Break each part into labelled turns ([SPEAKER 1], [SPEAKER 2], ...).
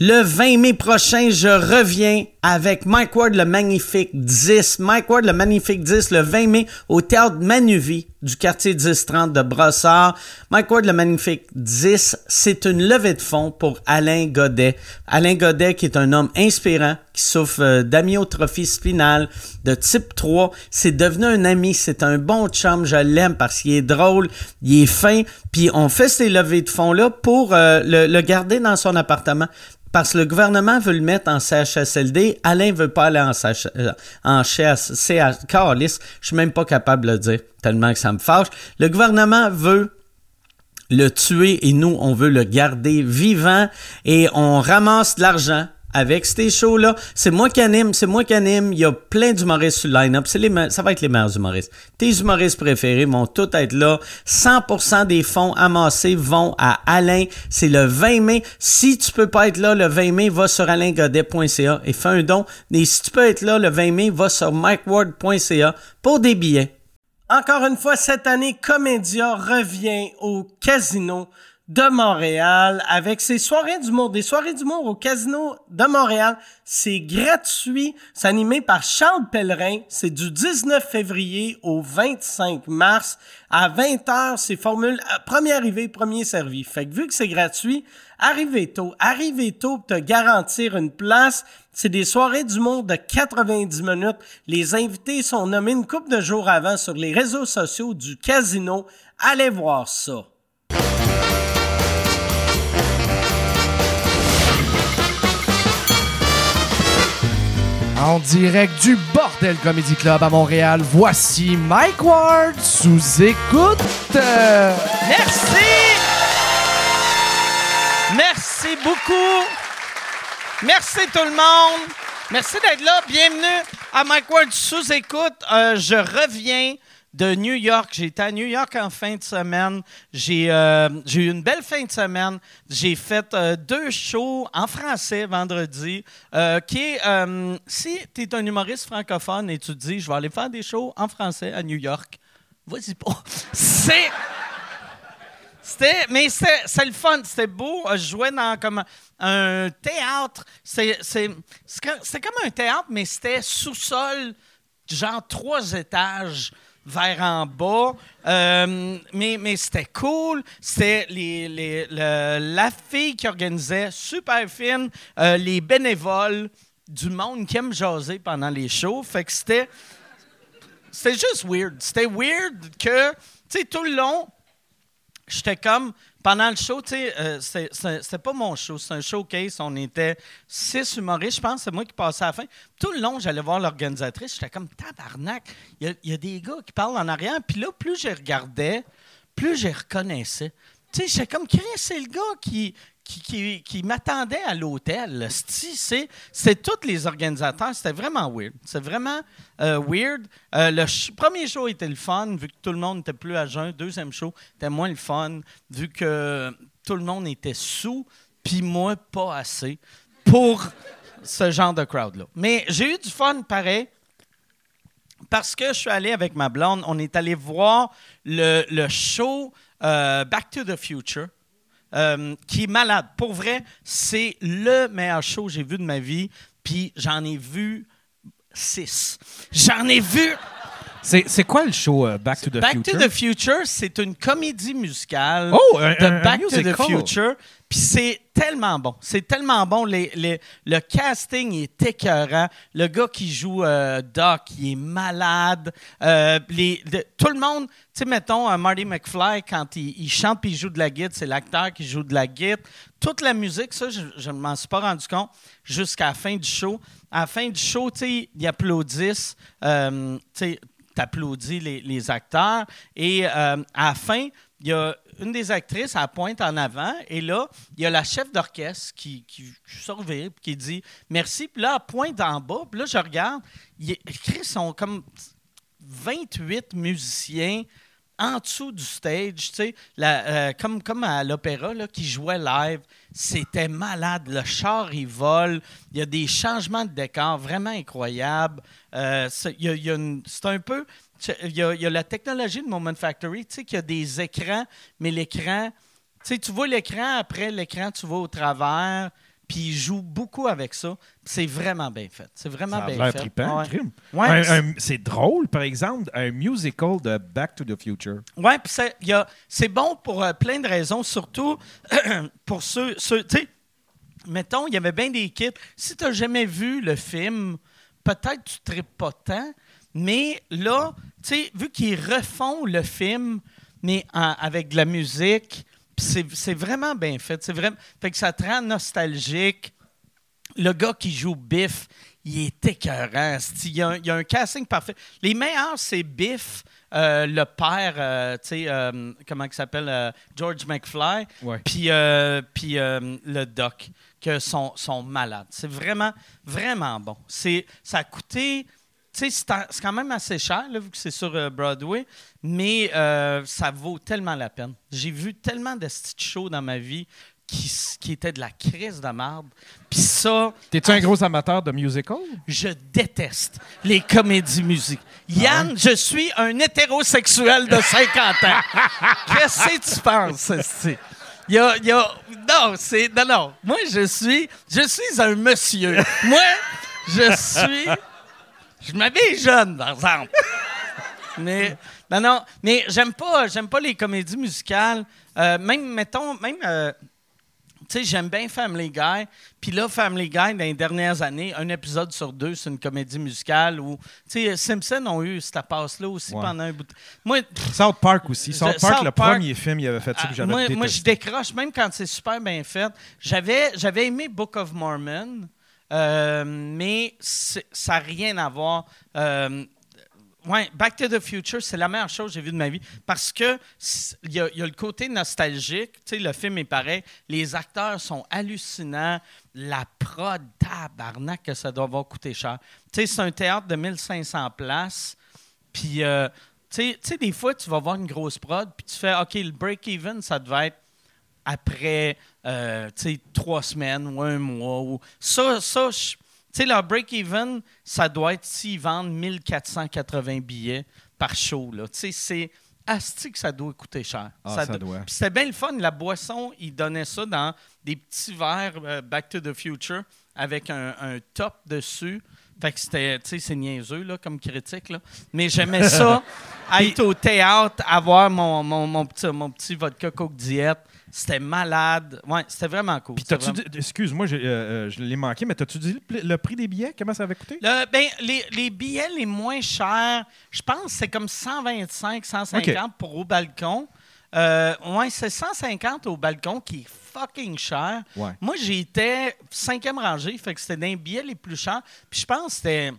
[SPEAKER 1] Le 20 mai prochain, je reviens avec Mike Ward le Magnifique 10. Mike Ward le Magnifique 10 le 20 mai au théâtre Manuvie du quartier 1030 de Brossard. Mike Ward le Magnifique 10, c'est une levée de fonds pour Alain Godet. Alain Godet qui est un homme inspirant qui souffre euh, d'amyotrophie spinale de type 3. C'est devenu un ami, c'est un bon chum, je l'aime parce qu'il est drôle, il est fin. Puis on fait ces levées de fonds-là pour euh, le, le garder dans son appartement parce que le gouvernement veut le mettre en CHSLD. Alain veut pas aller en, CH, euh, en CH, CH Carlis. Je suis même pas capable de le dire tellement que ça me fâche. Le gouvernement veut le tuer et nous, on veut le garder vivant et on ramasse de l'argent avec ces shows-là. C'est moi qui anime, c'est moi qui anime. Il y a plein d'humoristes sur le line-up. C'est les me- ça va être les meilleurs humoristes. Tes humoristes préférés vont tous être là. 100% des fonds amassés vont à Alain. C'est le 20 mai. Si tu peux pas être là le 20 mai, va sur alaingodet.ca et fais un don. Et si tu peux être là le 20 mai, va sur mikeward.ca pour des billets. Encore une fois, cette année, Comédia revient au casino de Montréal avec ses soirées d'humour. Des soirées d'humour au casino de Montréal. C'est gratuit. C'est animé par Charles Pellerin. C'est du 19 février au 25 mars. À 20h, c'est formule euh, premier arrivé, premier servi. Fait que vu que c'est gratuit, arrivez tôt. Arrivez tôt pour te garantir une place. C'est des soirées du monde de 90 minutes. Les invités sont nommés une couple de jours avant sur les réseaux sociaux du casino. Allez voir ça.
[SPEAKER 2] En direct du Bordel Comedy Club à Montréal, voici Mike Ward sous écoute. Euh,
[SPEAKER 1] Merci! Merci beaucoup! Merci tout le monde! Merci d'être là. Bienvenue à Mike Ward sous-écoute. Euh, je reviens de New York. J'ai été à New York en fin de semaine. J'ai euh, j'ai eu une belle fin de semaine. J'ai fait euh, deux shows en français vendredi. euh, qui est, euh, si tu es un humoriste francophone et tu te dis, je vais aller faire des shows en français à New York, vas-y pas. C'est... C'était, mais c'était, c'est le fun, c'était beau. Euh, Je jouais dans comme un théâtre. C'est, c'est, c'est comme- c'était comme un théâtre, mais c'était sous-sol, genre trois étages vers en bas. Euh, mais, mais c'était cool. C'était les, les- le- la fille qui organisait, super fine, euh, les bénévoles du monde qui aime jaser pendant les shows. Fait que c'était c'était juste weird. C'était weird que, tu sais, tout le long, j'étais comme, pendant le show, tu sais, euh, c'est- c'est- c'était pas mon show, c'est un showcase. On était six humoristes, je pense, c'est moi qui passais à la fin. Tout le long, j'allais voir l'organisatrice, j'étais comme, tabarnak, il y a- il y, a des gars qui parlent en arrière. Puis là, plus je regardais, plus je reconnaissais. Tu sais, j'étais comme, Chris, c'est le gars qui, qui, qui- qui m'attendait à l'hôtel. là. C'ti, C'est c'est tous les organisateurs. C'était vraiment weird. C'est vraiment euh, weird. Euh, le ch- premier show était le fun, vu que tout le monde était plus à jeun. Deuxième show était moins le fun, vu que tout le monde était sous, puis moi, pas assez pour ce genre de crowd-là. Mais j'ai eu du fun pareil parce que je suis allé avec ma blonde, on est allé voir le, le show euh, Back to the Future, euh, qui est malade. Pour vrai, c'est le meilleur show que j'ai vu de ma vie, puis j'en ai vu six. J'en ai vu...
[SPEAKER 3] C'est, c'est quoi le show euh, Back to the
[SPEAKER 1] Back
[SPEAKER 3] Future?
[SPEAKER 1] to the Future, c'est une comédie musicale
[SPEAKER 3] Oh, un-
[SPEAKER 1] de
[SPEAKER 3] un- un
[SPEAKER 1] Back to the
[SPEAKER 3] musical.
[SPEAKER 1] Future. Puis c'est tellement bon. C'est tellement bon. Les- les- le casting est écœurant. Le gars qui joue euh, Doc, il est malade. Euh, les- de- tout le monde, tu sais, mettons, euh, Marty McFly, quand il, il chante puis il joue de la guitare, c'est l'acteur qui joue de la guitare. Toute la musique, ça, je ne m'en suis pas rendu compte jusqu'à la fin du show. À la fin du show, tu sais, ils applaudissent. euh, tu sais, t'applaudis les, les acteurs. Et euh, à la fin, il y a une des actrices, à pointe en avant, et là, il y a la chef d'orchestre qui, qui surveille, puis qui dit merci. Puis là, elle pointe en bas, puis là, je regarde, il y a- Chris, ils sont comme 28 musiciens en dessous du stage, tu sais, la- euh, comme, comme à l'opéra, là, qui jouait live. C'était malade. Le char, il vole. Il y a des changements de décor vraiment incroyables. Euh, c'est, il y a- il y a une- c'est un peu... tu- Il y, a, il y a la technologie de Moment Factory, tu sais, qu'il y a des écrans, mais l'écran... Tu sais, tu vois l'écran, après l'écran, tu vois au travers. Puis puis il joue beaucoup avec ça. C'est vraiment bien fait. C'est vraiment
[SPEAKER 3] Ça a
[SPEAKER 1] bien
[SPEAKER 3] l'air
[SPEAKER 1] fait.
[SPEAKER 3] trippant,
[SPEAKER 1] Ouais.
[SPEAKER 3] crime.
[SPEAKER 1] Ouais,
[SPEAKER 3] Un-
[SPEAKER 1] c'est-
[SPEAKER 3] un- c'est drôle, par exemple, un musical de Back to the Future.
[SPEAKER 1] Ouais, puis c'est- il y a- c'est bon pour euh, plein de raisons, surtout pour ceux. ceux tu sais, mettons, il y avait bien des kits. Si tu n'as jamais vu le film, peut-être tu ne pas tant, mais là, tu sais, vu qu'ils refont le film, mais en- avec de la musique, puis c'est c'est vraiment bien fait. C'est vraiment. Fait que ça te rend nostalgique le gars qui joue Biff, il est écœurant. c'ti. Il y a, un- il y a un casting parfait. Les meilleurs, c'est Biff, euh, le père, euh, tu sais, euh, comment il s'appelle, euh, George McFly,
[SPEAKER 3] Ouais.
[SPEAKER 1] puis euh, puis, euh, le doc, que sont, sont malades. C'est vraiment, vraiment bon. C'est, ça a coûté... Tu sais, c'est en- c'est quand même assez cher, là, vu que c'est sur euh, Broadway, mais euh, ça vaut tellement la peine. J'ai vu tellement de petits shows dans ma vie qui, s- qui étaient de la crise de marde. Puis ça,
[SPEAKER 3] T'es-tu un gros amateur de musical?
[SPEAKER 1] je déteste les comédies musiques. Yann, je suis un hétérosexuel de 50 ans. Qu'est-ce que tu penses, esti? Il y a, il y a- non, c'est, non, non. Moi, je suis, je suis un monsieur. Moi, je suis, je m'habille jeune, par exemple. Mais non, non, mais j'aime pas, j'aime pas les comédies musicales. Euh, même, mettons, même. euh, tu sais, j'aime bien Family Guy. Puis là, Family Guy, dans les dernières années, un épisode sur deux, c'est une comédie musicale où, tu sais, Simpson ont eu cette passe-là aussi
[SPEAKER 3] Ouais.
[SPEAKER 1] pendant un bout de Moi, pff,
[SPEAKER 3] South Park aussi. South
[SPEAKER 1] Euh, South
[SPEAKER 3] Park, le
[SPEAKER 1] Park.
[SPEAKER 3] premier film, il avait fait ça que
[SPEAKER 1] ah,
[SPEAKER 3] j'avais
[SPEAKER 1] moi,
[SPEAKER 3] détesté.
[SPEAKER 1] moi, je décroche, même quand c'est super bien fait. J'avais, j'avais aimé Book of Mormon, euh, mais c'est- ça n'a rien à voir. Euh, ouais, Back to the Future, c'est la meilleure chose que j'ai vue de ma vie parce que c'est- il y, a il y a le côté nostalgique. Tu sais, le film est pareil. Les acteurs sont hallucinants. La prod, tabarnak, que ça doit avoir coûté cher. Tu sais, c'est un théâtre de 1500 places. Puis, euh, tu sais- tu sais, des fois, tu vas voir une grosse prod, puis tu fais, OK, le break-even, ça devait être après, euh, tu sais, trois semaines ou un mois. Ou... Ça, ça je- tu sais, leur break-even, ça doit être s'ils vendent 1480 billets par show, là. Tu sais, c'est asti que ça doit coûter cher.
[SPEAKER 3] Ah, ça doit.
[SPEAKER 1] Puis c'était bien le fun. La boisson, ils donnaient ça dans des petits verres euh, Back to the Future avec un, un top dessus. Fait que c'était, tu sais, c'est niaiseux, là, comme critique, là. Mais j'aimais ça, être au théâtre, avoir mon, mon, mon petit, mon petit vodka Coke diète. C'était malade. Ouais, c'était vraiment cool.
[SPEAKER 3] Puis
[SPEAKER 1] C'était
[SPEAKER 3] t'as-tu
[SPEAKER 1] vraiment-
[SPEAKER 3] dit- excuse-moi, je, euh, euh, je l'ai manqué, mais t'as-tu dit le, le prix des billets? Comment ça avait coûté?
[SPEAKER 1] Le- ben, les, les billets les moins chers, je pense que c'est comme 125, 150 pour au balcon. Euh, ouais, c'est 150 au balcon qui est fucking cher.
[SPEAKER 3] Ouais.
[SPEAKER 1] Moi, j'étais cinquième rangée, fait que c'était d'un billet les plus chers. Puis je pense que c'était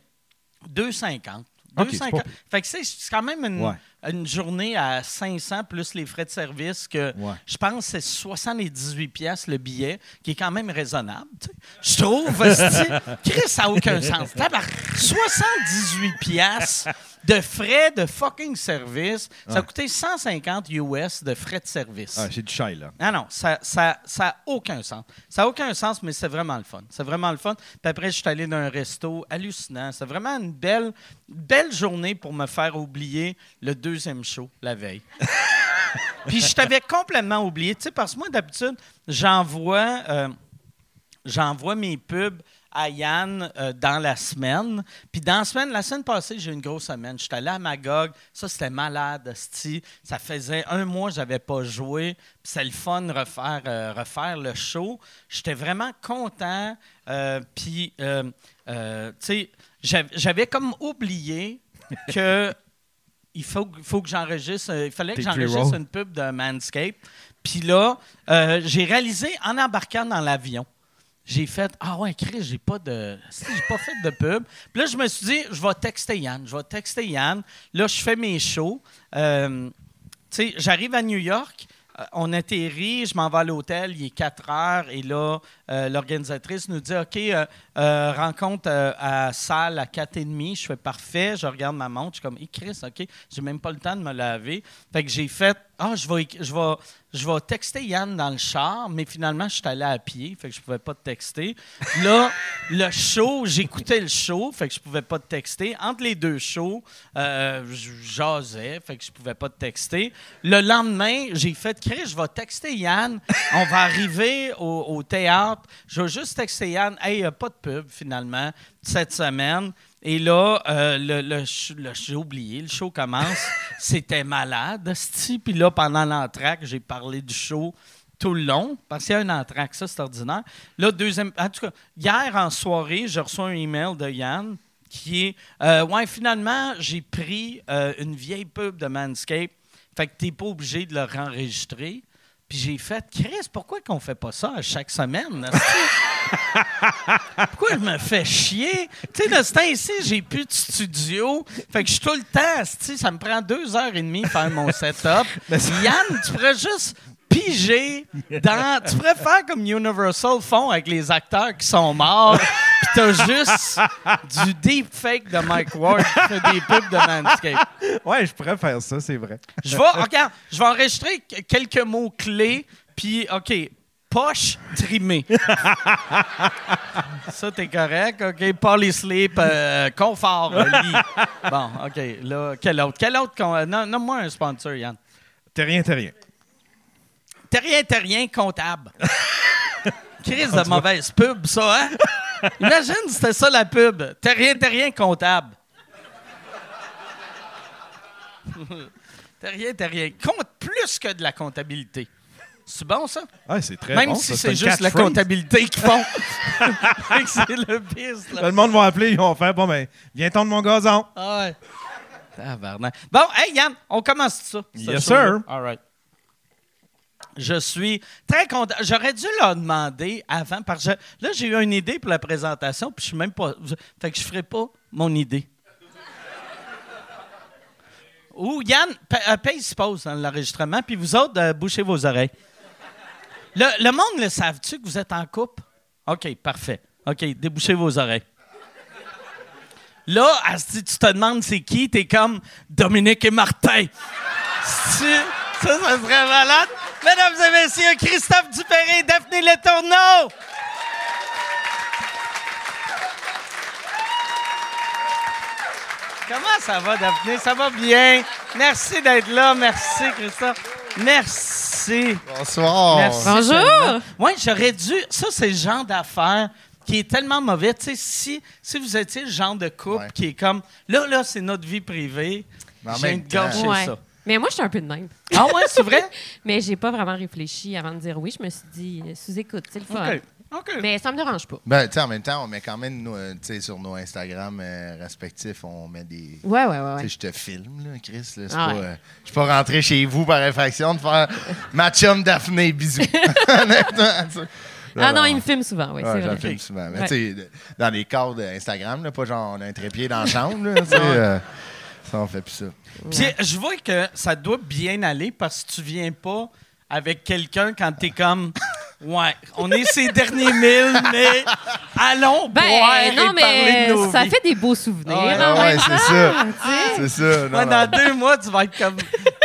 [SPEAKER 1] 250.
[SPEAKER 3] Ok, c'est
[SPEAKER 1] 250.
[SPEAKER 3] pas-
[SPEAKER 1] Fait que c'est c'est quand même une,
[SPEAKER 3] Ouais.
[SPEAKER 1] une journée à 500 plus les frais de service que
[SPEAKER 3] Ouais.
[SPEAKER 1] je pense que c'est 78 pièces le billet, qui est quand même raisonnable. tu sais. Je trouve, hostie, Chris, ça n'a aucun sens. Tabarnak, 78 pièces de frais de fucking service. Ça a coûté 150 US de frais de service.
[SPEAKER 3] Ah, c'est du chai, là.
[SPEAKER 1] Ah non, ça n'a ça, ça a aucun sens. Ça n'a aucun sens, mais c'est vraiment le fun. C'est vraiment le fun. Puis après, je suis allé dans un resto hallucinant. C'est vraiment une belle, belle journée pour me faire oublier le deuxième show la veille. Puis je t'avais complètement oublié. Tu sais, parce que moi, d'habitude, j'envoie. euh, j'envoie mes pubs à Yann euh, dans la semaine. Puis dans la semaine, la semaine passée, j'ai eu une grosse semaine. J'étais allé à Magog. Ça, c'était malade, hostie. Ça faisait un mois que j'avais pas joué. Puis c'est le fun de refaire, euh, refaire le show. J'étais vraiment content. Euh, puis, euh, euh, tu sais, j'av- j'avais comme oublié que il faut, que- faut que j'enregistre, euh, il fallait que
[SPEAKER 3] Tes
[SPEAKER 1] j'enregistre
[SPEAKER 3] pre-rolls.
[SPEAKER 1] une pub de Manscape. Puis là, euh, j'ai réalisé en embarquant dans l'avion, j'ai fait ah ouais Chris, j'ai pas de si, j'ai pas fait de pub. Puis là je me suis dit je vais texter Yann, je vais texter Yann. Là je fais mes shows. Euh, tu sais, j'arrive à New York, euh, on atterrit, je m'en vais à l'hôtel, il est 4 heures, et là, euh, l'organisatrice nous dit OK, euh, euh, rencontre euh, à salle à 4h30. Je fais parfait, je regarde ma montre, je suis comme, hey, Chris, OK, j'ai même pas le temps de me laver. Fait que j'ai fait Ah, je vais, éc- je, vais, je vais texter Yann dans le char, mais finalement, je suis allé à pied, fait que je pouvais pas te texter. Là, le show, j'écoutais le show, fait que je pouvais pas te texter. Entre les deux shows, euh, je jasais, fait que je pouvais pas te texter. Le lendemain, j'ai fait Chris, je vais texter Yann. On va arriver au, au théâtre. Je vais juste texter Yann. Hey, y a pas de pub finalement cette semaine. Et là, euh, le, le ch- le- j'ai oublié, le show commence. C'était malade, c'ti. Puis là, pendant l'entraque, j'ai parlé du show tout le long. Parce qu'il y a un entraque, ça, c'est ordinaire. Là, deuxième. En tout cas, hier en soirée, je reçois un email de Yann qui est euh, Ouais, finalement, j'ai pris euh, une vieille pub de Manscape. Fait que t'es pas obligé de le renregistrer. Puis j'ai fait Chris, pourquoi qu'on fait pas ça à chaque semaine? Pourquoi je me fais chier? Tu sais, de ce temps-ci, j'ai plus de studio. Fait que je suis tout le temps, asti, ça me prend deux heures et demie de faire mon setup. Yann, tu pourrais juste piger dans. Tu pourrais faire comme Universal font avec les acteurs qui sont morts. Pis t'as juste du deepfake de Mike Ward qui fait des pubs de Manscaped.
[SPEAKER 3] Ouais, je pourrais faire ça, c'est vrai.
[SPEAKER 1] Je vais, regarde, je vais enregistrer qu- quelques mots clés, puis OK, poche trimée. Ça, t'es correct. OK, polysleep, euh, confort, euh, lit. Bon, OK, là, quel autre? Quel autre? con- Non, Nomme-moi un sponsor, Yann.
[SPEAKER 3] T'es rien, t'es rien.
[SPEAKER 1] Terrien, terrien, comptable. Crise de mauvaise pub, ça, hein? Imagine si c'était ça la pub. Terrien, terrien, comptable. terrien, terrien. Compte plus que de la comptabilité. C'est bon, ça?
[SPEAKER 3] Ah, c'est très
[SPEAKER 1] Même
[SPEAKER 3] bon,
[SPEAKER 1] si
[SPEAKER 3] ça,
[SPEAKER 1] c'est
[SPEAKER 3] une
[SPEAKER 1] juste la
[SPEAKER 3] catchphrase.
[SPEAKER 1] comptabilité qu'ils font. Fait que c'est le piste, là.
[SPEAKER 3] Tout le monde va appeler, ils vont faire bon, ben, viens tendre mon gazon.
[SPEAKER 1] Ah ouais. Tabarnak. Bon, hey Yann, on commence ça. ce
[SPEAKER 3] Yes,
[SPEAKER 1] show-là.
[SPEAKER 3] sir.
[SPEAKER 1] All right. Je suis très content. J'aurais dû leur demander avant, parce que là, j'ai eu une idée pour la présentation, puis je suis même pas. Fait que je ferai pas mon idée. Ou Yann, pa- euh, paye si pause dans l'enregistrement, puis vous autres, euh, bouchez vos oreilles. Le, le monde le savent-tu que vous êtes en couple? OK, parfait. OK, débouchez vos oreilles. Là, si tu te demandes c'est qui, t'es comme Dominique et Martin. Asti, ça, ça serait malade. Mesdames et messieurs, Christophe Dupéré et Daphné Letourneau. Comment ça va, Daphné? Ça va bien. Merci d'être là. Merci, Christophe. Merci.
[SPEAKER 4] Bonsoir.
[SPEAKER 1] Merci
[SPEAKER 4] Merci.
[SPEAKER 5] Bonjour.
[SPEAKER 1] Oui, j'aurais dû. Ça, c'est le genre d'affaire qui est tellement mauvais. Tu sais, si, si vous étiez le genre de couple
[SPEAKER 4] Ouais.
[SPEAKER 1] qui est comme là, là, c'est notre vie privée,
[SPEAKER 4] Mais en
[SPEAKER 1] j'ai
[SPEAKER 4] même
[SPEAKER 1] une gorge
[SPEAKER 4] temps-
[SPEAKER 1] ça.
[SPEAKER 5] Mais moi, je suis un peu de même.
[SPEAKER 1] Ah ouais, c'est vrai?
[SPEAKER 5] Mais j'ai pas vraiment réfléchi avant de dire oui. Je me suis dit, euh, sous-écoute, c'est le fun.
[SPEAKER 1] OK. OK.
[SPEAKER 5] Mais ça me dérange pas.
[SPEAKER 4] Ben, tu sais, en même temps, on met quand même, nos, euh, tu sais, sur nos Instagram euh, respectifs, on met des.
[SPEAKER 5] Ouais, ouais, ouais.
[SPEAKER 4] Tu
[SPEAKER 5] ouais.
[SPEAKER 4] sais, je te filme, là, Chris. là, c'est
[SPEAKER 5] Ah
[SPEAKER 4] pas,
[SPEAKER 5] ouais.
[SPEAKER 4] euh, je suis pas rentré chez vous par infraction de faire ma chum Daphné, bisous. Honnêtement, tu sais.
[SPEAKER 5] Ah non, il me filme souvent, oui,
[SPEAKER 4] Ouais,
[SPEAKER 5] c'est
[SPEAKER 4] j'en
[SPEAKER 5] vrai.
[SPEAKER 4] filme souvent. Mais
[SPEAKER 5] Ouais.
[SPEAKER 4] tu sais, de- dans les cadres d'Instagram, là, pas genre on a un trépied dans la chambre, là, tu sais, euh, ça, on fait plus ça.
[SPEAKER 1] Puis, je vois que ça doit bien aller parce que tu viens pas avec quelqu'un quand t'es comme. Ouais, on est ces derniers mille, mais allons
[SPEAKER 5] Ben,
[SPEAKER 1] boire
[SPEAKER 5] euh, non,
[SPEAKER 1] et parler
[SPEAKER 5] mais
[SPEAKER 1] de nos
[SPEAKER 5] ça
[SPEAKER 1] vies.
[SPEAKER 5] fait des beaux souvenirs.
[SPEAKER 1] Ouais,
[SPEAKER 5] en
[SPEAKER 4] Ah ouais,
[SPEAKER 5] même
[SPEAKER 4] c'est
[SPEAKER 5] temps,
[SPEAKER 4] ça.
[SPEAKER 5] tu sais.
[SPEAKER 4] C'est ça. non,
[SPEAKER 1] Ouais,
[SPEAKER 4] non.
[SPEAKER 1] dans deux mois, tu vas être comme.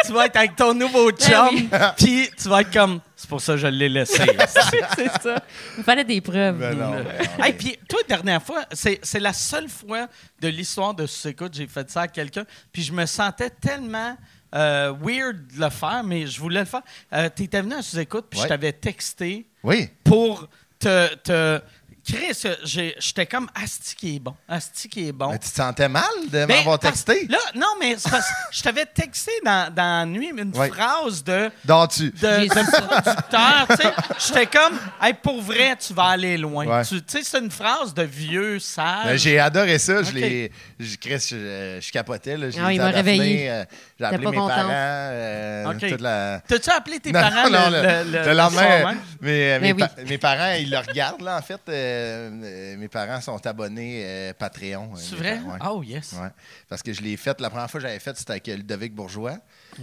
[SPEAKER 1] Tu vas être avec ton nouveau chum,
[SPEAKER 5] oui.
[SPEAKER 1] puis tu vas être comme. C'est pour ça que je l'ai laissé.
[SPEAKER 5] c'est ça. Il me fallait des preuves.
[SPEAKER 4] Ben non, ben, on
[SPEAKER 1] Hey,
[SPEAKER 4] est-
[SPEAKER 1] puis toi, dernière fois, c'est c'est la seule fois de l'histoire de ce écoute, j'ai fait ça à quelqu'un, puis je me sentais tellement euh, weird de le faire, mais je voulais le faire. Euh, T'étais venu à sous-écoute, puis je
[SPEAKER 4] Ouais.
[SPEAKER 1] t'avais texté
[SPEAKER 4] Oui.
[SPEAKER 1] pour te. te Chris, euh, j'ai- j'étais comme Asti qui est bon. Asti qui est bon.
[SPEAKER 4] Mais tu te sentais mal de
[SPEAKER 1] Ben,
[SPEAKER 4] m'avoir
[SPEAKER 1] parce-
[SPEAKER 4] texté?
[SPEAKER 1] Là, non, mais c'est parce que je t'avais texté dans, dans la nuit une
[SPEAKER 4] Ouais.
[SPEAKER 1] phrase de,
[SPEAKER 4] Donc, tu.
[SPEAKER 1] de,
[SPEAKER 5] J'ai
[SPEAKER 1] de
[SPEAKER 5] su ça.
[SPEAKER 1] producteur. tu sais. J'étais comme, hey, pour vrai, tu vas aller loin.
[SPEAKER 4] Ouais.
[SPEAKER 1] Tu tu sais, c'est une phrase de vieux
[SPEAKER 4] Ben,
[SPEAKER 1] sage.
[SPEAKER 4] j'ai adoré ça. Je
[SPEAKER 1] Ah, Ok.
[SPEAKER 4] l'ai. Je, Chris, je, je capotais. Là. Je
[SPEAKER 5] Ah,
[SPEAKER 4] l'ai dit
[SPEAKER 5] il m'a
[SPEAKER 4] à Daphné,
[SPEAKER 5] réveillé.
[SPEAKER 4] euh, j'ai
[SPEAKER 5] T'es
[SPEAKER 4] appelé
[SPEAKER 5] pas
[SPEAKER 4] mes
[SPEAKER 5] contente.
[SPEAKER 4] parents. euh,
[SPEAKER 1] Ok.
[SPEAKER 4] toute la...
[SPEAKER 1] T'as-tu appelé tes
[SPEAKER 4] Non,
[SPEAKER 1] parents
[SPEAKER 4] non,
[SPEAKER 1] le, le- le- le soir
[SPEAKER 4] lendemain,
[SPEAKER 1] même?
[SPEAKER 4] mes, mes,
[SPEAKER 5] Mais
[SPEAKER 4] pa-
[SPEAKER 5] oui.
[SPEAKER 4] mes parents, ils le regardent, là, en fait. euh, euh, mes parents sont abonnés euh, Patreon. euh,
[SPEAKER 1] C'est
[SPEAKER 4] mes
[SPEAKER 1] vrai?
[SPEAKER 4] parents,
[SPEAKER 1] Oh,
[SPEAKER 4] ouais.
[SPEAKER 1] yes.
[SPEAKER 4] Ouais. Parce que je l'ai fait, la première fois que j'avais fait, c'était avec euh, Ludovic Bourgeois.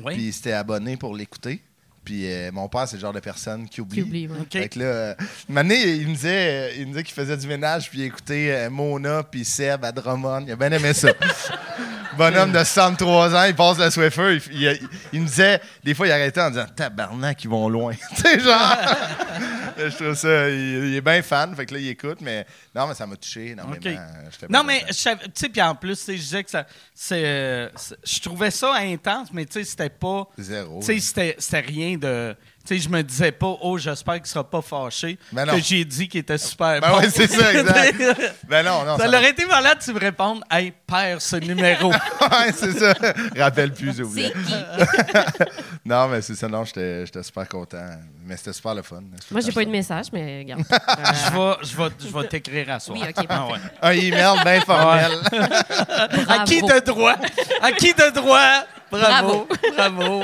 [SPEAKER 1] Oui.
[SPEAKER 4] Puis c'était abonné pour l'écouter. Puis euh, mon père, c'est le genre de personne qui oublie.
[SPEAKER 5] Qui oublie, ouais.
[SPEAKER 1] OK.
[SPEAKER 4] Fait que là, euh, une année, il me disait, euh, il me disait qu'il faisait du ménage, puis il écoutait euh, Mona, puis Seb à Drummond. Il a bien aimé ça. bonhomme de 63 ans, il passe le Swiffer, il, il- il me disait, des fois, il arrêtait en disant Tabarnak, ils vont loin. tu sais, genre. je trouve ça, il, il est bien fan, fait que là, il écoute, mais non, mais ça m'a touché énormément.
[SPEAKER 1] OK.
[SPEAKER 4] euh, J'étais
[SPEAKER 1] Non,
[SPEAKER 4] bien
[SPEAKER 1] mais,
[SPEAKER 4] content.
[SPEAKER 1] je savais- tu sais, puis en plus, tu sais, je disais que ça. c'est, euh, c'est- je trouvais ça intense, mais tu sais, c'était pas.
[SPEAKER 4] Zéro.
[SPEAKER 1] Tu sais, c'était- c'était rien de. Tu sais, je me disais pas, oh, j'espère qu'il sera pas fâché.
[SPEAKER 4] Ben non.
[SPEAKER 1] que j'ai dit qu'il était super
[SPEAKER 4] Ben
[SPEAKER 1] bon.
[SPEAKER 4] ouais, c'est ça, exact. Ben non, non.
[SPEAKER 1] ça
[SPEAKER 4] ça-
[SPEAKER 1] aurait été malade si tu me répondes, hey, perds ce numéro.
[SPEAKER 4] ouais, c'est ça. Rappelle plus, j'ai oublié.
[SPEAKER 5] C'est qui?
[SPEAKER 4] Non, mais c'est ça, non, j'étais j'étais super content. Mais c'était super le fun.
[SPEAKER 5] Moi, j'ai pas eu de message, mais regarde.
[SPEAKER 1] je vais, je vais, je vais t'écrire à soi.
[SPEAKER 5] Ah.
[SPEAKER 1] Ah
[SPEAKER 5] Oui, OK, parfait.
[SPEAKER 4] Un email bien formel.
[SPEAKER 1] À qui
[SPEAKER 5] Bravo.
[SPEAKER 1] de droit? À qui de droit? Bravo. Bravo.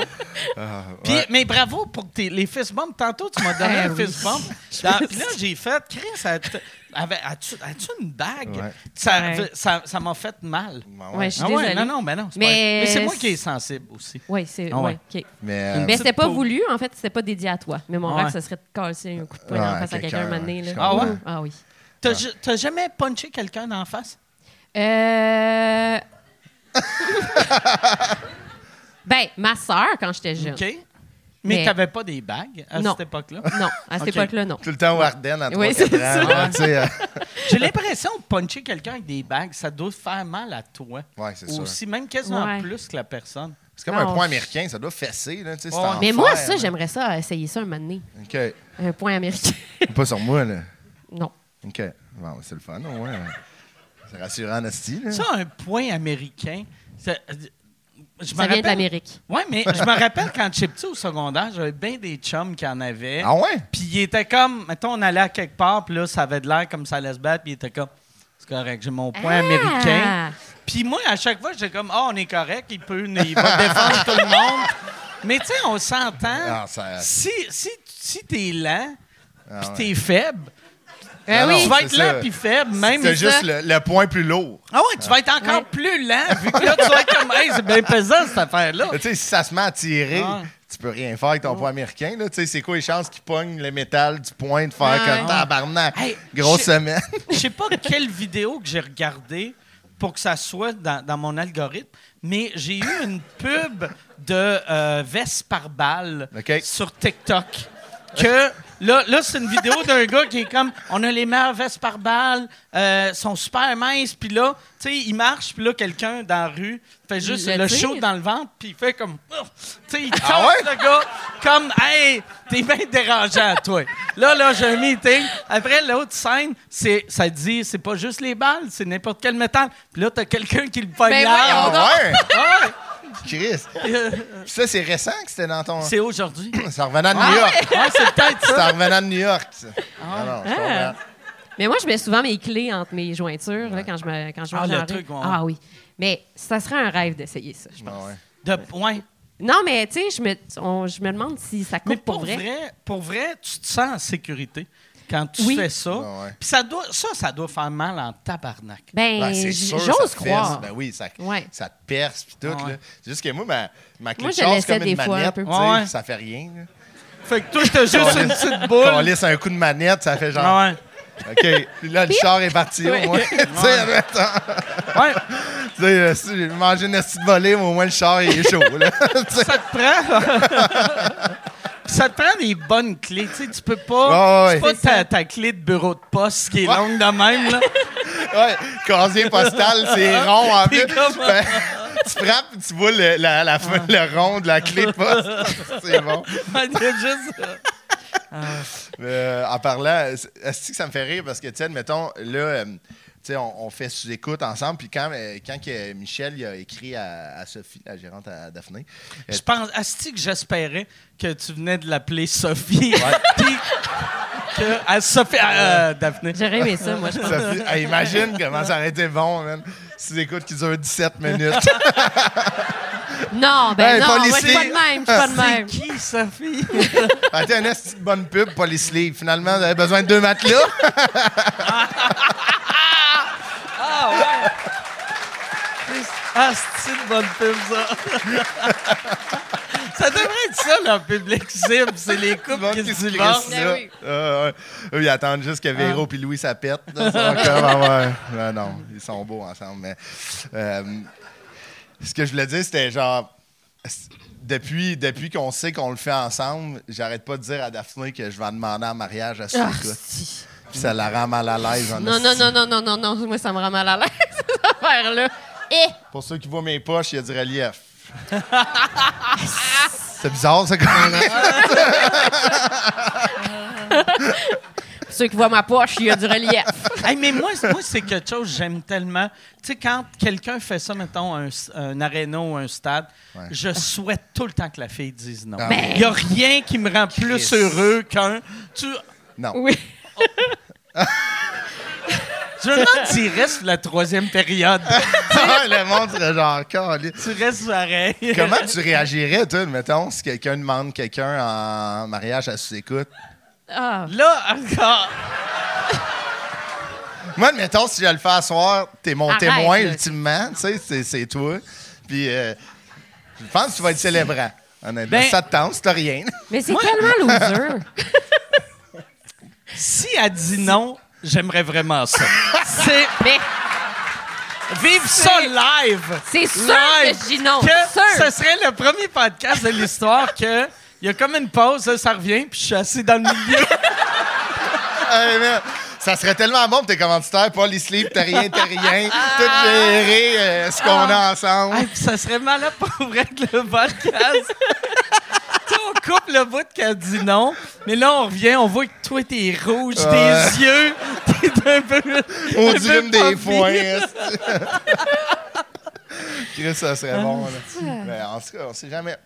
[SPEAKER 4] Ah,
[SPEAKER 1] Puis-
[SPEAKER 4] ouais.
[SPEAKER 1] Mais bravo pour tes, les fist bumps. Tantôt, tu m'as donné
[SPEAKER 5] Eh
[SPEAKER 1] un
[SPEAKER 5] oui.
[SPEAKER 1] fist bump. Dans- Puis là, j'ai fait, Chris, as- t- avais- as-tu as-tu une bague?
[SPEAKER 4] Ouais.
[SPEAKER 1] Ça
[SPEAKER 5] Ouais.
[SPEAKER 1] ça- ça m'a fait mal.
[SPEAKER 4] Bon, ouais.
[SPEAKER 5] Ouais, je suis
[SPEAKER 1] Ah ouais,
[SPEAKER 5] désolée.
[SPEAKER 1] non, non, ben non. c'est pas-
[SPEAKER 5] Mais-
[SPEAKER 1] Mais c'est moi qui est sensible aussi.
[SPEAKER 5] Oui, c'est.
[SPEAKER 1] Ah ouais.
[SPEAKER 5] ouais, OK.
[SPEAKER 4] Mais, euh,
[SPEAKER 5] Mais
[SPEAKER 1] petite
[SPEAKER 5] c'était pas
[SPEAKER 1] peau.
[SPEAKER 5] voulu, en fait, c'était pas dédié à toi. Mais mon
[SPEAKER 1] Ouais.
[SPEAKER 5] rêve, ce serait de casser un coup de poing
[SPEAKER 4] Ouais,
[SPEAKER 5] en face à
[SPEAKER 4] quelqu'un,
[SPEAKER 5] quelqu'un un moment donné,
[SPEAKER 4] je
[SPEAKER 5] là.
[SPEAKER 1] Ah ouais?
[SPEAKER 5] Ah oui.
[SPEAKER 1] T'as ju- T'as jamais punché quelqu'un d'en face?
[SPEAKER 5] Euh... ben, ma sœur, quand j'étais jeune.
[SPEAKER 1] OK. Mais,
[SPEAKER 5] Mais-
[SPEAKER 1] t'avais pas des bagues à
[SPEAKER 5] Non.
[SPEAKER 1] cette époque-là?
[SPEAKER 5] Non, à cette
[SPEAKER 1] OK.
[SPEAKER 5] époque-là, non.
[SPEAKER 4] tout le temps au Ardennes à 3
[SPEAKER 5] Oui, c'est ça.
[SPEAKER 4] ans. là, tu sais, euh,
[SPEAKER 1] J'ai l'impression de puncher quelqu'un avec des bagues, ça doit faire mal à toi.
[SPEAKER 4] Ouais, c'est sûr.
[SPEAKER 1] Aussi, même quasiment
[SPEAKER 5] Ouais.
[SPEAKER 1] plus que la personne.
[SPEAKER 4] C'est comme
[SPEAKER 5] Ah,
[SPEAKER 4] un point
[SPEAKER 5] on-
[SPEAKER 4] américain, ça doit fesser. Là, tu sais, c'est
[SPEAKER 1] Ouais.
[SPEAKER 4] en
[SPEAKER 5] Mais moi,
[SPEAKER 4] fer,
[SPEAKER 5] ça,
[SPEAKER 4] là.
[SPEAKER 5] j'aimerais ça, essayer ça un moment donné.
[SPEAKER 4] OK.
[SPEAKER 5] Un point américain.
[SPEAKER 4] Pas sur moi, là.
[SPEAKER 5] non.
[SPEAKER 4] OK. Bon, c'est le fun, au moins. hein. C'est rassurant, Nasty. Là.
[SPEAKER 1] Ça, un point américain. Ça, je me
[SPEAKER 5] Ça vient de
[SPEAKER 1] rappelle-
[SPEAKER 5] l'Amérique.
[SPEAKER 1] Oui, mais je me rappelle quand j'étais petit au secondaire, j'avais bien des chums qui en avaient.
[SPEAKER 4] Ah ouais?
[SPEAKER 1] Puis ils étaient comme, mettons, on allait à quelque part, puis là, ça avait de l'air comme ça allait se battre, puis ils étaient comme, c'est correct, j'ai mon point
[SPEAKER 5] Ah!
[SPEAKER 1] américain. Puis moi, à chaque fois, j'étais comme, ah, on est correct, il peut, il va défendre tout le monde. Mais tu sais, on s'entend.
[SPEAKER 4] Ah, ça-
[SPEAKER 1] Si, si, si t'es lent,
[SPEAKER 4] Ah
[SPEAKER 1] puis
[SPEAKER 4] ouais.
[SPEAKER 1] t'es faible,
[SPEAKER 5] Ah
[SPEAKER 4] Non,
[SPEAKER 5] oui.
[SPEAKER 1] tu vas être
[SPEAKER 4] c'est
[SPEAKER 1] lent
[SPEAKER 4] ça.
[SPEAKER 1] puis faible, même.
[SPEAKER 4] C'est juste
[SPEAKER 5] ça.
[SPEAKER 4] le, le point plus lourd.
[SPEAKER 1] Ah ouais, tu vas être encore
[SPEAKER 5] Ouais.
[SPEAKER 1] plus lent, vu que là, tu vas être comme, hey, c'est bien pesant, cette affaire-là.
[SPEAKER 4] Tu sais, si ça se met à tirer,
[SPEAKER 1] Oh. Ah.
[SPEAKER 4] tu peux rien faire avec ton point américain. là. Tu sais, c'est quoi les chances qu'il pogne le métal du point de faire
[SPEAKER 5] Ouais.
[SPEAKER 4] comme tabarnak?
[SPEAKER 1] Hey,
[SPEAKER 4] Grosse
[SPEAKER 1] je-
[SPEAKER 4] semaine.
[SPEAKER 1] Je sais pas quelle vidéo que j'ai regardée pour que ça soit dans, dans mon algorithme, mais j'ai eu une pub de euh, veste par balle
[SPEAKER 4] OK.
[SPEAKER 1] sur TikTok. Que là, là c'est une vidéo d'un gars qui est comme on a les meilleures vestes par balle, euh, sont super minces, puis là, tu sais, il marche, puis là, quelqu'un dans la rue fait juste
[SPEAKER 5] Le
[SPEAKER 1] le,
[SPEAKER 5] tire.
[SPEAKER 1] show dans le ventre, puis il fait comme. Ouf Tu sais, il tape
[SPEAKER 4] Ah ouais?
[SPEAKER 1] le gars comme Hey, t'es bien dérangeant, toi. Là, là, j'ai un meeting. Après, l'autre scène, c'est, ça dit, c'est pas juste les balles, c'est n'importe quel métal. Puis là, t'as quelqu'un qui le pogne
[SPEAKER 5] Ben
[SPEAKER 1] là.
[SPEAKER 5] voyons donc.
[SPEAKER 4] Ah ouais?
[SPEAKER 1] Ah ouais.
[SPEAKER 4] Chris. Puis ça, c'est récent que c'était dans ton.
[SPEAKER 1] C'est aujourd'hui.
[SPEAKER 4] Ça revenait de New York.
[SPEAKER 1] Ah, c'est peut-être ça.
[SPEAKER 4] Ça revenait de New York. ça. Non, non, je
[SPEAKER 5] Ah.
[SPEAKER 4] comprends.
[SPEAKER 5] Mais moi, je mets souvent mes clés entre mes jointures là, quand je me quand je
[SPEAKER 1] Ah,
[SPEAKER 5] marche
[SPEAKER 1] le
[SPEAKER 5] dans la
[SPEAKER 1] truc,
[SPEAKER 5] rue.
[SPEAKER 1] ouais.
[SPEAKER 5] Ah oui. Mais ça serait un rêve d'essayer ça, je pense.
[SPEAKER 4] Ah ouais.
[SPEAKER 1] De point.
[SPEAKER 5] Non, mais tu sais, je me, on- je me demande si ça
[SPEAKER 1] Mais
[SPEAKER 5] compte
[SPEAKER 1] pour vrai. pour vrai, tu te sens en sécurité quand tu
[SPEAKER 5] Oui.
[SPEAKER 1] fais ça.
[SPEAKER 4] Ah ouais.
[SPEAKER 1] Puis ça doit, ça, ça doit faire mal en tabarnak.
[SPEAKER 5] Ben,
[SPEAKER 4] Ben, c'est
[SPEAKER 5] j-
[SPEAKER 4] sûr,
[SPEAKER 5] j'ose
[SPEAKER 4] ça te perce.
[SPEAKER 5] croire.
[SPEAKER 4] Ben oui, ça,
[SPEAKER 5] Ouais. Ah
[SPEAKER 4] ça te perce puis tout.
[SPEAKER 1] Ouais.
[SPEAKER 4] là. C'est juste que moi, ma, ma clé
[SPEAKER 5] Moi,
[SPEAKER 4] de
[SPEAKER 5] je
[SPEAKER 4] char,
[SPEAKER 5] laissais
[SPEAKER 4] c'est comme une
[SPEAKER 5] des fois un
[SPEAKER 4] manette,
[SPEAKER 5] peu.
[SPEAKER 4] tu
[SPEAKER 1] Ouais,
[SPEAKER 4] sais,
[SPEAKER 1] ouais.
[SPEAKER 4] ça fait rien. là.
[SPEAKER 1] Fait que toi, t'as juste une petite
[SPEAKER 4] Quand on
[SPEAKER 1] boule.
[SPEAKER 4] laisse un coup de manette, ça fait genre,
[SPEAKER 1] Ah ouais.
[SPEAKER 4] OK, puis là, le char est parti au moins. tu sais, attends,
[SPEAKER 1] Ouais.
[SPEAKER 4] tu sais, euh, si j'ai mangé une astuce de volée, mais au moins le char il est chaud. Là. Tu sais,
[SPEAKER 1] ça te prend. Ça te prend des bonnes clés. Tu sais, tu peux pas.
[SPEAKER 4] Ouais, ouais,
[SPEAKER 1] c'est pas
[SPEAKER 4] ouais.
[SPEAKER 1] ta, ta clé de bureau de poste qui est
[SPEAKER 4] Ouais.
[SPEAKER 1] longue de même. Là.
[SPEAKER 4] ouais, casier postal, c'est
[SPEAKER 5] Ah.
[SPEAKER 4] rond en
[SPEAKER 1] T'es
[SPEAKER 4] plus.
[SPEAKER 1] comme-
[SPEAKER 4] Fait- tu frappes, puis tu vois le, la, la-
[SPEAKER 5] Ah.
[SPEAKER 4] le rond de la clé de poste. c'est bon.
[SPEAKER 1] Il y a juste-
[SPEAKER 4] Euh, en parlant, est-ce que ça me fait rire parce que, tu sais, mettons, là, euh, tu sais, on, on fait sous-écoute ensemble. Puis quand, euh, quand que Michel il a écrit à, à Sophie, la gérante à Daphné, euh,
[SPEAKER 1] Je pense. Asti, que j'espérais que tu venais de l'appeler Sophie. Puis que. à Sophie. à, euh, Daphné.
[SPEAKER 5] J'aurais aimé ça, moi, je pense.
[SPEAKER 4] Sophie- hey, imagine comment ça aurait été bon, man. Sous-écoute qui dure 17 minutes.
[SPEAKER 5] Non, ben
[SPEAKER 4] Hey,
[SPEAKER 5] non, moi, je
[SPEAKER 4] policier.
[SPEAKER 5] suis pas de même, je suis pas de
[SPEAKER 1] C'est
[SPEAKER 5] même.
[SPEAKER 1] qui, Sophie?
[SPEAKER 4] Ah, t'es un esti de bonne pub, pas les sleeves. Finalement, vous avez besoin de deux matelas.
[SPEAKER 1] Ah ouais! Asti de bonne pub, ça! ça devrait être ça, leur public cible. C'est les
[SPEAKER 4] Tout le
[SPEAKER 1] couples
[SPEAKER 4] monde
[SPEAKER 1] qui
[SPEAKER 4] qui
[SPEAKER 1] se
[SPEAKER 4] se
[SPEAKER 1] divorcent.
[SPEAKER 4] crisse
[SPEAKER 5] Ben
[SPEAKER 4] là.
[SPEAKER 5] oui.
[SPEAKER 4] Ah, ouais. Eux, ils attendent juste
[SPEAKER 5] Ah.
[SPEAKER 4] que Véro puis Louis ça pète. là. Ça va comme, ah ouais. Ouais, non, ils sont beaux ensemble. Mais, euh, ce que je voulais dire, c'était genre. c- Depuis, depuis qu'on sait qu'on le fait ensemble, j'arrête pas de dire à Daphné que je vais en demander en mariage à
[SPEAKER 5] Ah,
[SPEAKER 4] Suécoute.
[SPEAKER 5] si.
[SPEAKER 4] Puis ça la rend mal à l'aise. en
[SPEAKER 5] non,
[SPEAKER 4] esti.
[SPEAKER 5] non, non, non, non, non, non, moi, ça me rend mal à l'aise, cette affaire-là. Eh!
[SPEAKER 4] Pour ceux qui voient mes poches, il y a du relief. C'est bizarre, ça, quand même.
[SPEAKER 5] Pour ceux qui voient ma poche, il y a du relief.
[SPEAKER 1] Hey, mais moi, c'est- moi, c'est quelque chose que j'aime tellement. Tu sais, quand quelqu'un fait ça, mettons, un, s- un aréna ou un stade, je souhaite tout le temps que la fille dise non.
[SPEAKER 4] Ah.
[SPEAKER 1] Il n'y a rien qui me rend plus heureux qu'un. Tu,
[SPEAKER 4] Non.
[SPEAKER 5] Oui.
[SPEAKER 1] je me demande s'il reste la troisième période.
[SPEAKER 5] Ah,
[SPEAKER 4] le monde serait genre, Caliste.
[SPEAKER 1] tu restes pareil.
[SPEAKER 4] Comment tu réagirais, toi, mettons, si quelqu'un demande quelqu'un en mariage à sous-écoute?
[SPEAKER 5] Ah,
[SPEAKER 1] Là, encore.
[SPEAKER 4] Moi, mettons, si je le fais asseoir, t'es mon
[SPEAKER 5] Arrête,
[SPEAKER 4] témoin
[SPEAKER 5] là.
[SPEAKER 4] ultimement, tu sais, c'est, c'est toi. Puis, euh, je pense que tu vas être célébrant. Honnêtement,
[SPEAKER 1] Ben-
[SPEAKER 4] ça te tente, c'est rien.
[SPEAKER 5] mais c'est tellement loser.
[SPEAKER 1] Si elle dit non, j'aimerais vraiment ça. C'est
[SPEAKER 5] Mais
[SPEAKER 1] vivre ça live.
[SPEAKER 5] c'est sûr que je dis non.
[SPEAKER 1] Que
[SPEAKER 5] Sûr.
[SPEAKER 1] ce serait le premier podcast de l'histoire que il y a comme une pause, là, ça revient, puis je suis assis dans le milieu.
[SPEAKER 4] Hey, man, ça serait tellement bon pour tes commanditaires, Paul, ils sleep, t'as rien, t'as rien, tout gérer euh, ce qu'on
[SPEAKER 5] Ah.
[SPEAKER 4] a ensemble.
[SPEAKER 1] Hey, puis ça serait malade pour vrai que le podcast. Tu sais, on coupe le bout qu'elle dit non, mais là, on revient, on voit que toi, t'es rouge,
[SPEAKER 4] Ouais.
[SPEAKER 1] tes yeux, t'es un peu.
[SPEAKER 4] On
[SPEAKER 1] un
[SPEAKER 4] dit
[SPEAKER 1] peu
[SPEAKER 4] une des
[SPEAKER 1] pompé.
[SPEAKER 4] points. esti. Chris, ça
[SPEAKER 5] Ah.
[SPEAKER 4] serait bon. Là. Mais en tout cas, on sait jamais.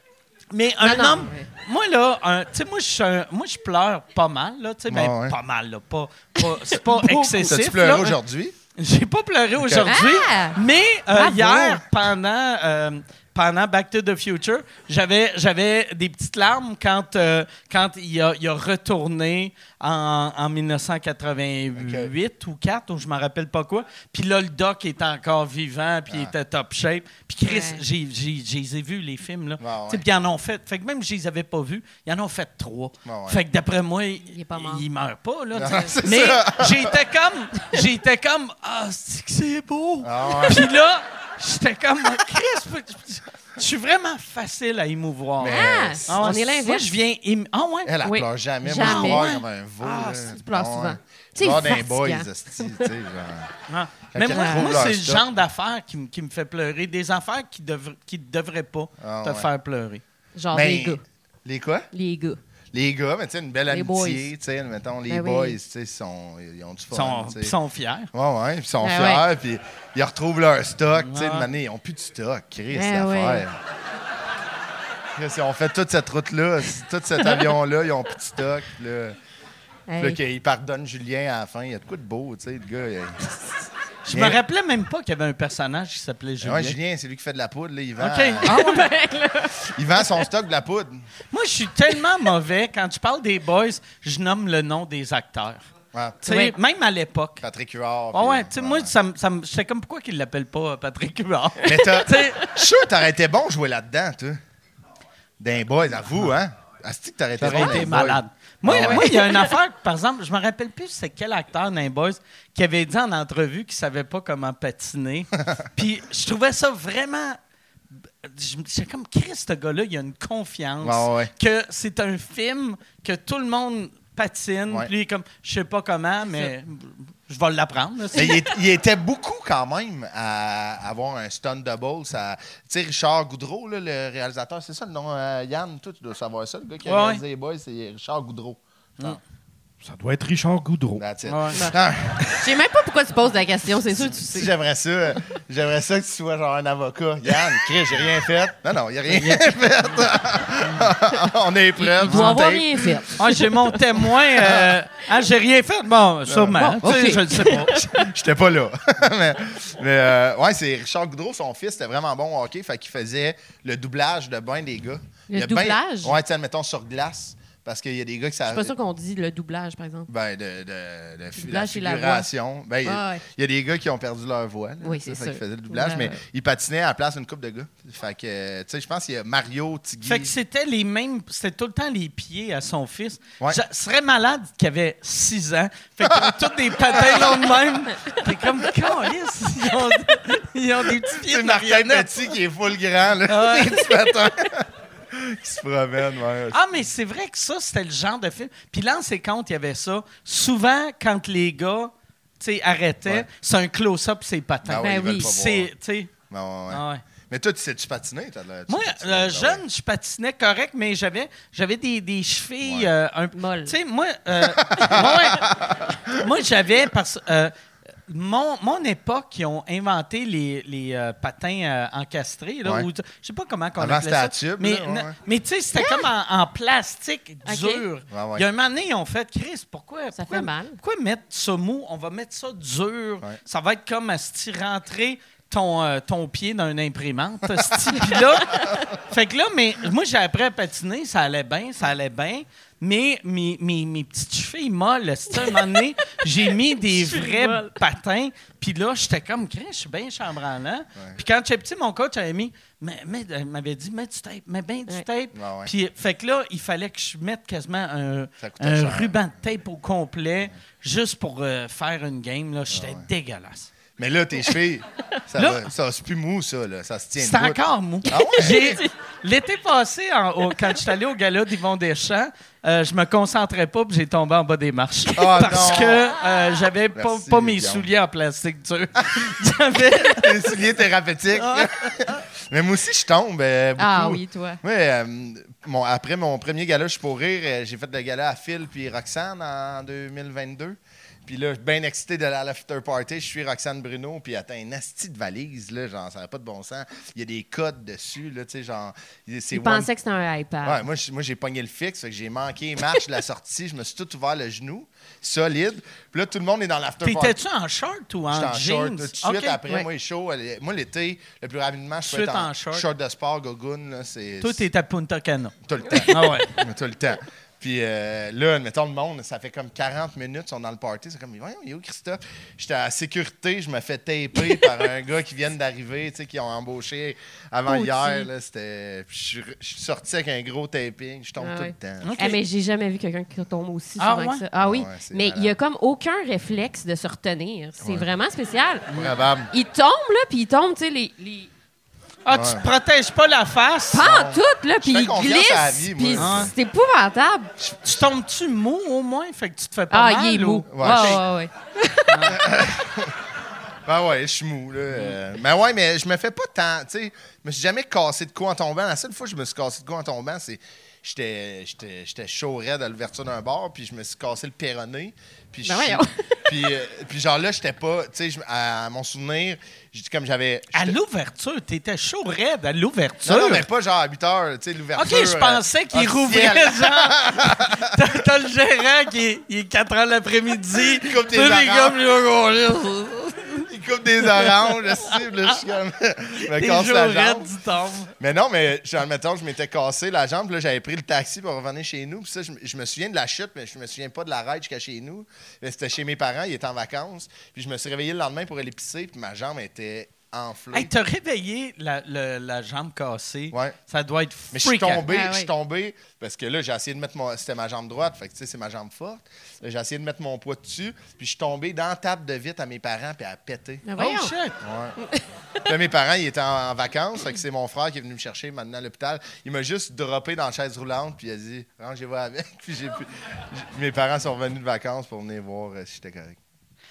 [SPEAKER 1] Mais un
[SPEAKER 5] non,
[SPEAKER 1] homme,
[SPEAKER 5] oui.
[SPEAKER 1] moi là, un- tu sais, moi je suis un- moi je pleure pas mal là, tu sais, ben,
[SPEAKER 4] Ouais, ouais.
[SPEAKER 1] pas mal là, pas, pas- c'est pas excessif
[SPEAKER 4] T'as-tu pleuré
[SPEAKER 1] là.
[SPEAKER 4] aujourd'hui?
[SPEAKER 1] J'ai pas pleuré aujourd'hui,
[SPEAKER 5] Ah!
[SPEAKER 1] mais euh,
[SPEAKER 5] Bravo!
[SPEAKER 1] hier pendant euh, pendant Back to the Future, j'avais j'avais des petites larmes quand euh, quand il a, il a retourné en, en 1988 ou 4 ou je m'en rappelle pas quoi. Puis là le doc est encore vivant, puis il était top shape. Puis Chris,
[SPEAKER 5] Ouais.
[SPEAKER 1] j'ai j'ai j'ai les ai vus les films là.
[SPEAKER 4] Ah ouais.
[SPEAKER 1] Tu sais, puis ils en ont fait. Fait que même si je les avais pas vus, ils en ont fait trois.
[SPEAKER 4] Ah ouais.
[SPEAKER 1] Fait que d'après moi, il,
[SPEAKER 5] est pas mort.
[SPEAKER 1] il meurt pas là. tu
[SPEAKER 4] Non,
[SPEAKER 1] sais.
[SPEAKER 4] c'est
[SPEAKER 1] mais
[SPEAKER 4] ça.
[SPEAKER 1] j'étais comme j'étais comme ah c'est que c'est beau.
[SPEAKER 4] Ah ouais.
[SPEAKER 1] Puis là, j'étais comme Ah, Chris, faut- je suis vraiment facile à émouvoir.
[SPEAKER 4] Mais-
[SPEAKER 1] Ah
[SPEAKER 5] Ah,
[SPEAKER 1] ouais,
[SPEAKER 5] on est
[SPEAKER 1] Moi
[SPEAKER 5] l'inverse.
[SPEAKER 1] je viens ému- Ah ouais.
[SPEAKER 4] Elle, elle
[SPEAKER 5] Oui.
[SPEAKER 4] pleure jamais. Moi,
[SPEAKER 5] Jamais.
[SPEAKER 4] je pleure comme un veau.
[SPEAKER 5] Ah,
[SPEAKER 4] là.
[SPEAKER 5] si, tu pleures
[SPEAKER 4] Ouais.
[SPEAKER 5] souvent.
[SPEAKER 4] Je
[SPEAKER 5] C'est
[SPEAKER 4] pleure dans les
[SPEAKER 5] fatigant.
[SPEAKER 4] boys, esti, tu sais, genre.
[SPEAKER 1] Ah.
[SPEAKER 4] Quand
[SPEAKER 1] Mais
[SPEAKER 4] elle
[SPEAKER 1] moi,
[SPEAKER 4] trouve
[SPEAKER 1] moi,
[SPEAKER 4] leur
[SPEAKER 1] c'est le
[SPEAKER 4] stock.
[SPEAKER 1] genre d'affaires qui, me- qui me fait pleurer, des affaires qui devr- qui ne devraient pas
[SPEAKER 4] Ah
[SPEAKER 1] te
[SPEAKER 4] ouais.
[SPEAKER 1] faire pleurer.
[SPEAKER 5] Genre
[SPEAKER 4] Ben,
[SPEAKER 5] les gars.
[SPEAKER 4] Les quoi?
[SPEAKER 5] Les gars.
[SPEAKER 4] Les gars, mais tu sais, une belle
[SPEAKER 5] Les boys.
[SPEAKER 4] amitié, tu sais, mettons, les
[SPEAKER 5] Ben oui.
[SPEAKER 4] boys, tu sais, sont- ils ont du
[SPEAKER 1] Ils
[SPEAKER 4] fun,
[SPEAKER 1] sont,
[SPEAKER 4] tu sais.
[SPEAKER 1] ils sont fiers.
[SPEAKER 4] Ouais, ouais, puis ils sont fiers,
[SPEAKER 5] Ben
[SPEAKER 4] puis ils retrouvent leur stock, tu sais,
[SPEAKER 1] Ouais.
[SPEAKER 4] une année, ils n'ont plus de stock, Chris,
[SPEAKER 5] Ben
[SPEAKER 4] l'affaire. Chris, ils ont fait toute cette route-là, tout cet avion-là, ils n'ont plus de stock, puis là...
[SPEAKER 5] Hey.
[SPEAKER 4] Puis Là, il pardonne Julien à la fin. Il y a de quoi de beau, tu sais, le gars. il-
[SPEAKER 1] Je me rappelais même pas qu'il y avait un personnage qui s'appelait Julien.
[SPEAKER 4] Ah Ouais, Julien, c'est lui qui fait de la poudre. Là, il, vend,
[SPEAKER 1] OK. Ah ouais.
[SPEAKER 4] il vend son stock de la poudre.
[SPEAKER 1] Moi, je suis tellement mauvais. Quand tu parles des boys, je nomme le nom des acteurs.
[SPEAKER 4] Ouais.
[SPEAKER 1] Tu sais,
[SPEAKER 5] Oui.
[SPEAKER 1] Même à l'époque.
[SPEAKER 4] Patrick Huard.
[SPEAKER 1] Ah
[SPEAKER 4] puis-
[SPEAKER 1] ouais, tu sais, moi, ça me. ça me- J'étais comme pourquoi qu'il l'appelle pas euh, Patrick Huard?
[SPEAKER 4] Mais t'as-
[SPEAKER 1] Tu sais,
[SPEAKER 4] Je suis sûr que t'aurais été bon de jouer là-dedans, toi. D'un boys, avoue, hein? Asti que t'aurais été
[SPEAKER 1] T'aurais
[SPEAKER 4] bon.
[SPEAKER 1] été
[SPEAKER 4] d'un boy.
[SPEAKER 1] malade. Moi,
[SPEAKER 4] Ah ouais.
[SPEAKER 1] moi, il y a une affaire, par exemple, je me rappelle plus c'est quel acteur d'un boys qui avait dit en entrevue qu'il savait pas comment patiner. Puis je trouvais ça vraiment. je me- J'étais comme Chris, ce gars-là, il a une confiance
[SPEAKER 4] Ouais, ouais.
[SPEAKER 1] que c'est un film que tout le monde patine.
[SPEAKER 4] Ouais.
[SPEAKER 1] Puis il est comme, je sais pas comment, mais je vais l'apprendre. là.
[SPEAKER 4] Mais il, est- il était beaucoup quand même à avoir un stunt double. Ça... Tu sais, Richard Goudreau, là, le réalisateur, c'est ça le nom? euh, Yann, toi, tu dois savoir ça. Le gars qui a
[SPEAKER 1] Ouais,
[SPEAKER 4] réalisé les boys, c'est Richard Goudreau.
[SPEAKER 3] Ça doit être Richard Goudreau.
[SPEAKER 4] That's it.
[SPEAKER 1] Ouais.
[SPEAKER 4] Ah.
[SPEAKER 5] Je sais même pas pourquoi tu poses la question, c'est sûr que tu
[SPEAKER 4] Si
[SPEAKER 5] sais.
[SPEAKER 4] j'aimerais ça, euh, j'aimerais ça que tu sois genre un avocat. Yann, Chris, j'ai rien fait. Non, non, il n'y a rien fait. On est prêts.
[SPEAKER 5] Il doit avoir rien fait.
[SPEAKER 1] Ah, j'ai mon témoin. euh, ah, j'ai rien fait. Bon, sûrement.
[SPEAKER 5] Bon,
[SPEAKER 1] Tu sais,
[SPEAKER 5] ok.
[SPEAKER 1] Je ne sais pas.
[SPEAKER 4] J'étais pas là. mais mais, euh, ouais, c'est Richard Goudreau, son fils, était vraiment bon au hockey. Fait qu'il faisait le doublage de bain des gars.
[SPEAKER 5] Le
[SPEAKER 4] Il y a ben-
[SPEAKER 5] doublage?
[SPEAKER 4] ouais, tu sais, admettons sur glace. Parce qu'il y a des gars qui
[SPEAKER 5] Je
[SPEAKER 4] ça.
[SPEAKER 5] suis pas sûr qu'on dit le doublage, par exemple.
[SPEAKER 4] Ben, de, de, de fi-
[SPEAKER 5] Le
[SPEAKER 4] la
[SPEAKER 5] doublage, c'est la voix.
[SPEAKER 4] figuration. Ben, il y a-
[SPEAKER 5] Ah, ouais.
[SPEAKER 4] il y a des gars qui ont perdu leur voix. là.
[SPEAKER 5] Oui,
[SPEAKER 4] Ça,
[SPEAKER 5] c'est
[SPEAKER 4] fait
[SPEAKER 5] sûr.
[SPEAKER 4] qu'ils faisaient le doublage,
[SPEAKER 5] Ouais,
[SPEAKER 4] mais
[SPEAKER 5] ouais.
[SPEAKER 4] ils patinaient à la place d'une coupe de gars. Fait que, euh, tu sais, je pense qu'il y a Mario, Tiggy.
[SPEAKER 1] Fait que c'était les mêmes, c'était tout le temps les pieds à son fils.
[SPEAKER 4] Ouais.
[SPEAKER 1] Je serais malade qu'il avait 6 ans. Fait qu'ils ont tous des patins longs de même. T'es comme, câlisse, ils ont, ils ont des petits pieds
[SPEAKER 4] C'est
[SPEAKER 1] de
[SPEAKER 4] Martin
[SPEAKER 1] marionnette.
[SPEAKER 4] Petit qui est full grand,
[SPEAKER 1] Ah
[SPEAKER 4] là.
[SPEAKER 1] ouais.
[SPEAKER 4] Les petits patins. qui se promène, ouais.
[SPEAKER 1] Ah, mais c'est vrai que ça, c'était le genre de film. Puis là, c'est quand il y avait ça. Souvent, quand les gars, tu sais, arrêtaient,
[SPEAKER 4] Ouais.
[SPEAKER 1] c'est un close-up, c'est patins.
[SPEAKER 4] Ah ouais,
[SPEAKER 5] Ben
[SPEAKER 4] ils veulent
[SPEAKER 5] oui.
[SPEAKER 4] pas
[SPEAKER 1] C'est, tu sais,
[SPEAKER 4] voir. Ouais, ouais, ouais.
[SPEAKER 1] ah ouais.
[SPEAKER 4] Mais toi, tu sais-tu patiner? T'as de la- tu
[SPEAKER 1] Moi,
[SPEAKER 4] patines,
[SPEAKER 1] euh,
[SPEAKER 4] ben
[SPEAKER 1] jeune,
[SPEAKER 4] ouais.
[SPEAKER 1] je patinais correct, mais j'avais j'avais des, des chevilles
[SPEAKER 4] Ouais.
[SPEAKER 1] euh, un
[SPEAKER 5] Molles.
[SPEAKER 1] Tu sais, moi, euh, ouais. moi j'avais parce euh, mon, mon époque, ils ont inventé les, les, euh, patins euh, encastrés. Là,
[SPEAKER 4] Ouais.
[SPEAKER 1] ou- je sais pas comment qu'on
[SPEAKER 4] Avant,
[SPEAKER 1] appelait
[SPEAKER 4] c'était
[SPEAKER 1] ça.
[SPEAKER 4] à tube,
[SPEAKER 1] mais
[SPEAKER 4] là, ouais,
[SPEAKER 1] non,
[SPEAKER 4] ouais.
[SPEAKER 1] mais tu sais, c'était comme en, en plastique
[SPEAKER 5] Ok.
[SPEAKER 1] dur.
[SPEAKER 4] Ouais, ouais.
[SPEAKER 1] Il y a un moment donné, ils ont fait, Chris, pourquoi,
[SPEAKER 5] Ça
[SPEAKER 1] pourquoi-
[SPEAKER 5] fait mal.
[SPEAKER 1] pourquoi mettre ça mou? On va mettre ça dur.
[SPEAKER 4] Ouais.
[SPEAKER 1] Ça va être comme à se rentrer ton, euh, ton pied dans une imprimante. asti. Puis là, fait que là, mais moi, j'ai appris à patiner. Ça allait bien, ça allait bien. Mais mes, mes, mes petites chevilles molles, asti, à un moment donné, j'ai mis des vrais
[SPEAKER 5] molles.
[SPEAKER 1] patins. Puis là, j'étais comme, Crée, je suis bien chambranlant. Puis quand j'étais petit, mon coach avait mis, mais, mais- il m'avait dit, mets du tape, mets bien du
[SPEAKER 5] Ouais.
[SPEAKER 1] tape.
[SPEAKER 4] Ouais, ouais.
[SPEAKER 1] Puis, fait que là, il fallait que je mette quasiment un,
[SPEAKER 4] Ça coûtait
[SPEAKER 1] un
[SPEAKER 4] cher.
[SPEAKER 1] ruban de tape au complet juste pour euh, faire une game. là.
[SPEAKER 4] Ah
[SPEAKER 1] J'étais dégueulasse.
[SPEAKER 4] Mais là, tes chevilles, ça,
[SPEAKER 1] Là-
[SPEAKER 4] va- ça c'est plus mou, ça, là. Ça se tient.
[SPEAKER 1] C'est
[SPEAKER 4] debout.
[SPEAKER 1] encore mou.
[SPEAKER 4] Ah ouais?
[SPEAKER 1] J'ai- L'été passé, en- au- quand je suis allé au gala d'Yvon Deschamps, euh, je me concentrais pas puis j'ai tombé en bas des marches.
[SPEAKER 4] Ah,
[SPEAKER 1] parce
[SPEAKER 4] non.
[SPEAKER 1] que euh, j'avais pas,
[SPEAKER 4] Merci,
[SPEAKER 1] pas mes
[SPEAKER 4] Guillaume.
[SPEAKER 1] souliers en plastique dur. J'avais-
[SPEAKER 4] Les souliers thérapeutiques.
[SPEAKER 1] Ah.
[SPEAKER 4] Mais moi aussi, je tombe euh, beaucoup.
[SPEAKER 5] Ah oui, toi.
[SPEAKER 4] Oui, euh, mon- après mon premier gala, je suis pour rire, euh, j'ai fait le gala à Phil puis Roxane en 2022. Puis là, bien excité de la l'after party, je suis Roxane Bruno, puis atteint une asti de valise, là, genre, ça n'a pas de bon sens. Il y a des codes dessus, là, tu sais, genre, c'est
[SPEAKER 5] Tu
[SPEAKER 4] one-
[SPEAKER 5] pensais que c'était un iPad.
[SPEAKER 4] Ouais, moi, je- moi, j'ai pogné le fixe, fait que j'ai manqué marche de la sortie, je me suis tout ouvert le genou, solide. Puis là, tout le monde est dans l'after party.
[SPEAKER 1] T'étais-tu en short ou en,
[SPEAKER 4] J'étais en short.
[SPEAKER 1] jeans?
[SPEAKER 4] Tout de suite
[SPEAKER 1] Ok.
[SPEAKER 4] après,
[SPEAKER 5] Ouais.
[SPEAKER 4] moi, il est chaud. Elle est- Moi, l'été, le plus rapidement, je
[SPEAKER 1] Tout
[SPEAKER 4] peux
[SPEAKER 1] de
[SPEAKER 4] être
[SPEAKER 1] suite
[SPEAKER 4] en,
[SPEAKER 1] en short.
[SPEAKER 4] short. de sport, gogoon. Là, c'est,
[SPEAKER 1] Toi, t'es à Punta Cana.
[SPEAKER 4] tout le temps.
[SPEAKER 1] Ah ouais.
[SPEAKER 4] tout le temps. Puis euh, là, mettons le monde, ça fait comme 40 minutes, ils sont dans le party. C'est comme, voyons, il est où Christophe? J'étais à la sécurité, je me fais taper par un gars qui vient d'arriver, tu sais, qui ont embauché avant
[SPEAKER 5] Outil.
[SPEAKER 4] hier. Là, c'était... Puis Je suis re- je suis sorti avec un gros taping, je tombe
[SPEAKER 5] Ah
[SPEAKER 4] tout
[SPEAKER 5] ouais.
[SPEAKER 4] le temps.
[SPEAKER 1] Ok.
[SPEAKER 5] Ah, mais j'ai jamais vu quelqu'un qui tombe aussi
[SPEAKER 1] Ah,
[SPEAKER 5] souvent
[SPEAKER 1] ouais?
[SPEAKER 5] que ça. Ah oui,
[SPEAKER 4] Ah ouais, c'est
[SPEAKER 5] mais il y a
[SPEAKER 4] malade.
[SPEAKER 5] comme aucun réflexe de se retenir. C'est vraiment spécial.
[SPEAKER 4] Probable.
[SPEAKER 5] Il tombe, là, puis il tombe, tu sais, les... les...
[SPEAKER 1] Ah, tu
[SPEAKER 4] Ouais.
[SPEAKER 1] te protèges pas la face?
[SPEAKER 5] Pas en tout, là, puis
[SPEAKER 4] fais
[SPEAKER 5] il
[SPEAKER 4] confiance à la
[SPEAKER 5] glisse,
[SPEAKER 4] vie, moi.
[SPEAKER 5] puis
[SPEAKER 1] Ouais.
[SPEAKER 5] c'est épouvantable.
[SPEAKER 1] Tu tombes-tu mou au moins? Fait que tu te fais pas
[SPEAKER 5] Ah,
[SPEAKER 1] mal?
[SPEAKER 5] il est
[SPEAKER 1] ou-
[SPEAKER 5] beau.
[SPEAKER 4] Ouais.
[SPEAKER 5] Ouais, ouais, ouais.
[SPEAKER 4] Ben ouais, je suis mou, là. Euh, ben ouais, mais je me fais pas tant. Tu sais, je me suis jamais cassé de quoi en tombant. La seule fois que je me suis cassé de quoi en tombant, c'est. J'étais, j'étais, j'étais chaud raide à l'ouverture d'un bar, puis je me suis cassé le péroné. Puis, je
[SPEAKER 5] Ben
[SPEAKER 4] suis-
[SPEAKER 5] voyons.
[SPEAKER 4] puis, euh, puis genre là, j'étais pas. Tu sais, je- à, à mon souvenir, j'ai dit comme j'avais.
[SPEAKER 1] À
[SPEAKER 4] j'étais-
[SPEAKER 1] l'ouverture, t'étais chaud raide à l'ouverture.
[SPEAKER 4] Non, non, mais pas genre à 8 heures, tu sais, l'ouverture.
[SPEAKER 1] OK, je
[SPEAKER 4] euh,
[SPEAKER 1] pensais qu'il
[SPEAKER 4] officielle.
[SPEAKER 1] rouvrait, genre. T'as t'as le gérant qui est, il est 4 heures l'après-midi.
[SPEAKER 4] Il coupe tes
[SPEAKER 1] Tous les
[SPEAKER 4] oranges.
[SPEAKER 1] gars, puis ils vont courir.
[SPEAKER 4] Il coupe des oranges, là, c'est- là, je suis comme. je me
[SPEAKER 1] T'es
[SPEAKER 4] casse
[SPEAKER 1] chaud
[SPEAKER 4] la jambe.
[SPEAKER 1] raide, tu tombes.
[SPEAKER 4] Mais non, mais genre, mettons, je m'étais cassé la jambe, puis là, j'avais pris le taxi pour revenir chez nous. Puis ça, je, me- je me souviens de la chute, mais je me souviens pas de la ride jusqu'à chez nous. Mais C'était chez mes parents, ils étaient en vacances. Puis je me suis réveillé le lendemain pour aller pisser, puis ma jambe était enflée.
[SPEAKER 1] Hey, t'as réveillé la, le- la jambe cassée.
[SPEAKER 4] Ouais.
[SPEAKER 1] Ça doit être
[SPEAKER 4] mais je suis
[SPEAKER 1] freakant.
[SPEAKER 4] tombé,
[SPEAKER 5] Ah ouais.
[SPEAKER 4] je suis tombé, parce que là, j'ai essayé de mettre mon. C'était ma jambe droite, fait que tu sais, c'est ma jambe forte. Là, J'ai essayé de mettre mon poids dessus, puis je suis tombé dans la table de vitre à mes parents, puis elle a pété.
[SPEAKER 5] Ben voyons.
[SPEAKER 1] Oh, shit.
[SPEAKER 4] Là, mes parents, ils étaient en, en vacances. Fait que c'est mon frère qui est venu me chercher maintenant à l'hôpital. Il m'a juste droppé dans la chaise roulante, puis il a dit Rangez-vous avec. Puis j'ai pu- j- Mes parents sont revenus de vacances pour venir voir euh, si j'étais correct.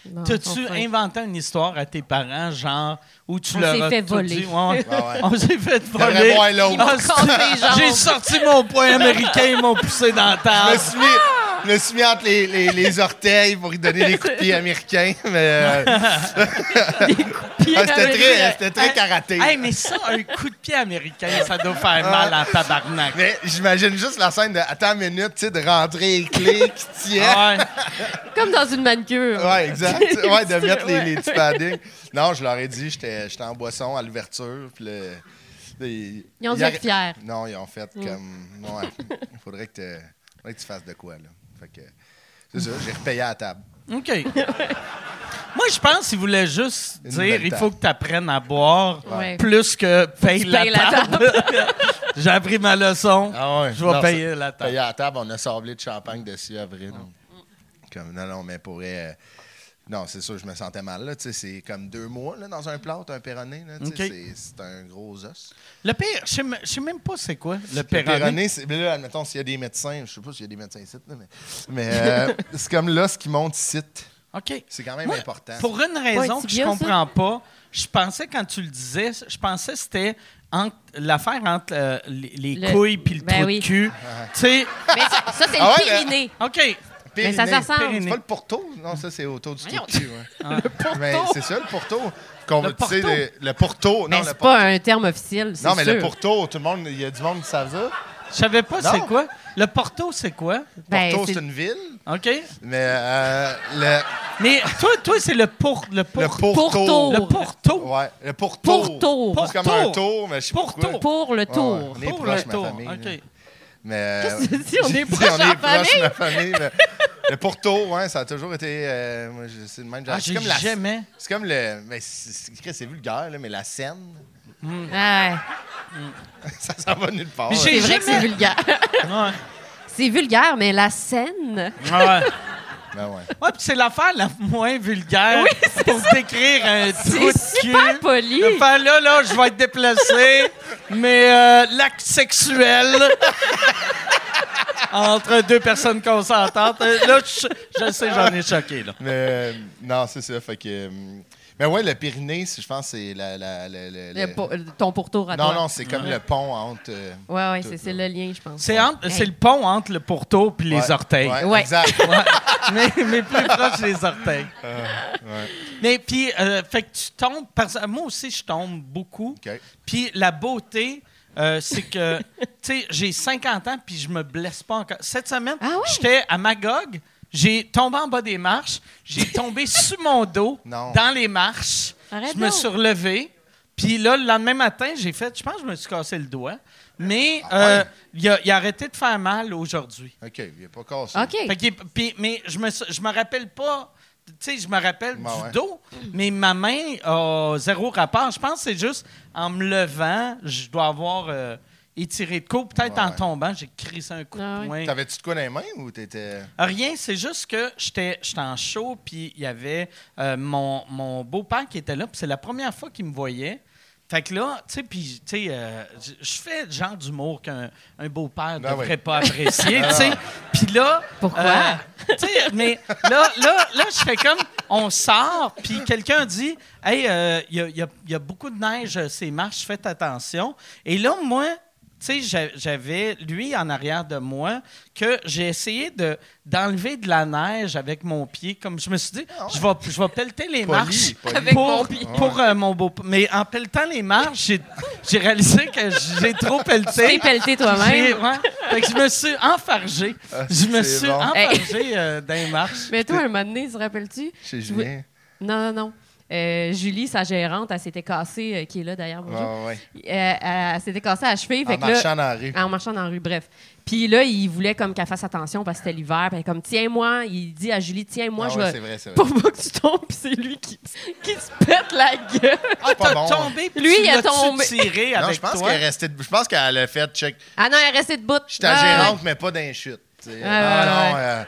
[SPEAKER 5] Bon,
[SPEAKER 1] T'as-tu
[SPEAKER 5] enfin.
[SPEAKER 1] inventé une histoire à tes parents, genre, où tu
[SPEAKER 5] On
[SPEAKER 1] leur
[SPEAKER 5] s'est
[SPEAKER 1] as
[SPEAKER 5] fait
[SPEAKER 1] tout
[SPEAKER 5] voler.
[SPEAKER 1] dit, ouais, ouais.
[SPEAKER 4] Ouais, Ah, ouais.
[SPEAKER 1] On s'est fait
[SPEAKER 4] Devrais
[SPEAKER 1] voler. Ah,
[SPEAKER 4] voir l'autre.
[SPEAKER 5] Ils m'ont cassé les jambes.
[SPEAKER 1] J'ai sorti mon poing américain, ils m'ont poussé dans la
[SPEAKER 4] Je me
[SPEAKER 1] table.
[SPEAKER 4] suis mis, je me suis mis entre les, les- les orteils pour lui donner des coups de pied américains, mais euh, ah, c'était très, c'était très karaté.
[SPEAKER 1] hein? Hey, mais ça, un coup de pied américain, ça doit faire mal à tabarnak.
[SPEAKER 4] Mais j'imagine juste la scène de Attends une minute, tu sais, de rentrer les clés qui tiennent.
[SPEAKER 1] Ah ouais.
[SPEAKER 5] Comme dans une manucure.
[SPEAKER 4] Ouais, exact. Ouais, de mettre les,
[SPEAKER 5] Ouais.
[SPEAKER 4] les petits paddings. Non, je leur ai dit, j'étais j'étais en boisson à l'ouverture. Puis le- le-
[SPEAKER 5] Ils ont dû
[SPEAKER 4] il
[SPEAKER 5] être fiers.
[SPEAKER 4] Non, ils ont fait comme. Ouais, il faudrait que tu Faudrait que tu fasses de quoi, là. Fait que, c'est ça, j'ai repayé à la table.
[SPEAKER 1] OK. Moi, je pense qu'il voulait juste
[SPEAKER 4] Une
[SPEAKER 1] dire
[SPEAKER 4] nouvelle
[SPEAKER 1] il
[SPEAKER 4] table.
[SPEAKER 1] faut que tu apprennes à boire
[SPEAKER 5] Ouais.
[SPEAKER 1] plus que paye
[SPEAKER 5] tu
[SPEAKER 1] la,
[SPEAKER 5] payes la
[SPEAKER 1] table. J'ai appris ma leçon.
[SPEAKER 4] Ah ouais.
[SPEAKER 1] Je vais
[SPEAKER 4] Non,
[SPEAKER 1] payer la
[SPEAKER 4] Payé
[SPEAKER 1] table.
[SPEAKER 4] à la table, on a sablé de champagne dessus, avril. Comme, non, non, mais pour vrai, euh, non, c'est sûr, je me sentais mal. Là, tu sais, c'est comme deux mois là, dans un plat, un péroné. là, tu sais,
[SPEAKER 1] OK.
[SPEAKER 4] c'est- C'est un gros os.
[SPEAKER 1] Le pire, je sais m- je sais même pas c'est quoi le
[SPEAKER 4] Le
[SPEAKER 1] péroné.
[SPEAKER 4] péroné, c'est. mais Là, admettons, s'il y a des médecins, je sais pas s'il y a des médecins ici, là, mais, mais, euh, c'est comme l'os qui monte ici.
[SPEAKER 1] OK.
[SPEAKER 4] C'est quand même
[SPEAKER 1] Moi,
[SPEAKER 4] important.
[SPEAKER 1] Pour une raison
[SPEAKER 5] Ouais, c'est
[SPEAKER 1] que je
[SPEAKER 5] bien, ça.
[SPEAKER 1] comprends pas, je pensais quand tu le disais, je pensais que c'était entre- l'affaire entre euh, les, les
[SPEAKER 5] Le-
[SPEAKER 1] couilles puis le
[SPEAKER 5] Ben
[SPEAKER 1] trou
[SPEAKER 5] oui.
[SPEAKER 1] de cul. Tu sais,
[SPEAKER 5] Mais ça, ça, c'est
[SPEAKER 4] Ah ouais,
[SPEAKER 5] le périnée.
[SPEAKER 1] OK.
[SPEAKER 5] Mais ça se
[SPEAKER 4] Périnée.
[SPEAKER 5] ressemble.
[SPEAKER 4] C'est pas le pourtour? Non, ça, c'est autour du
[SPEAKER 5] Voyons.
[SPEAKER 4] trou de cul. ouais.
[SPEAKER 1] Le
[SPEAKER 4] Mais c'est ça, le pourtour. Qu'on-
[SPEAKER 1] Le
[SPEAKER 4] tu sais,
[SPEAKER 1] pourtour.
[SPEAKER 4] le- le pourtour.
[SPEAKER 5] Mais
[SPEAKER 4] Non, le
[SPEAKER 5] Ben, c'est
[SPEAKER 4] pourtour.
[SPEAKER 5] pas un terme officiel, c'est
[SPEAKER 4] Non, mais le
[SPEAKER 5] sûr.
[SPEAKER 4] pourtour, tout le monde, il y a du monde qui savent ça.
[SPEAKER 1] Je savais pas c'est
[SPEAKER 4] Non.
[SPEAKER 1] quoi. Le Porto, c'est quoi?
[SPEAKER 5] Ben,
[SPEAKER 4] Porto, c'est
[SPEAKER 5] c'est-
[SPEAKER 4] une ville,
[SPEAKER 1] OK?
[SPEAKER 4] mais euh, le,
[SPEAKER 1] Mais toi, toi c'est le pour, le pour,
[SPEAKER 4] le Porto.
[SPEAKER 5] Porto.
[SPEAKER 1] le Porto.
[SPEAKER 4] Ouais, le pourtour.
[SPEAKER 5] Pourtour.
[SPEAKER 4] C'est comme
[SPEAKER 1] Pourtour.
[SPEAKER 4] un tour, mais je sais pas
[SPEAKER 1] Pourtour.
[SPEAKER 4] pourquoi.
[SPEAKER 5] Pour le tour.
[SPEAKER 4] Ouais, ouais. On est
[SPEAKER 1] Pour
[SPEAKER 4] proche,
[SPEAKER 1] le
[SPEAKER 4] ma
[SPEAKER 1] tour.
[SPEAKER 4] famille,
[SPEAKER 1] OK.
[SPEAKER 4] là. Mais, euh,
[SPEAKER 5] Qu'est-ce que tu dis? On est
[SPEAKER 4] j'ai dit,
[SPEAKER 5] proche de la famille.
[SPEAKER 4] ma famille. mais le pourtour, ouais, ça a toujours été. euh, moi, je- c'est le même genre.
[SPEAKER 1] Ah, j'ai
[SPEAKER 4] c'est comme la-
[SPEAKER 1] jamais.
[SPEAKER 4] C'est comme le. Mais c'est, c'est- Chris, c'est vulgaire, là, mais la scène,
[SPEAKER 5] Ah,
[SPEAKER 4] ça s'en va nulle part.
[SPEAKER 1] Mais
[SPEAKER 4] là.
[SPEAKER 1] j'ai-
[SPEAKER 5] c'est vrai que c'est
[SPEAKER 1] Jamais.
[SPEAKER 5] vulgaire.
[SPEAKER 1] Ouais.
[SPEAKER 5] c'est vulgaire, mais la scène.
[SPEAKER 1] Ouais.
[SPEAKER 4] Ben ouais.
[SPEAKER 1] Ouais, puis c'est l'affaire la moins vulgaire pour décrire un trou
[SPEAKER 5] C'est
[SPEAKER 1] de cul.
[SPEAKER 5] super poli.
[SPEAKER 1] De faire là, là, je vais être déplacé, mais euh, l'acte sexuel entre deux personnes consentantes, euh, là, je, je sais, j'en ai choqué, là.
[SPEAKER 4] Mais euh, non, c'est ça. Fait que. euh, Mais ouais, le Pyrénées, c'est- je pense, c'est la. la, la- la-
[SPEAKER 5] Le
[SPEAKER 4] la-
[SPEAKER 5] pour- ton pourtour à
[SPEAKER 4] Non,
[SPEAKER 5] toi.
[SPEAKER 4] non, c'est comme le pont entre. euh,
[SPEAKER 5] Ouais, ouais,
[SPEAKER 4] Tout,
[SPEAKER 5] c'est- c'est le lien, je pense.
[SPEAKER 1] C'est, entre- c'est le pont entre le pourtour puis les
[SPEAKER 4] ouais,
[SPEAKER 1] orteils.
[SPEAKER 4] Ouais,
[SPEAKER 5] Ouais.
[SPEAKER 4] Exact.
[SPEAKER 1] mais, mais plus proche des orteils.
[SPEAKER 4] Ah, ouais.
[SPEAKER 1] Mais puis, euh, fait que tu tombes, parce que moi aussi, je tombe beaucoup.
[SPEAKER 4] OK.
[SPEAKER 1] Puis la beauté, euh, c'est que, tu sais, j'ai 50 ans, puis je me blesse pas encore. Cette semaine,
[SPEAKER 5] Ah ouais?
[SPEAKER 1] j'étais à Magog, j'ai tombé en bas des marches, j'ai tombé sur mon dos,
[SPEAKER 4] Non.
[SPEAKER 1] dans les marches.
[SPEAKER 5] Arrête
[SPEAKER 1] je me
[SPEAKER 5] donc.
[SPEAKER 1] suis relevé. Puis là, le lendemain matin, j'ai fait, je pense que je me suis cassé le doigt. Mais
[SPEAKER 4] Ah ouais?
[SPEAKER 1] euh, il a- il a arrêté de faire mal aujourd'hui.
[SPEAKER 4] OK, il n'est pas cassé.
[SPEAKER 5] OK.
[SPEAKER 1] Fait qu'il est- puis- mais je me, je me rappelle pas. Tu sais, je me rappelle
[SPEAKER 4] Ben
[SPEAKER 1] du
[SPEAKER 4] ouais.
[SPEAKER 1] dos, mais ma main a zéro rapport. Je pense que c'est juste en me levant, je dois avoir euh, étiré de coup. Peut-être
[SPEAKER 4] Ouais,
[SPEAKER 1] en
[SPEAKER 4] ouais.
[SPEAKER 1] tombant, j'ai crissé un coup
[SPEAKER 5] Ah
[SPEAKER 1] de
[SPEAKER 5] ouais.
[SPEAKER 1] poing.
[SPEAKER 4] T'avais-tu de quoi dans les mains ou t'étais.
[SPEAKER 1] Euh, Rien, c'est juste que j'étais j'étais en show, puis il y avait euh, mon, mon beau-père qui était là, puis c'est la première fois qu'il me voyait. Fait que là, tu sais, puis, tu sais, euh, j- je fais le genre d'humour qu'un un beau-père ne
[SPEAKER 4] Ben
[SPEAKER 1] devrait
[SPEAKER 4] oui.
[SPEAKER 1] pas apprécier,
[SPEAKER 4] Ah
[SPEAKER 1] tu sais.
[SPEAKER 4] non.
[SPEAKER 1] Puis là... euh,
[SPEAKER 5] Pourquoi?
[SPEAKER 1] tu sais, mais là, là, là je fais comme... On sort, puis quelqu'un dit, « Hey, euh, il y, a- il y a- il y a beaucoup de neige, euh, ces marches, faites attention. » Et là, moi, tu sais, j'a- j'avais lui en arrière de moi que j'ai essayé de d'enlever de la neige avec mon pied. Comme je me suis dit, je vais, je vais pelleter les
[SPEAKER 4] Poli,
[SPEAKER 1] marches
[SPEAKER 4] poli.
[SPEAKER 5] Ah Avec
[SPEAKER 1] pour,
[SPEAKER 5] mon pied.
[SPEAKER 1] pour, euh, mon beau. Mais en pelletant les marches, j'ai- j'ai réalisé que j'ai trop
[SPEAKER 5] Tu t'es
[SPEAKER 1] pelleté.
[SPEAKER 5] pelleté
[SPEAKER 1] J'ai-
[SPEAKER 5] toi-même.
[SPEAKER 1] ouais. Fait que je me suis enfargé.
[SPEAKER 4] Ah,
[SPEAKER 1] Je me
[SPEAKER 4] c'est
[SPEAKER 1] suis
[SPEAKER 4] bon.
[SPEAKER 1] enfargé euh, dans les marches.
[SPEAKER 5] Mais toi, un moment donné, te rappelles-tu?
[SPEAKER 4] Chez
[SPEAKER 5] Je voulais-
[SPEAKER 4] Julien.
[SPEAKER 5] Non, non, non. Euh, Julie, sa gérante, elle s'était cassée, euh, qui est là d'ailleurs,
[SPEAKER 4] Ouais,
[SPEAKER 5] bonjour.
[SPEAKER 4] ouais, ouais.
[SPEAKER 5] Euh, elle elle s'était cassée à la cheville.
[SPEAKER 4] Ah. En
[SPEAKER 5] fait que là-
[SPEAKER 4] marchant dans la rue.
[SPEAKER 5] En marchant dans la rue, bref. Puis là, il voulait comme qu'elle fasse attention parce que c'était l'hiver. Puis elle est comme, tiens-moi. Il dit à Julie, tiens-moi,
[SPEAKER 4] Ah
[SPEAKER 5] je
[SPEAKER 4] ouais,
[SPEAKER 5] vais-
[SPEAKER 4] c'est vrai, c'est vrai.
[SPEAKER 5] Pour pas que tu tombes, Puis c'est lui qui, qui se pète la gueule.
[SPEAKER 1] Ah,
[SPEAKER 4] pas
[SPEAKER 1] t'as
[SPEAKER 4] bon, hein.
[SPEAKER 1] tombé, puis
[SPEAKER 5] Lui,
[SPEAKER 1] tu
[SPEAKER 5] il a
[SPEAKER 1] l'as-tu
[SPEAKER 5] tombé.
[SPEAKER 1] tiré
[SPEAKER 4] Non, je
[SPEAKER 1] avec
[SPEAKER 4] pense
[SPEAKER 1] toi.
[SPEAKER 4] qu'elle est restée de- Je pense qu'elle a fait check.
[SPEAKER 5] Ah non, elle est restée debout.
[SPEAKER 4] Je suis ta
[SPEAKER 5] Ah,
[SPEAKER 4] gérante, mais pas d'un chute. Ah
[SPEAKER 5] ouais,
[SPEAKER 4] non,
[SPEAKER 5] ouais.
[SPEAKER 4] euh,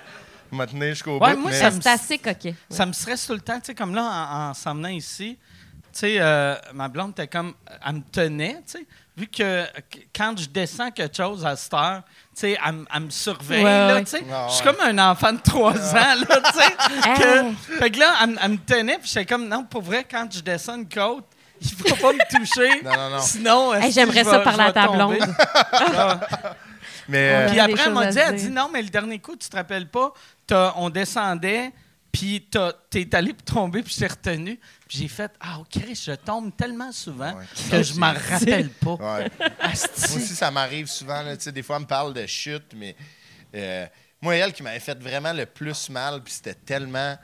[SPEAKER 4] elle m'a tenu jusqu'au
[SPEAKER 1] Ouais,
[SPEAKER 4] bout.
[SPEAKER 1] moi,
[SPEAKER 4] mais-
[SPEAKER 1] ça
[SPEAKER 5] ouais. C'est assez coquet.
[SPEAKER 1] Ça me stresse tout le temps, tu sais, comme là, en, en s'en venant ici, tu sais, euh, ma blonde était comme, elle me tenait, tu sais, vu que que- quand je descends quelque chose à cette heure, tu sais, elle, me- elle me surveille,
[SPEAKER 5] Ouais,
[SPEAKER 1] là,
[SPEAKER 5] ouais.
[SPEAKER 1] tu sais,
[SPEAKER 4] Ah,
[SPEAKER 1] je suis
[SPEAKER 4] ouais. Ah.
[SPEAKER 1] comme un enfant de 3 ans, là, tu sais, que-
[SPEAKER 5] Hey.
[SPEAKER 1] fait que là, elle, me- elle me tenait, puis j'étais comme, non, pour vrai, quand je descends une côte, il faut pas me toucher,
[SPEAKER 4] Non, non, non.
[SPEAKER 1] sinon, est-ce
[SPEAKER 5] Hey,
[SPEAKER 1] que
[SPEAKER 5] j'aimerais
[SPEAKER 1] je
[SPEAKER 5] ça
[SPEAKER 1] vais-
[SPEAKER 5] parler
[SPEAKER 1] je
[SPEAKER 5] à ta
[SPEAKER 1] vais tomber?
[SPEAKER 5] blonde.
[SPEAKER 1] Ah,
[SPEAKER 4] Mais euh,
[SPEAKER 5] Ouais.
[SPEAKER 1] puis
[SPEAKER 5] Il y a des
[SPEAKER 1] après, elle
[SPEAKER 5] choses
[SPEAKER 1] m'a
[SPEAKER 5] à
[SPEAKER 1] dit,
[SPEAKER 5] se
[SPEAKER 1] elle
[SPEAKER 5] dire.
[SPEAKER 1] dit non, mais le dernier coup, tu te rappelles pas, t'as- on descendait, puis t'as- t'es allé pour tomber, puis je t'ai retenu. Puis j'ai fait, ah, oh, Chris, je tombe tellement souvent
[SPEAKER 4] Ouais.
[SPEAKER 1] que je m'en rappelle pas.
[SPEAKER 4] euh, ouais. Moi
[SPEAKER 1] Asti.
[SPEAKER 4] aussi, ça m'arrive souvent. là, tu sais, des fois, elle me parle de chute, mais euh, moi, elle qui m'avait fait vraiment le plus mal, puis c'était tellement.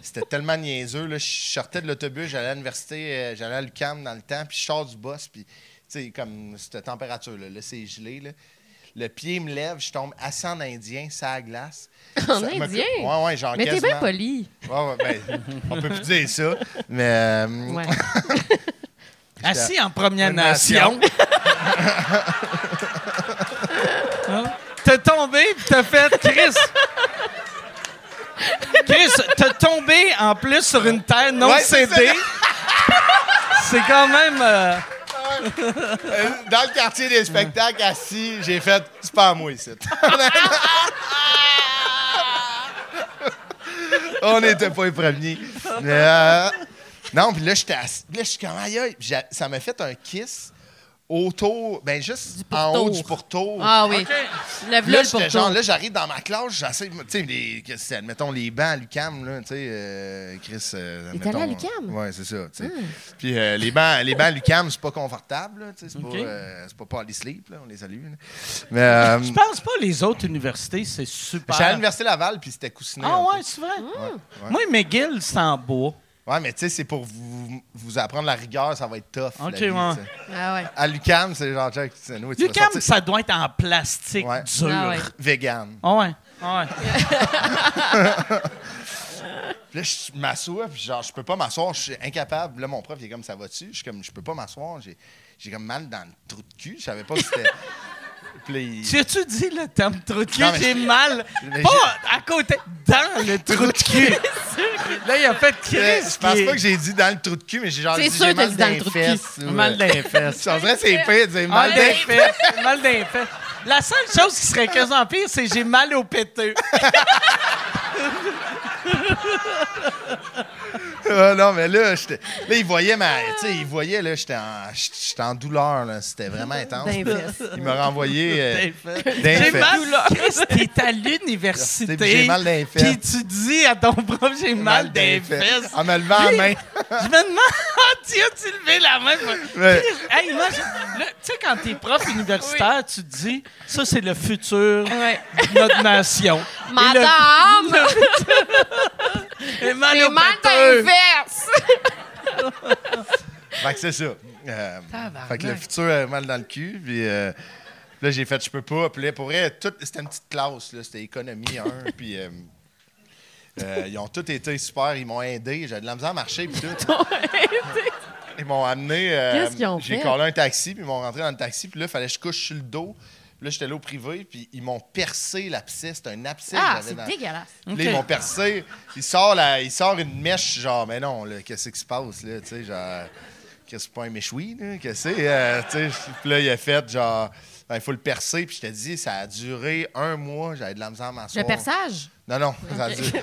[SPEAKER 4] C'était tellement niaiseux. Là. Je sortais de l'autobus, j'allais à l'université, euh, j'allais à l'UCAM dans le temps, puis je sors du boss, puis, tu sais, comme cette température-là, là, c'est gelé. Là. Le pied me lève, je tombe assis en indien, ça glace. Ça
[SPEAKER 5] En
[SPEAKER 4] me-
[SPEAKER 5] indien?
[SPEAKER 4] Ouais, ouais, genre
[SPEAKER 5] Mais t'es bien
[SPEAKER 4] quasiment-
[SPEAKER 5] poli.
[SPEAKER 4] Ouais, ouais, ben, on peut plus dire ça, mais... euh,
[SPEAKER 5] Ouais.
[SPEAKER 1] Assis en Première
[SPEAKER 4] Une
[SPEAKER 1] Nation. Hein? T'es tombé pis t'as fait Chris. Chris, t'es tombé en plus sur une terre non
[SPEAKER 4] Ouais, c'est
[SPEAKER 1] cédée. C'est quand même. euh,
[SPEAKER 4] Euh, dans le quartier des spectacles, assis, j'ai fait « C'est pas à moi, ici. » On n'était pas les premiers. Mais, euh, non, puis là, j'étais assis. Puis Là, je suis comme « Aïe, aïe. Puis j'a- Ça m'a fait un kiss autour, ben juste en haut du pourtour.
[SPEAKER 5] Ah oui. Lève-le
[SPEAKER 4] Là,
[SPEAKER 5] le
[SPEAKER 4] j'étais
[SPEAKER 5] pourtour.
[SPEAKER 4] genre, là, j'arrive dans ma classe, j'essaie, tu sais, les- que c'est, admettons, les bancs à l'UCAM, là, tu sais, euh, Chris. Euh,
[SPEAKER 5] Il est allé à
[SPEAKER 4] admettons,
[SPEAKER 5] l'UQAM?
[SPEAKER 4] Ouais, c'est ça, tu sais.
[SPEAKER 1] Ah.
[SPEAKER 4] Puis euh, les, bancs, les bancs à l'UCAM, c'est pas confortable, là, tu sais, c'est
[SPEAKER 1] Ok.
[SPEAKER 4] pas, euh, c'est pas Poly Sleep, là, on les salue. là. Mais, euh,
[SPEAKER 1] Je pense pas les autres universités, c'est super.
[SPEAKER 4] j'étais à l'Université Laval, puis c'était coussiné.
[SPEAKER 1] Ah
[SPEAKER 4] un
[SPEAKER 1] ouais, c'est
[SPEAKER 5] Mm.
[SPEAKER 1] vrai.
[SPEAKER 4] ouais.
[SPEAKER 1] Moi, McGill, c'est en bois.
[SPEAKER 4] peu. Ouais, mais tu sais, c'est pour vous, vous apprendre la rigueur, ça va être tough. la
[SPEAKER 1] Ok,
[SPEAKER 4] vie,
[SPEAKER 1] ouais.
[SPEAKER 4] tu sais.
[SPEAKER 5] Ah ouais.
[SPEAKER 4] À l'UCAM, c'est genre, check, c'est nous, tu vas
[SPEAKER 1] Lucam,
[SPEAKER 4] sortir-
[SPEAKER 1] ça doit être en plastique
[SPEAKER 4] Ouais.
[SPEAKER 1] dur.
[SPEAKER 5] Ah ouais.
[SPEAKER 4] vegan.
[SPEAKER 1] Ah ouais. Ah ouais.
[SPEAKER 4] Puis là, je m'assois, puis genre, je peux pas m'asseoir, je suis incapable. Là, mon prof, il est comme, ça va-tu? Je suis comme, je peux pas m'asseoir, j'ai, j'ai comme mal dans le trou de cul, je savais pas que c'était. puis là, il-
[SPEAKER 1] Tu as-tu dit le terme trou de cul?
[SPEAKER 4] Non, mais
[SPEAKER 1] J'ai mal.
[SPEAKER 4] Mais
[SPEAKER 1] Pas à côté, dans le trou de cul. Là, il a fait Chris.
[SPEAKER 4] Mais je pense
[SPEAKER 1] qui est-
[SPEAKER 4] pas que j'ai dit dans le trou de cul, mais j'ai genre.
[SPEAKER 5] C'est
[SPEAKER 4] dit,
[SPEAKER 5] sûr
[SPEAKER 4] j'ai
[SPEAKER 5] que t'as
[SPEAKER 4] mal
[SPEAKER 5] dit dans
[SPEAKER 4] dans
[SPEAKER 5] le
[SPEAKER 4] les
[SPEAKER 5] trou de
[SPEAKER 4] fesses, ouais.
[SPEAKER 1] Mal d'un fesses.
[SPEAKER 4] En vrai, c'est pire, c'est
[SPEAKER 1] Mal
[SPEAKER 4] mal dans
[SPEAKER 1] d'un fesses. Mal d'un fesses. La seule chose qui serait quasiment pire, c'est j'ai mal au
[SPEAKER 4] Euh,
[SPEAKER 1] péteux.
[SPEAKER 4] Ah, non, mais là, j'étais- là, il voyait ma. Tu sais, il voyait, là, j'étais en, j'étais en douleur, là. C'était vraiment intense.
[SPEAKER 5] D'inverse.
[SPEAKER 4] Il m'a renvoyé. euh,
[SPEAKER 1] D'un fesses.
[SPEAKER 4] d'un
[SPEAKER 1] J'ai
[SPEAKER 4] fesse.
[SPEAKER 1] mal. Chris, t'es à
[SPEAKER 4] Tu sais,
[SPEAKER 1] l'université.
[SPEAKER 4] j'ai mal d'un
[SPEAKER 1] Puis
[SPEAKER 4] fesse.
[SPEAKER 1] tu dis à ton prof, j'ai mal d'un
[SPEAKER 4] fesse.
[SPEAKER 1] fesses.
[SPEAKER 4] En me levant la
[SPEAKER 1] Lui,
[SPEAKER 4] main.
[SPEAKER 1] Je me demande, oh tu as-tu levé la main? moi?
[SPEAKER 4] Ouais.
[SPEAKER 1] Hey, moi, je- là, tu sais, quand t'es prof universitaire, tu te dis, ça, c'est le futur
[SPEAKER 5] Ouais.
[SPEAKER 1] de notre nation. Et le-
[SPEAKER 5] Madame!
[SPEAKER 1] et mal
[SPEAKER 5] J'ai
[SPEAKER 1] au
[SPEAKER 5] mal
[SPEAKER 1] péteux.
[SPEAKER 5] d'inverse!
[SPEAKER 4] Fait que c'est ça. Euh, fait que le futur avait mal dans le cul. Puis euh, là, j'ai fait, je peux pas. Puis là, pour vrai, tout- c'était une petite classe. là, C'était économie 1. puis euh, euh, ils ont tous été super. Ils m'ont aidé. J'avais de la misère à marcher. Puis tout. Ils m'ont amené. euh,
[SPEAKER 5] Qu'est-ce qu'ils ont
[SPEAKER 4] J'ai
[SPEAKER 5] fait?
[SPEAKER 4] collé un taxi. Puis ils m'ont rentré dans le taxi. Puis là, il fallait que je couche sur le dos. Puis là, j'étais là au privé. Puis ils m'ont percé l'abcès. C'était un abcès que
[SPEAKER 5] Ah,
[SPEAKER 4] j'avais
[SPEAKER 5] c'est
[SPEAKER 4] dans-
[SPEAKER 5] dégueulasse.
[SPEAKER 4] puis Là, ils m'ont percé. Il sort, la- il sort une mèche, genre, mais non, là, qu'est-ce qui se passe, là, tu sais, genre, qu'est-ce que c'est pas un méchoui, là, qu'est-ce que c'est, euh, tu sais. Puis là, il a fait, genre, Ben, il faut le percer, puis je t'ai dit, ça a duré un mois, j'avais de la misère à
[SPEAKER 5] Le
[SPEAKER 4] m'asseoir.
[SPEAKER 5] perçage?
[SPEAKER 4] Non, non, ça a duré.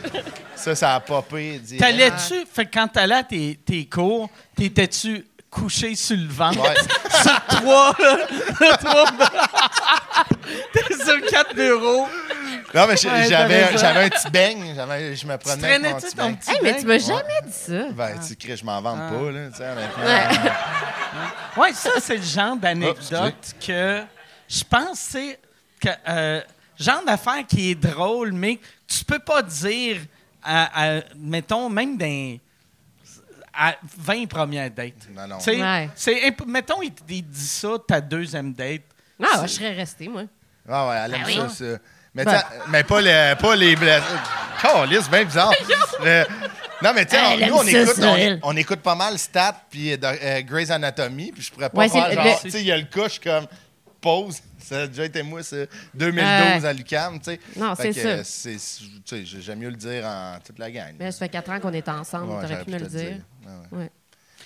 [SPEAKER 4] Ça, ça a popé. direct.
[SPEAKER 1] T'allais-tu, fait que quand t'allais à tes, tes cours, t'étais-tu couché sur le ventre?
[SPEAKER 4] Ouais.
[SPEAKER 1] Sur trois, là, sur trois T'es sur quatre bureaux.
[SPEAKER 4] Non, mais j'ai-
[SPEAKER 1] Ouais, t'avais ça.
[SPEAKER 4] j'avais j'avais un petit beigne, j'avais- je me prenais
[SPEAKER 1] Tu
[SPEAKER 4] avec mon
[SPEAKER 1] traînais-tu
[SPEAKER 4] petit
[SPEAKER 1] ton
[SPEAKER 4] beigne.
[SPEAKER 1] petit Ah.
[SPEAKER 5] Hey, mais
[SPEAKER 1] bain?
[SPEAKER 5] tu m'as jamais dit ça.
[SPEAKER 4] Ben, tu crées, je m'en vante pas, là, tu sais, honnêtement.
[SPEAKER 5] Ouais.
[SPEAKER 1] Oui, ça, c'est le genre
[SPEAKER 4] Ah,
[SPEAKER 1] d'anecdote que je pense que c'est que euh, genre d'affaire qui est drôle, mais tu peux pas dire, à, à- mettons, même dans à 20 premières dates.
[SPEAKER 4] Non, non.
[SPEAKER 1] Tu sais,
[SPEAKER 5] Ouais.
[SPEAKER 1] c'est imp- mettons, il, te- il dit ça, ta deuxième date.
[SPEAKER 5] Non, je serais restée, moi.
[SPEAKER 4] Ah ouais, elle aime
[SPEAKER 5] Ah oui.
[SPEAKER 4] ça, ça. Mais,
[SPEAKER 5] Ben.
[SPEAKER 4] tiens, mais pas, les pas les blessés. Calisse, bien bizarre. Le- Non, mais tiens,
[SPEAKER 5] Elle
[SPEAKER 4] nous, on
[SPEAKER 5] aime ça,
[SPEAKER 4] écoute,
[SPEAKER 5] ça,
[SPEAKER 4] on,
[SPEAKER 5] elle.
[SPEAKER 4] on écoute pas mal Stat puis euh, de- euh, Grey's Anatomy, puis je pourrais pas
[SPEAKER 5] Ouais,
[SPEAKER 4] faire
[SPEAKER 5] c'est-
[SPEAKER 4] genre,
[SPEAKER 5] le-
[SPEAKER 4] tu sais, il y a le cas, je suis comme, pause, ça a déjà été moi, ça, 2012
[SPEAKER 5] Ah Ouais.
[SPEAKER 4] à l'UQAM, tu sais.
[SPEAKER 5] Non,
[SPEAKER 4] Fait que,
[SPEAKER 5] c'est ça.
[SPEAKER 4] euh, c'est- tu sais, j'aime mieux le dire en toute la gang.
[SPEAKER 5] Mais ça fait quatre ans qu'on est ensemble,
[SPEAKER 4] Ouais,
[SPEAKER 5] t'aurais
[SPEAKER 4] j'aurais
[SPEAKER 5] pu me
[SPEAKER 4] pu
[SPEAKER 5] le
[SPEAKER 4] te le
[SPEAKER 5] dire.
[SPEAKER 4] dire. Ouais,
[SPEAKER 5] Ouais.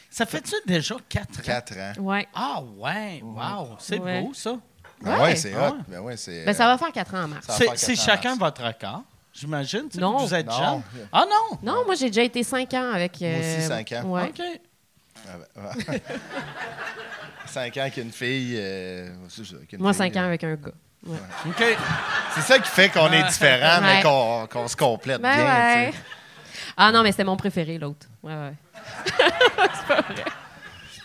[SPEAKER 1] Ça fait-tu déjà 4 ans?
[SPEAKER 4] Quatre ans.
[SPEAKER 5] Ouais.
[SPEAKER 1] Ah ouais, wow, c'est
[SPEAKER 5] Ouais.
[SPEAKER 1] beau ça.
[SPEAKER 4] Ah ouais,
[SPEAKER 5] Ouais.
[SPEAKER 4] c'est
[SPEAKER 1] Ah
[SPEAKER 4] hot.
[SPEAKER 1] ouais.
[SPEAKER 4] Ben ouais, c'est.
[SPEAKER 5] Ben, ça va faire quatre ans en mars.
[SPEAKER 4] Ça va
[SPEAKER 1] C'est
[SPEAKER 4] faire
[SPEAKER 1] c'est
[SPEAKER 4] quatre ans,
[SPEAKER 1] chacun
[SPEAKER 4] Max.
[SPEAKER 1] votre accord, j'imagine. tu sais,
[SPEAKER 5] Non.
[SPEAKER 1] Vous êtes
[SPEAKER 4] Non.
[SPEAKER 1] genre. Ah non!
[SPEAKER 5] Non, moi, j'ai déjà été cinq ans avec...
[SPEAKER 4] Moi aussi,
[SPEAKER 5] euh,
[SPEAKER 4] cinq ans.
[SPEAKER 5] Ouais.
[SPEAKER 1] OK.
[SPEAKER 4] euh, Cinq ans qu'une fille. euh, c'est ça, qu'une
[SPEAKER 5] Moi,
[SPEAKER 4] fille,
[SPEAKER 5] cinq
[SPEAKER 4] euh,
[SPEAKER 5] ans avec un gars. Ouais.
[SPEAKER 1] OK.
[SPEAKER 4] C'est ça qui fait qu'on est différent, mais
[SPEAKER 5] Ouais.
[SPEAKER 4] qu'on qu'on se complète
[SPEAKER 5] Ben
[SPEAKER 4] bien.
[SPEAKER 5] ouais.
[SPEAKER 4] tu sais.
[SPEAKER 5] Ah non, mais c'était mon préféré, l'autre. Ouais, ouais.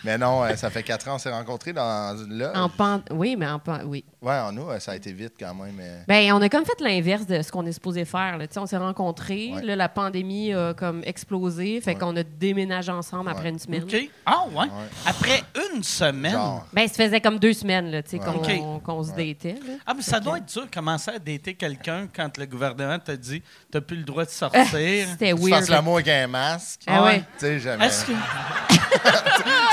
[SPEAKER 4] Mais non, euh, ça fait quatre ans qu'on s'est rencontrés dans une loge.
[SPEAKER 5] En pan- Oui, mais en pan- Oui.
[SPEAKER 4] Ouais, en nous, euh, ça a été vite quand même. mais-
[SPEAKER 5] Ben, on a comme fait l'inverse de ce qu'on est supposé faire. là. Tu sais, On s'est rencontrés,
[SPEAKER 4] Ouais.
[SPEAKER 5] là, la pandémie a comme explosé, fait
[SPEAKER 4] Ouais.
[SPEAKER 5] qu'on a déménagé ensemble après
[SPEAKER 4] Ouais.
[SPEAKER 5] une semaine.
[SPEAKER 1] OK. Ah, ouais.
[SPEAKER 4] Ouais.
[SPEAKER 1] Après une semaine.
[SPEAKER 4] Genre.
[SPEAKER 5] Ben, ça faisait comme deux semaines là, tu sais,
[SPEAKER 4] Ouais.
[SPEAKER 5] qu'on
[SPEAKER 1] OK.
[SPEAKER 5] qu'on se
[SPEAKER 4] Ouais.
[SPEAKER 5] datait. là.
[SPEAKER 1] Ah, mais ça doit être dur de commencer à dater quelqu'un quand le gouvernement te dit t'as plus le droit de sortir.
[SPEAKER 5] Euh, C'était
[SPEAKER 4] Tu fasses
[SPEAKER 5] weird.
[SPEAKER 4] l'amour avec un masque.
[SPEAKER 5] Ah ouais.
[SPEAKER 4] Tu sais, jamais.
[SPEAKER 1] Est-ce
[SPEAKER 4] C'est
[SPEAKER 1] que.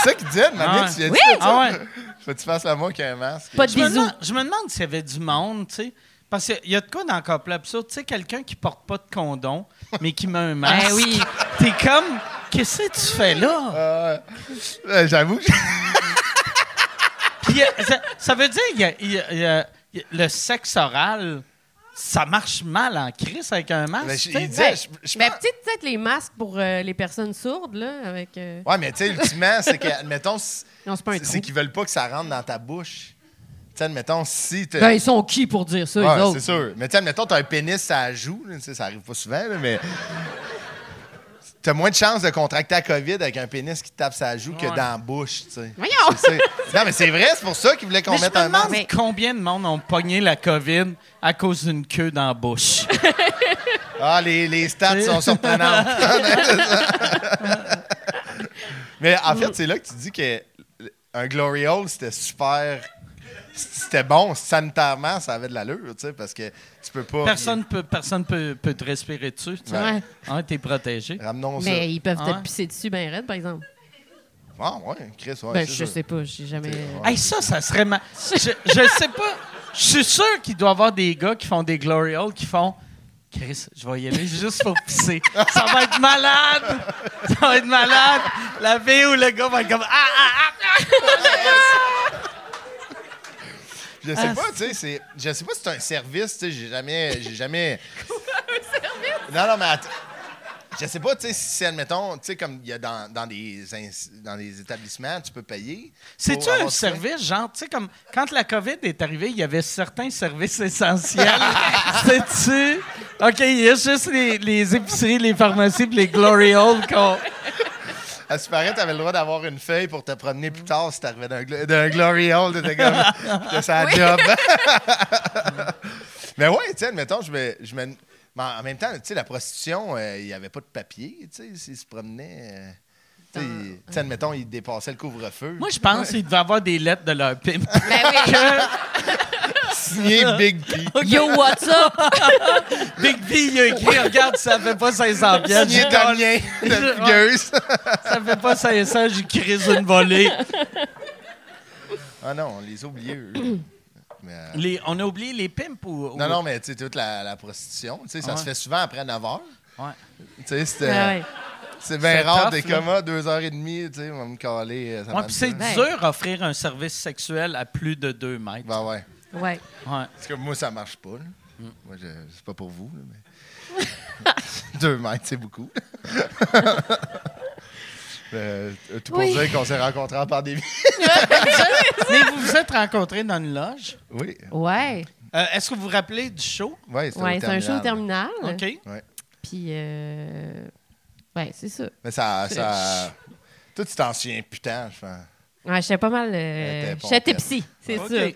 [SPEAKER 4] ça qu'ils disent,
[SPEAKER 1] Ah
[SPEAKER 4] Mané,
[SPEAKER 1] ouais.
[SPEAKER 4] tu y as dit.
[SPEAKER 5] Oui!
[SPEAKER 1] Ah, ouais.
[SPEAKER 4] Faut que tu fasses l'amour avec un masque.
[SPEAKER 5] Pas de
[SPEAKER 1] Je me,
[SPEAKER 5] bisous.
[SPEAKER 1] demande, je me demande s'il y avait du monde, tu sais. Parce qu'il y a de quoi dans le couple absurde. Tu sais, quelqu'un qui porte pas de condom, mais qui met un masque.
[SPEAKER 5] Eh oui.
[SPEAKER 1] T'es comme, qu'est-ce que tu fais là?
[SPEAKER 4] Ah ouais. Euh, J'avoue que
[SPEAKER 1] Puis, euh, ça, ça veut dire il y a- il y a- il y a- il y a- le sexe oral, ça marche mal en crise avec un masque.
[SPEAKER 4] Mais je-
[SPEAKER 1] tu sais.
[SPEAKER 4] Ben, il disait,
[SPEAKER 5] Ouais.
[SPEAKER 4] je- je
[SPEAKER 5] Ben,
[SPEAKER 4] pense-
[SPEAKER 5] peut-être peut-être les masques pour euh, les personnes sourdes, là, avec... euh,
[SPEAKER 4] Ouais, mais tu sais, ultimement, c'est que, admettons, c-
[SPEAKER 5] Non, c'est pas un
[SPEAKER 4] c'est
[SPEAKER 5] trou.
[SPEAKER 4] qu'ils veulent pas que ça rentre dans ta bouche. Tu sais, admettons, si t'as-
[SPEAKER 5] Ben, ils sont qui pour dire ça,
[SPEAKER 4] Ouais,
[SPEAKER 5] les autres?
[SPEAKER 4] c'est sûr. Mais tu sais, admettons, t'as un pénis, ça joue. là, tu sais, ça arrive pas souvent, là, mais. T'as moins de chances de contracter la COVID avec un pénis qui te tape sa joue que
[SPEAKER 1] Ouais.
[SPEAKER 4] dans la bouche, tu sais.
[SPEAKER 5] Voyons!
[SPEAKER 4] C'est- c'est- Non, mais c'est vrai, c'est pour ça qu'ils voulaient qu'on
[SPEAKER 1] Mais je
[SPEAKER 4] mette
[SPEAKER 1] me
[SPEAKER 4] un masque.
[SPEAKER 1] demande
[SPEAKER 5] masque.
[SPEAKER 1] combien de monde ont pogné la COVID à cause d'une queue dans la bouche.
[SPEAKER 4] Ah, les, les stats sont surprenantes. Mais en fait, c'est là que tu dis que un glory hole, c'était super. C'était bon, sanitairement, ça avait de l'allure, tu sais, parce que tu peux pas.
[SPEAKER 1] Personne peut, personne peut, peut te respirer dessus. Tu sais.
[SPEAKER 4] Ouais.
[SPEAKER 1] Hein, t'es protégé.
[SPEAKER 4] Ramenons ça.
[SPEAKER 5] Mais Ben, ils peuvent
[SPEAKER 1] Ah
[SPEAKER 5] peut-être
[SPEAKER 1] ouais?
[SPEAKER 5] pisser dessus ben raide, par exemple.
[SPEAKER 4] Ah, ouais, Chris, ouais.
[SPEAKER 5] ben,
[SPEAKER 4] c'est
[SPEAKER 5] je
[SPEAKER 4] sûr.
[SPEAKER 5] sais pas, j'ai jamais...
[SPEAKER 4] T'es-
[SPEAKER 1] Hey, ça, ça serait ma... je, je sais pas. Je suis sûr qu'il doit y avoir des gars qui font des glory holes qui font Chris, je vais y aller juste pour pisser. Ça va être malade. Ça va être malade. La vie où le gars va être comme Ah, ah, ah.
[SPEAKER 4] Je
[SPEAKER 1] Ah,
[SPEAKER 4] sais pas, tu sais, c'est. Je sais pas si c'est un service, tu sais, j'ai jamais. J'ai jamais. Non, non, mais att- Je sais pas, tu sais, si, admettons, tu sais, comme il y a dans, dans, des, ins- dans des établissements, tu peux payer.
[SPEAKER 1] C'est-tu
[SPEAKER 4] pour
[SPEAKER 1] un
[SPEAKER 4] avoir ça.
[SPEAKER 1] service, genre, tu sais, comme quand la COVID est arrivée, il y avait certains services essentiels. C'était-tu? OK, il y a juste les, les épiceries, les pharmacies, puis les glory holes qu'on.
[SPEAKER 4] À ce paraît, t'avais le droit d'avoir une feuille pour te promener plus tard si t'arrivais d'un, gl- d'un glory hole. T'étais comme, t'as sa job. Mais ouais, tu sais, admettons, je me... Je me mais en même temps, tu sais, la prostitution, euh, il n'y avait pas de papier, tu sais, s'ils se promenaient... euh, tu sais, ils- tu sais, admettons, ils dépassaient le couvre-feu.
[SPEAKER 1] Moi, je pense qu'ils devaient avoir des lettres de leur pimp.
[SPEAKER 5] Ben oui.
[SPEAKER 4] signé Big P.
[SPEAKER 5] Yo, what's up?
[SPEAKER 1] Big B, il a écrit, regarde, ça fait pas 500 piastres.
[SPEAKER 4] signé
[SPEAKER 1] J'ai gagné.
[SPEAKER 4] Damien,
[SPEAKER 1] Je-
[SPEAKER 4] de Fugueuse.
[SPEAKER 1] Ça fait pas 500, j'ai crise une volée.
[SPEAKER 4] Ah non, on les a oubliés, eux. Mais, euh,
[SPEAKER 1] Les- on a oublié les pimps ou... ou-
[SPEAKER 4] non, non, mais tu sais, toute la, la prostitution, tu sais, ça
[SPEAKER 1] Ouais.
[SPEAKER 4] se fait souvent après 9 h.
[SPEAKER 1] Ouais.
[SPEAKER 4] Tu sais, c'était...
[SPEAKER 5] Ben, ouais.
[SPEAKER 4] C'est bien
[SPEAKER 1] C'est
[SPEAKER 4] rare,
[SPEAKER 1] tough,
[SPEAKER 4] des
[SPEAKER 1] là.
[SPEAKER 4] communs, deux heures et demie, tu sais, on va me caler. euh, Ça
[SPEAKER 1] Ouais,
[SPEAKER 4] va
[SPEAKER 1] puis c'est
[SPEAKER 4] me faire.
[SPEAKER 5] Ben.
[SPEAKER 1] dur d'offrir un service sexuel à plus de 2 mètres.
[SPEAKER 4] Ben ouais.
[SPEAKER 5] ouais.
[SPEAKER 1] Ouais.
[SPEAKER 4] Parce que moi, ça marche pas. là. Moi, je... c'est pas pour vous, là, mais. deux mètres, c'est beaucoup. Euh, tout pour
[SPEAKER 5] Oui.
[SPEAKER 4] dire qu'on s'est rencontrés en pandémie.
[SPEAKER 1] Mais vous vous êtes rencontrés dans une loge.
[SPEAKER 4] Oui,
[SPEAKER 5] Ouais.
[SPEAKER 1] Euh, Est-ce que vous vous rappelez du show?
[SPEAKER 4] ouais, c'était
[SPEAKER 5] Ouais,
[SPEAKER 4] au
[SPEAKER 5] c'est un show au
[SPEAKER 4] terminal.
[SPEAKER 5] terminal.
[SPEAKER 1] OK.
[SPEAKER 5] Puis, euh... ouais, c'est ça.
[SPEAKER 4] Mais ça. ça... Toi, tu t'en souviens, putain, je pense.
[SPEAKER 5] Ouais, j'étais pas
[SPEAKER 4] Elle
[SPEAKER 5] mal. Euh...
[SPEAKER 4] était
[SPEAKER 5] J'étais
[SPEAKER 4] bon,
[SPEAKER 5] psy, c'est
[SPEAKER 1] OK.
[SPEAKER 5] sûr.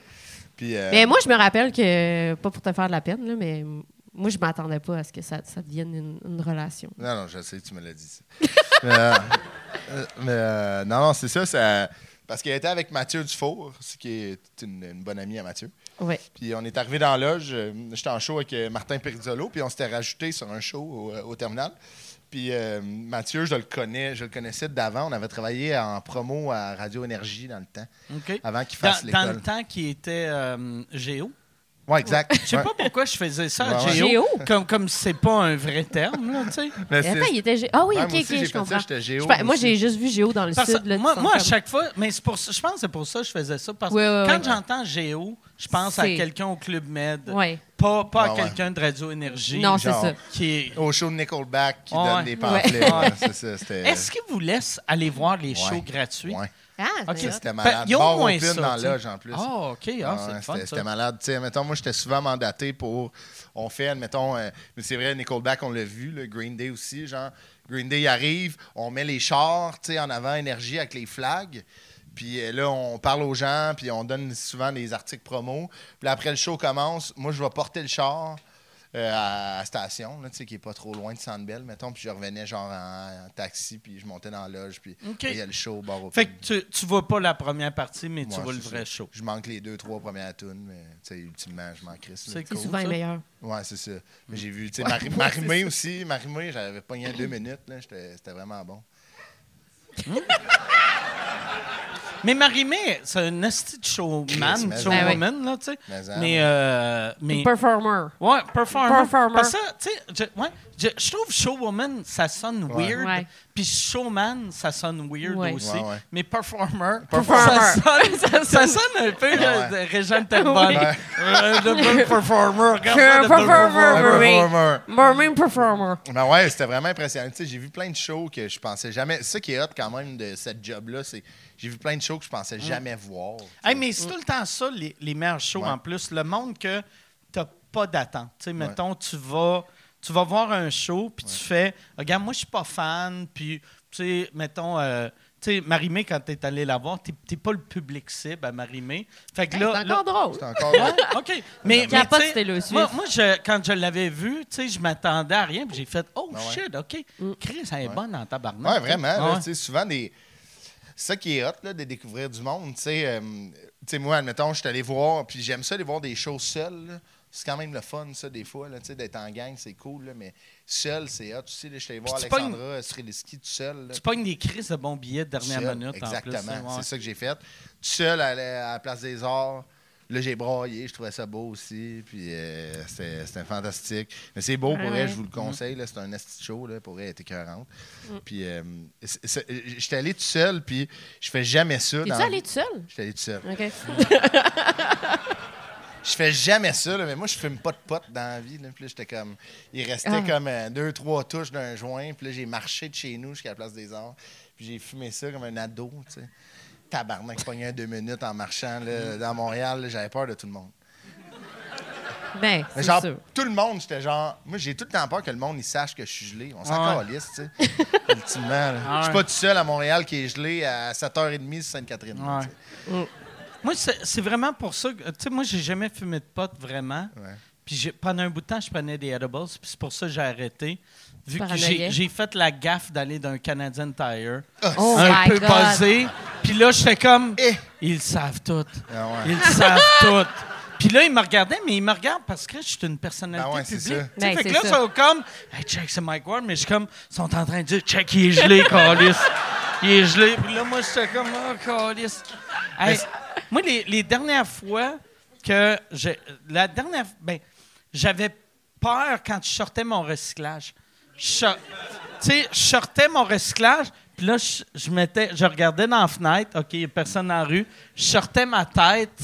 [SPEAKER 4] Puis, euh,
[SPEAKER 5] Mais moi, je me rappelle que, pas pour te faire de la peine, là, mais moi, je m'attendais pas à ce que ça, ça devienne une, une relation.
[SPEAKER 4] Non, non, je sais, tu me l'as dit. ça. mais, euh, euh, mais, euh, non, non, c'est ça, ça. Parce qu'elle était avec Mathieu Dufour, ce qui est une, une bonne amie à Mathieu.
[SPEAKER 5] Ouais.
[SPEAKER 4] Puis on est arrivé dans la loge, euh, j'étais en show avec euh, Martin Perizzolo, puis on s'était rajouté sur un show au, euh, au terminal. Puis euh, Mathieu, je le connais, je le connaissais d'avant. On avait travaillé en promo à Radio Énergie dans le temps,
[SPEAKER 1] OK.
[SPEAKER 4] avant qu'il fasse
[SPEAKER 1] Dans, dans le
[SPEAKER 4] l'école.
[SPEAKER 1] temps qui était euh, Géo.
[SPEAKER 4] Ouais, exact.
[SPEAKER 1] Je sais
[SPEAKER 4] Ouais.
[SPEAKER 1] pas pourquoi je faisais ça à
[SPEAKER 4] Ouais, ouais.
[SPEAKER 1] Géo.
[SPEAKER 5] Géo?
[SPEAKER 1] Comme, comme c'est pas un vrai terme, là, tu sais.
[SPEAKER 4] Mais
[SPEAKER 5] Et
[SPEAKER 4] c'est-
[SPEAKER 5] attends, il était. gé- Ah oui,
[SPEAKER 4] Ouais,
[SPEAKER 5] ok,
[SPEAKER 4] moi
[SPEAKER 5] ok,
[SPEAKER 4] aussi, j'ai
[SPEAKER 5] je
[SPEAKER 4] fait ça,
[SPEAKER 5] comprends.
[SPEAKER 4] j'étais Géo
[SPEAKER 5] Je par- moi,
[SPEAKER 4] aussi.
[SPEAKER 5] j'ai juste vu Géo dans le
[SPEAKER 1] Parce-
[SPEAKER 5] sud. Là,
[SPEAKER 1] moi,
[SPEAKER 5] du
[SPEAKER 1] moi, à
[SPEAKER 5] centre.
[SPEAKER 1] chaque fois, mais c'est pour ça- je pense que c'est pour ça que je faisais ça. Parce que
[SPEAKER 5] Ouais, ouais,
[SPEAKER 1] quand
[SPEAKER 5] ouais.
[SPEAKER 1] j'entends Géo, je pense à
[SPEAKER 5] C'est-
[SPEAKER 1] quelqu'un au Club Med,
[SPEAKER 5] Ouais.
[SPEAKER 1] pas, pas
[SPEAKER 4] Ah
[SPEAKER 1] à
[SPEAKER 4] ouais.
[SPEAKER 1] quelqu'un de Radio Énergie.
[SPEAKER 5] Non, c'est
[SPEAKER 4] genre.
[SPEAKER 5] ça.
[SPEAKER 1] qui est-
[SPEAKER 4] Au show de Nickelback qui
[SPEAKER 1] Ouais.
[SPEAKER 4] donne des pamphlets.
[SPEAKER 1] Ouais.
[SPEAKER 4] ouais, c'est ça, c'était-
[SPEAKER 1] Est-ce qu'ils vous laissent aller voir les shows
[SPEAKER 4] Euh, Ouais.
[SPEAKER 1] gratuits?
[SPEAKER 4] Ouais.
[SPEAKER 5] Ah,
[SPEAKER 1] Ok,
[SPEAKER 5] c'est hot.
[SPEAKER 4] C'était
[SPEAKER 1] Ben,
[SPEAKER 4] malade.
[SPEAKER 1] ils ont
[SPEAKER 4] Mort
[SPEAKER 1] moins
[SPEAKER 4] open
[SPEAKER 1] ça,
[SPEAKER 4] dans
[SPEAKER 1] tu sais.
[SPEAKER 4] l'âge en plus.
[SPEAKER 1] Ah, OK. Ah,
[SPEAKER 4] Ah,
[SPEAKER 1] c'est le fun,
[SPEAKER 4] c'était
[SPEAKER 1] ça.
[SPEAKER 4] c'était malade. Tu sais, mettons, moi, j'étais souvent euh, mandaté pour. On fait, mettons, mais c'est vrai, Nickelback, on l'a vu, le Green Day aussi, genre. Green Day arrive, on met les chars tu sais, en avant, énergie avec les flags. Puis euh, là, on parle aux gens, puis on donne souvent des articles promo. Puis là, après, le show commence. Moi, je vais porter le char euh, à la station, là, tu sais, qui est pas trop loin de Sandbell, mettons. Puis je revenais genre en, en taxi, puis je montais dans la loge, puis
[SPEAKER 1] OK.
[SPEAKER 4] il y a le show au bar au
[SPEAKER 1] Fait
[SPEAKER 4] pub.
[SPEAKER 1] que tu, tu vois pas la première partie, mais tu
[SPEAKER 4] Ouais,
[SPEAKER 1] vois le
[SPEAKER 4] c'est
[SPEAKER 1] vrai
[SPEAKER 4] ça.
[SPEAKER 1] show.
[SPEAKER 4] Je manque les deux, trois premières tunes, mais tu sais, ultimement, je m'en crisse.
[SPEAKER 1] C'est
[SPEAKER 4] là.
[SPEAKER 5] C'est
[SPEAKER 1] cool,
[SPEAKER 5] souvent
[SPEAKER 1] ça.
[SPEAKER 5] les meilleurs.
[SPEAKER 4] Ouais, c'est ça. Mais j'ai vu, tu sais, Mari- Marimé aussi. Marimé, j'avais pas gagné deux minutes, là. J'étais- C'était vraiment bon.
[SPEAKER 1] Mais Marimé, c'est un esti de showman,
[SPEAKER 4] mais-
[SPEAKER 5] Ah
[SPEAKER 1] showwoman, là, tu sais.
[SPEAKER 4] Mais- hein,
[SPEAKER 1] Mais, euh, mais
[SPEAKER 5] Performer.
[SPEAKER 1] Ouais, performer.
[SPEAKER 5] Performer.
[SPEAKER 1] Parce que, tu sais, je, ouais, je, je trouve showwoman, ça sonne
[SPEAKER 4] Ouais.
[SPEAKER 1] weird.
[SPEAKER 5] Ouais.
[SPEAKER 1] Puis showman, ça sonne weird
[SPEAKER 5] Ouais.
[SPEAKER 1] aussi.
[SPEAKER 4] Ouais, ouais.
[SPEAKER 1] Mais performer,
[SPEAKER 5] Performer.
[SPEAKER 1] Ça, sonne, ça, sonne un peu
[SPEAKER 4] Ouais.
[SPEAKER 1] euh, de Régent Tecbonne.
[SPEAKER 4] Ouais.
[SPEAKER 1] Euh, le bon performer, regarde
[SPEAKER 5] Un
[SPEAKER 1] ça, le bon
[SPEAKER 5] performer.
[SPEAKER 1] performer.
[SPEAKER 4] Un
[SPEAKER 5] oui.
[SPEAKER 4] performer.
[SPEAKER 5] Mormon performer.
[SPEAKER 4] Ben ouais, c'était vraiment impressionnant. Tu sais, j'ai vu plein de shows que je pensais jamais. C'est ça qui est hot quand même de cette job-là, c'est j'ai vu plein de shows que je
[SPEAKER 1] Mm.
[SPEAKER 4] pensais jamais voir.
[SPEAKER 1] Hey, mais c'est tout le temps ça, les, les meilleurs shows
[SPEAKER 4] Mm. Ouais.
[SPEAKER 1] en plus. Le monde que t'as pas d'attente. Tu sais, mettons, tu vas, tu vas voir un show, puis tu fais Regarde, moi, je suis pas fan, puis, tu sais, mettons, euh, tu sais, Marimé, quand t'es allé la voir, t'es t'es pas le public cible à Marimé. Fait que
[SPEAKER 5] Hey,
[SPEAKER 1] là.
[SPEAKER 5] c'est encore drôle.
[SPEAKER 4] C'est encore
[SPEAKER 1] là- Ouais, OK. Mais, mais
[SPEAKER 5] Capote,
[SPEAKER 1] tu sais,
[SPEAKER 5] Taylor Swift.
[SPEAKER 1] moi, moi, je- quand je l'avais vu, tu sais, je m'attendais à rien, puis j'ai fait Oh
[SPEAKER 4] Ah ouais.
[SPEAKER 1] shit, OK.
[SPEAKER 5] Mm.
[SPEAKER 1] Chris, elle est bonne en tabarnak.
[SPEAKER 4] Ouais, vraiment.
[SPEAKER 1] Ah
[SPEAKER 4] là,
[SPEAKER 1] ouais.
[SPEAKER 4] tu sais, souvent, des... c'est ça qui est hot là, de découvrir du monde. Tu sais, euh, tu sais, moi, admettons, je suis allé voir, puis j'aime ça aller voir des shows seuls. là. C'est quand même le fun, ça, des fois. là, tu sais, D'être en gang, c'est cool, là, mais seul, c'est hot. Tu sais, là, je suis allé voir
[SPEAKER 1] Puis tu pognes-
[SPEAKER 4] Alexandra Streliski tout seul. là.
[SPEAKER 1] Tu pognes des crises de bons billets de dernière
[SPEAKER 4] seul.
[SPEAKER 1] minute en plus.
[SPEAKER 4] Exactement.
[SPEAKER 1] ouais.
[SPEAKER 4] C'est ça que j'ai fait. Tout seul à la, à la Place des Arts. Là, j'ai broyé, je trouvais ça beau aussi. Puis euh, c'était c'était fantastique. Mais c'est beau pour
[SPEAKER 5] Ouais,
[SPEAKER 4] elle,
[SPEAKER 5] ouais. Mm-hmm.
[SPEAKER 4] je vous le conseille. là. C'est un esti de show là, pour elle, elle est écœurante.
[SPEAKER 5] Mm.
[SPEAKER 4] Puis euh, c'est- c'est- j'étais allé tout seul, puis je fais jamais ça.
[SPEAKER 5] Es-tu
[SPEAKER 4] dans-
[SPEAKER 5] allé tout seul?
[SPEAKER 4] J'étais allé tout seul.
[SPEAKER 5] OK.
[SPEAKER 4] Je fais jamais ça, là, mais moi, je fume pas de potes dans la vie. Là. Puis là, j'étais comme. Il restait
[SPEAKER 5] Ah.
[SPEAKER 4] comme euh, deux, trois touches d'un joint. Puis là, j'ai marché de chez nous jusqu'à la place des arts. Puis j'ai fumé ça comme un ado, tu sais. Tabarnak, pogné un deux minutes en marchant là, dans Montréal. là, J'avais peur de tout le monde.
[SPEAKER 5] Ben,
[SPEAKER 4] Mais
[SPEAKER 5] c'est
[SPEAKER 4] genre,
[SPEAKER 5] sûr.
[SPEAKER 4] tout le monde, j'étais genre. Moi, j'ai tout le temps peur que le monde, il sache que je suis gelé. On s'en
[SPEAKER 1] Ah ouais.
[SPEAKER 4] calisse, tu sais. Ultimement, là.
[SPEAKER 1] Ah
[SPEAKER 4] je suis
[SPEAKER 1] ouais.
[SPEAKER 4] pas tout seul à Montréal qui est gelé à 7h30 sur Sainte-Catherine. là,
[SPEAKER 1] Ouais.
[SPEAKER 4] tu sais.
[SPEAKER 1] Moi, c'est c'est vraiment pour ça que. Tu sais, moi, j'ai jamais fumé de pote vraiment.
[SPEAKER 4] Ouais.
[SPEAKER 1] Puis j'ai- pendant un bout de temps, je prenais des edibles. Puis c'est pour ça que j'ai arrêté. Vu que
[SPEAKER 5] Paranoïaque.
[SPEAKER 1] j'ai j'ai fait la gaffe d'aller d'un Canadian Tire.
[SPEAKER 5] Oh
[SPEAKER 1] un
[SPEAKER 5] my
[SPEAKER 1] peu
[SPEAKER 5] God.
[SPEAKER 1] posé. Puis là, j'étais comme.
[SPEAKER 4] Eh!
[SPEAKER 1] Ils le savent tout.
[SPEAKER 4] Ah ouais.
[SPEAKER 1] Ils le savent tout. Puis là, ils me regardaient, mais ils me regardent parce que je suis une personnalité
[SPEAKER 4] Ben ouais, c'est
[SPEAKER 1] publique.
[SPEAKER 4] ça.
[SPEAKER 1] Tu sais,
[SPEAKER 5] Ben,
[SPEAKER 1] fait que
[SPEAKER 5] c'est
[SPEAKER 1] là,
[SPEAKER 5] ça.
[SPEAKER 1] ils sont comme, hey, check, c'est Mike Ward, mais je suis comme, ils sont en train de dire, check, il est gelé, Calis. Il est gelé. Puis là, moi, j'étais comme, oh, Calis. Hey, moi, les, les dernières fois que j'ai. La dernière. Ben, j'avais peur quand je sortais mon recyclage. Je sor- Tu sais, je sortais mon recyclage, puis là, je, je mettais, je regardais dans la fenêtre, OK, il n'y a personne dans la rue. Je sortais ma tête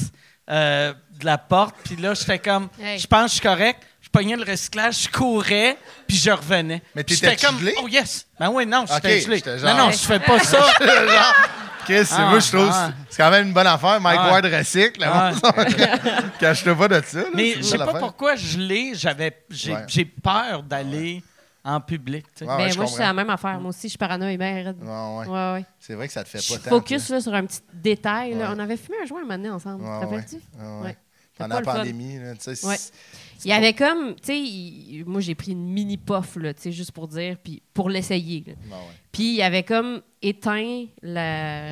[SPEAKER 1] euh, de la porte, puis là, j'étais comme,
[SPEAKER 5] Hey.
[SPEAKER 1] je pense que je suis correct. Je pognais le recyclage, je courais, puis je revenais.
[SPEAKER 4] Mais
[SPEAKER 1] Puis
[SPEAKER 4] t'étais-tu
[SPEAKER 1] j'étais comme,
[SPEAKER 4] gelé?
[SPEAKER 1] oh yes. Ben oui, non, j'étais
[SPEAKER 4] Ok,
[SPEAKER 1] gelé.
[SPEAKER 4] j'étais genre-
[SPEAKER 1] Non, non, je fais pas ça.
[SPEAKER 4] genre, Chris, c'est
[SPEAKER 1] Ah,
[SPEAKER 4] moi, je trouve
[SPEAKER 1] ah.
[SPEAKER 4] c'est- c'est quand même une bonne affaire. Mike
[SPEAKER 1] Ah.
[SPEAKER 4] Ward recycle. là, Cache-toi pas de ça. là,
[SPEAKER 1] Mais
[SPEAKER 4] c'est une
[SPEAKER 1] je sais
[SPEAKER 4] belle
[SPEAKER 1] pas
[SPEAKER 4] affaire.
[SPEAKER 1] pourquoi je l'ai. J'avais, j'ai,
[SPEAKER 4] Ouais.
[SPEAKER 1] j'ai peur d'aller en public. tu sais.
[SPEAKER 4] Ah ouais,
[SPEAKER 5] ben,
[SPEAKER 4] je
[SPEAKER 5] moi, je suis
[SPEAKER 4] comprends.
[SPEAKER 5] la même affaire. Moi aussi, je suis paranoïaque. Ben, raide.
[SPEAKER 4] Ah ouais.
[SPEAKER 5] ouais, ouais.
[SPEAKER 4] C'est vrai que ça te fait
[SPEAKER 5] Je
[SPEAKER 4] pas tant.
[SPEAKER 5] focus là, sur un petit détail. là.
[SPEAKER 4] Ouais.
[SPEAKER 5] On avait fumé un joint un moment donné ensemble.
[SPEAKER 4] Ouais,
[SPEAKER 5] te rappelles-tu?
[SPEAKER 4] ouais. Ah ouais.
[SPEAKER 5] Ouais. C'était
[SPEAKER 4] Pendant la
[SPEAKER 5] pas le fun.
[SPEAKER 4] pandémie, là, tu sais. c'est-
[SPEAKER 5] Ouais. Il y avait comme, tu sais, il- moi j'ai pris une mini puff, là, tu sais, juste pour dire, puis pour l'essayer. là.
[SPEAKER 4] Ah ouais. Oh.
[SPEAKER 5] Puis il avait comme éteint la.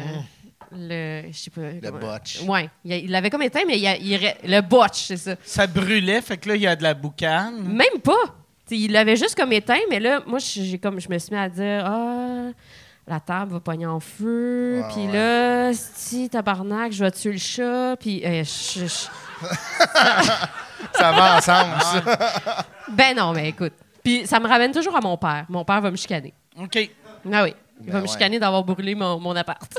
[SPEAKER 5] Le. Je sais pas.
[SPEAKER 4] Le botch.
[SPEAKER 5] Ouais. Il a- Il l'avait comme éteint, mais il, a- il re- le botch, c'est ça.
[SPEAKER 1] Ça brûlait, fait que là, il y a de la boucane.
[SPEAKER 5] Mm. Même pas. Tu sais, il l'avait juste comme éteint, mais là, moi, j'ai comme, je me suis mis à dire, ah, la table va pogner en feu,
[SPEAKER 4] Ouais,
[SPEAKER 5] puis
[SPEAKER 4] ouais.
[SPEAKER 5] là, si tabarnak, je vais tuer le chat, puis euh, je- je-
[SPEAKER 4] Ça va ensemble, ça.
[SPEAKER 5] ben non, mais écoute. Puis ça me ramène toujours à mon père. Mon père va me chicaner.
[SPEAKER 1] OK.
[SPEAKER 5] Ah oui. Il va
[SPEAKER 4] Ben
[SPEAKER 5] me
[SPEAKER 4] ouais.
[SPEAKER 5] chicaner d'avoir brûlé mon, mon appart.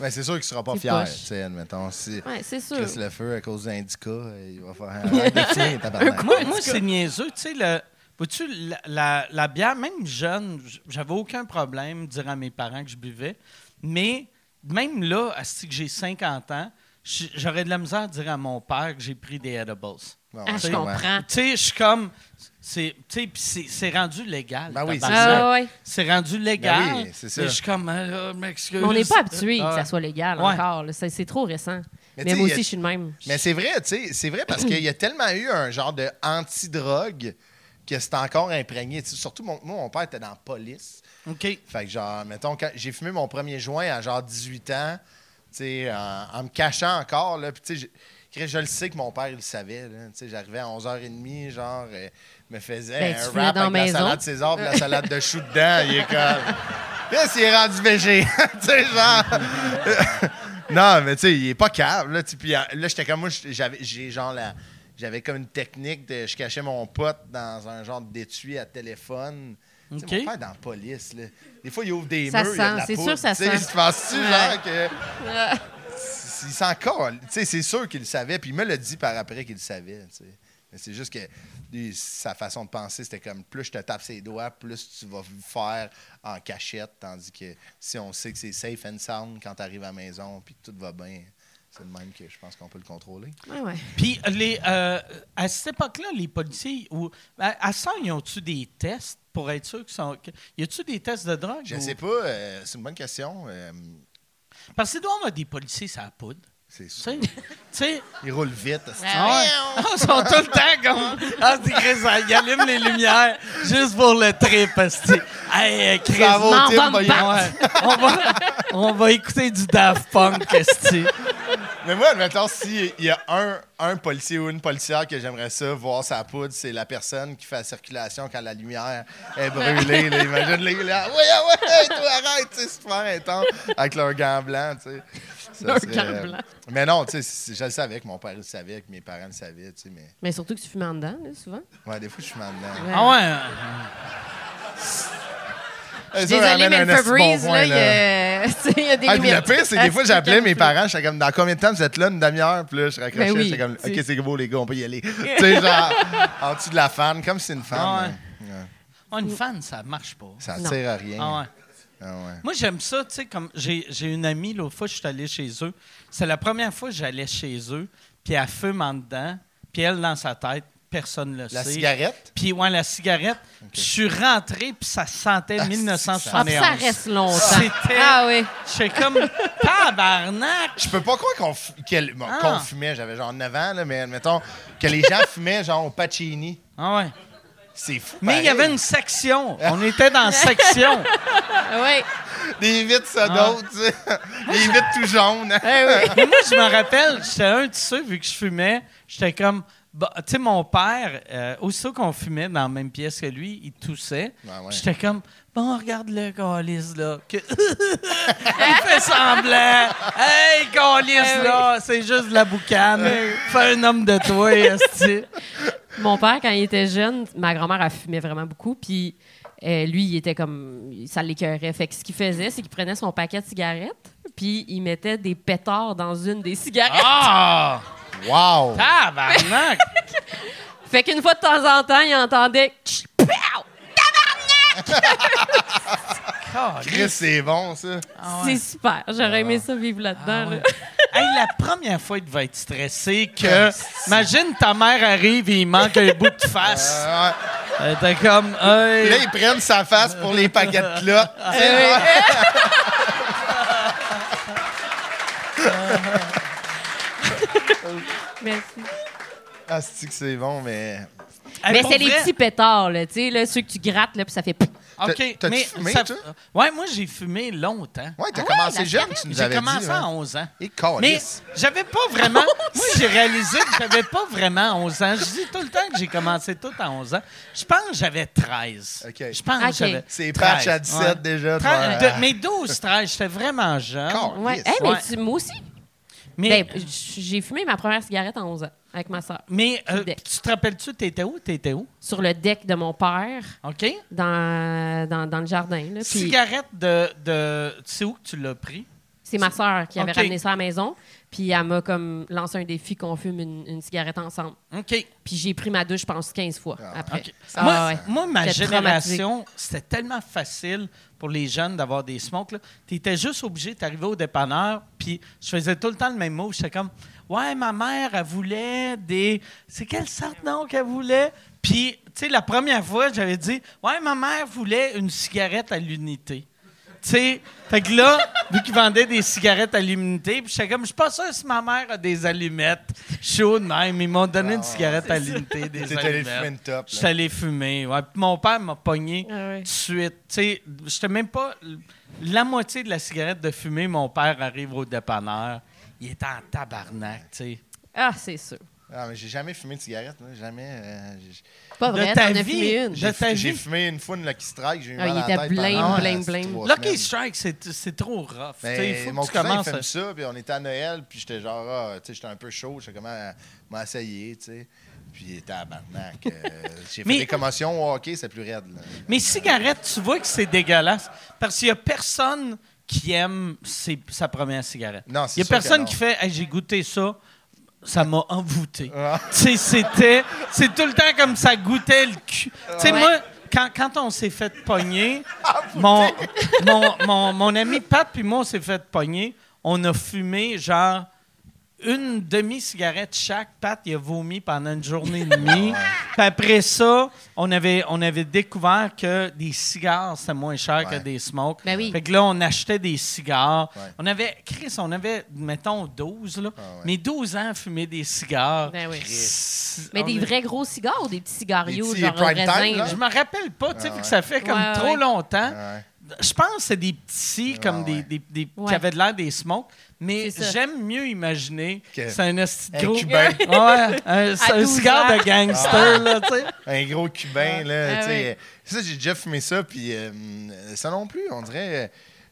[SPEAKER 4] Mais c'est sûr qu'il sera pas
[SPEAKER 5] C'est
[SPEAKER 4] fier, tu
[SPEAKER 5] poche.
[SPEAKER 4] sais, admettons. Si
[SPEAKER 5] ouais, c'est sûr.
[SPEAKER 4] Chris le feu à cause d'Indica, euh, il va faire un arrêt de fumer, tabarnak.
[SPEAKER 1] Moi, moi, c'est niaiseux. Tu sais, le- vois-tu, la, la- la bière, même jeune, j- j'avais aucun problème de dire à mes parents que je buvais. Mais même là, à ce que j'ai 50 ans, j- j'aurais de la misère à dire à mon père que j'ai pris des edibles.
[SPEAKER 4] Non,
[SPEAKER 5] Ah,
[SPEAKER 4] ouais,
[SPEAKER 5] je
[SPEAKER 4] ouais.
[SPEAKER 5] comprends.
[SPEAKER 1] Tu sais, je suis comme. c'est- Tu sais, puis c'est c'est rendu légal.
[SPEAKER 4] Ben oui,
[SPEAKER 1] tabarnak.
[SPEAKER 4] ça.
[SPEAKER 5] Ah, ouais.
[SPEAKER 1] C'est rendu légal.
[SPEAKER 4] Ben oui, c'est ça.
[SPEAKER 1] Mais je suis comme, euh, euh, m'excuse.
[SPEAKER 5] Mais on n'est pas habitué
[SPEAKER 1] Ah.
[SPEAKER 5] que ça soit légal
[SPEAKER 1] Ouais.
[SPEAKER 5] encore. là. C'est c'est trop récent.
[SPEAKER 4] euh, Mais
[SPEAKER 5] Mais,
[SPEAKER 4] tu sais,
[SPEAKER 5] moi
[SPEAKER 4] il y a-
[SPEAKER 5] aussi, je suis le même.
[SPEAKER 4] Mais c'est vrai, tu sais, c'est vrai parce qu'il y a tellement eu un genre de anti-drogue que c'est encore imprégné. Tu sais, surtout, mon, moi, mon père était dans la police.
[SPEAKER 1] OK.
[SPEAKER 4] Fait que, genre, mettons, quand j'ai fumé mon premier joint à genre 18 ans, tu sais, en, en me cachant encore, là, puis tu sais, j'ai- Chris, je le sais que mon père, il le savait. là. Tu sais, J'arrivais à 11h30, genre, euh, me faisait
[SPEAKER 5] Ben, tu
[SPEAKER 4] un
[SPEAKER 5] fumais
[SPEAKER 4] rap
[SPEAKER 5] dans
[SPEAKER 4] avec la
[SPEAKER 5] maison.
[SPEAKER 4] salade César puis la salade de chou dedans. Il est comme... Là, il est rendu végé. tu sais, genre... non, mais tu sais, il est pas câble. Là, tu sais, puis, euh, là j'étais comme... Moi, j'avais j'ai genre la... J'avais comme une technique de... Je cachais mon pote dans un genre d'étui à téléphone. Tu sais,
[SPEAKER 1] OK.
[SPEAKER 4] Mon père est dans la police, là. Des fois, il ouvre des
[SPEAKER 5] Ça
[SPEAKER 4] murs, il y a de
[SPEAKER 5] sent,
[SPEAKER 4] la
[SPEAKER 5] c'est
[SPEAKER 4] poudre,
[SPEAKER 5] sûr que ça
[SPEAKER 4] tu sais,
[SPEAKER 5] sent.
[SPEAKER 4] Tu penses-tu,
[SPEAKER 5] Ouais.
[SPEAKER 4] genre, que... S- Il s'en colle. Tu sais, c'est sûr qu'il le savait, puis il me l'a dit par après qu'il le savait. tu sais. Mais c'est juste que lui, sa façon de penser, c'était comme plus je te tape ses doigts, plus tu vas faire en cachette. Tandis que si on sait que c'est safe and sound quand tu arrives à la maison, puis que tout va bien, c'est le même que je pense qu'on peut le contrôler.
[SPEAKER 5] Ouais, ouais.
[SPEAKER 1] Puis, les, euh, à cette époque-là, les policiers, ou, à, à ça, ils ont-tu des tests pour être sûr qu'ils sont. que- Y a-tu des tests de drogue?
[SPEAKER 4] Je
[SPEAKER 1] ou-
[SPEAKER 4] sais pas, euh, c'est une bonne question. euh,
[SPEAKER 1] Parce que c'est doit y avoir des policiers, ça poudre.
[SPEAKER 4] c'est
[SPEAKER 1] Tu
[SPEAKER 4] sûr.
[SPEAKER 1] sais? tu sais?
[SPEAKER 4] Ils roulent vite. c'est-
[SPEAKER 5] Ah
[SPEAKER 1] Ah, Ils sont tout le temps comme. Ah, c'est Chris, ah, ils allument les lumières juste pour le trip. asti. Hey, euh, Chris,
[SPEAKER 4] Ça va au
[SPEAKER 5] non,
[SPEAKER 4] Tim,
[SPEAKER 5] va me
[SPEAKER 4] voyons.
[SPEAKER 5] battre.
[SPEAKER 1] ouais, on, va, on va écouter du Daft Punk, esti.
[SPEAKER 4] Mais moi, admettons, s'il y a un, un policier ou une policière que j'aimerais ça voir sa poudre, c'est la personne qui fait la circulation quand la lumière est brûlée. là. imagine les là, ouais, ouais, toi, arrête, tu sais, c'est super intense, avec leur gant blanc, tu sais. Ça
[SPEAKER 5] Leur
[SPEAKER 4] serait-
[SPEAKER 5] gant blanc.
[SPEAKER 4] Mais non, tu sais, c'est- je le savais que mon père le savait, que mes parents le savaient, tu sais, mais...
[SPEAKER 5] Mais surtout que tu fumes en dedans, là, souvent.
[SPEAKER 4] Ouais, des fois, je suis maintenant.
[SPEAKER 1] Ah ouais. hein.
[SPEAKER 5] Je suis désolée, mais le Febreze, là, il y a- tu sais, il y a des
[SPEAKER 4] Ah, puis
[SPEAKER 5] limites.
[SPEAKER 4] le pire, c'est que des fois, j'appelais mes
[SPEAKER 5] Asti,
[SPEAKER 4] parents, j'étais comme, dans combien de temps vous êtes là, une demi-heure? Puis là, je raccrochais,
[SPEAKER 5] Ben oui,
[SPEAKER 4] j'étais comme,
[SPEAKER 5] tu-
[SPEAKER 4] OK, c'est beau, les gars, on peut y aller. tu sais, genre, en dessous de la fan, comme si c'est une fan.
[SPEAKER 1] Ah ouais.
[SPEAKER 4] hein. Ouais.
[SPEAKER 1] Ah, une fan, ça marche pas.
[SPEAKER 4] Ça
[SPEAKER 5] Non.
[SPEAKER 4] tire à rien.
[SPEAKER 1] Ah ouais.
[SPEAKER 4] Ah ouais.
[SPEAKER 1] Moi, j'aime ça, tu sais, comme j'ai j'ai une amie, l'autre fois, je suis allé chez eux. C'est la première fois que j'allais chez eux, puis elle fume en dedans, puis elle, dans sa tête, personne ne le
[SPEAKER 4] La
[SPEAKER 1] sait.
[SPEAKER 4] cigarette?
[SPEAKER 1] Puis, ouais, la cigarette. Puis je suis rentré, puis ça sentait
[SPEAKER 4] Ah,
[SPEAKER 5] Ah, puis
[SPEAKER 1] 1971.
[SPEAKER 5] ça reste longtemps.
[SPEAKER 1] C'était-
[SPEAKER 5] Ah oui.
[SPEAKER 1] J'étais comme, tabarnak!
[SPEAKER 4] Je peux pas croire qu'on f- qu'elle- bon,
[SPEAKER 1] Ah.
[SPEAKER 4] qu'on fumait. J'avais genre 9 ans, là, mais mettons que les gens fumaient genre au Pacini.
[SPEAKER 1] Ah ouais.
[SPEAKER 4] C'est fou.
[SPEAKER 1] Mais il y avait
[SPEAKER 4] pareil.
[SPEAKER 1] une section. On était dans la section.
[SPEAKER 5] Oui.
[SPEAKER 4] Des vitres
[SPEAKER 1] Ah.
[SPEAKER 4] sodotes, tu sais. Des vitres tout jaunes. hein.
[SPEAKER 1] Mais moi, je me rappelle, j'étais un de ceux, vu que je fumais, j'étais comme. bah, tu sais, mon père, euh, aussitôt qu'on fumait dans la même pièce que lui, il toussait.
[SPEAKER 4] Ah ouais.
[SPEAKER 1] J'étais comme, bon, regarde le Calis, là. que- il fait semblant. Hey, Calis, là, c'est juste de la boucane. Fais un homme de toi, esti.
[SPEAKER 5] Mon père, quand il était jeune, ma grand-mère, elle fumait vraiment beaucoup. Puis euh, lui, il était comme. Ça l'écœurait. Fait que ce qu'il faisait, c'est qu'il prenait son paquet de cigarettes, puis il mettait des pétards dans une des cigarettes.
[SPEAKER 1] Ah!
[SPEAKER 4] Wow!
[SPEAKER 1] Tabarnak!
[SPEAKER 5] Fait qu'une fois de temps en temps, il entendait. Tch, pow!
[SPEAKER 4] Chris, c'est bon, ça.
[SPEAKER 1] Ah ouais.
[SPEAKER 5] C'est super. J'aurais aimé ça vivre là-dedans.
[SPEAKER 1] Ah
[SPEAKER 5] là.
[SPEAKER 1] ouais. Hey, la première fois, il devait être stressé que. Imagine ta mère arrive et il manque un bout de face.
[SPEAKER 4] Ah ouais.
[SPEAKER 1] Euh, T'es comme. euh, Hey.
[SPEAKER 4] Là, ils prennent sa face pour les paquets de clopes.
[SPEAKER 1] Eh
[SPEAKER 4] Tu sais,
[SPEAKER 5] oui.
[SPEAKER 4] genre,
[SPEAKER 5] Merci.
[SPEAKER 4] Ah, c'est-tu que c'est bon, mais.
[SPEAKER 1] Hey,
[SPEAKER 5] Mais
[SPEAKER 1] pour
[SPEAKER 5] c'est les
[SPEAKER 1] vrai,
[SPEAKER 5] petits pétards, là, tu sais, là, ceux que tu grattes, là, puis ça fait. pouf.
[SPEAKER 1] OK.
[SPEAKER 4] T'as-
[SPEAKER 1] mais
[SPEAKER 4] t'as-tu fumé,
[SPEAKER 1] ça-
[SPEAKER 4] toi?
[SPEAKER 1] Ouais, moi, j'ai fumé longtemps.
[SPEAKER 4] Ouais, t'as
[SPEAKER 5] Ah ouais,
[SPEAKER 4] commencé
[SPEAKER 5] la
[SPEAKER 4] jeune, tu nous
[SPEAKER 1] J'ai
[SPEAKER 4] avais
[SPEAKER 1] commencé
[SPEAKER 4] dit. hein.
[SPEAKER 1] à
[SPEAKER 4] ouais.
[SPEAKER 1] 11 ans.
[SPEAKER 4] Et
[SPEAKER 1] Mais
[SPEAKER 4] câlisse.
[SPEAKER 1] j'avais pas vraiment. Moi, j'ai réalisé que j'avais pas vraiment 11 ans. Je dis tout le temps que j'ai commencé tout à 11 ans. Je pense que j'avais 13.
[SPEAKER 4] OK.
[SPEAKER 1] Je pense
[SPEAKER 5] OK.
[SPEAKER 1] que j'avais.
[SPEAKER 4] C'est
[SPEAKER 1] 13,
[SPEAKER 4] patch à 17
[SPEAKER 1] ouais. euh,
[SPEAKER 4] déjà. toi.
[SPEAKER 1] Tra- de- mais 12, 13, j'étais vraiment jeune.
[SPEAKER 4] Câlisse.
[SPEAKER 5] Ouais. Hey, mais
[SPEAKER 1] Ouais.
[SPEAKER 5] tu- moi aussi.
[SPEAKER 1] Mais,
[SPEAKER 5] Ben, j- j'ai fumé ma première cigarette à 11 ans avec ma soeur.
[SPEAKER 1] mais euh,
[SPEAKER 5] deck.
[SPEAKER 1] tu te rappelles-tu, t'étais où? T'étais où?
[SPEAKER 5] Sur le deck de mon père,
[SPEAKER 1] OK?
[SPEAKER 5] dans, dans, dans le jardin. Là, puis-
[SPEAKER 1] Cigarette de. de- Tu sais où que tu l'as pris?
[SPEAKER 5] C'est ma sœur qui avait
[SPEAKER 1] Ok.
[SPEAKER 5] ramené ça à la maison. Puis elle m'a comme lancé un défi qu'on fume une, une cigarette ensemble.
[SPEAKER 1] OK.
[SPEAKER 5] Puis j'ai pris ma douche, je pense, 15 fois après.
[SPEAKER 1] OK.
[SPEAKER 5] Ah
[SPEAKER 1] moi,
[SPEAKER 5] ouais.
[SPEAKER 1] moi, ma
[SPEAKER 5] J'étais
[SPEAKER 1] génération, c'était tellement facile pour les jeunes d'avoir des smokes. Tu étais juste obligé d'arriver au dépanneur, puis je faisais tout le temps le même mot. J'étais comme, ouais, ma mère, elle voulait des. C'est quelle sorte, non, qu'elle voulait? Puis, tu sais, la première fois, j'avais dit, ouais, ma mère voulait une cigarette à l'unité. Tu sais, fait que là, vu qu'ils vendaient des cigarettes à l'unité, puis j'étais comme, je suis pas sûr si ma mère a des allumettes. Chaud de même, ils m'ont donné une cigarette à l'unité, des
[SPEAKER 4] Ah. euh, T'es
[SPEAKER 1] allumettes.
[SPEAKER 4] allé fumer une top.
[SPEAKER 1] Je suis
[SPEAKER 4] là.
[SPEAKER 1] allé fumer. ouais. Puis mon père m'a pogné
[SPEAKER 5] Ah ouais.
[SPEAKER 1] tout de suite. Tu sais, j'étais même pas. La moitié de la cigarette de fumée, mon père arrive au dépanneur. Il est en tabarnak, tu sais.
[SPEAKER 5] Ah, c'est sûr.
[SPEAKER 4] Ah, mais j'ai jamais fumé de cigarette. là. Jamais. euh, j'ai-
[SPEAKER 5] Pas
[SPEAKER 1] De
[SPEAKER 5] vrai,
[SPEAKER 1] ta
[SPEAKER 5] t'en as
[SPEAKER 1] vie.
[SPEAKER 5] fumé une.
[SPEAKER 1] Je
[SPEAKER 4] j'ai
[SPEAKER 1] t'ai
[SPEAKER 4] fu- j'ai
[SPEAKER 1] vu.
[SPEAKER 4] fumé une fois une Lucky Strike. J'ai eu
[SPEAKER 5] Ah,
[SPEAKER 4] mal
[SPEAKER 5] il
[SPEAKER 4] à
[SPEAKER 5] était
[SPEAKER 4] la tête
[SPEAKER 5] blame,
[SPEAKER 4] pendant, euh,
[SPEAKER 5] blame,
[SPEAKER 4] six,
[SPEAKER 5] blame.
[SPEAKER 4] trois
[SPEAKER 1] Lucky
[SPEAKER 4] semaines.
[SPEAKER 1] Strike, c'est c'est trop rough. Tu
[SPEAKER 4] Mais
[SPEAKER 1] sais, il faut
[SPEAKER 4] Ben, mon
[SPEAKER 1] que tu
[SPEAKER 4] cousin, il
[SPEAKER 1] commences.
[SPEAKER 4] fume
[SPEAKER 1] à-
[SPEAKER 4] ça, puis on était à Noël, puis j'étais genre, ah, tu sais, j'étais un peu chaud, j'étais comme, ah, m'a essayé, tu sais. Puis il était à Barnac. euh, J'ai fait
[SPEAKER 1] Mais-
[SPEAKER 4] des commotions au hockey, c'est plus raide. là.
[SPEAKER 1] Mais cigarette, tu vois que c'est dégueulasse. Parce qu'il y a personne qui aime ses- sa première cigarette.
[SPEAKER 4] Non, c'est
[SPEAKER 1] Il y a
[SPEAKER 4] sûr que
[SPEAKER 1] personne
[SPEAKER 4] non.
[SPEAKER 1] qui fait Hey, j'ai goûté ça, ça m'a envoûté.
[SPEAKER 4] Ah.
[SPEAKER 1] Tu sais, c'était. C'est tout le temps comme ça goûtait le cul. Tu sais,
[SPEAKER 5] Ouais.
[SPEAKER 1] moi, quand, quand on s'est fait pogner, mon, mon, mon, mon ami Pat puis moi, on s'est fait pogner. On a fumé genre une demi-cigarette chaque. Pat, il a vomi pendant une journée et demie. Puis après ça, on avait, on avait découvert que des cigares, c'était moins cher
[SPEAKER 4] Ouais.
[SPEAKER 1] que des smokes.
[SPEAKER 5] Ben oui.
[SPEAKER 1] Fait que là, on achetait des cigares.
[SPEAKER 4] Ouais. Ah
[SPEAKER 1] On avait, Chris, on avait, mettons, 12, là.
[SPEAKER 4] ouais.
[SPEAKER 1] Mais 12 ans, fumer des cigares.
[SPEAKER 5] Ben oui.
[SPEAKER 1] Chris.
[SPEAKER 5] Mais
[SPEAKER 1] On
[SPEAKER 5] des
[SPEAKER 1] est-
[SPEAKER 5] vrais gros cigares ou des petits cigarios,
[SPEAKER 4] Des petits
[SPEAKER 5] genre au
[SPEAKER 4] prime time, là?
[SPEAKER 5] raisin, là?
[SPEAKER 1] Je me rappelle pas, tu sais, vu
[SPEAKER 4] Ah
[SPEAKER 1] que
[SPEAKER 4] ouais. Ah
[SPEAKER 1] ça fait comme
[SPEAKER 5] Ouais,
[SPEAKER 1] trop
[SPEAKER 5] ouais.
[SPEAKER 1] longtemps.
[SPEAKER 4] Ouais.
[SPEAKER 1] Je pense que c'est des petits, comme
[SPEAKER 4] Ah ouais.
[SPEAKER 1] des, des- des-
[SPEAKER 5] Ouais.
[SPEAKER 1] qui avaient de l'air des smokes, mais
[SPEAKER 5] C'est ça.
[SPEAKER 1] j'aime mieux imaginer que
[SPEAKER 4] Que-
[SPEAKER 1] c'est un esti de
[SPEAKER 4] Un
[SPEAKER 1] gros.
[SPEAKER 4] cubain.
[SPEAKER 1] Ouais, un, c'est un
[SPEAKER 5] 12
[SPEAKER 1] cigare
[SPEAKER 5] ans.
[SPEAKER 1] de gangster, là, tu sais.
[SPEAKER 4] Un gros cubain, là,
[SPEAKER 5] Ah,
[SPEAKER 4] tu
[SPEAKER 5] ouais.
[SPEAKER 4] sais. euh, Ça, j'ai déjà fumé ça, puis euh, hum, ça non plus, on dirait. euh,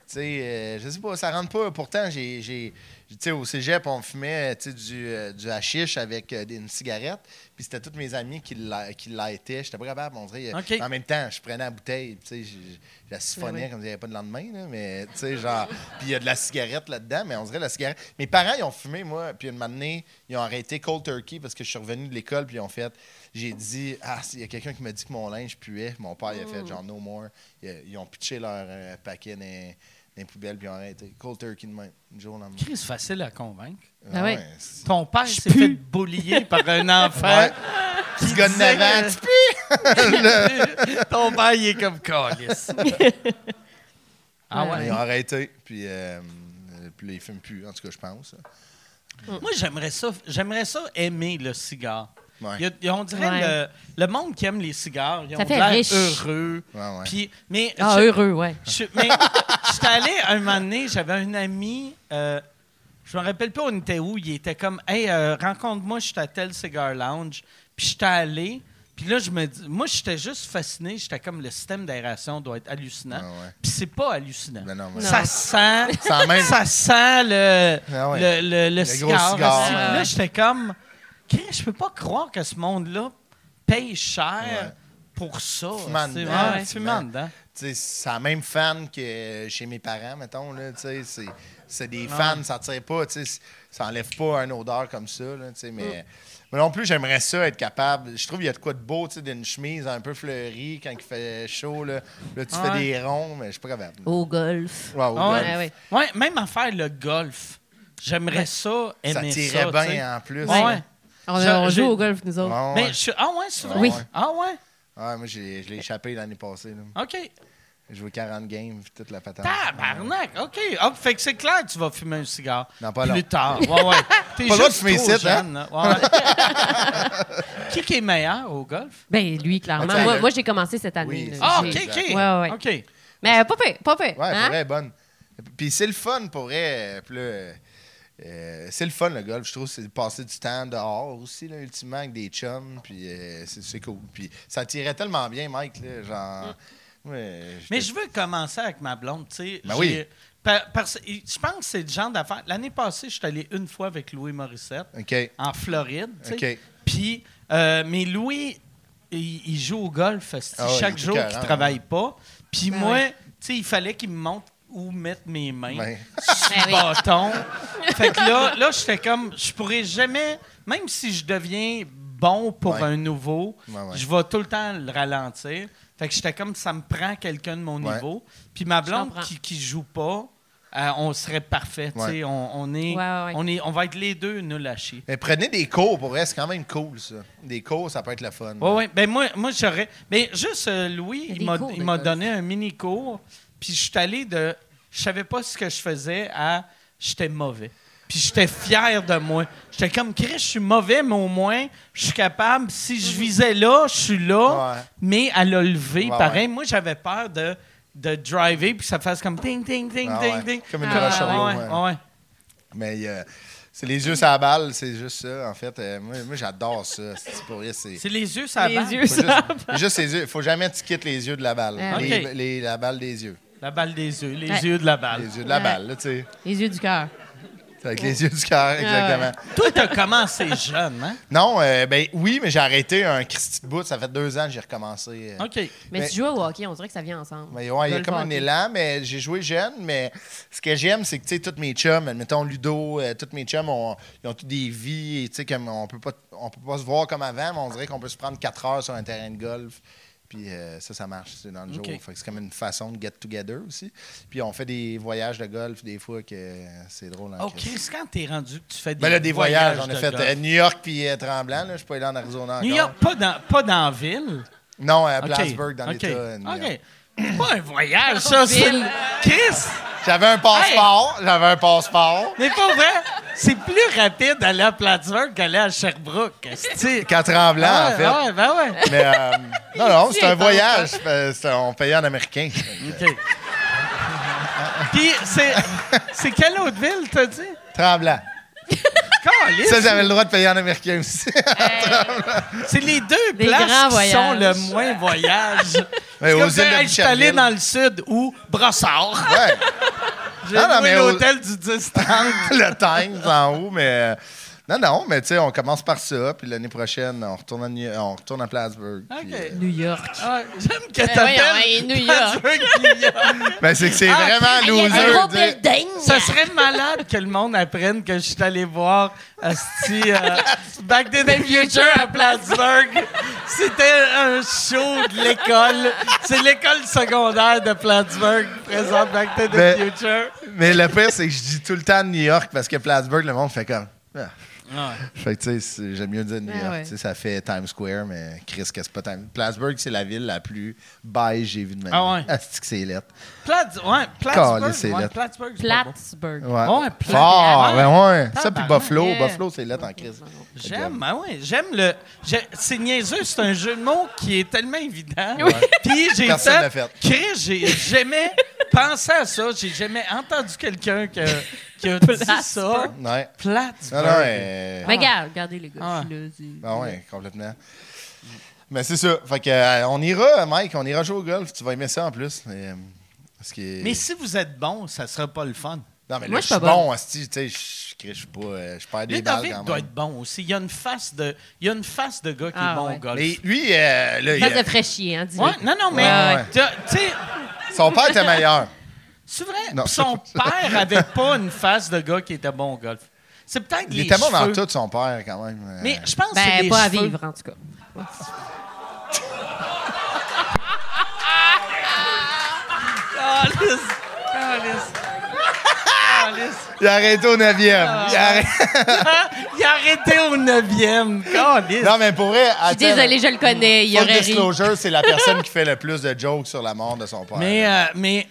[SPEAKER 4] Tu sais, euh, je sais pas, ça rentre pas. Pourtant, j'ai. j'ai- Tu sais, au cégep, on fumait tu sais, du, euh, du hashish avec euh, des- une cigarette. Puis c'était tous mes amis qui l'a- qui l'étaient. J'étais pas capable, on dirait. euh,
[SPEAKER 1] OK.
[SPEAKER 4] En même temps, je prenais la bouteille, tu sais, je- je je la siphonnais
[SPEAKER 5] Ah oui.
[SPEAKER 4] comme s'il n'y avait pas de lendemain, là, mais tu sais, genre. Puis il y a de la cigarette là-dedans, mais on dirait la cigarette. Mes parents, ils ont fumé, moi, puis une matinée, ils ont arrêté cold turkey parce que je suis revenu de l'école, puis ils ont fait. J'ai dit, ah, il y a quelqu'un qui m'a dit que mon linge puait. Mon père, il a
[SPEAKER 1] Mm.
[SPEAKER 4] fait, genre, no more. Ils, ils ont pitché leur euh, paquet dans les- dans les poubelles, puis ils ont arrêté. Cold turkey demain, du jour au lendemain.
[SPEAKER 1] Chris, facile à convaincre.
[SPEAKER 5] Ah ouais.
[SPEAKER 4] c'est-
[SPEAKER 1] Ton père s'est fait bullier par un enfant.
[SPEAKER 4] Ouais. Petit gars de
[SPEAKER 1] disait
[SPEAKER 4] neuf ans,
[SPEAKER 1] que-
[SPEAKER 4] tu
[SPEAKER 1] Ton père, il est comme calice. ah
[SPEAKER 5] Ouais,
[SPEAKER 1] ouais.
[SPEAKER 4] Ils ont arrêté, puis, euh, euh, puis là, ils fument plus, en tout cas, je pense.
[SPEAKER 1] Moi, j'aimerais ça, j'aimerais ça aimer le cigare.
[SPEAKER 4] Ouais.
[SPEAKER 1] Il y a- il y a- on dirait
[SPEAKER 5] Ouais.
[SPEAKER 1] le, le monde qui aime les cigares, ils
[SPEAKER 5] Ça
[SPEAKER 1] ont
[SPEAKER 5] fait
[SPEAKER 1] l'air
[SPEAKER 5] riche.
[SPEAKER 1] heureux.
[SPEAKER 4] Ouais, ouais.
[SPEAKER 1] Puis, mais
[SPEAKER 5] Ah,
[SPEAKER 1] je-
[SPEAKER 5] heureux, ouais.
[SPEAKER 1] Je, mais j'étais allé un moment donné, j'avais un ami, euh, je me rappelle pas on était où, il était comme Hey, euh, rencontre-moi, je suis à tel cigar lounge. Puis j'étais allé, puis là, je me dis, moi, j'étais juste fasciné, j'étais comme le système d'aération doit être hallucinant.
[SPEAKER 4] Ah ouais. Ben,
[SPEAKER 1] Puis c'est pas hallucinant.
[SPEAKER 4] Mais non, mais-
[SPEAKER 1] Ça sent,
[SPEAKER 4] Ça même.
[SPEAKER 1] ça sent le, le,
[SPEAKER 4] Ah ouais.
[SPEAKER 1] le- le
[SPEAKER 4] gros
[SPEAKER 1] cigare.
[SPEAKER 4] cigare,
[SPEAKER 1] Puis
[SPEAKER 5] ouais.
[SPEAKER 1] Là, j'étais comme, Chris, je peux pas croire que ce monde-là paye cher
[SPEAKER 4] Ouais.
[SPEAKER 1] pour ça.
[SPEAKER 4] Fumant
[SPEAKER 1] tu sais.
[SPEAKER 4] dedans,
[SPEAKER 1] Ouais,
[SPEAKER 4] ouais.
[SPEAKER 1] fumant dedans.
[SPEAKER 4] Tu sais, c'est la même fan que euh, chez mes parents, mettons. Là, tu sais, c'est, c'est des fans, ça tire pas. tu sais, c- Ça enlève pas une odeur comme ça. Là, tu sais, mais,
[SPEAKER 1] Mm.
[SPEAKER 4] mais non plus, j'aimerais ça être capable. Je trouve qu'il y a de quoi de beau tu sais, d'une chemise un peu fleurie quand il fait chaud. Là, Là, tu
[SPEAKER 1] Ouais.
[SPEAKER 4] fais des ronds, mais je suis pas capable.
[SPEAKER 5] Au golf.
[SPEAKER 4] Wow,
[SPEAKER 1] Ah ouais.
[SPEAKER 4] God.
[SPEAKER 5] Ah ouais.
[SPEAKER 1] Ouais, même à faire le golf. J'aimerais ça
[SPEAKER 4] Ça
[SPEAKER 1] aimer ça.
[SPEAKER 4] tirait
[SPEAKER 1] tu sais.
[SPEAKER 4] bien en plus.
[SPEAKER 1] Ouais.
[SPEAKER 4] Ouais,
[SPEAKER 5] On,
[SPEAKER 1] Je-
[SPEAKER 5] on
[SPEAKER 1] j'ai-
[SPEAKER 5] joue au golf, nous autres.
[SPEAKER 4] ouais.
[SPEAKER 1] Mais je suis- Ah ouais, c'est vrai?
[SPEAKER 5] Oui.
[SPEAKER 1] Ah ouais?
[SPEAKER 4] Ouais, moi, j'ai- je l'ai échappé l'année passée. Là.
[SPEAKER 1] OK.
[SPEAKER 4] J'ai joué 40 games, puis toute la patente.
[SPEAKER 1] Tabarnak. OK. Ah, fait que c'est clair que tu vas fumer un cigare.
[SPEAKER 4] Non, pas
[SPEAKER 1] Plus
[SPEAKER 4] long.
[SPEAKER 1] tard. Ouais, ouais. T'es
[SPEAKER 4] Pas le droit de
[SPEAKER 1] juste
[SPEAKER 4] fumer
[SPEAKER 1] trop
[SPEAKER 4] ici, hein?
[SPEAKER 1] jeune, là. Ouais, ouais. qui, qui est meilleur au golf?
[SPEAKER 5] Ben, lui, clairement.
[SPEAKER 4] Ok.
[SPEAKER 5] Moi, moi, j'ai commencé cette année.
[SPEAKER 4] Oui,
[SPEAKER 5] là.
[SPEAKER 4] c'est
[SPEAKER 1] Ah,
[SPEAKER 5] J'ai-
[SPEAKER 1] OK, OK.
[SPEAKER 5] Ouais, ouais.
[SPEAKER 1] OK.
[SPEAKER 5] Mais euh, pas pire, pas pire.
[SPEAKER 4] Ouais,
[SPEAKER 5] hein?
[SPEAKER 4] pour vrai, bonne. Puis c'est le fun pour vrai. euh, puis là, euh, c'est le fun le golf, je trouve. C'est de passer du temps dehors aussi, là, ultimement, avec des chums. Puis euh, c'est c'est cool. Puis ça tirait tellement bien, Mike. Là,
[SPEAKER 5] Mm.
[SPEAKER 4] genre. ouais, j'étais-
[SPEAKER 1] Mais je veux commencer avec ma blonde, tu sais.
[SPEAKER 4] Ben
[SPEAKER 1] J'ai-
[SPEAKER 4] oui.
[SPEAKER 1] pa- parce, je pense que c'est le genre d'affaire. L'année passée, je suis allé une fois avec Louis Morissette.
[SPEAKER 4] OK.
[SPEAKER 1] en Floride. tu sais.
[SPEAKER 4] OK.
[SPEAKER 1] Puis, euh, mais Louis, il, il joue au golf esti,
[SPEAKER 4] Ah ouais,
[SPEAKER 1] chaque
[SPEAKER 4] il est
[SPEAKER 1] jour qu'il
[SPEAKER 4] écœurant, hein.
[SPEAKER 1] travaille pas. Puis
[SPEAKER 5] Ben
[SPEAKER 1] moi,
[SPEAKER 5] ouais.
[SPEAKER 1] tu sais, il fallait qu'il me montre où mettre mes mains
[SPEAKER 4] Ben.
[SPEAKER 1] sur
[SPEAKER 5] Ben
[SPEAKER 1] le
[SPEAKER 5] oui.
[SPEAKER 1] bâton. fait que là, là j'étais comme, je pourrais jamais, même si je deviens bon pour
[SPEAKER 4] Ouais.
[SPEAKER 1] un nouveau,
[SPEAKER 4] Ouais, ouais.
[SPEAKER 1] je vais tout le temps le ralentir. Fait que j'étais comme, ça me prend quelqu'un de mon
[SPEAKER 4] Ouais.
[SPEAKER 1] niveau. Puis ma blonde
[SPEAKER 5] comprends.
[SPEAKER 1] qui, qui joue pas, euh, on serait parfait. tu sais.
[SPEAKER 4] Ouais.
[SPEAKER 1] On, on est,
[SPEAKER 5] Ouais, ouais, ouais.
[SPEAKER 1] On, est, on va être les deux nuls à chier.
[SPEAKER 4] Mais prenez des cours pour vrai, c'est quand même cool, ça. Des cours, ça peut être le fun.
[SPEAKER 1] Oui, oui. Ben moi, moi j'aurais. Ben juste, euh, Louis,
[SPEAKER 5] Il y a
[SPEAKER 1] il
[SPEAKER 5] des
[SPEAKER 1] m'a-
[SPEAKER 5] cours
[SPEAKER 1] il m'a
[SPEAKER 5] d'école.
[SPEAKER 1] donné un mini cours, puis je suis allé de. Je savais pas ce que je faisais à. J'étais mauvais. Puis j'étais fier de moi. J'étais comme, Chris, je suis mauvais, mais au moins, je suis capable. Si
[SPEAKER 5] Mhm.
[SPEAKER 1] je visais là, je suis là,
[SPEAKER 4] Ouais.
[SPEAKER 1] mais à le lever,
[SPEAKER 4] Ouais,
[SPEAKER 1] pareil. Moi, j'avais peur de, de driver, puis que ça fasse comme ting, ting, ting,
[SPEAKER 4] Ah
[SPEAKER 1] ting,
[SPEAKER 4] ouais,
[SPEAKER 1] ting.
[SPEAKER 4] Comme une
[SPEAKER 5] Ah
[SPEAKER 1] Ouais,
[SPEAKER 5] ouais,
[SPEAKER 4] cloche à l'eau,
[SPEAKER 1] ouais,
[SPEAKER 4] ouais.
[SPEAKER 1] ouais.
[SPEAKER 4] Mais euh, c'est les yeux à la balle, c'est juste ça, en fait. Euh, moi, moi, j'adore ça. C'est pour vrai, c'est.
[SPEAKER 1] C'est les yeux, ça
[SPEAKER 5] Les
[SPEAKER 1] avance.
[SPEAKER 5] yeux.
[SPEAKER 4] Faut juste, juste les yeux. Faut jamais que tu quittes les yeux de la balle.
[SPEAKER 5] Ah,
[SPEAKER 4] Les-
[SPEAKER 1] ok.
[SPEAKER 4] les- la balle des yeux.
[SPEAKER 1] La balle des yeux, les
[SPEAKER 5] Ouais.
[SPEAKER 1] yeux de la balle.
[SPEAKER 4] Les yeux de la
[SPEAKER 5] Ouais.
[SPEAKER 4] balle, là, tu sais.
[SPEAKER 5] Les yeux du cœur.
[SPEAKER 4] C'est Avec les yeux du cœur, exactement.
[SPEAKER 1] Toi, t'as commencé jeune, hein?
[SPEAKER 4] Non, euh, ben oui, mais j'ai arrêté un Christy de bout. Ça fait deux ans que j'ai recommencé. euh,
[SPEAKER 1] OK.
[SPEAKER 5] Mais,
[SPEAKER 4] Mais-
[SPEAKER 5] tu joues au hockey, on dirait que ça vient ensemble.
[SPEAKER 4] Mais ouais, il y a
[SPEAKER 5] Golf
[SPEAKER 4] comme un
[SPEAKER 5] hockey.
[SPEAKER 4] élan, mais j'ai joué jeune, mais ce que j'aime, c'est que, tu sais, tous mes chums, admettons Ludo, euh, tous mes chums, ont, ils ont toutes des vies, et tu sais, comme on peut pas, on peut pas se voir comme avant, mais on dirait qu'on peut se prendre quatre heures sur un terrain de golf. Puis euh, ça, ça marche, c'est dans le
[SPEAKER 1] OK.
[SPEAKER 4] jour. Fait que c'est comme une façon de get together aussi. Puis on fait des voyages de golf des fois que euh, c'est drôle. en
[SPEAKER 1] Oh,
[SPEAKER 4] Christ.
[SPEAKER 1] Chris, quand t'es rendu que tu fais des,
[SPEAKER 4] Ben là, des voyages, on a
[SPEAKER 1] de
[SPEAKER 4] fait
[SPEAKER 1] golf.
[SPEAKER 4] euh, New York puis euh, Tremblant. Là, je suis pas allé en Arizona encore.
[SPEAKER 1] New York, pas dans, pas dans la ville.
[SPEAKER 4] Non, à
[SPEAKER 1] OK.
[SPEAKER 4] Plattsburgh, dans
[SPEAKER 1] OK.
[SPEAKER 4] l'État. de New York.
[SPEAKER 1] OK. C'est pas un voyage, ça, c'est.
[SPEAKER 5] ville.
[SPEAKER 1] Chris,
[SPEAKER 4] J'avais un passeport. J'avais un passeport.
[SPEAKER 1] mais pas vrai. C'est plus rapide d'aller à Plattsburgh qu'aller à Sherbrooke. C'est
[SPEAKER 4] Qu'à Tremblant, en fait.
[SPEAKER 1] Ouais, ben ouais.
[SPEAKER 4] Mais euh, non, non, c'est un
[SPEAKER 5] Étonnant.
[SPEAKER 4] voyage. Euh, c'est- On payait en américain.
[SPEAKER 1] OK. Puis, c'est. C'est quelle autre ville, t'as dit?
[SPEAKER 4] Tremblant.
[SPEAKER 1] Caliste.
[SPEAKER 4] Ça, j'avais le droit de payer en américain aussi.
[SPEAKER 1] C'est les deux
[SPEAKER 5] Des
[SPEAKER 1] places
[SPEAKER 5] grands
[SPEAKER 1] qui sont
[SPEAKER 5] voyages.
[SPEAKER 1] le moins voyage.
[SPEAKER 4] Mais
[SPEAKER 1] C'est
[SPEAKER 4] aux
[SPEAKER 1] comme
[SPEAKER 4] îles
[SPEAKER 1] dire,
[SPEAKER 4] de
[SPEAKER 1] hey, je suis allé
[SPEAKER 4] Boucherville.
[SPEAKER 1] dans le sud ou Brossard.
[SPEAKER 4] ouais.
[SPEAKER 1] J'ai
[SPEAKER 4] Non, non,
[SPEAKER 1] loué
[SPEAKER 4] mais aux-
[SPEAKER 1] l'hôtel du 10
[SPEAKER 4] le Times en haut, mais. euh, non, non, mais tu sais, on commence par ça. Puis l'année prochaine, on retourne à, New- on retourne à Plattsburgh. puis,
[SPEAKER 1] OK.
[SPEAKER 4] euh,
[SPEAKER 5] New York.
[SPEAKER 1] Ah, J'aime que
[SPEAKER 5] Ben voyons,
[SPEAKER 1] t'appelles
[SPEAKER 5] New York.
[SPEAKER 1] Patrick New York.
[SPEAKER 4] ben, c'est que c'est
[SPEAKER 1] Ah,
[SPEAKER 4] vraiment
[SPEAKER 5] Il y a
[SPEAKER 4] loser.
[SPEAKER 5] un gros
[SPEAKER 4] tu sais.
[SPEAKER 5] building.
[SPEAKER 1] Ça serait malade que le monde apprenne que je suis allé voir Asti euh, Back to the Future à Plattsburgh. C'était un show de l'école. C'est l'école secondaire de Plattsburgh qui présente Back to the
[SPEAKER 4] Ben-
[SPEAKER 1] Future.
[SPEAKER 4] Mais le pire, c'est que je dis tout le temps New York parce que Plattsburgh, le monde fait comme. Ah. Fait que, tu sais, c'est- j'aime mieux dire New
[SPEAKER 5] Ah
[SPEAKER 4] York.
[SPEAKER 5] ouais.
[SPEAKER 4] Tu sais, Ça fait Times Square, mais Chris, qu'est-ce que c'est pas Times Plattsburgh, c'est la ville la plus beige que j'ai vue de ma vie.
[SPEAKER 1] Ah ouais.
[SPEAKER 4] Asti que c'est lettre.
[SPEAKER 1] Platts- ouais, Plattsburgh.
[SPEAKER 4] Calais, c'est
[SPEAKER 1] ouais,
[SPEAKER 4] lettre.
[SPEAKER 1] Plattsburgh. c'est pas bon.
[SPEAKER 5] Plattsburgh.
[SPEAKER 4] Ouais.
[SPEAKER 1] Ouais, plat-
[SPEAKER 4] Fort,
[SPEAKER 1] ouais.
[SPEAKER 4] ben ouais. Ça, puis
[SPEAKER 1] Tabarnak.
[SPEAKER 4] Buffalo.
[SPEAKER 5] Yeah.
[SPEAKER 4] Buffalo, c'est lettre en crise.
[SPEAKER 1] J'aime, ah ouais, j'aime le. j'ai- C'est niaiseux, c'est un jeu de mots qui est tellement évident. Puis j'ai
[SPEAKER 4] Personne l'a fait.
[SPEAKER 1] Chris, j'ai jamais pensé à ça. J'ai jamais entendu quelqu'un que- qui a dit ça.
[SPEAKER 5] Plattsburgh.
[SPEAKER 4] Ouais.
[SPEAKER 1] Plattsburgh.
[SPEAKER 4] Non, non, euh,
[SPEAKER 5] Mais regarde, regardez les gars.
[SPEAKER 1] Ah.
[SPEAKER 5] je suis là, c'est-
[SPEAKER 4] ben ouais, complètement. Mais c'est ça. Fait que, euh, on ira, Mike, on ira jouer au golf. Tu vas aimer ça en plus. Et, euh, parce que-
[SPEAKER 1] Mais si vous êtes bon, ça sera pas le fun.
[SPEAKER 4] Non, mais là,
[SPEAKER 5] Moi,
[SPEAKER 4] je
[SPEAKER 5] je
[SPEAKER 4] suis
[SPEAKER 5] suis pas
[SPEAKER 4] bon, Asti. Tu sais, je- Chris, je suis pas. euh, Je perds des balles
[SPEAKER 1] Ludovic
[SPEAKER 4] quand
[SPEAKER 1] doit
[SPEAKER 4] même.
[SPEAKER 1] être bon aussi. Il y a une face de, il y a une face de gars qui
[SPEAKER 5] Ah
[SPEAKER 1] est bon
[SPEAKER 5] ouais.
[SPEAKER 1] au golf.
[SPEAKER 4] Mais lui, euh, là, il-
[SPEAKER 5] Face de fraîchier, hein, dis-le.
[SPEAKER 1] Ouais, non, non, mais
[SPEAKER 4] Ouais, ouais.
[SPEAKER 1] t'as- tu sais,
[SPEAKER 4] son père était meilleur.
[SPEAKER 1] c'est vrai.
[SPEAKER 4] Non.
[SPEAKER 1] pis Son père avait pas une face de gars qui était bon au golf. C'est peut-être
[SPEAKER 4] Il
[SPEAKER 1] les
[SPEAKER 4] était bon dans
[SPEAKER 1] cheveux.
[SPEAKER 4] tout, son père, quand même. Euh,
[SPEAKER 1] Mais je pense que c'est
[SPEAKER 5] Ben,
[SPEAKER 1] les
[SPEAKER 5] pas à
[SPEAKER 1] cheveux.
[SPEAKER 5] vivre, en tout cas.
[SPEAKER 1] Calice. Calice. Calice.
[SPEAKER 4] Il a arrêté au 9e. Il a arrêté-
[SPEAKER 1] Il a arrêté au neuvième. Calice.
[SPEAKER 4] Non, mais pour vrai,
[SPEAKER 5] Je suis désolée, je le connais. Il
[SPEAKER 4] Full
[SPEAKER 5] aurait ri.
[SPEAKER 4] disclosure, c'est la personne qui fait le plus de jokes sur la mort de son père.
[SPEAKER 1] Mais, euh, mais,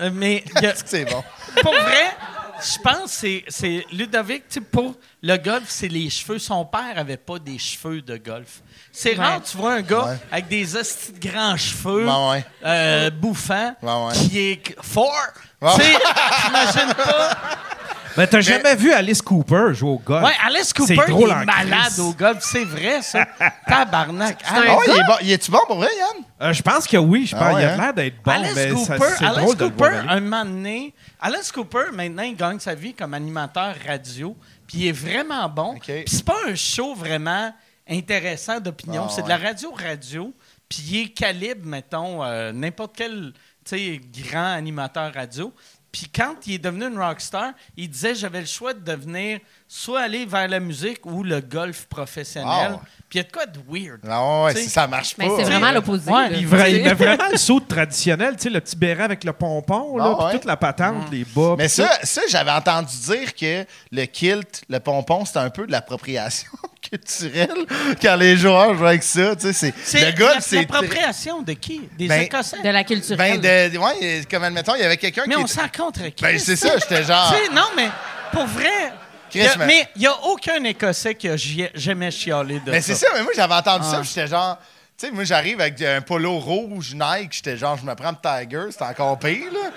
[SPEAKER 1] euh, mais, il y a-
[SPEAKER 4] Est-ce que c'est bon?
[SPEAKER 1] pour vrai, je pense que c'est- c'est Ludovic, tu sais, pour le golf, c'est les cheveux. Son père avait pas des cheveux de golf. C'est
[SPEAKER 5] Ouais.
[SPEAKER 1] rare, tu vois un gars
[SPEAKER 4] Ouais.
[SPEAKER 1] avec des hosties de grands cheveux,
[SPEAKER 4] Ouais, ouais.
[SPEAKER 1] euh, bouffants,
[SPEAKER 4] Ouais, ouais.
[SPEAKER 1] qui est fort.
[SPEAKER 4] Ouais.
[SPEAKER 1] Tu sais, j'imagine pas.
[SPEAKER 3] Mais Ben, t'as jamais vu Alice Cooper jouer au golf?
[SPEAKER 1] Ouais, Alice Cooper,
[SPEAKER 3] C'est drôle
[SPEAKER 1] il
[SPEAKER 3] en
[SPEAKER 1] est malade
[SPEAKER 3] crise.
[SPEAKER 1] au golf. C'est vrai, ça. Tabarnak.
[SPEAKER 5] un
[SPEAKER 4] Ah
[SPEAKER 1] Alice,
[SPEAKER 4] ouais, il est bon. Il est-tu bon pour vrai, Yann?
[SPEAKER 3] Euh, je pense que oui. Je pense,
[SPEAKER 4] Ah ouais,
[SPEAKER 3] il a
[SPEAKER 4] hein?
[SPEAKER 3] l'air d'être bon,
[SPEAKER 1] Alice
[SPEAKER 3] mais ça-
[SPEAKER 1] Cooper,
[SPEAKER 3] c'est
[SPEAKER 1] Alice
[SPEAKER 3] drôle de le voir
[SPEAKER 1] Cooper,
[SPEAKER 3] aller.
[SPEAKER 1] un moment donné, Alice Cooper, maintenant, il gagne sa vie comme animateur radio, puis il est vraiment bon.
[SPEAKER 4] OK.
[SPEAKER 1] Puis c'est pas un show vraiment intéressant d'opinion,
[SPEAKER 4] Ah,
[SPEAKER 1] c'est de la radio-radio, puis il est calibre, mettons, euh, n'importe quel tu sais, grand animateur radio. Puis quand il est devenu une rockstar, il disait j'avais le choix de devenir soit aller vers la musique ou le golf professionnel.
[SPEAKER 4] Ah ouais.
[SPEAKER 1] Puis il y a de quoi de weird.
[SPEAKER 4] Non, Ah ouais,
[SPEAKER 1] Tu sais,
[SPEAKER 4] si ça marche pas.
[SPEAKER 5] Mais Ben, c'est vraiment
[SPEAKER 1] Ouais.
[SPEAKER 5] l'opposé.
[SPEAKER 1] Ouais,
[SPEAKER 5] là.
[SPEAKER 1] il
[SPEAKER 3] Vra- il met vraiment le saut traditionnel, tu sais, le petit béret avec le pompon, là,
[SPEAKER 4] Ah,
[SPEAKER 3] puis
[SPEAKER 4] ouais.
[SPEAKER 3] toute la
[SPEAKER 1] Mm.
[SPEAKER 3] patente, les bas.
[SPEAKER 4] Mais
[SPEAKER 3] puis tout.
[SPEAKER 4] ça, ça j'avais entendu dire que le kilt, le pompon, c'était un peu de l'appropriation culturelle quand les joueurs jouent avec ça. Tu sais, c'est,
[SPEAKER 1] C'est
[SPEAKER 4] le golf,
[SPEAKER 1] la-
[SPEAKER 4] c'est. très-
[SPEAKER 1] l'appropriation de qui Des
[SPEAKER 4] Ben,
[SPEAKER 1] Écossais.
[SPEAKER 5] De la culture.
[SPEAKER 4] Ben, de, ouais, comme admettons, il y avait quelqu'un
[SPEAKER 1] Mais
[SPEAKER 4] qui.
[SPEAKER 1] on
[SPEAKER 4] était-
[SPEAKER 1] s'en contre qui
[SPEAKER 4] Ben, c'est ça, j'étais genre.
[SPEAKER 1] Tu sais, non, mais pour vrai.
[SPEAKER 4] Chris,
[SPEAKER 1] y a-
[SPEAKER 4] mais-
[SPEAKER 1] mais il n'y a aucun Écossais qui a gi- jamais chialé de
[SPEAKER 4] Mais
[SPEAKER 1] ça.
[SPEAKER 4] Ben,
[SPEAKER 1] Ah.
[SPEAKER 4] c'est ça, mais moi j'avais entendu ça, puis j'étais genre. Tu sais, moi j'arrive avec un polo rouge Nike, j'étais genre, je me prends pour Tiger, c'est encore pire, là.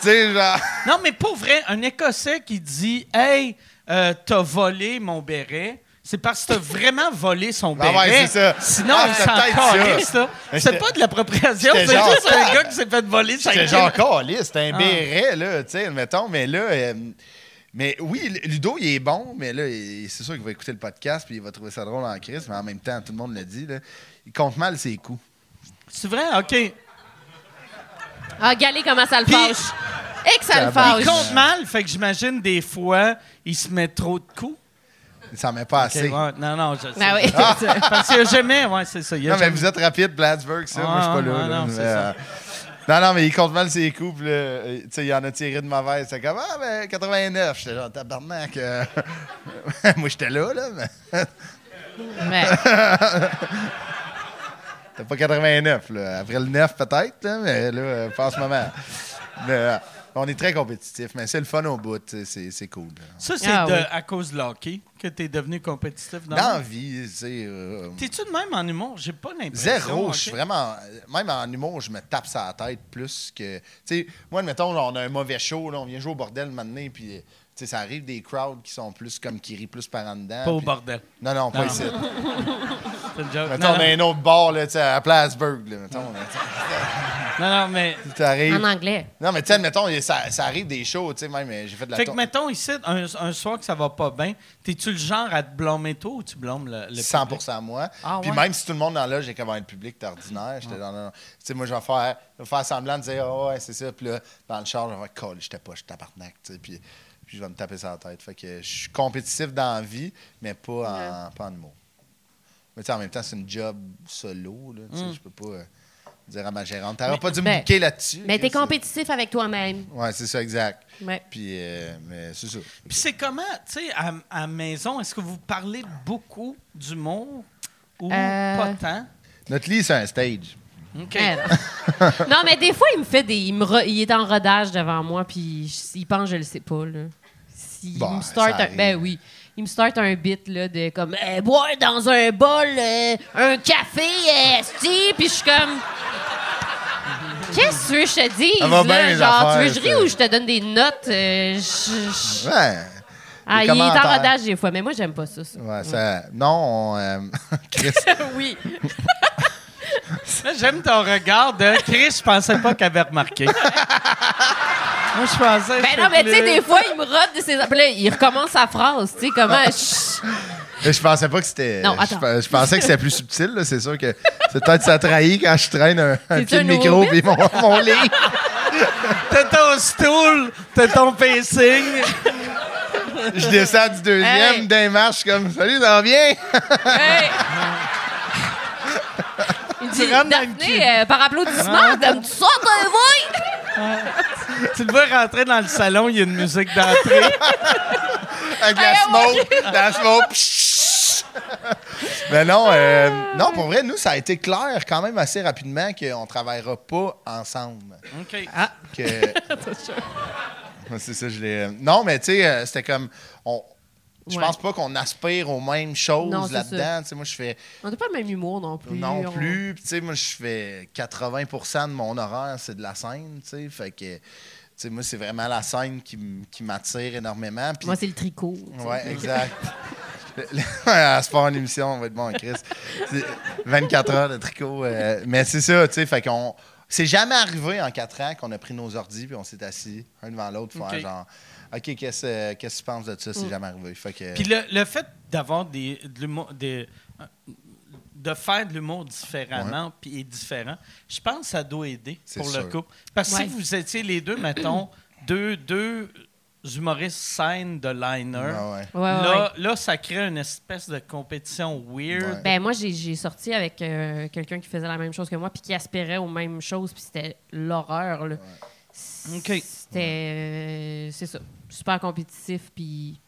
[SPEAKER 4] Tu sais, genre.
[SPEAKER 1] Non, mais pour vrai, un Écossais qui dit Hey, euh, t'as volé mon béret. C'est parce que t'as vraiment volé son
[SPEAKER 4] Ah
[SPEAKER 1] béret.
[SPEAKER 4] ouais, c'est ça.
[SPEAKER 1] Sinon,
[SPEAKER 4] Ah,
[SPEAKER 1] on
[SPEAKER 4] c'est
[SPEAKER 1] s'en
[SPEAKER 4] peut-être
[SPEAKER 1] calisse,
[SPEAKER 4] ça.
[SPEAKER 1] ça.
[SPEAKER 4] Mais
[SPEAKER 1] C'est
[SPEAKER 4] j'étais-
[SPEAKER 1] pas de l'appropriation, c'est
[SPEAKER 4] j'étais genre-
[SPEAKER 1] juste un gars qui s'est fait voler sa
[SPEAKER 4] J'étais
[SPEAKER 1] gueule.
[SPEAKER 4] genre caliste, c'était un
[SPEAKER 1] Ah.
[SPEAKER 4] béret, là, tu sais, admettons, mais là. euh, mais oui, L- Ludo, il est bon, mais là, il- c'est sûr qu'il va écouter le podcast puis il va trouver ça drôle en crise, mais en même temps, tout le monde le dit, là, il compte mal ses coups.
[SPEAKER 1] C'est vrai? OK.
[SPEAKER 5] Ah, regardez comment ça le
[SPEAKER 1] Puis-
[SPEAKER 5] fâche. Et que ça le
[SPEAKER 4] Tabarnak.
[SPEAKER 1] Il
[SPEAKER 5] fâche.
[SPEAKER 1] compte mal, fait que j'imagine des fois, il se met trop de coups.
[SPEAKER 4] Il s'en met pas
[SPEAKER 1] Ok,
[SPEAKER 4] assez.
[SPEAKER 1] ouais, non, non, je sais.
[SPEAKER 5] Ah oui.
[SPEAKER 1] Parce qu'il y a jamais, ouais, c'est ça. il y a
[SPEAKER 4] Non, mais
[SPEAKER 1] jamais-
[SPEAKER 4] vous êtes rapide, Plattsburgh, ça.
[SPEAKER 1] Ah,
[SPEAKER 4] Moi, je suis pas
[SPEAKER 1] non,
[SPEAKER 4] là. là,
[SPEAKER 1] non,
[SPEAKER 4] mais,
[SPEAKER 1] c'est ça.
[SPEAKER 4] euh, non, non, mais il compte mal ses coups. puis là, euh, tu sais, il en a tiré de mauvaise. C'est comme, ah, ben, 89. J'étais genre, tabarnak. euh. Moi, j'étais là, là, mais
[SPEAKER 5] Ouais.
[SPEAKER 4] t'as pas 89. Là. Après le 9, peut-être, là, mais là, euh, pas en ce moment. Mais, euh, on est très compétitif, mais c'est le fun au bout. tu sais, C'est c'est cool. là.
[SPEAKER 1] Ça, c'est
[SPEAKER 5] Ah
[SPEAKER 1] de-
[SPEAKER 5] oui.
[SPEAKER 1] à cause de l'hockey que t'es devenu compétitif. Dans
[SPEAKER 4] Dans la vie, tu sais. euh,
[SPEAKER 1] T'es-tu de même en humour? J'ai pas l'impression.
[SPEAKER 4] Zéro,
[SPEAKER 1] ok?
[SPEAKER 4] je suis vraiment. Même en humour, je me tape ça la tête plus que. Tu sais, moi, admettons, là, on a un mauvais show, là, on vient jouer au bordel maintenant, puis. euh, tu sais, ça arrive des crowds qui sont plus comme qui rient plus par en dedans.
[SPEAKER 1] Pas au
[SPEAKER 4] puis-
[SPEAKER 1] bordel.
[SPEAKER 4] Non, non, pas
[SPEAKER 1] Non.
[SPEAKER 4] ici.
[SPEAKER 1] C'est une joke.
[SPEAKER 4] Mettons,
[SPEAKER 1] Non,
[SPEAKER 4] on a
[SPEAKER 1] non,
[SPEAKER 4] un autre bar, là, tu sais, à Plattsburgh, là, mettons. là, tu sais.
[SPEAKER 1] non, non, mais.
[SPEAKER 4] T'arrives-
[SPEAKER 5] En anglais.
[SPEAKER 4] Non, mais tu sais, admettons, il- ça, ça arrive des shows, tu sais, même, euh, j'ai fait de la
[SPEAKER 1] Fait que,
[SPEAKER 4] tour-
[SPEAKER 1] mettons, ici, un, un soir que ça va pas bien, t'es-tu le genre à te blâmer toi ou tu blâmes le. le
[SPEAKER 4] 100 moi.
[SPEAKER 1] Ah,
[SPEAKER 4] Puis
[SPEAKER 1] ouais?
[SPEAKER 4] même si tout le monde dans là, j'ai comment être public, t'es ordinaire. J'étais dans là. Tu sais, moi, je vais faire, je vais faire semblant de dire, Ah ouais, c'est ça. Puis là, dans le char, je vais faire, colle, j'étais pas, j'étais tabarnak. Tu sais, puis, puis je vais me taper sur la tête. Fait que je suis compétitif dans la vie, mais pas en, pas en humour. Mais tu sais, en même temps, c'est une job solo. Là, tu sais, Je peux pas euh, dire à ma gérante, t'aurais pas dû me
[SPEAKER 5] Mm. ben,
[SPEAKER 4] bouquer là-dessus.
[SPEAKER 5] Mais t'es
[SPEAKER 4] Chris.
[SPEAKER 5] compétitif avec toi-même.
[SPEAKER 4] Ouais, c'est ça, exact.
[SPEAKER 5] Ouais.
[SPEAKER 4] Puis, euh, mais c'est ça.
[SPEAKER 1] Puis c'est comment, tu sais, à, à maison, est-ce que vous parlez beaucoup d'humour ou
[SPEAKER 5] Euh, ben,
[SPEAKER 1] pas tant?
[SPEAKER 4] Notre lit, c'est un stage.
[SPEAKER 1] OK.
[SPEAKER 5] Ouais, Eh non. non, mais des fois, il me fait des. Il, me re- il est en rodage devant moi, puis je- il pense, que je le sais pas, là. S'il
[SPEAKER 4] Bon,
[SPEAKER 5] me start
[SPEAKER 4] Bah, ça
[SPEAKER 5] un- ben
[SPEAKER 4] arrive.
[SPEAKER 5] oui. Il me start un bit, là, de comme. Eh, boire dans un bol, euh, un café, euh, esti, puis je suis comme. Qu'est-ce que tu veux que je te dise?
[SPEAKER 4] Ça va
[SPEAKER 5] là?
[SPEAKER 4] bien, les
[SPEAKER 5] Genre, tu veux que je
[SPEAKER 4] affaires,
[SPEAKER 5] rie
[SPEAKER 4] ça.
[SPEAKER 5] ou je te donne des notes? Euh, je- je-
[SPEAKER 4] Ouais.
[SPEAKER 5] Ah,
[SPEAKER 4] Les
[SPEAKER 5] il est
[SPEAKER 4] commentaires.
[SPEAKER 5] en rodage des fois, mais moi, j'aime pas ça. ça.
[SPEAKER 4] Ouais, ça. Non, on. euh, Chris.
[SPEAKER 5] oui.
[SPEAKER 1] Là, j'aime ton regard de Chris, je pensais pas qu'elle avait remarqué. Moi, je pensais.
[SPEAKER 5] Ben non, mais tu sais, des fois, il me rote de ses. Puis là, il recommence sa phrase, tu sais,
[SPEAKER 4] Ah.
[SPEAKER 5] comment. Chut.
[SPEAKER 4] Mais Je pensais pas que c'était.
[SPEAKER 5] Non,
[SPEAKER 4] je,
[SPEAKER 5] attends.
[SPEAKER 4] pe- je pensais que c'était plus subtil, là. C'est sûr que c'est peut-être ça trahit quand je traîne un, un
[SPEAKER 5] C'est-tu
[SPEAKER 4] pied de
[SPEAKER 5] un
[SPEAKER 4] micro
[SPEAKER 5] nouveau
[SPEAKER 4] et mon, mon lit.
[SPEAKER 1] T'as ton stool, t'as ton pacing.
[SPEAKER 4] Je descends du deuxième,
[SPEAKER 5] Hey.
[SPEAKER 4] d'un marche comme Salut, ça va bien?
[SPEAKER 5] Hey. Il dit,
[SPEAKER 1] rentres dans le Ah. cul.
[SPEAKER 5] Daphné, euh, par applaudissement, comme tu sors d'un voix.
[SPEAKER 1] tu le vois rentrer dans le salon, il y a une musique d'entrée.
[SPEAKER 4] Avec la
[SPEAKER 5] Hey, oh
[SPEAKER 4] smoke, la smoke. pshhh. Mais non, euh, non, pour vrai, nous, ça a été clair quand même assez rapidement qu'on travaillera pas ensemble.
[SPEAKER 1] OK.
[SPEAKER 4] que- euh, Ouais, c'est ça, je l'ai. Non, mais tu sais, euh, c'était comme. On... Je
[SPEAKER 5] Ouais.
[SPEAKER 4] pense pas qu'on aspire aux mêmes
[SPEAKER 5] Non,
[SPEAKER 4] choses
[SPEAKER 5] c'est
[SPEAKER 4] là-dedans. Tu sais, moi, je fais.
[SPEAKER 5] On n'a pas le même humour non plus.
[SPEAKER 4] Non
[SPEAKER 5] On-
[SPEAKER 4] plus. Puis, tu sais, moi, je fais 80 de mon horaire, c'est de la scène, tu sais. Fait que, tu sais, moi, c'est vraiment la scène qui, m- qui m'attire énormément. Puis,
[SPEAKER 5] Moi, c'est le tricot. tu sais.
[SPEAKER 4] ouais, exact. à se faire en émission, on va être bon, Chris. C'est 24 heures de tricot. euh, mais c'est ça, tu sais, fait qu'on. C'est jamais arrivé en 4 ans qu'on a pris nos ordi puis on s'est assis un devant l'autre pour
[SPEAKER 1] Ok. Mm.
[SPEAKER 4] faire genre OK, qu'est-ce euh, qu'est-ce que tu penses de ça? C'est jamais arrivé. Fait que.
[SPEAKER 1] Puis le, le fait d'avoir des, de l'humour, des- de faire de l'humour différemment puis et différent, je pense que ça doit aider
[SPEAKER 4] C'est
[SPEAKER 1] pour le
[SPEAKER 4] sûr.
[SPEAKER 1] couple. Parce que
[SPEAKER 5] Ouais.
[SPEAKER 1] si vous étiez les deux, mettons, deux, deux humoristes scènes de liner.
[SPEAKER 4] Ah ouais.
[SPEAKER 5] Ouais, ouais, ouais.
[SPEAKER 1] Là, là, ça crée une espèce de compétition weird.
[SPEAKER 4] Ouais.
[SPEAKER 5] Ben moi, j'ai- j'ai sorti avec euh, quelqu'un qui faisait la même chose que moi, puis qui aspirait aux mêmes choses, puis c'était l'horreur. là.
[SPEAKER 1] OK.
[SPEAKER 5] C'était, euh, c'est ça, super compétitif, puis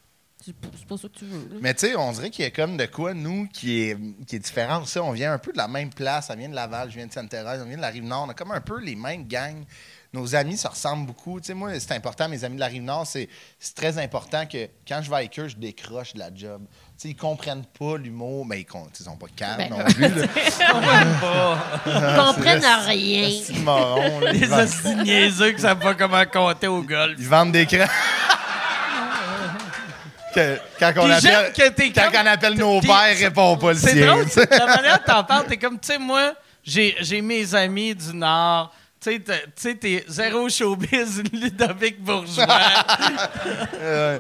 [SPEAKER 5] c'est p- c'est pas ça que tu veux. là.
[SPEAKER 4] Mais tu sais, on dirait qu'il y a comme de quoi, nous, qui est, qui est différent. Tu sais, on vient un peu de la même place. Ça vient de Laval, je viens de Sainte-Thérèse, on vient de la Rive-Nord. On a comme un peu les mêmes gangs. Nos amis se ressemblent beaucoup. Tu sais, moi, c'est important, mes amis de la Rive-Nord, c'est c'est très important que quand je vais avec eux, je décroche de la job. Tu sais, ils comprennent pas l'humour, mais ils, con- tu sais, ils sont pas calmes
[SPEAKER 5] Ben,
[SPEAKER 4] non plus. là.
[SPEAKER 5] Ils comprennent rien.
[SPEAKER 4] Ah, C'est des morons, là. Ils
[SPEAKER 1] Les
[SPEAKER 4] vendent-
[SPEAKER 1] hosties niaiseux qui savent pas comment compter au golf.
[SPEAKER 4] ils vendent des crans. Que- quand on
[SPEAKER 1] Puis
[SPEAKER 4] appelle,
[SPEAKER 1] j'aime que t'es
[SPEAKER 4] quand
[SPEAKER 1] comme-
[SPEAKER 4] on appelle nos
[SPEAKER 1] t'es-
[SPEAKER 4] pères, répond pas le
[SPEAKER 1] C'est
[SPEAKER 4] sien.
[SPEAKER 1] drôle,
[SPEAKER 4] tu sais.
[SPEAKER 1] la manière dont t'en parles, t'es comme, tu sais, moi, j'ai j'ai mes amis du Nord. Tu sais, t'es- tu sais, t'es zéro showbiz, Ludovic Bourgeois.
[SPEAKER 4] Euh,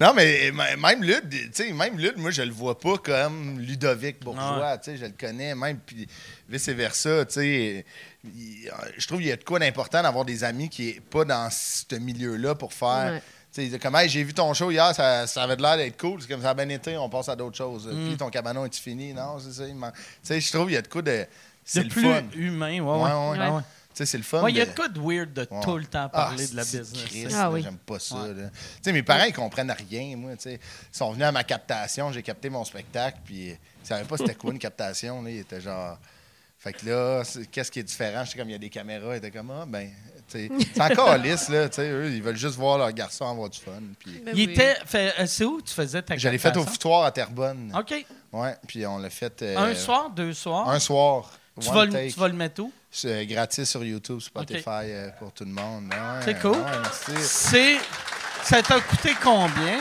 [SPEAKER 4] non, mais m- même Lud, tu sais, même Lud, moi, je le vois pas comme Ludovic Bourgeois, tu sais, je le connais, même, puis vice-versa, tu sais. il- Je trouve qu'il y a de quoi d'important d'avoir des amis qui est pas dans ce milieu-là pour faire...
[SPEAKER 5] Ouais.
[SPEAKER 4] Tu sais, ils disent comme, Hey, j'ai vu ton show hier, ça, ça avait de l'air d'être cool. C'est comme ça a bien été, on passe à d'autres choses. Puis ton cabanon est fini? Non, c'est ça. il m'en- Tu sais, je trouve qu'il y a de quoi de. C'est
[SPEAKER 1] C'est
[SPEAKER 4] le
[SPEAKER 1] plus
[SPEAKER 4] fun.
[SPEAKER 1] humain, ouais,
[SPEAKER 4] Ouais,
[SPEAKER 1] ouais.
[SPEAKER 4] ouais.
[SPEAKER 5] Ouais.
[SPEAKER 4] Tu sais, c'est le fun.
[SPEAKER 1] Ouais, il y a
[SPEAKER 4] de-
[SPEAKER 1] de quoi de weird de
[SPEAKER 4] Ouais. Ah,
[SPEAKER 1] tout le temps parler de la
[SPEAKER 4] c'est Christ,
[SPEAKER 1] business. hein.
[SPEAKER 5] Ah
[SPEAKER 4] là,
[SPEAKER 5] oui.
[SPEAKER 4] J'aime pas ça. là. Tu sais, mes parents, ils comprennent rien, moi. tu sais. Ils sont venus à ma captation, j'ai capté mon spectacle, puis ils savaient pas c'était quoi une captation. Là. Ils étaient genre. Fait que là, c'est- qu'est-ce qui est différent? J'étais comme, il y a des caméras, ils étaient comme, ah, ben. tu sais, C'est encore lisse, là. tu sais, Eux, ils veulent juste voir leur garçon avoir du fun. Puis...
[SPEAKER 5] Ben
[SPEAKER 1] Il
[SPEAKER 5] oui.
[SPEAKER 1] était. fait- euh, C'est où tu faisais ta
[SPEAKER 4] J'allais fait au
[SPEAKER 1] captation?
[SPEAKER 4] foutoir à Terrebonne.
[SPEAKER 1] OK.
[SPEAKER 4] Ouais, puis on l'a fait. euh,
[SPEAKER 1] Ah. Un soir, deux soirs.
[SPEAKER 4] Un soir.
[SPEAKER 1] tu,
[SPEAKER 4] one
[SPEAKER 1] vas le,
[SPEAKER 4] take.
[SPEAKER 1] tu vas le mettre où?
[SPEAKER 4] C'est euh, gratis sur YouTube, Spotify
[SPEAKER 1] Ok.
[SPEAKER 4] euh, pour tout le monde. Ouais,
[SPEAKER 1] C'est cool.
[SPEAKER 4] ouais, merci.
[SPEAKER 1] C'est. Ça t'a coûté combien?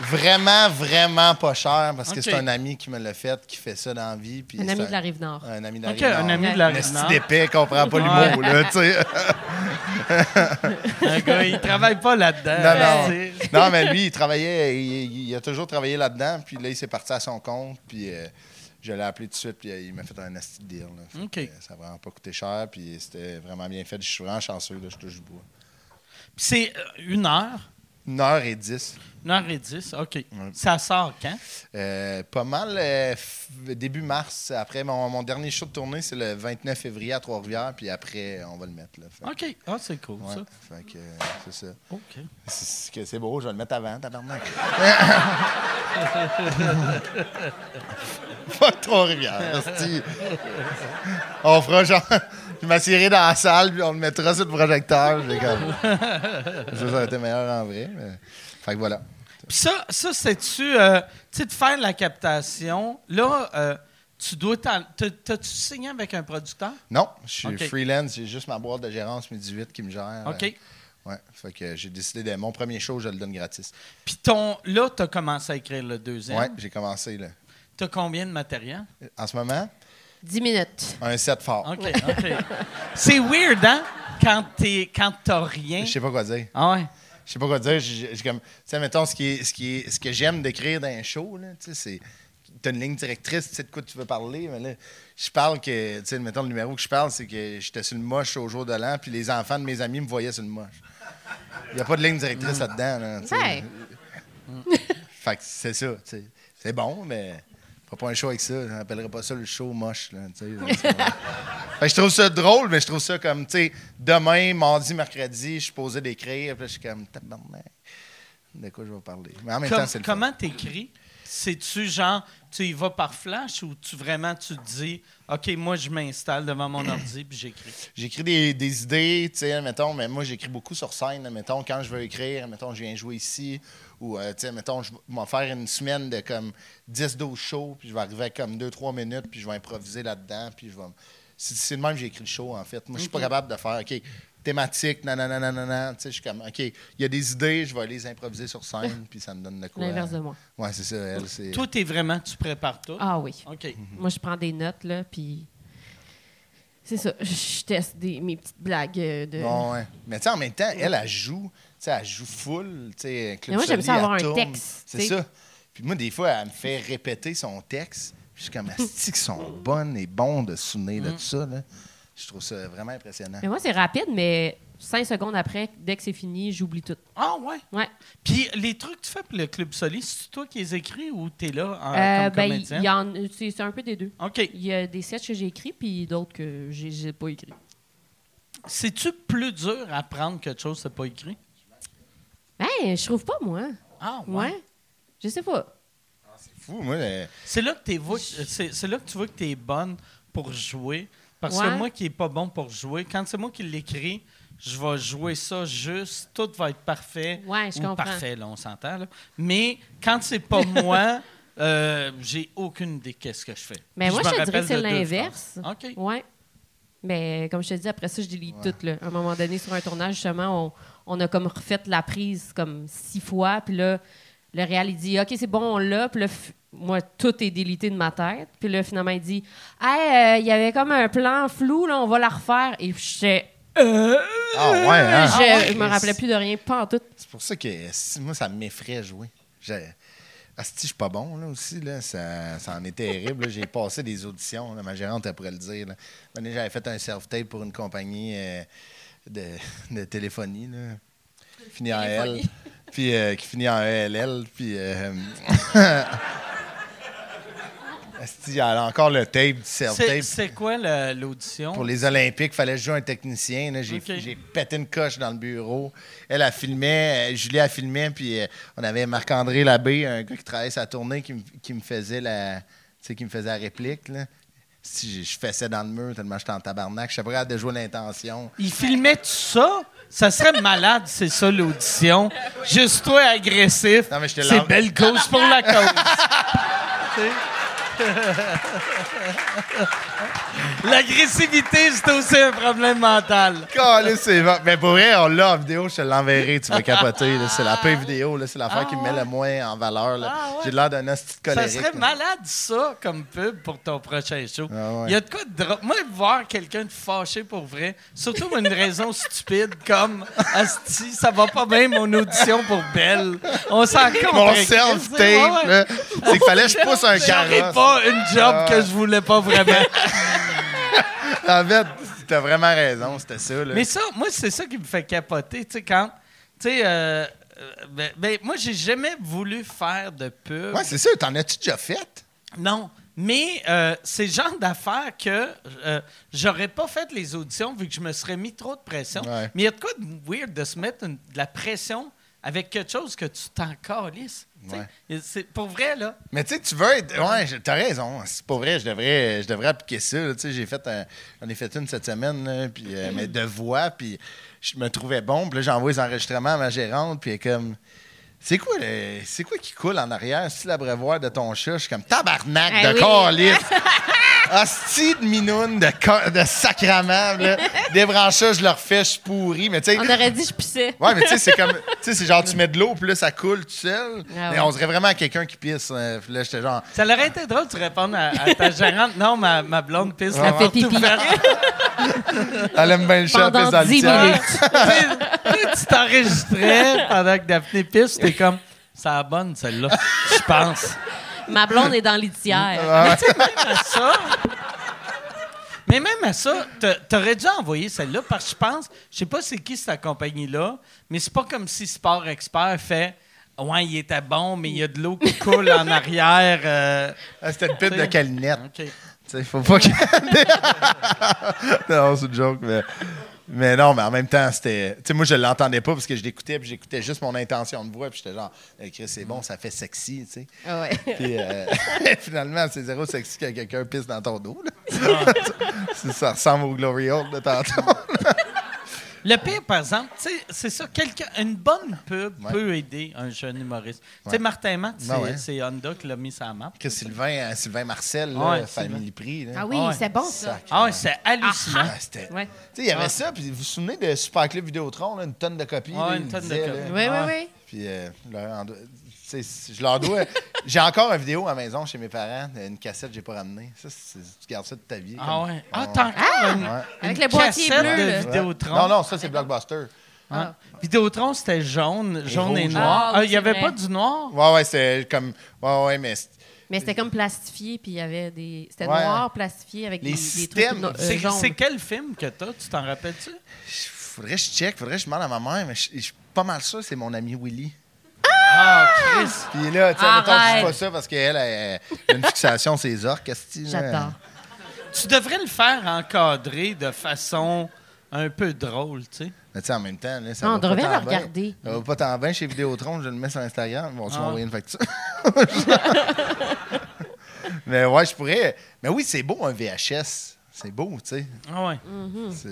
[SPEAKER 4] Vraiment, vraiment pas cher parce que
[SPEAKER 1] Ok.
[SPEAKER 4] c'est un ami qui me l'a fait, qui fait ça dans la vie. puis
[SPEAKER 5] Un
[SPEAKER 4] c'est
[SPEAKER 5] ami de la Rive-Nord.
[SPEAKER 4] Un ami de la
[SPEAKER 1] OK,
[SPEAKER 4] Rive-Nord.
[SPEAKER 1] un ami de la Rive-Nord.
[SPEAKER 4] Un d'épais, comprend pas l'humour, là, tu sais.
[SPEAKER 1] Un gars, il travaille pas là-dedans.
[SPEAKER 4] Non, non.
[SPEAKER 1] Ben, C'est-
[SPEAKER 4] non, mais lui, il travaillait, il, il a toujours travaillé là-dedans, puis là, il s'est parti à son compte, puis euh, je l'ai appelé tout de suite, puis euh, il m'a fait un asti de deal. là. Fait
[SPEAKER 1] OK.
[SPEAKER 4] que, euh, ça n'a vraiment pas coûté cher, puis c'était vraiment bien fait. Je suis vraiment chanceux, là, je touche du bois.
[SPEAKER 1] Puis C'est euh, une heure,
[SPEAKER 4] Une heure et dix.
[SPEAKER 1] une heure et dix, OK. Ça sort quand?
[SPEAKER 4] Euh, pas mal. euh, f- début mars. Après, mon, mon dernier show de tournée, c'est le 29 février à Trois-Rivières. Puis après, on va le mettre. Là. Fait,
[SPEAKER 1] OK. Ah, c'est cool,
[SPEAKER 4] ouais,
[SPEAKER 1] ça.
[SPEAKER 4] fait que, euh, c'est ça.
[SPEAKER 1] OK.
[SPEAKER 4] C'est- C'est que c'est beau, je vais le mettre avant, tabarnak. Fuck Trois-Rivières, hostie. On fera genre... Je m'assierai dans la salle, puis on le mettra sur le projecteur. Je vais comme... Je ça aurait été meilleur en vrai. mais- Fait que voilà.
[SPEAKER 1] Puis ça, ça c'est-tu. euh, tu sais, de faire la captation, là, euh, tu dois. t'en- t'as- T'as-tu signé avec un producteur?
[SPEAKER 4] Non, je suis
[SPEAKER 1] Ok.
[SPEAKER 4] freelance. J'ai juste ma boîte de gérance, mes 18 qui me gère.
[SPEAKER 1] OK.
[SPEAKER 4] Euh, Ouais, fait que j'ai décidé de mon premier show, je le donne gratis.
[SPEAKER 1] Puis ton, là, tu as commencé à écrire le deuxième.
[SPEAKER 4] Ouais, j'ai commencé là.
[SPEAKER 1] Tu as combien de matériel?
[SPEAKER 4] En ce moment,
[SPEAKER 5] 10 minutes.
[SPEAKER 4] un set fort.
[SPEAKER 1] OK, OK. C'est weird, hein? Quand t'es- quand t'as rien.
[SPEAKER 4] Je sais pas quoi dire.
[SPEAKER 1] Ah ouais.
[SPEAKER 4] Je sais pas quoi dire. J'ai j'ai comme tu sais mettons ce qui est, ce qui est, ce que j'aime d'écrire dans un show là, tu sais c'est T'as une ligne directrice, tu sais de quoi tu veux parler, mais là, je parle que, tu sais, mettons, le numéro que je parle, c'est que j'étais sur le moche au jour de l'an, puis les enfants de mes amis me voyaient sur le moche. Il n'y a pas de ligne
[SPEAKER 1] Hmm.
[SPEAKER 4] directrice là-dedans, là, tu sais.
[SPEAKER 5] Ouais.
[SPEAKER 4] Fait que c'est ça, tu sais. C'est bon, mais fera pas un show avec ça. On appellerait pas ça le show moche, là, tu sais. C'est- fait que je trouve ça drôle, mais je trouve ça comme, tu sais, demain, mardi, mercredi, je suis posé d'écrire, puis là, je suis comme, tabarnak, de quoi je vais parler. Mais en même
[SPEAKER 1] Com-
[SPEAKER 4] temps, c'est le fun.
[SPEAKER 1] comment t'écris? C'est-tu genre, tu y vas par flash ou tu vraiment tu te dis, OK, moi, je m'installe devant mon ordi puis j'écris?
[SPEAKER 4] J'écris des, des idées, tu sais, mettons, mais moi, j'écris beaucoup sur scène, mettons, quand je veux écrire, mettons, je viens jouer ici, ou, euh, tu sais, mettons, je vais m'en faire une semaine de comme 10-12 shows, puis je vais arriver à comme 2-3 minutes, puis je vais improviser là-dedans, puis je vais. m- C'est c'est le même que j'écris le show, en fait. Moi, je suis pas capable de faire, OK, thématique, nanana, nanana, tu sais, je suis comme, OK, il y a des idées, je vais les improviser sur scène, puis ça me donne de quoi.
[SPEAKER 5] L'inverse de moi.
[SPEAKER 4] Ouais, c'est ça, elle, c'est.
[SPEAKER 1] Toi, t'es vraiment, tu prépares tout.
[SPEAKER 5] Ah oui.
[SPEAKER 1] OK.
[SPEAKER 5] Moi, je prends des notes, là, puis. C'est ça. Je teste des, mes petites blagues euh, de.
[SPEAKER 4] Bon, ouais. Mais tu sais, en même temps, elle, elle joue. Tu sais, elle joue full. Tu sais, Club
[SPEAKER 5] Mais moi, j'aime
[SPEAKER 4] Soli,
[SPEAKER 5] ça
[SPEAKER 4] elle
[SPEAKER 5] avoir un
[SPEAKER 4] tourne.
[SPEAKER 5] texte,
[SPEAKER 4] C'est
[SPEAKER 5] tu sais.
[SPEAKER 4] ça. Puis moi, des fois, elle me fait répéter son texte. Puis Je suis comme, Asti, qu'ils sont
[SPEAKER 5] Mm.
[SPEAKER 4] bonnes et bons de se souvenir de tout ça. là. Je trouve ça vraiment impressionnant.
[SPEAKER 5] Mais moi, c'est rapide, mais cinq secondes après, dès que c'est fini, j'oublie tout.
[SPEAKER 1] Ah, ouais.
[SPEAKER 5] Ouais.
[SPEAKER 1] Puis les trucs que tu fais pour le Club Soli, c'est toi qui les écris ou t'es là en,
[SPEAKER 5] Euh,
[SPEAKER 1] Ah, comme
[SPEAKER 5] ben, il-
[SPEAKER 1] comédien?
[SPEAKER 5] il y en- c'est c'est un peu des deux.
[SPEAKER 1] OK.
[SPEAKER 5] Il y a des sketchs que j'ai écrits, puis d'autres que j'ai- j'ai pas écrits.
[SPEAKER 1] C'est-tu plus dur à apprendre quelque chose que t'as pas écrit?
[SPEAKER 5] Ben, je trouve pas, moi.
[SPEAKER 1] Ah,
[SPEAKER 5] Ouais. Je sais pas.
[SPEAKER 4] Fou, moi. euh, le-
[SPEAKER 1] C'est là que t'es vo- c'est, c'est là que tu vois que tu es bonne pour jouer. Parce que
[SPEAKER 5] Ouais.
[SPEAKER 1] moi qui est pas bon pour jouer, quand c'est moi qui l'écris, je vais jouer ça juste, tout va être parfait.
[SPEAKER 5] Ouais, je
[SPEAKER 1] Ou
[SPEAKER 5] comprends.
[SPEAKER 1] Parfait, là, on s'entend. là. Mais quand c'est pas moi, euh, j'ai aucune idée de qu'est-ce que je fais.
[SPEAKER 5] Mais
[SPEAKER 1] Puis
[SPEAKER 5] moi,
[SPEAKER 1] me
[SPEAKER 5] je te dirais
[SPEAKER 1] rappelle
[SPEAKER 5] que c'est
[SPEAKER 1] de deux
[SPEAKER 5] l'inverse.
[SPEAKER 1] phrases. OK.
[SPEAKER 5] Ouais. Mais comme je te dis, après ça, je délite tout. Là. À un moment donné, sur un tournage, justement, on, on a comme refait la prise comme six fois. Puis là, le réal, il dit OK, c'est bon, on l'a. Puis là, f- moi, tout est délité de ma tête. Puis là, finalement, il dit Hey, euh, il y avait comme un plan flou, là, on va la refaire. Et j'étais. Euh,
[SPEAKER 4] Ah ouais, hein?
[SPEAKER 5] je,
[SPEAKER 4] Ah ouais.
[SPEAKER 5] je me rappelais plus de rien, pas en tout.
[SPEAKER 4] C'est pour ça que si, moi, ça m'effraie jouer. J'ai- Asti, je suis pas bon, là, aussi, là. Ça, ça en est terrible. là. J'ai passé des auditions, là. ma gérante, elle pourrait le dire. là. Un moment donné, J'avais fait un self-tape pour une compagnie euh, de, de téléphonie, là. Fini en L. Puis euh, qui finit en ELL. Puis. euh, Asti, elle a encore le tape du
[SPEAKER 1] C'est,
[SPEAKER 4] self-tape.
[SPEAKER 1] c'est quoi la- l'audition?
[SPEAKER 4] Pour les Olympiques, il fallait jouer un technicien. là. J'ai
[SPEAKER 1] Ok.
[SPEAKER 4] j'ai pété une coche dans le bureau. Elle a filmé, euh, Julie a filmé, puis euh, on avait Marc-André Labbé, un gars qui travaillait sa tournée, qui me qui me faisait la, tu sais, qui me faisait la réplique. là. Si j'ai- je fessais dans le mur tellement j'étais en tabarnak, je suis pas capable de jouer l'intention.
[SPEAKER 1] Ils filmaient tout ça? Ça serait malade, c'est ça l'audition. Juste toi agressif.
[SPEAKER 4] Non, mais je te
[SPEAKER 1] c'est
[SPEAKER 4] l'en-
[SPEAKER 1] belle cause pour la cause. Tu sais? L'agressivité, c'est aussi un problème mental.
[SPEAKER 4] Calé, c'est bon. Mais pour vrai, on l'a en vidéo, je te l'enverrai, tu vas capoter. là. C'est la pire vidéo, là. c'est l'affaire qui me met le moins en valeur. là.
[SPEAKER 1] Ah ouais.
[SPEAKER 4] J'ai l'air d'un hostie de
[SPEAKER 1] Ça
[SPEAKER 4] colérique. hein.
[SPEAKER 1] serait
[SPEAKER 4] là.
[SPEAKER 1] malade, ça, comme pub pour ton prochain show.
[SPEAKER 4] Ah ouais.
[SPEAKER 1] Il y a de quoi de drôle. Moi, voir quelqu'un de fâché pour vrai, surtout pour une raison stupide comme Asti, ça va pas bien mon audition pour Belle. On s'en compte.
[SPEAKER 4] Mon self-tape, là, c'est qu'il fallait que je pousse un
[SPEAKER 1] J'aurais
[SPEAKER 4] carrosse.
[SPEAKER 1] pas une job
[SPEAKER 4] Ah ouais.
[SPEAKER 1] que je voulais pas vraiment.
[SPEAKER 4] En fait, t'as vraiment raison, c'était ça. Là.
[SPEAKER 1] Mais ça, moi, c'est ça qui me fait capoter, tu sais, quand... Tu sais, euh, euh, ben, ben, moi, j'ai jamais voulu faire de pub.
[SPEAKER 4] ouais, c'est ça, t'en as-tu déjà fait?
[SPEAKER 1] non, mais euh, c'est le genre d'affaires que euh, j'aurais pas fait les auditions vu que je me serais mis trop de pression.
[SPEAKER 4] Ouais.
[SPEAKER 1] Mais il y a de quoi de weird de se mettre une- de la pression avec quelque chose que tu t'en calisses. tu sais.
[SPEAKER 4] Ouais.
[SPEAKER 1] Et c'est- Pour vrai, là,
[SPEAKER 4] Mais tu sais, tu veux être. Ouais, je- t'as raison. C'est pas vrai, je devrais, je devrais appliquer ça. là. Tu sais, j'ai fait un- j'en ai fait une cette semaine, là, puis, euh, mais de voix, puis je me trouvais bon. Puis là, j'envoie les enregistrements à ma gérante, puis elle est comme. C'est quoi, le- c'est quoi qui coule en arrière? C'est l'abreuvoir de ton chat? Je suis comme tabarnak
[SPEAKER 5] Eh
[SPEAKER 4] de
[SPEAKER 5] oui.
[SPEAKER 4] calice! Hostie de minoune, de, co- de sacrament, là. Débranchage, je le refais, je suis pourri. Mais tu sais,
[SPEAKER 5] On aurait dit je pissais.
[SPEAKER 4] Ouais, mais tu sais, c'est comme. Tu sais, c'est genre, tu mets de l'eau, puis là, ça coule tout seul.
[SPEAKER 5] Ah ouais.
[SPEAKER 4] Mais on dirait vraiment à quelqu'un qui pisse. euh, Puis là, j'étais genre.
[SPEAKER 1] ça aurait été drôle de te répondre à, à ta gérante. Non, ma, ma blonde pisse la
[SPEAKER 5] Ça fait
[SPEAKER 1] porte
[SPEAKER 5] pipi.
[SPEAKER 1] ouverte.
[SPEAKER 4] Elle aime bien le chat,
[SPEAKER 5] Pendant
[SPEAKER 4] pisse dans le
[SPEAKER 5] 10
[SPEAKER 4] tiroir.
[SPEAKER 5] minutes.
[SPEAKER 1] Tu sais, tu t'enregistrais pendant que Daphné pisse, t'es comme, ça la bonne celle-là, je pense.
[SPEAKER 5] Ma blonde est dans l'itière.
[SPEAKER 4] Ah.
[SPEAKER 1] À ça. Mais même à ça, t'a- t'aurais dû envoyer celle-là parce que je pense, je sais pas c'est qui cette compagnie-là, mais c'est pas comme si Sport Expert fait. Ouais, il était bon, mais il y a de l'eau qui coule en arrière. euh.
[SPEAKER 4] Ah, C'était une pipe de calinette.
[SPEAKER 1] OK.
[SPEAKER 4] Tu sais, faut pas que. non, c'est une joke, mais. Mais non, mais en même temps, c'était. Tu sais, moi, je l'entendais pas parce que je l'écoutais, puis j'écoutais juste mon intention de voix, puis j'étais genre, Eh, Chris, c'est bon, ça fait sexy, tu sais.
[SPEAKER 5] Ah ouais.
[SPEAKER 4] Puis euh, finalement, c'est zéro sexy quand quelqu'un pisse dans ton dos. là.
[SPEAKER 5] Ah.
[SPEAKER 4] ça, ça ressemble au Glory Hole de tantôt.
[SPEAKER 1] Le pire, par exemple, tu sais, c'est ça, quelqu'un, une bonne pub
[SPEAKER 4] Ouais.
[SPEAKER 1] peut aider un jeune humoriste. Tu sais,
[SPEAKER 4] Ouais.
[SPEAKER 1] Martin Matt, c'est
[SPEAKER 4] Ben ouais.
[SPEAKER 1] c'est Honda qui l'a mis sur la map.
[SPEAKER 4] que Sylvain, euh, Sylvain Marcel, là,
[SPEAKER 1] Ouais,
[SPEAKER 4] Family Prix. Là.
[SPEAKER 5] Ah oui,
[SPEAKER 1] Ouais.
[SPEAKER 5] c'est bon, ça.
[SPEAKER 1] Ah ouais, c'est hallucinant.
[SPEAKER 4] Ah, c'était-
[SPEAKER 5] Ouais.
[SPEAKER 4] Tu sais, il y avait ça, puis vous vous souvenez de Super Club Vidéotron, là, une tonne de copies.
[SPEAKER 1] Ouais,
[SPEAKER 4] là,
[SPEAKER 1] une
[SPEAKER 4] il
[SPEAKER 1] tonne de
[SPEAKER 4] disait,
[SPEAKER 1] copies.
[SPEAKER 4] là.
[SPEAKER 5] Oui, oui,
[SPEAKER 1] Ah.
[SPEAKER 5] oui.
[SPEAKER 4] Puis euh, je leur en dois- tu sais, je leur dois. J'ai encore une vidéo à la maison chez mes parents, une cassette que j'ai pas ramenée. Ça, c'est- tu gardes ça de ta vie.
[SPEAKER 1] Ah
[SPEAKER 4] comme-
[SPEAKER 1] ouais. Ah, t'as encore une,
[SPEAKER 4] Ouais.
[SPEAKER 5] Avec
[SPEAKER 1] une
[SPEAKER 5] le boîtier
[SPEAKER 1] cassette
[SPEAKER 5] bleu,
[SPEAKER 1] de
[SPEAKER 5] là.
[SPEAKER 1] Vidéotron.
[SPEAKER 4] Non, non, ça, c'est Blockbuster.
[SPEAKER 1] Hein? Vidéotron, c'était jaune, jaune et
[SPEAKER 4] rouge.
[SPEAKER 1] noir.
[SPEAKER 5] Ah,
[SPEAKER 1] Ah,
[SPEAKER 5] oui,
[SPEAKER 1] il n'y
[SPEAKER 5] c'est
[SPEAKER 1] avait
[SPEAKER 5] vrai.
[SPEAKER 1] pas du noir?
[SPEAKER 4] Ouais, ouais, c'est comme. Ouais, ouais, mais. c'est-
[SPEAKER 5] Mais c'était comme plastifié, puis il y avait des. C'était
[SPEAKER 4] Ouais.
[SPEAKER 5] noir plastifié avec
[SPEAKER 4] Les
[SPEAKER 5] des, des
[SPEAKER 4] systèmes,
[SPEAKER 5] trucs no- euh,
[SPEAKER 1] C'est
[SPEAKER 5] jaunes.
[SPEAKER 1] c'est quel film que t'as? Tu t'en rappelles-tu?
[SPEAKER 4] faudrait que je check, faudrait que je demande à ma mère, mais je je suis pas mal sûr que c'est mon ami Willy.
[SPEAKER 1] Ah, Chris!
[SPEAKER 4] Puis là, tu sais, mettons, je dis
[SPEAKER 5] Arrête.
[SPEAKER 4] pas ça parce qu'elle elle, elle a une fixation sur les orques, qu'est-ce que tu- euh,
[SPEAKER 5] J'adore.
[SPEAKER 1] Tu devrais le faire encadrer de façon un peu drôle, tu sais.
[SPEAKER 4] Mais tu sais, en même temps, là, ça
[SPEAKER 5] Non,
[SPEAKER 4] va
[SPEAKER 5] on
[SPEAKER 4] pas
[SPEAKER 5] devrait
[SPEAKER 4] tant
[SPEAKER 5] le
[SPEAKER 4] bien.
[SPEAKER 5] regarder.
[SPEAKER 4] Ça va pas tant bien chez Vidéotron, je le mets sur Instagram, ils vont se
[SPEAKER 1] Ah.
[SPEAKER 4] m'envoyer une facture. mais ouais, je pourrais. Mais oui, c'est beau un VHS. C'est beau, tu sais.
[SPEAKER 1] Ah ouais.
[SPEAKER 4] C'est-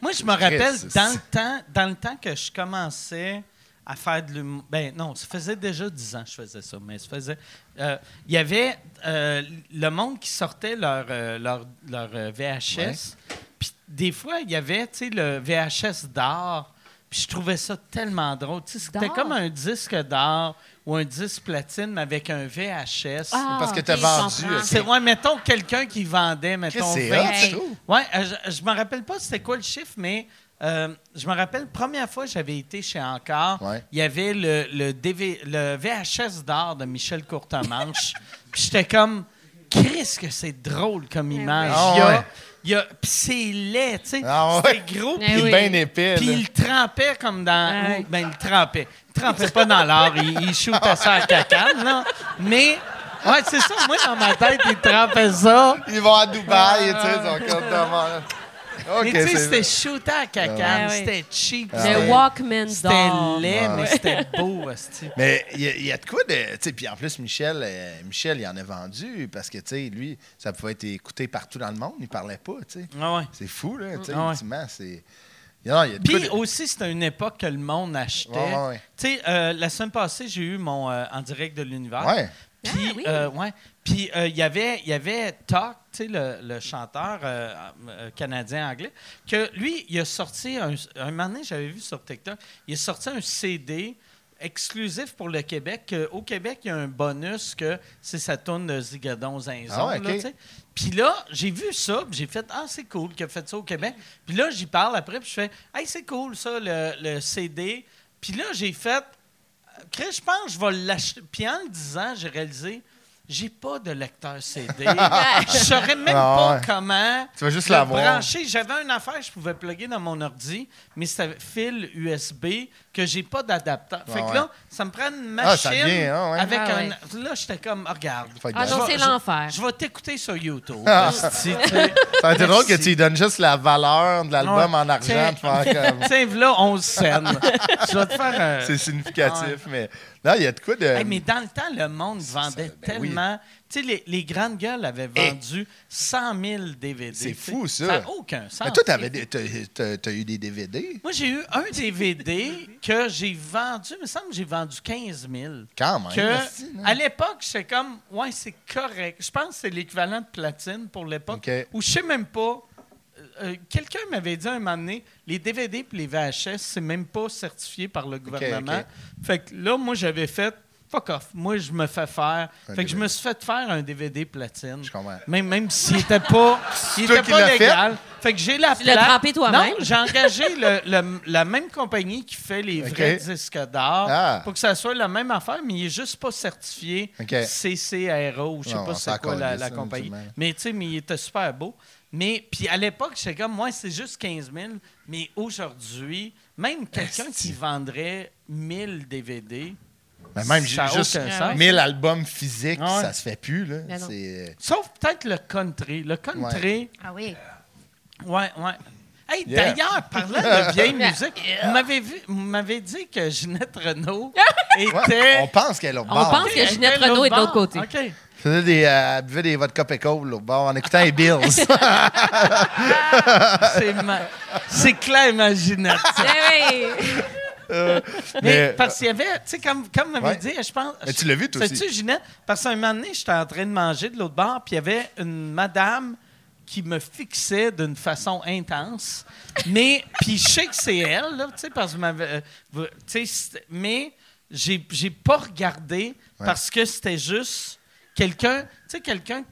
[SPEAKER 1] Moi, je me rappelle
[SPEAKER 4] Chris,
[SPEAKER 1] dans le
[SPEAKER 4] c'est-
[SPEAKER 1] temps, dans le temps que je commençais à faire de l'humour. Ben non, ça faisait déjà 10 ans que je faisais ça, mais ça faisait. euh, Il y avait euh, le monde qui sortait leur, euh, leur, leur, euh,
[SPEAKER 4] Ouais.
[SPEAKER 1] VHS. Puis des fois, il y avait tu sais, le VHS d'art. Puis je trouvais ça tellement drôle. Tu sais, C'était
[SPEAKER 5] D'or?
[SPEAKER 1] comme un disque d'art ou un disque platine, mais avec un VHS.
[SPEAKER 5] Ah,
[SPEAKER 4] parce que
[SPEAKER 5] ok,
[SPEAKER 4] t'as
[SPEAKER 5] je
[SPEAKER 4] vendu,
[SPEAKER 5] comprends.
[SPEAKER 4] ok.
[SPEAKER 1] C'est, ouais, mettons quelqu'un qui vendait,
[SPEAKER 4] Chris,
[SPEAKER 1] mettons.
[SPEAKER 4] c'est
[SPEAKER 1] 20.
[SPEAKER 4] hot, je
[SPEAKER 5] Hey.
[SPEAKER 4] trouve.
[SPEAKER 1] Ouais, euh, je, je me rappelle pas c'était quoi le chiffre, mais euh, je me rappelle, première fois que j'avais été chez Encore,
[SPEAKER 4] Ouais.
[SPEAKER 1] il y avait le, le, DV le VHS d'art de Michel Courtemanche. Puis j'étais comme, Chris, que c'est drôle comme image.
[SPEAKER 4] oui.
[SPEAKER 1] il y a,
[SPEAKER 4] Ah ouais.
[SPEAKER 1] il y a- puis c'est laid, tu sais.
[SPEAKER 4] Ah ouais.
[SPEAKER 1] C'était gros,
[SPEAKER 5] Eh
[SPEAKER 4] Il est
[SPEAKER 5] oui.
[SPEAKER 4] bien épais.
[SPEAKER 1] puis
[SPEAKER 4] là.
[SPEAKER 1] il trempait comme dans.
[SPEAKER 5] Ouais.
[SPEAKER 1] ou- Ben, il trempait. Il trempait pas dans l'art. Il, il shootait ça à la cacane, là. Mais, ouais, c'est ça. Moi, dans ma tête, il trempait ça.
[SPEAKER 4] Ils vont à Dubaï, tu
[SPEAKER 5] Ah.
[SPEAKER 4] sais, ils sont comme demain. OK,
[SPEAKER 1] mais tu sais,
[SPEAKER 4] c'est-
[SPEAKER 1] c'était shooté à la cacane.
[SPEAKER 5] Ah ouais.
[SPEAKER 1] C'était cheap.
[SPEAKER 4] Ah
[SPEAKER 1] c'était-
[SPEAKER 5] Le Walkman
[SPEAKER 1] C'était
[SPEAKER 5] d'or.
[SPEAKER 1] laid, mais c'était beau, hostie.
[SPEAKER 4] Mais il y, a- il y a de quoi de. Tu sais, puis en plus, Michel, euh, Michel, il en a vendu parce que, tu sais, lui, ça pouvait être écouté partout dans le monde, il parlait pas, tu sais.
[SPEAKER 1] Ah ouais.
[SPEAKER 4] C'est fou, là, tu sais,
[SPEAKER 1] Ah ouais.
[SPEAKER 4] ultimement, c'est. Non, il y a de quoi
[SPEAKER 1] Puis
[SPEAKER 4] de-
[SPEAKER 1] aussi, c'était une époque que le monde achetait.
[SPEAKER 4] Ouais, ouais, ouais.
[SPEAKER 1] Tu sais, euh, la semaine passée, j'ai eu mon euh, en direct de l'univers.
[SPEAKER 4] Ouais.
[SPEAKER 1] Puis,
[SPEAKER 5] Ah oui.
[SPEAKER 1] euh, ouais. Puis, euh, il y avait, il y avait Talk, tu sais, le, le chanteur euh, euh, canadien-anglais, que lui, il a sorti un. Un moment donné, j'avais vu sur TikTok, il a sorti un CD exclusif pour le Québec. que au Québec, il y a un bonus que c'est sa tourne de Zigadon Zinzon.
[SPEAKER 4] Ah ouais,
[SPEAKER 1] là,
[SPEAKER 4] ok.
[SPEAKER 1] tu sais. Puis là, j'ai vu ça, puis j'ai fait Ah, c'est cool qu'il a fait ça au Québec. Puis là, j'y parle après, puis je fais Hey, c'est cool ça, le, le CD. Puis là, j'ai fait Chris, je pense que je vais l'acheter. Puis en le disant, j'ai réalisé j'ai pas de lecteur CD. je saurais même
[SPEAKER 4] Ah
[SPEAKER 1] pas
[SPEAKER 4] ouais.
[SPEAKER 1] comment.
[SPEAKER 4] Tu vas juste
[SPEAKER 1] le
[SPEAKER 4] l'avoir.
[SPEAKER 1] brancher. J'avais une affaire que je pouvais plugger dans mon ordi, mais c'était fil USB que j'ai pas d'adaptateur. fait
[SPEAKER 4] Ah
[SPEAKER 1] que
[SPEAKER 4] ouais.
[SPEAKER 1] là, ça me prend une
[SPEAKER 4] Ah, ça
[SPEAKER 1] machine
[SPEAKER 4] vient, ah ouais.
[SPEAKER 1] avec
[SPEAKER 5] Ah
[SPEAKER 1] un. Là, j'étais comme Ah, regarde.
[SPEAKER 4] Fait que
[SPEAKER 5] Ah
[SPEAKER 4] dans-
[SPEAKER 5] non, c'est
[SPEAKER 1] Je vais-
[SPEAKER 5] l'enfer.
[SPEAKER 1] Je vais t'écouter sur YouTube.
[SPEAKER 4] Ah.
[SPEAKER 1] hostie, tu sais.
[SPEAKER 4] Ça a été drôle que
[SPEAKER 1] Merci.
[SPEAKER 4] tu lui donnes juste la valeur de l'album
[SPEAKER 1] Ouais.
[SPEAKER 4] en argent.
[SPEAKER 1] Tiens.
[SPEAKER 4] de faire comme-
[SPEAKER 1] Tiens, là, 11 cents. Je vais te faire un.
[SPEAKER 4] C'est significatif, mais. Non, il y a de quoi de.
[SPEAKER 1] Hey, mais dans le temps, le monde vendait
[SPEAKER 4] Euh, ben Eh.
[SPEAKER 1] tellement. Tu sais, les, les grandes gueules avaient vendu 100 000 DVD.
[SPEAKER 4] C'est
[SPEAKER 1] tu sais.
[SPEAKER 4] fou, ça.
[SPEAKER 1] Ça n'a aucun sens.
[SPEAKER 4] Mais toi, t'avais des- t'as t'as- t'as eu des DVD?
[SPEAKER 1] Moi, j'ai eu un DVD que j'ai vendu. Il me semble que j'ai vendu 15 000.
[SPEAKER 4] Quand même.
[SPEAKER 1] Que,
[SPEAKER 4] merci, non?
[SPEAKER 1] à l'époque, j'étais comme, ouais, c'est correct. Je pense que c'est l'équivalent de platine pour l'époque.
[SPEAKER 4] OK.
[SPEAKER 1] Ou je sais même pas. euh, Quelqu'un m'avait dit un moment donné, les DVD et les VHS, c'est même pas certifié par le gouvernement.
[SPEAKER 4] OK.
[SPEAKER 1] Fait que là, moi, j'avais fait fuck off. Moi, je me fais faire.
[SPEAKER 4] Un
[SPEAKER 1] fait que je
[SPEAKER 4] DVD.
[SPEAKER 1] me suis fait faire un DVD platine.
[SPEAKER 4] Je comprends.
[SPEAKER 1] Même, même s'il était pas, il
[SPEAKER 4] toi
[SPEAKER 1] était
[SPEAKER 4] qui
[SPEAKER 1] pas
[SPEAKER 4] l'as fait?
[SPEAKER 1] légal. Fait? que j'ai la
[SPEAKER 5] Tu l'as
[SPEAKER 1] plaque.
[SPEAKER 5] trempé toi-même?
[SPEAKER 1] Non, j'ai engagé le- le- la même compagnie qui fait les
[SPEAKER 4] OK.
[SPEAKER 1] vrais disques d'or
[SPEAKER 4] Ah.
[SPEAKER 1] pour que ça soit la même affaire, mais il est juste pas certifié
[SPEAKER 4] OK.
[SPEAKER 1] CCRA ou je
[SPEAKER 5] Ah,
[SPEAKER 1] sais
[SPEAKER 4] Non, on
[SPEAKER 1] pas
[SPEAKER 4] s'en
[SPEAKER 1] c'est quoi la,
[SPEAKER 4] calisse,
[SPEAKER 1] la
[SPEAKER 4] là,
[SPEAKER 1] compagnie.
[SPEAKER 4] ultimement.
[SPEAKER 1] Mais tu sais, mais il était super beau. Mais puis à l'époque, j'étais comme, moi, c'est juste 15 000. Mais aujourd'hui, même quelqu'un
[SPEAKER 4] Esti.
[SPEAKER 1] qui vendrait 1000 DVD,
[SPEAKER 4] Mais
[SPEAKER 1] Ah,
[SPEAKER 4] même
[SPEAKER 1] ça
[SPEAKER 4] ju-
[SPEAKER 1] n'a
[SPEAKER 4] juste
[SPEAKER 1] aucun sens.
[SPEAKER 4] 1000 albums physiques,
[SPEAKER 1] Ah ouais.
[SPEAKER 4] ça se fait plus, là.
[SPEAKER 5] Mais non.
[SPEAKER 4] C'est- euh,
[SPEAKER 1] Sauf peut-être le country. Le country,
[SPEAKER 5] Ah oui.
[SPEAKER 1] ouais, ouais. Hey,
[SPEAKER 4] Yeah.
[SPEAKER 1] d'ailleurs, parlant de vieille
[SPEAKER 5] Yeah.
[SPEAKER 1] musique, vous m'avez vu- vous m'avez dit que Ginette Renault
[SPEAKER 4] Ouais,
[SPEAKER 1] était...
[SPEAKER 4] on pense qu'elle est au
[SPEAKER 5] On
[SPEAKER 4] bord.
[SPEAKER 5] pense- que Ginette
[SPEAKER 1] était
[SPEAKER 5] Renault est de l'autre
[SPEAKER 1] bord.
[SPEAKER 5] côté.
[SPEAKER 1] OK.
[SPEAKER 4] Elle faisait des, euh, elle buvait des vodka pécole là, au bord en écoutant les Bills.
[SPEAKER 1] C'est ma- C'est clair, ma Ginette.
[SPEAKER 5] Eh oui.
[SPEAKER 1] Mais
[SPEAKER 4] Mais- euh,
[SPEAKER 1] parce qu'il y avait, tu sais, comme, comme m'avait
[SPEAKER 4] Ouais.
[SPEAKER 1] dit, je pense.
[SPEAKER 4] Mais tu l'as vu, toi aussi.
[SPEAKER 1] Sais-tu, Ginette? Parce qu'à un moment donné, j'étais en train de manger de l'autre bord, puis il y avait une madame qui me fixait d'une façon intense. Mais, puis je sais que c'est elle, là, tu sais, parce que vous m'avez. euh, vous- tu sais, c'était- mais j'ai j'ai pas regardé
[SPEAKER 4] Ouais.
[SPEAKER 1] parce que c'était juste quelqu'un, tu sais, quelqu'un qui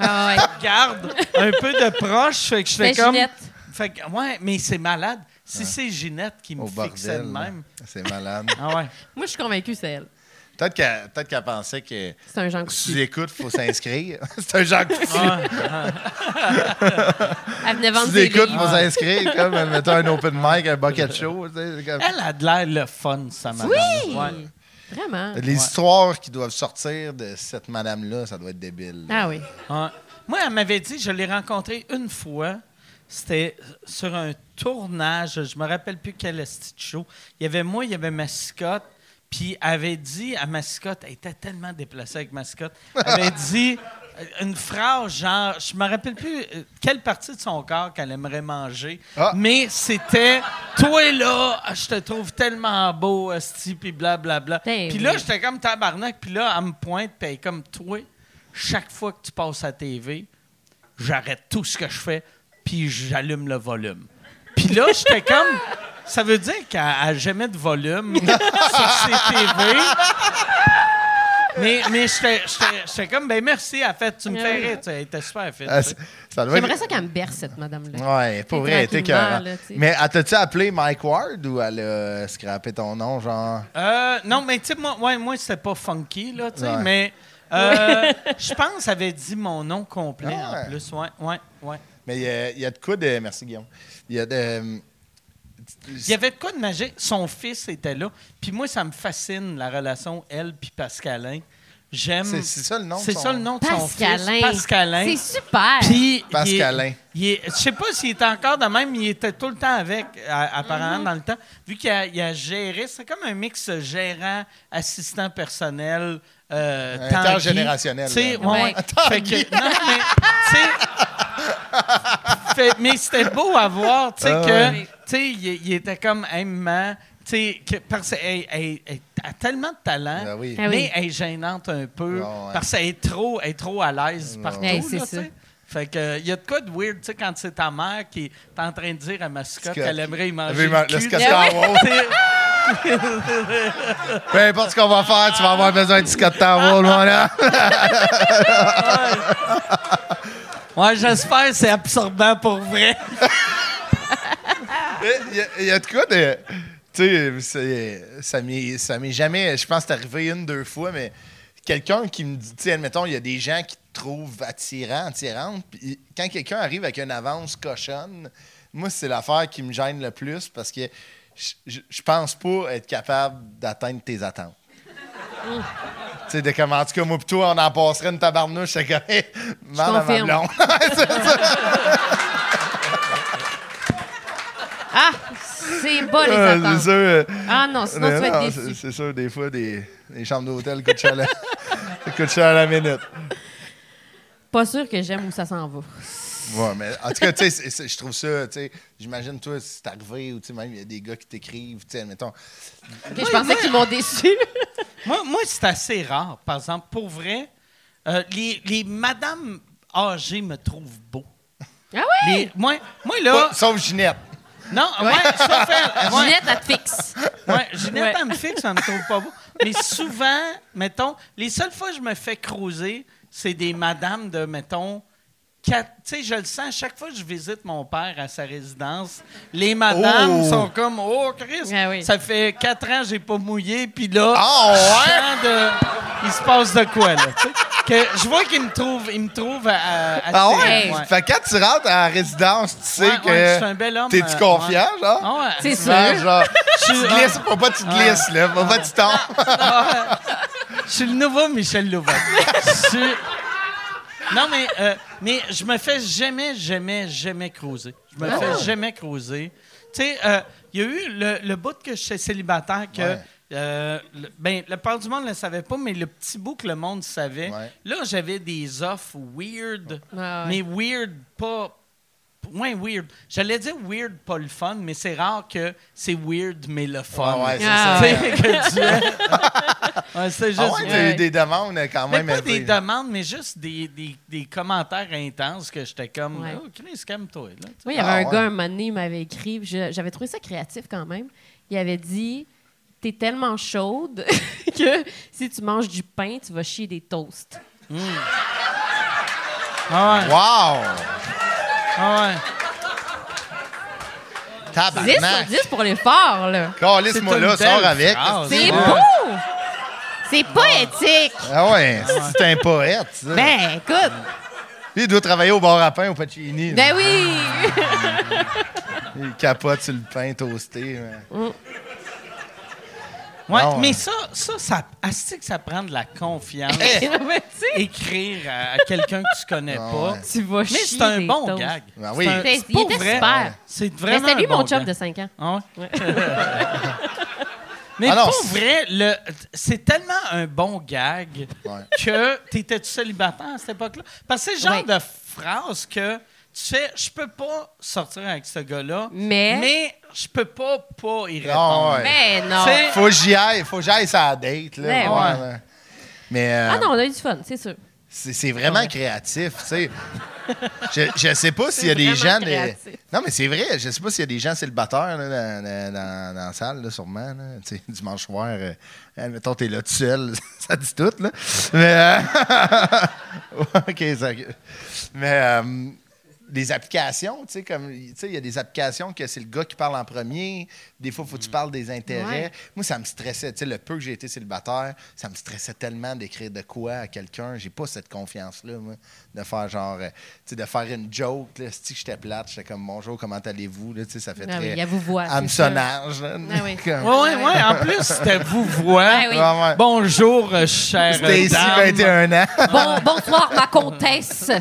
[SPEAKER 5] Ah ouais.
[SPEAKER 1] regarde un peu de proche, fait que je fais
[SPEAKER 5] C'était
[SPEAKER 1] comme.
[SPEAKER 5] Ginette.
[SPEAKER 1] Fait que, ouais, mais c'est malade. Si c'est Ginette qui me
[SPEAKER 4] au
[SPEAKER 1] fixait de
[SPEAKER 4] bordel. là.
[SPEAKER 1] même.
[SPEAKER 4] C'est malade.
[SPEAKER 1] Ah ouais.
[SPEAKER 5] Moi, je suis convaincue, c'est elle.
[SPEAKER 4] Peut-être qu'elle peut-être qu'elle pensait que
[SPEAKER 5] C'est un Jean
[SPEAKER 4] sous
[SPEAKER 5] Coutu.
[SPEAKER 4] écoute, il faut s'inscrire. c'est un genre de
[SPEAKER 5] Elle venait vendre
[SPEAKER 4] sous
[SPEAKER 5] des
[SPEAKER 4] écoute, il
[SPEAKER 5] livres.
[SPEAKER 4] faut s'inscrire. Comme, mettons, un open mic, un bucket show. tu sais, comme-
[SPEAKER 1] Elle a de l'air le fun, ça madame.
[SPEAKER 5] Oui!
[SPEAKER 1] Ouais.
[SPEAKER 5] Vraiment.
[SPEAKER 4] Les histoires qui doivent sortir de cette madame-là, ça doit être débile.
[SPEAKER 5] Ah oui.
[SPEAKER 1] Ouais. Moi, elle m'avait dit, je l'ai rencontrée une fois. C'était sur un tournage, je me rappelle plus quel esti de show. Il y avait moi, il y avait Mascotte. Puis elle avait dit à Mascotte, elle était tellement déplacée avec Mascotte, elle avait dit euh, une phrase genre, je me rappelle plus euh, quelle partie de son corps qu'elle aimerait manger,
[SPEAKER 4] Ah.
[SPEAKER 1] mais c'était toi là, je te trouve tellement beau, esti, puis blablabla.
[SPEAKER 5] Ben
[SPEAKER 1] Puis là,
[SPEAKER 5] oui.
[SPEAKER 1] J'étais comme tabarnak, puis là, elle me pointe, puis elle est comme toi, chaque fois que tu passes à la TV, j'arrête tout ce que je fais, puis j'allume le volume. Puis là, j'étais comme, ça veut dire qu'elle a jamais de volume sur ses TV. Mais, mais j'étais- j'étais j'étais comme, ben merci, elle fait, tu me fais rire, tu sais, elle était super fit.
[SPEAKER 4] Ah,
[SPEAKER 1] tu
[SPEAKER 4] c'est-
[SPEAKER 1] sais.
[SPEAKER 4] ça doit
[SPEAKER 5] J'aimerais
[SPEAKER 4] être...
[SPEAKER 5] ça qu'elle me berce, cette madame-là.
[SPEAKER 4] Ouais, pour
[SPEAKER 5] Et
[SPEAKER 4] vrai, t'es
[SPEAKER 5] tranquillement,
[SPEAKER 4] écœurant.
[SPEAKER 5] là, tu sais.
[SPEAKER 4] Mais elle t'as-tu appelé Mike Ward ou elle a scrappé ton nom, genre?
[SPEAKER 1] Euh, non, mais tu sais, moi, ouais, moi c'était pas funky, là, tu sais,
[SPEAKER 4] Ouais.
[SPEAKER 1] mais euh, je pense qu'elle avait dit mon nom complet,
[SPEAKER 4] Ah ouais.
[SPEAKER 1] en plus, ouais, ouais, ouais.
[SPEAKER 4] Mais il y a- il y, a de quoi de. Merci, Guillaume. Il y a de. euh,
[SPEAKER 1] Il y avait de quoi de magique. Son fils était là. Puis moi, ça me fascine, la relation, elle puis Pascalin. J'aime...
[SPEAKER 4] C'est c'est ça le nom? de
[SPEAKER 1] C'est
[SPEAKER 4] son-
[SPEAKER 1] ça le nom de son
[SPEAKER 5] Pascalin.
[SPEAKER 1] fils. Pascalin.
[SPEAKER 5] C'est super.
[SPEAKER 1] Puis,
[SPEAKER 4] Pascalin.
[SPEAKER 1] il est- il est- Je sais pas s'il était encore de même, mais il était tout le temps avec, à- apparemment,
[SPEAKER 5] Mm-hmm.
[SPEAKER 1] dans le temps. Vu qu'il a, il a géré, c'est comme un mix gérant, assistant personnel, euh, Tanguy.
[SPEAKER 4] Intergénérationnel,
[SPEAKER 1] Tu sais,
[SPEAKER 4] là.
[SPEAKER 1] ouais, ouais. Fait que- non, mais, tu sais, fait- mais c'était beau à voir, tu sais,
[SPEAKER 4] Ah,
[SPEAKER 1] que,
[SPEAKER 4] ouais.
[SPEAKER 1] tu sais, il, il était comme, hey, maman, tu sais, que- parce qu'elle elle- elle a tellement de talent,
[SPEAKER 4] Ben oui.
[SPEAKER 5] Ah oui.
[SPEAKER 1] mais elle est gênante un peu,
[SPEAKER 4] Ah, ouais.
[SPEAKER 1] parce qu'elle est trop, elle est trop à l'aise partout.
[SPEAKER 5] Ouais,
[SPEAKER 1] là,
[SPEAKER 5] Ben, c'est
[SPEAKER 1] tu
[SPEAKER 5] ça.
[SPEAKER 1] sais. Fait que, il y a de quoi de weird, tu sais, quand c'est ta mère qui est en train de dire à mascotte
[SPEAKER 4] Scott.
[SPEAKER 1] qu'elle aimerait y manger
[SPEAKER 4] Le
[SPEAKER 1] le cul.
[SPEAKER 4] le Scotsman Wall. Peu importe ce qu'on va faire, tu vas avoir besoin de Scott Towel, mon homme.
[SPEAKER 1] Ouais, j'espère que c'est absorbant pour vrai.
[SPEAKER 4] Il y a- Il y, a de quoi de. Tu sais, c'est- ça m'est ça m'est jamais. Je pense que c'est arrivé une, deux fois, mais quelqu'un qui me dit. Tu sais, admettons, il y a des gens qui te trouvent attirant, attirante. Puis il- quand quelqu'un arrive avec une avance cochonne, moi, c'est l'affaire qui me gêne le plus parce que je- je je pense pas être capable d'atteindre tes attentes. Tu sais, de comme, en tout cas, moi, plutôt, on en passerait une tabarnouche, c'est comme, hey, man à ma
[SPEAKER 5] confirme.
[SPEAKER 4] blonde.
[SPEAKER 5] Ah, c'est bas les
[SPEAKER 4] C'est
[SPEAKER 5] attentes.
[SPEAKER 4] sûr, euh,
[SPEAKER 5] Ah non, sinon
[SPEAKER 4] Mais
[SPEAKER 5] tu vas
[SPEAKER 4] non,
[SPEAKER 5] être
[SPEAKER 4] c'est-
[SPEAKER 5] déçu.
[SPEAKER 4] C'est sûr, des fois, des, les chambres d'hôtel coûtent cher, la, coûtent cher à la minute.
[SPEAKER 5] Pas sûr que j'aime où ça s'en va.
[SPEAKER 4] Ouais, mais en tout cas, tu sais, c'est- c'est- je trouve ça, tu sais, j'imagine, toi, si c'est arrivé, ou tu sais, même, il y a des gars qui t'écrivent, tu sais, admettons.
[SPEAKER 5] Ok, je pensais qu'ils m'ont déçu.
[SPEAKER 1] Moi, moi c'est assez rare. Par exemple, pour vrai, euh, les, les madames âgées me trouvent beau.
[SPEAKER 5] Ah
[SPEAKER 1] Les-
[SPEAKER 5] oui!
[SPEAKER 1] moi, moi, là,
[SPEAKER 4] Oh, sauf Ginette.
[SPEAKER 1] non, ouais, sauf elle. Ah, Ouais,
[SPEAKER 5] Ginette, la te fixe.
[SPEAKER 1] ouais, Ginette,
[SPEAKER 5] Ouais.
[SPEAKER 1] elle me fixe, elle me trouve pas beau. Mais souvent, mettons, les seules fois que je me fais creuser, c'est des madames de, mettons, quatre- tu sais, je le sens, chaque fois que je visite mon père à sa résidence, les madames
[SPEAKER 4] Oh.
[SPEAKER 1] sont comme, oh, Chris,
[SPEAKER 5] Ah oui.
[SPEAKER 1] ça fait quatre ans que j'ai pas mouillé, puis là,
[SPEAKER 4] Ah,
[SPEAKER 1] je
[SPEAKER 4] ouais?
[SPEAKER 1] sens de- il se passe de quoi, là, tu sais. Que je vois qu'il me trouve, il me trouve à, à-
[SPEAKER 4] Ah
[SPEAKER 1] attirant,
[SPEAKER 4] ouais?
[SPEAKER 1] ouais.
[SPEAKER 4] Fait que quand tu rentres à la résidence, tu sais
[SPEAKER 1] Ouais,
[SPEAKER 4] que.
[SPEAKER 1] ouais, je suis un bel homme,
[SPEAKER 4] T'es-tu
[SPEAKER 1] euh,
[SPEAKER 4] confiant, genre?
[SPEAKER 1] Ah ouais.
[SPEAKER 5] C'est
[SPEAKER 4] Ouais,
[SPEAKER 5] sûr.
[SPEAKER 4] genre, tu te
[SPEAKER 1] euh,
[SPEAKER 4] glisses, faut pas que tu te glisses, là, faut pas que tu tombes.
[SPEAKER 1] Je suis le nouveau Michel Louvain. Je suis- Non, mais, euh, mais je me fais jamais, jamais, jamais creuser. Je me
[SPEAKER 4] Ah
[SPEAKER 1] fais jamais creuser. Tu sais, euh, il y a eu le, le bout que j'étais célibataire que.
[SPEAKER 4] Ouais.
[SPEAKER 1] euh, le, ben, le part du monde ne le savait pas, mais le petit bout que le monde savait.
[SPEAKER 4] Ouais.
[SPEAKER 1] Là, j'avais des offres weird,
[SPEAKER 5] Ah
[SPEAKER 1] mais
[SPEAKER 5] ouais.
[SPEAKER 1] weird, pas. Moins weird. J'allais dire weird, pas le fun, mais c'est rare que c'est weird, mais le fun.
[SPEAKER 4] Ouais, ouais, c'est
[SPEAKER 5] Ah,
[SPEAKER 1] Tu
[SPEAKER 4] ça.
[SPEAKER 1] sais, que tu es- Ouais, c'est juste.
[SPEAKER 4] Ah ouais, t'as
[SPEAKER 5] Ouais.
[SPEAKER 4] eu des demandes euh, quand
[SPEAKER 1] Mais
[SPEAKER 4] même.
[SPEAKER 1] pas des
[SPEAKER 4] élevées.
[SPEAKER 1] demandes, mais juste des, des, des commentaires intenses que j'étais comme,
[SPEAKER 5] Ouais.
[SPEAKER 1] oh, Chris, calme-toi. là.
[SPEAKER 5] Moi, il y avait
[SPEAKER 4] Ah, ouais.
[SPEAKER 5] un gars, un moment donné, il m'avait écrit, puis je- j'avais trouvé ça créatif quand même. Il avait dit T'es tellement chaude que si tu manges du pain, tu vas chier des toasts.
[SPEAKER 1] Ah ouais,
[SPEAKER 4] Wow!
[SPEAKER 1] ah ouais.
[SPEAKER 5] Dix sur
[SPEAKER 4] Tabarnak!
[SPEAKER 5] 10 pour l'effort, là.
[SPEAKER 4] Calisse-moi
[SPEAKER 1] C'est une
[SPEAKER 4] là,
[SPEAKER 1] belle
[SPEAKER 4] sors avec.
[SPEAKER 1] phrase.
[SPEAKER 5] C'est
[SPEAKER 1] Ouais.
[SPEAKER 5] beau!
[SPEAKER 6] C'est poétique.
[SPEAKER 4] Ah ouais, c'est un poète. ça.
[SPEAKER 6] Ben, écoute.
[SPEAKER 4] Lui, il doit travailler au bar à pain au Pacini. là.
[SPEAKER 6] Ben oui.
[SPEAKER 5] Ben.
[SPEAKER 4] Il capote sur le pain toasté. ouais.
[SPEAKER 1] Ouais,
[SPEAKER 4] Non,
[SPEAKER 1] mais
[SPEAKER 4] ouais.
[SPEAKER 1] ça, ça, ça, asti que ça prend de la confiance.
[SPEAKER 5] Mais tu sais,
[SPEAKER 1] écrire à, à quelqu'un que tu connais pas.
[SPEAKER 4] Ah ouais.
[SPEAKER 5] tu vas chier.
[SPEAKER 1] Mais c'est un
[SPEAKER 5] des
[SPEAKER 1] bon
[SPEAKER 5] toasts.
[SPEAKER 1] gag.
[SPEAKER 4] Ben oui.
[SPEAKER 1] C'est un-
[SPEAKER 6] Il
[SPEAKER 1] c'est pour
[SPEAKER 6] était
[SPEAKER 1] vrai.
[SPEAKER 6] super.
[SPEAKER 1] C'est
[SPEAKER 5] Mais
[SPEAKER 1] vraiment
[SPEAKER 5] c'était lui,
[SPEAKER 1] un bon
[SPEAKER 5] mon chum
[SPEAKER 1] gag.
[SPEAKER 5] de 5 ans.
[SPEAKER 1] Ah ouais? Mais
[SPEAKER 4] Ah non,
[SPEAKER 1] pour
[SPEAKER 4] c'est-
[SPEAKER 1] vrai, le- c'est tellement un bon gag
[SPEAKER 4] Ouais.
[SPEAKER 1] que t'étais-tu célibataire à cette époque-là? Parce que c'est le genre
[SPEAKER 5] Ouais.
[SPEAKER 1] de phrase que tu fais « Je peux pas sortir avec ce gars-là,
[SPEAKER 5] Mais-
[SPEAKER 1] mais je peux pas pas y
[SPEAKER 4] Non,
[SPEAKER 1] répondre.
[SPEAKER 4] Ah ouais.
[SPEAKER 5] Mais Ben, non.
[SPEAKER 1] C'est-
[SPEAKER 4] Faut que j'y aille, faut que j'aille sur la date. Là.
[SPEAKER 5] Ben
[SPEAKER 4] Ouais, ouais. Mais euh,
[SPEAKER 5] Ah non, on a eu du fun, c'est sûr.
[SPEAKER 4] c'est c'est vraiment créatif, tu sais. Je, je sais pas s'il y a
[SPEAKER 6] C'est
[SPEAKER 4] des
[SPEAKER 6] vraiment
[SPEAKER 4] gens. de-
[SPEAKER 6] créatif.
[SPEAKER 4] Non, mais c'est vrai, je sais pas s'il y a des gens célibataires là, dans, dans- dans- dans la salle, là, sûrement. là. Tu sais, dimanche soir, euh, admettons, t'es là tout seul, ça dit tout. Là. Mais, euh, ok, ça. Mais euh, des applications, tu sais, comme, tu sais, il y a des applications que c'est le gars qui parle en premier. Des fois, faut que tu parles des intérêts.
[SPEAKER 6] Mm. Ouais.
[SPEAKER 4] Moi, ça me stressait. Tu sais, le peu que j'ai été célibataire, ça me stressait tellement d'écrire de quoi à quelqu'un. J'ai pas cette confiance-là, moi, de faire genre, euh, tu sais, de faire une joke. Là, si j'étais plate, j'étais comme bonjour, comment allez-vous? Là, tu sais, ça fait
[SPEAKER 5] Ah oui,
[SPEAKER 4] très
[SPEAKER 5] elle vous voit, c'est
[SPEAKER 4] hameçonnage. là.
[SPEAKER 6] Ah oui.
[SPEAKER 4] Comme-
[SPEAKER 1] Ouais, ouais, ouais. En plus, c'était vous voir.
[SPEAKER 5] Ah oui.
[SPEAKER 4] Ouais, ouais.
[SPEAKER 1] Bonjour, euh, chère
[SPEAKER 4] Stacy,
[SPEAKER 1] dame.
[SPEAKER 4] 21 ans.
[SPEAKER 5] Bon, bonsoir, ma comtesse.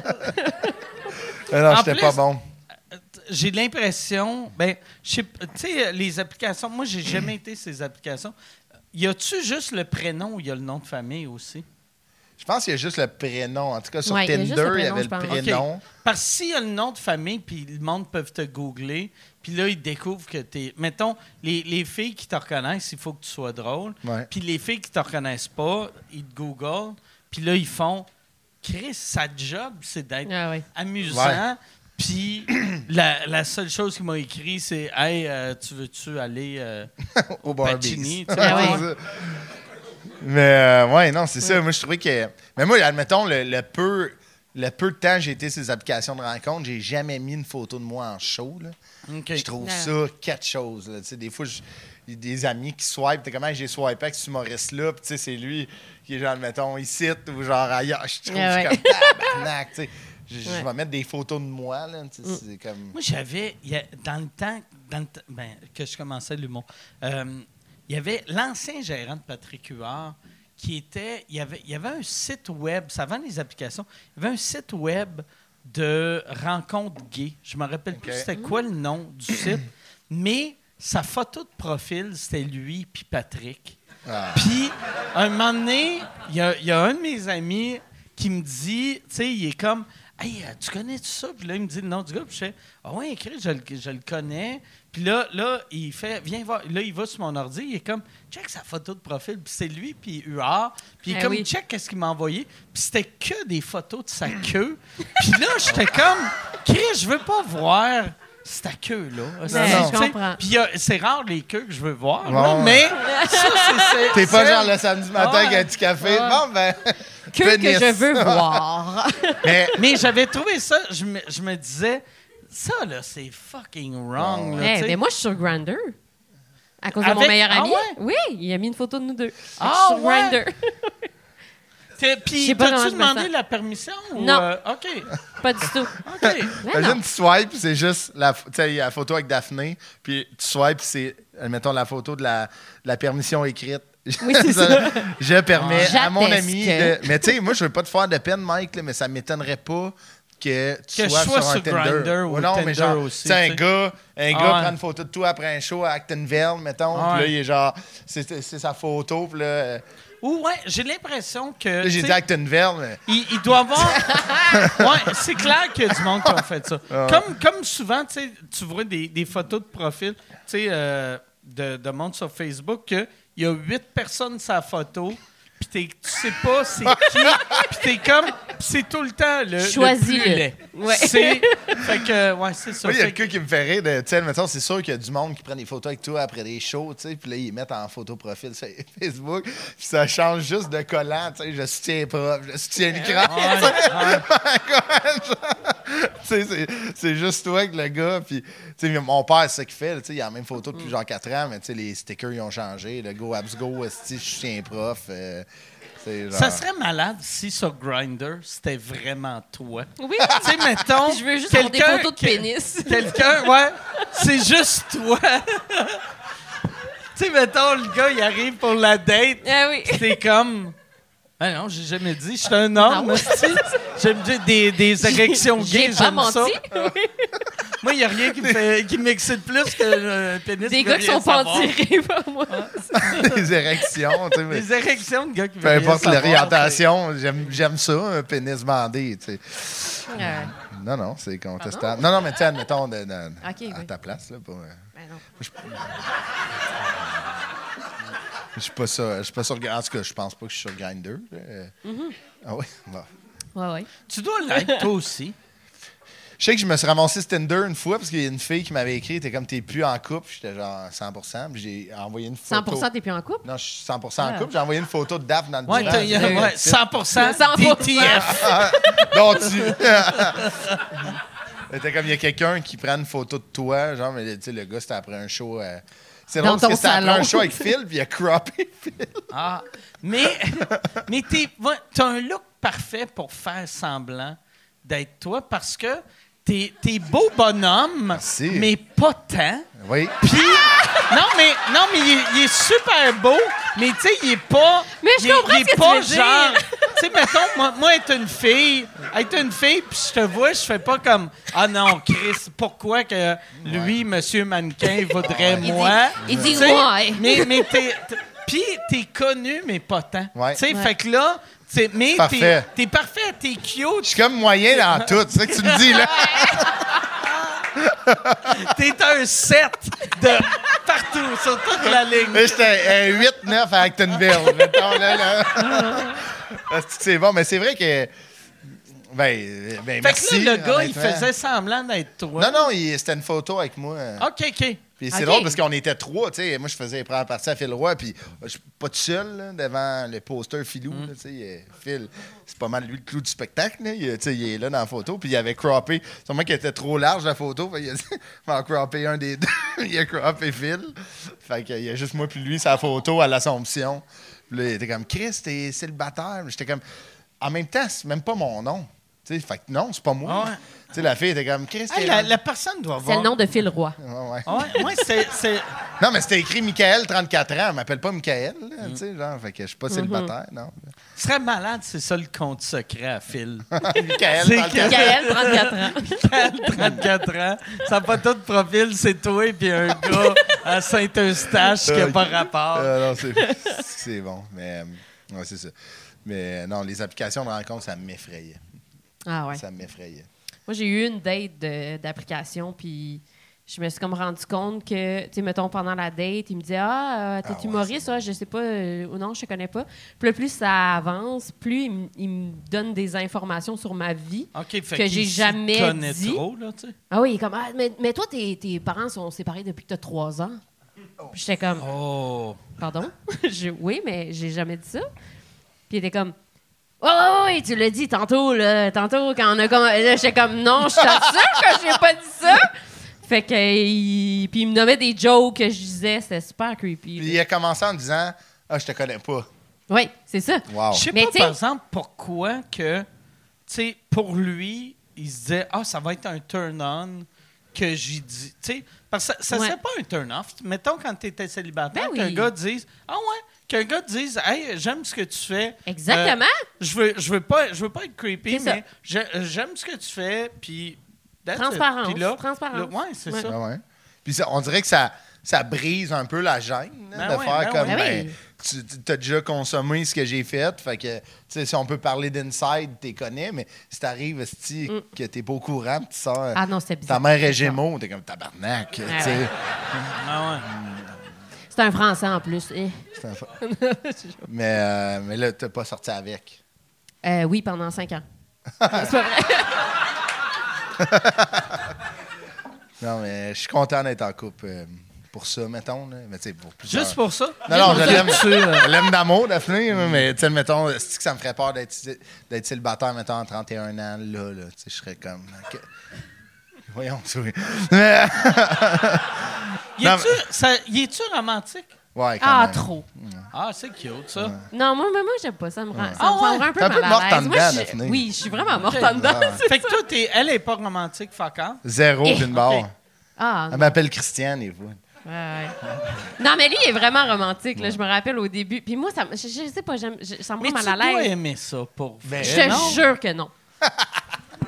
[SPEAKER 4] Ah non,
[SPEAKER 1] En
[SPEAKER 4] j'étais
[SPEAKER 1] plus-
[SPEAKER 4] pas bon.
[SPEAKER 1] J'ai l'impression, ben, je sais p- tu sais, euh, les applications, moi, j'ai jamais été ces applications. Y a-tu juste le prénom ou y a le nom de famille aussi?
[SPEAKER 4] Je pense qu'il y a juste le prénom. En tout cas, sur
[SPEAKER 5] Ouais, il y a
[SPEAKER 4] Tinder,
[SPEAKER 5] juste
[SPEAKER 4] il
[SPEAKER 5] le
[SPEAKER 4] y
[SPEAKER 5] prénom,
[SPEAKER 4] avait le
[SPEAKER 5] je pense.
[SPEAKER 4] prénom.
[SPEAKER 1] OK. Parce que s'il y a le nom de famille, puis le monde peut te googler, puis là, ils découvrent que t'es. Mettons, les, les filles qui te reconnaissent, il faut que tu sois drôle.
[SPEAKER 4] Ouais.
[SPEAKER 1] Puis les filles qui te reconnaissent pas, ils te googlent, puis là, ils font Chris, sa job, c'est d'être
[SPEAKER 5] Ah oui.
[SPEAKER 1] amusant. Puis la, la seule chose qu'il m'a écrit, c'est Hey, euh, tu veux-tu aller euh,
[SPEAKER 4] Au
[SPEAKER 1] Pacini?
[SPEAKER 4] Barbies.
[SPEAKER 1] tu sais,
[SPEAKER 5] Ah ouais.
[SPEAKER 1] ouais.
[SPEAKER 4] Mais euh, ouais, non, c'est ça. Moi, je trouvais que. Mais moi, admettons, le, le peu. Le peu de temps que j'ai été sur ces applications de rencontre, j'ai jamais mis une photo de moi en show. là.
[SPEAKER 1] OK.
[SPEAKER 4] Je trouve
[SPEAKER 5] Ouais.
[SPEAKER 4] ça quatre choses. là. Tu sais, Des fois, je- il y a des amis qui swipe. T'es comment j'ai swipé avec ce humoriste-là? Puis tu sais, c'est lui qui est genre, admettons, ici ou genre ailleurs. Je trouve
[SPEAKER 6] Ah ouais.
[SPEAKER 4] je suis comme tabarnak. tu sais. Je, je
[SPEAKER 5] Ouais.
[SPEAKER 4] vais mettre des photos de moi. Là, tu sais, c'est comme...
[SPEAKER 1] Moi, j'avais, il y a- dans le temps dans le temps- ben, que je commençais l'humour, euh, il y avait l'ancien gérant de Patrick Huard qui était, il y avait, il y avait un site web, ça vend les applications, il y avait un site web de rencontres gays. Je me rappelle plus
[SPEAKER 4] Ok.
[SPEAKER 1] c'était quoi le nom du site, mais sa photo de profil, c'était lui puis Patrick.
[SPEAKER 4] Ah.
[SPEAKER 1] Puis, un moment donné, il y, a- il y a un de mes amis qui me dit, tu sais, il est comme, hey, euh, tu connais tout ça? Puis là, il me dit le nom du gars. Puis je fais, ah ouais, écrit, je, le- je le connais. Puis là, là, il fait, viens voir. Là, il va sur mon ordi, il est comme, check sa photo de profil. Puis c'est lui, puis UR. Puis il est
[SPEAKER 5] Ah
[SPEAKER 1] comme,
[SPEAKER 5] oui.
[SPEAKER 1] check qu'est-ce qu'il m'a envoyé. Puis c'était que des photos de sa queue. puis là, j'étais comme, Chris, je veux pas voir ta queue, là.
[SPEAKER 5] Non,
[SPEAKER 1] Tu
[SPEAKER 4] non.
[SPEAKER 1] sais,
[SPEAKER 5] je comprends.
[SPEAKER 1] Puis il y a- c'est rare les queues que je veux voir,
[SPEAKER 4] Ouais,
[SPEAKER 1] là,
[SPEAKER 4] ouais.
[SPEAKER 1] mais ça, c'est- c'est-
[SPEAKER 4] T'es pas
[SPEAKER 1] c'est-
[SPEAKER 4] genre le samedi matin
[SPEAKER 1] Ouais.
[SPEAKER 4] avec un petit café.
[SPEAKER 5] Ouais.
[SPEAKER 4] Bon, ben.
[SPEAKER 5] Que,
[SPEAKER 4] Pénis.
[SPEAKER 5] que je veux voir.
[SPEAKER 4] Mais
[SPEAKER 1] Mais j'avais trouvé ça, je me, je me disais, ça, là, c'est fucking wrong. là,
[SPEAKER 5] Eh,
[SPEAKER 1] tu sais.
[SPEAKER 5] mais moi, je suis sur Grindr. À cause de mon
[SPEAKER 1] Avec-
[SPEAKER 5] meilleur
[SPEAKER 1] Ah
[SPEAKER 5] ami.
[SPEAKER 1] ouais?
[SPEAKER 5] Oui, il a mis une photo de nous deux.
[SPEAKER 1] Ah
[SPEAKER 5] je suis sur
[SPEAKER 1] ouais?
[SPEAKER 5] Grindr.
[SPEAKER 1] T'es-
[SPEAKER 5] je
[SPEAKER 1] Puis,
[SPEAKER 5] sais pas comment
[SPEAKER 1] t'as-tu
[SPEAKER 5] je me sens.
[SPEAKER 1] demandé la permission? ou,
[SPEAKER 5] Non.
[SPEAKER 1] euh, OK,
[SPEAKER 5] Pas du tout.
[SPEAKER 1] OK.
[SPEAKER 5] Mais Ben non.
[SPEAKER 4] Imagine, tu swipes, c'est juste la, ph- tu sais, il y a la photo avec Daphné, puis tu swipes, c'est, admettons, la photo de la, de la permission écrite.
[SPEAKER 5] Oui, c'est ça.
[SPEAKER 4] Je permets à mon
[SPEAKER 5] J'atteste
[SPEAKER 4] ami
[SPEAKER 5] que-
[SPEAKER 4] de- Mais tu sais, moi, je veux pas te faire de peine, Mike, là, mais ça m'étonnerait pas que
[SPEAKER 1] Que
[SPEAKER 4] tu
[SPEAKER 1] je
[SPEAKER 4] sois,
[SPEAKER 1] sois
[SPEAKER 4] sur, un
[SPEAKER 1] sur
[SPEAKER 4] Tinder.
[SPEAKER 1] Grindr ou
[SPEAKER 4] non,
[SPEAKER 1] Tinder
[SPEAKER 4] mais genre,
[SPEAKER 1] aussi,
[SPEAKER 4] tu sais, un
[SPEAKER 1] tu sais.
[SPEAKER 4] gars, un
[SPEAKER 1] Ah
[SPEAKER 4] gars
[SPEAKER 1] ouais.
[SPEAKER 4] prend une photo de toi après un show à Actonville, mettons,
[SPEAKER 1] Ah
[SPEAKER 4] puis
[SPEAKER 1] ouais.
[SPEAKER 4] là, il est genre, c'est, c'est- c'est sa photo, puis là, euh,
[SPEAKER 1] Ou, ouais, j'ai l'impression que.
[SPEAKER 4] là, j'ai
[SPEAKER 1] tu
[SPEAKER 4] dit
[SPEAKER 1] sais,
[SPEAKER 4] Actonville, mais...
[SPEAKER 1] Il, il doit avoir. ouais, c'est clair qu'il y a du monde qui a fait ça.
[SPEAKER 4] Ah.
[SPEAKER 1] Comme, comme souvent, tu sais, tu vois des, des photos de profil tu sais, euh, de, de monde sur Facebook qu'il y a huit personnes sur la photo, puis t'es- tu sais pas c'est qui, puis t'es comme puis c'est tout le temps le,
[SPEAKER 5] Choisis-le.
[SPEAKER 1] le plus laid.
[SPEAKER 5] Ouais.
[SPEAKER 1] C'est, fait que, ouais, c'est ça.
[SPEAKER 4] Moi, il y a
[SPEAKER 1] Fait que-
[SPEAKER 4] quelqu'un qui me fait rire. de- Tu sais, mettons, c'est sûr qu'il y a du monde qui prend des photos avec toi après des shows, tu sais, puis là, ils mettent en photo profil sur Facebook, puis ça change juste de collant, tu sais, je soutiens les profs, je soutiens le crabe. Tu sais, c'est- c'est juste toi que le gars, puis, tu sais, mon père, c'est ça qu'il fait, là, tu sais, il a la même photo depuis genre 4 ans, mais tu sais, les stickers, ils ont changé, le go, abs go, esti, je soutiens les profs. euh, tu sais, genre-
[SPEAKER 1] Ça serait malade si sur Grinder c'était vraiment toi.
[SPEAKER 5] Oui.
[SPEAKER 1] tu sais, mettons.
[SPEAKER 5] Je veux juste avoir des
[SPEAKER 1] quelqu'un
[SPEAKER 5] photos de
[SPEAKER 1] que-
[SPEAKER 5] pénis.
[SPEAKER 1] Quelqu'un, ouais. C'est juste toi. tu sais, mettons, le gars, il arrive pour la date.
[SPEAKER 5] Ah oui.
[SPEAKER 1] Pis t'es comme. Ah non, j'ai jamais dit, je suis un homme,
[SPEAKER 5] Non.
[SPEAKER 1] hostie. J'aime dire des, des érections
[SPEAKER 5] Ah
[SPEAKER 1] gays,
[SPEAKER 5] J'ai pas
[SPEAKER 1] j'aime
[SPEAKER 5] menti.
[SPEAKER 1] ça. Ah, Moi, il n'y a rien qui me fait- qui m'excite plus que euh, un pénis.
[SPEAKER 5] Des
[SPEAKER 1] veut
[SPEAKER 5] gars qui
[SPEAKER 1] rien
[SPEAKER 5] sont
[SPEAKER 1] savoir. Ah.
[SPEAKER 5] pentirés par moi.
[SPEAKER 4] des érections, tu sais, mais-
[SPEAKER 1] Des érections de gars qui
[SPEAKER 4] peu
[SPEAKER 1] veulent rien
[SPEAKER 4] importe
[SPEAKER 1] savoir,
[SPEAKER 4] l'orientation, j'aime j'aime ça, un pénis bandé, tu sais.
[SPEAKER 5] Euh,
[SPEAKER 4] Non, non, c'est contestable. non, non, mais tu sais, admettons, de- de-
[SPEAKER 5] Ok,
[SPEAKER 4] à
[SPEAKER 5] oui.
[SPEAKER 4] ta place, là, pour, euh,
[SPEAKER 5] ben non.
[SPEAKER 4] je suis pas ça, je suis pas sur, en tout cas, je pense pas que je suis sur Grindr. euh.
[SPEAKER 5] Mm-hmm.
[SPEAKER 4] Ah oui, bon.
[SPEAKER 5] Ouais, ouais.
[SPEAKER 1] t'sais. Tu dois l'être, toi aussi.
[SPEAKER 4] Je sais que je me suis ramassé ce Tinder une fois parce qu'il y a une fille qui m'avait écrit, t'es comme, t'es plus en couple, j'étais genre 100%, puis j'ai envoyé une photo.
[SPEAKER 5] 100 t'es plus en couple?
[SPEAKER 4] Non, je suis 100% en
[SPEAKER 5] Ah.
[SPEAKER 4] couple, j'ai envoyé une photo de Daphne dans le
[SPEAKER 1] Ouais,
[SPEAKER 4] divan.
[SPEAKER 1] t'as- y a- ouais, 100%,
[SPEAKER 5] 100%.
[SPEAKER 1] TTF.
[SPEAKER 4] Non, tu. C'était comme il y a quelqu'un qui prend une photo de toi, genre, mais tu sais, le gars, c'était après un show. euh, C'est
[SPEAKER 5] Dans
[SPEAKER 4] drôle parce
[SPEAKER 5] ton
[SPEAKER 4] que c'était après
[SPEAKER 5] salon.
[SPEAKER 4] un show avec Phil, puis il a croppé.
[SPEAKER 1] Ah, mais mais t'es- ouais, t'as un look parfait pour faire semblant d'être toi parce que t'es es beau bonhomme,
[SPEAKER 4] Merci.
[SPEAKER 1] mais pas tant.
[SPEAKER 4] Oui.
[SPEAKER 1] Puis, non, mais, non, mais il est, il est super beau, mais tu sais, il est pas.
[SPEAKER 5] Mais je
[SPEAKER 1] il est-
[SPEAKER 5] comprends
[SPEAKER 1] il est
[SPEAKER 5] ce que tu
[SPEAKER 1] pas
[SPEAKER 5] veux dire.
[SPEAKER 1] genre. Tu sais, mettons, moi, moi, être une fille, être une fille, puis je te vois, je fais pas comme Ah non, Chris, pourquoi que lui, monsieur mannequin, voudrait
[SPEAKER 5] Il dit-
[SPEAKER 1] moi?
[SPEAKER 5] il dit
[SPEAKER 1] Tu sais,
[SPEAKER 5] ouais.
[SPEAKER 1] Mais, mais t'es. t- Puis, t'es connu, mais pas tant.
[SPEAKER 4] Ouais.
[SPEAKER 1] Tu sais,
[SPEAKER 5] Ouais.
[SPEAKER 1] fait que là, tu sais, mais t'es
[SPEAKER 4] Parfait.
[SPEAKER 1] t'es parfait, t'es cute,
[SPEAKER 4] Je suis comme moyen dans tout, c'est ça que tu me dis, là.
[SPEAKER 1] t'es un 7 de partout, sur toute la ligne.
[SPEAKER 4] Là, J'étais 8-9 à Actonville. mettons, là, là. Parce que C'est bon, mais c'est vrai que. Ben, ben
[SPEAKER 1] Fait
[SPEAKER 4] merci.
[SPEAKER 1] que là, le gars, il
[SPEAKER 4] honnêtement.
[SPEAKER 1] faisait semblant d'être toi.
[SPEAKER 4] Non, non, il- c'était une photo avec moi. euh,
[SPEAKER 1] OK, OK.
[SPEAKER 4] Puis c'est
[SPEAKER 5] Ok.
[SPEAKER 4] drôle parce qu'on était trois, tu sais. Moi, je faisais les premières parties à Phil Roy, puis euh, je suis pas tout seul là, devant le poster Philou,
[SPEAKER 1] Mm.
[SPEAKER 4] là, tu sais. euh, Phil, c'est pas mal lui le clou du spectacle, là. Il, euh, tu sais, il est là dans la photo, puis il avait croppé. Sûrement qu'il était trop large la photo, fait, il a il m'a croppé un des deux. il a croppé Phil. Fait qu'il y a juste moi puis lui sa photo à l'Assomption. Puis là, il était comme Chris, t'es célibataire. J'étais comme En même temps, c'est même pas mon nom. Tu sais, fait que non, c'est pas moi.
[SPEAKER 1] Ah ouais.
[SPEAKER 4] Tu sais, la fille était comme Chris,
[SPEAKER 1] Hey,
[SPEAKER 4] t'es-
[SPEAKER 1] la, la personne doit
[SPEAKER 5] C'est
[SPEAKER 1] voir.
[SPEAKER 5] le nom de Phil Roy.
[SPEAKER 4] Ouais, ouais.
[SPEAKER 1] Ah Ouais, ouais, c'est, c'est-
[SPEAKER 4] Non, mais c'était écrit Michael, 34 ans. On m'appelle pas Michael, là, tu sais, genre, fait que je suis pas célibataire, non.
[SPEAKER 1] ce serait malade, c'est ça le compte secret à Phil.
[SPEAKER 4] Michael,
[SPEAKER 1] C'est
[SPEAKER 4] 34 ans.
[SPEAKER 5] Gaël, 34 ans.
[SPEAKER 1] Michael, 34 ans, ça n'a pas tout de profil, c'est toi et puis un gars à Saint-Eustache qui n'a pas rapport.
[SPEAKER 4] Euh, non, c'est- c'est bon, mais... euh, ouais, c'est ça. Mais euh, non, les applications de rencontre, ça m'effrayait.
[SPEAKER 5] Ah ouais.
[SPEAKER 4] Ça m'effrayait.
[SPEAKER 5] Moi, j'ai eu une date de- d'application, puis je me suis comme rendu compte que, tu sais, mettons, pendant la date, il me disait Ah, euh, t'es
[SPEAKER 4] Ah ouais,
[SPEAKER 5] humoriste, ouais, je sais pas, euh, ou non, je te connais pas. Puis là, plus ça avance, plus il me- il me donne des informations sur ma vie.
[SPEAKER 1] OK, fait
[SPEAKER 5] que
[SPEAKER 1] qu'il
[SPEAKER 5] j'ai
[SPEAKER 1] s'y
[SPEAKER 5] jamais
[SPEAKER 1] connaît
[SPEAKER 5] dit.
[SPEAKER 1] trop, là, tu sais.
[SPEAKER 5] Ah oui, il est comme Ah, mais, mais toi, tes, tes parents sont séparés depuis que t'as trois ans. Puis j'étais comme
[SPEAKER 1] Oh.
[SPEAKER 5] Pardon? Je- oui, mais j'ai jamais dit ça. Puis il était comme, oh, oh, oui, tu l'as dit tantôt, là, tantôt, quand on a comme. là, J'étais comme, non, je t'assure que j'ai pas dit ça. Fait que, euh, il- puis il me nommait des jokes que je disais, c'était super creepy.
[SPEAKER 4] Puis il a commencé en disant, « Ah, je te connais pas.
[SPEAKER 5] Oui, c'est ça. »
[SPEAKER 4] Wow.
[SPEAKER 1] Je sais
[SPEAKER 5] Mais
[SPEAKER 1] pas,
[SPEAKER 5] t'sais-
[SPEAKER 1] par exemple, pourquoi que, tu sais, pour lui, il se disait, ah, ça va être un turn-on que j'y dis. Tu sais, parce que ça- ça
[SPEAKER 5] Ouais.
[SPEAKER 1] serait pas un turn-off. Mettons, quand tu étais célibataire,
[SPEAKER 5] Ben
[SPEAKER 1] qu'un
[SPEAKER 5] oui.
[SPEAKER 1] gars dise, ah ouais, qu'un gars dise, hey, j'aime ce que tu fais.
[SPEAKER 5] Exactement.
[SPEAKER 1] Euh, je veux, je veux pas, je veux pas être creepy,
[SPEAKER 5] C'est ça.
[SPEAKER 1] mais je- j'aime ce que tu fais, puis. that's it.
[SPEAKER 5] Transparence,
[SPEAKER 1] Puis là-
[SPEAKER 5] transparence.
[SPEAKER 1] là- ouais, c'est
[SPEAKER 5] Ouais.
[SPEAKER 1] ça.
[SPEAKER 4] Ah ouais. Puis ça- on dirait que ça, ça brise un peu la gêne là,
[SPEAKER 1] Ben
[SPEAKER 4] de
[SPEAKER 1] ouais,
[SPEAKER 4] faire
[SPEAKER 1] ben
[SPEAKER 4] comme
[SPEAKER 5] ouais.
[SPEAKER 4] ben,
[SPEAKER 5] Oui.
[SPEAKER 4] tu tu as déjà consommé ce que j'ai fait. Fait que tu sais, si on peut parler d'inside, t'es connais, mais si t'arrives si que t'es pas au courant, puis tu sors.
[SPEAKER 5] Mm. Ah non, c'était
[SPEAKER 4] ta
[SPEAKER 5] bizarre.
[SPEAKER 4] mère est Gémeaux, t'es comme tabarnak. tu sais.
[SPEAKER 5] ouais.
[SPEAKER 1] Ah ouais.
[SPEAKER 5] C'est un Français en plus. Eh.
[SPEAKER 4] C'est un fa- mais, euh, mais là, t'as pas sorti avec.
[SPEAKER 5] Euh, oui, pendant cinq ans. C'est pas vrai.
[SPEAKER 4] Non, mais je suis content d'être en couple euh, pour ça, mettons. Là. Mais tu sais, pour plusieurs...
[SPEAKER 1] Juste pour ça.
[SPEAKER 4] Non, non, je l'aime.
[SPEAKER 1] Tu, euh,
[SPEAKER 4] Je l'aime d'amour, Daphné, hein, mais tu sais, mettons, c'est que ça me ferait peur d'être d'être célibataire, mettons, en 31 ans, là, là, tu sais, je serais comme... que- Voyons, souris. Mais-
[SPEAKER 1] y
[SPEAKER 4] Non,
[SPEAKER 1] es-tu ça- y es-tu romantique?
[SPEAKER 4] ouais, quand
[SPEAKER 5] Ah,
[SPEAKER 4] même.
[SPEAKER 5] trop.
[SPEAKER 1] Ah, c'est cute, ça.
[SPEAKER 5] Non, moi, mais moi, j'aime pas ça. Ça me rend, ça
[SPEAKER 1] Ah
[SPEAKER 5] me rend
[SPEAKER 1] ouais?
[SPEAKER 5] un peu
[SPEAKER 4] T'es un peu
[SPEAKER 5] mal à
[SPEAKER 4] morte en
[SPEAKER 5] l'aise. Moi,
[SPEAKER 4] dedans,
[SPEAKER 5] je-
[SPEAKER 4] Daphné.
[SPEAKER 5] Oui, je suis vraiment morte
[SPEAKER 1] Ok.
[SPEAKER 5] en dedans.
[SPEAKER 4] Ouais.
[SPEAKER 1] Fait que toi, t'es- elle est pas romantique, fuck off.
[SPEAKER 4] Zéro,
[SPEAKER 5] Eh,
[SPEAKER 4] puis une barre.
[SPEAKER 1] ok.
[SPEAKER 5] Ah,
[SPEAKER 4] Elle m'appelle Christiane, et vous?
[SPEAKER 5] Ouais, ouais. Non, mais lui, il est vraiment romantique. Là, je me rappelle au début. Puis moi, ça, me- je, je sais pas, j'aime- je- ça me
[SPEAKER 1] Mais
[SPEAKER 5] rend
[SPEAKER 1] tu
[SPEAKER 5] mal à
[SPEAKER 1] dois
[SPEAKER 5] l'aise.
[SPEAKER 1] aimer ça pour vrai,
[SPEAKER 5] Je
[SPEAKER 1] non?
[SPEAKER 5] te jure que Ben non.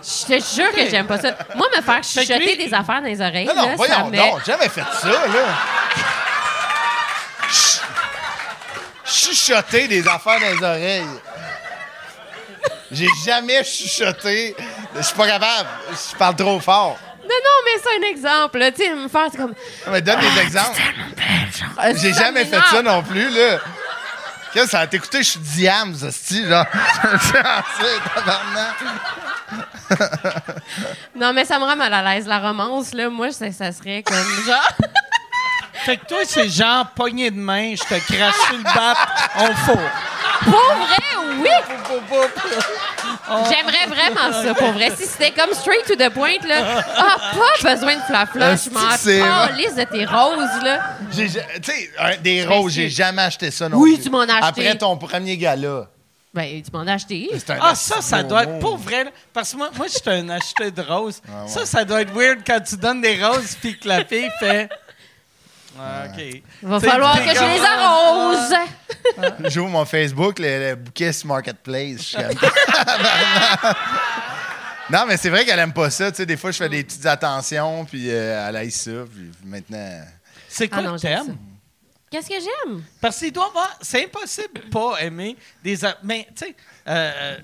[SPEAKER 5] Je te jure que j'aime pas ça. Moi, me faire
[SPEAKER 1] Fait que
[SPEAKER 5] chuchoter
[SPEAKER 1] lui-
[SPEAKER 5] des affaires dans les oreilles,
[SPEAKER 4] Non, non,
[SPEAKER 5] là, ça
[SPEAKER 4] voyons,
[SPEAKER 5] me...
[SPEAKER 4] non, j'ai jamais fait ça, là. Ch- Chuchoter des affaires dans les oreilles. J'ai jamais chuchoté. Je suis pas capable. Je parle trop fort.
[SPEAKER 5] Non, non, mais c'est un exemple. là. Tu sais, me faire c'est comme...
[SPEAKER 4] Non, Mais donne des exemples.
[SPEAKER 5] Ah,
[SPEAKER 4] J'ai
[SPEAKER 5] ça
[SPEAKER 4] jamais fait
[SPEAKER 5] m'énerve.
[SPEAKER 4] ça non plus, là. Qu'est-ce que ça a t'écouté? Je suis diams, hostie, genre. C'est tabarnak.
[SPEAKER 5] Non, mais ça me rend mal à l'aise. La romance, là, moi, ça, ça serait comme genre...
[SPEAKER 1] Fait que toi, c'est genre poignée de main, je te crache sur le bat, on fourre.
[SPEAKER 5] Pour vrai, oui! J'aimerais vraiment ça, pour vrai. Si c'était comme straight to the point, là, ah, pas besoin de
[SPEAKER 1] Euh,
[SPEAKER 5] flafla, je
[SPEAKER 4] Ah, c'est-
[SPEAKER 5] m'en calisse de tes roses, là.
[SPEAKER 4] J'ai ja- Tu sais, un- des roses, j'ai jamais acheté ça non
[SPEAKER 5] Oui,
[SPEAKER 4] plus.
[SPEAKER 5] tu m'en as acheté.
[SPEAKER 4] Après ton premier gala.
[SPEAKER 5] Ben, tu m'en as acheté.
[SPEAKER 4] C'est un
[SPEAKER 1] Ah, ça, ça
[SPEAKER 4] beau
[SPEAKER 1] doit être
[SPEAKER 4] mot.
[SPEAKER 1] pour vrai. là, Parce que moi, moi je suis un acheteur de roses. Ça, ça doit être weird quand tu donnes des roses puis que la fille fait. Ah, OK.
[SPEAKER 5] Va
[SPEAKER 1] T'sais,
[SPEAKER 5] falloir
[SPEAKER 1] t'es
[SPEAKER 5] que je
[SPEAKER 1] comme-
[SPEAKER 5] les arrose.
[SPEAKER 4] J'ouvre mon Facebook, le, le bouquet sur Marketplace. Je suis comme- non, mais c'est vrai qu'elle aime pas ça. Tu sais, des fois, je fais des petites attentions, puis euh, elle aille ça. Puis maintenant.
[SPEAKER 1] C'est quoi
[SPEAKER 5] Ah non,
[SPEAKER 1] le
[SPEAKER 5] j'aime
[SPEAKER 1] thème?
[SPEAKER 5] Qu'est-ce que j'aime?
[SPEAKER 1] Parce qu'il doit avoir. C'est impossible de pas aimer des. a- Mais, tu sais, euh,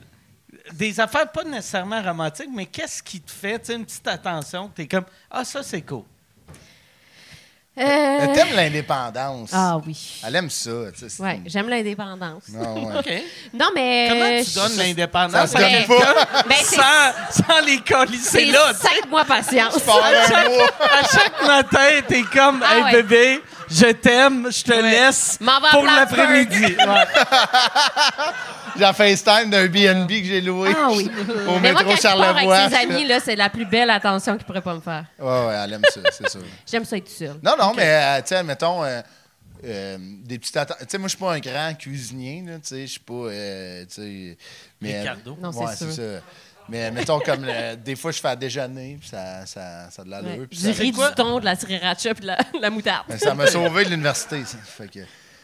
[SPEAKER 1] des affaires pas nécessairement romantiques, mais qu'est-ce qui te fait, tu sais, une petite attention, t'es comme, ah, ça, c'est cool.
[SPEAKER 5] Euh,
[SPEAKER 4] Elle aime l'indépendance.
[SPEAKER 5] Ah oui.
[SPEAKER 4] Elle aime ça. tu sais, c'est-
[SPEAKER 5] Ouais, j'aime l'indépendance.
[SPEAKER 4] Non, ouais.
[SPEAKER 1] OK.
[SPEAKER 5] Non, mais
[SPEAKER 1] Comment tu
[SPEAKER 5] Euh, je-
[SPEAKER 1] donnes
[SPEAKER 4] Ça
[SPEAKER 1] l'indépendance
[SPEAKER 4] se
[SPEAKER 1] à
[SPEAKER 5] Ben,
[SPEAKER 4] donne pas.
[SPEAKER 5] ben, c'est-
[SPEAKER 1] sans, sans les colisser
[SPEAKER 5] c'est
[SPEAKER 1] là, tu sais?
[SPEAKER 5] cinq mois patience.
[SPEAKER 4] Tu pars
[SPEAKER 1] à
[SPEAKER 4] un
[SPEAKER 1] chaque,
[SPEAKER 4] mois.
[SPEAKER 1] à chaque matin, t'es comme
[SPEAKER 5] Ah
[SPEAKER 1] Hey
[SPEAKER 5] ouais.
[SPEAKER 1] bébé, je t'aime, je te laisse
[SPEAKER 5] M'en va à
[SPEAKER 1] pour
[SPEAKER 5] Plattsburgh.
[SPEAKER 1] l'après-midi. Ouais.
[SPEAKER 4] J'ai la FaceTime d'un BNB que j'ai loué
[SPEAKER 5] Ah oui.
[SPEAKER 4] au
[SPEAKER 5] mais
[SPEAKER 4] métro
[SPEAKER 5] moi, quand je pars
[SPEAKER 4] Charlevoix.
[SPEAKER 5] avec ses amis, là, c'est la plus belle attention qu'ils pourraient pas me faire.
[SPEAKER 4] Ouais, ouais, elle aime ça, c'est sûr.
[SPEAKER 5] J'aime ça être seule.
[SPEAKER 4] Non, non, mais, euh, tu sais, mettons, des petites atta- Tu sais, moi, je suis pas un grand cuisinier, là, tu sais, je suis pas, euh, tu sais... Mais, euh,
[SPEAKER 1] Ricardo.
[SPEAKER 5] Non, c'est
[SPEAKER 4] Ouais,
[SPEAKER 5] sûr.
[SPEAKER 4] ça. Mais, mettons, comme, euh, des fois, je fais à déjeuner, puis ça, ça, ça a de l'allure,
[SPEAKER 5] Ouais.
[SPEAKER 4] puis
[SPEAKER 5] Du
[SPEAKER 4] ça...
[SPEAKER 5] riz, du
[SPEAKER 1] quoi?
[SPEAKER 5] thon, de la sriracha puis de la, de la moutarde.
[SPEAKER 4] Ben, ça m'a sauvé de l'université, ça. Fait que,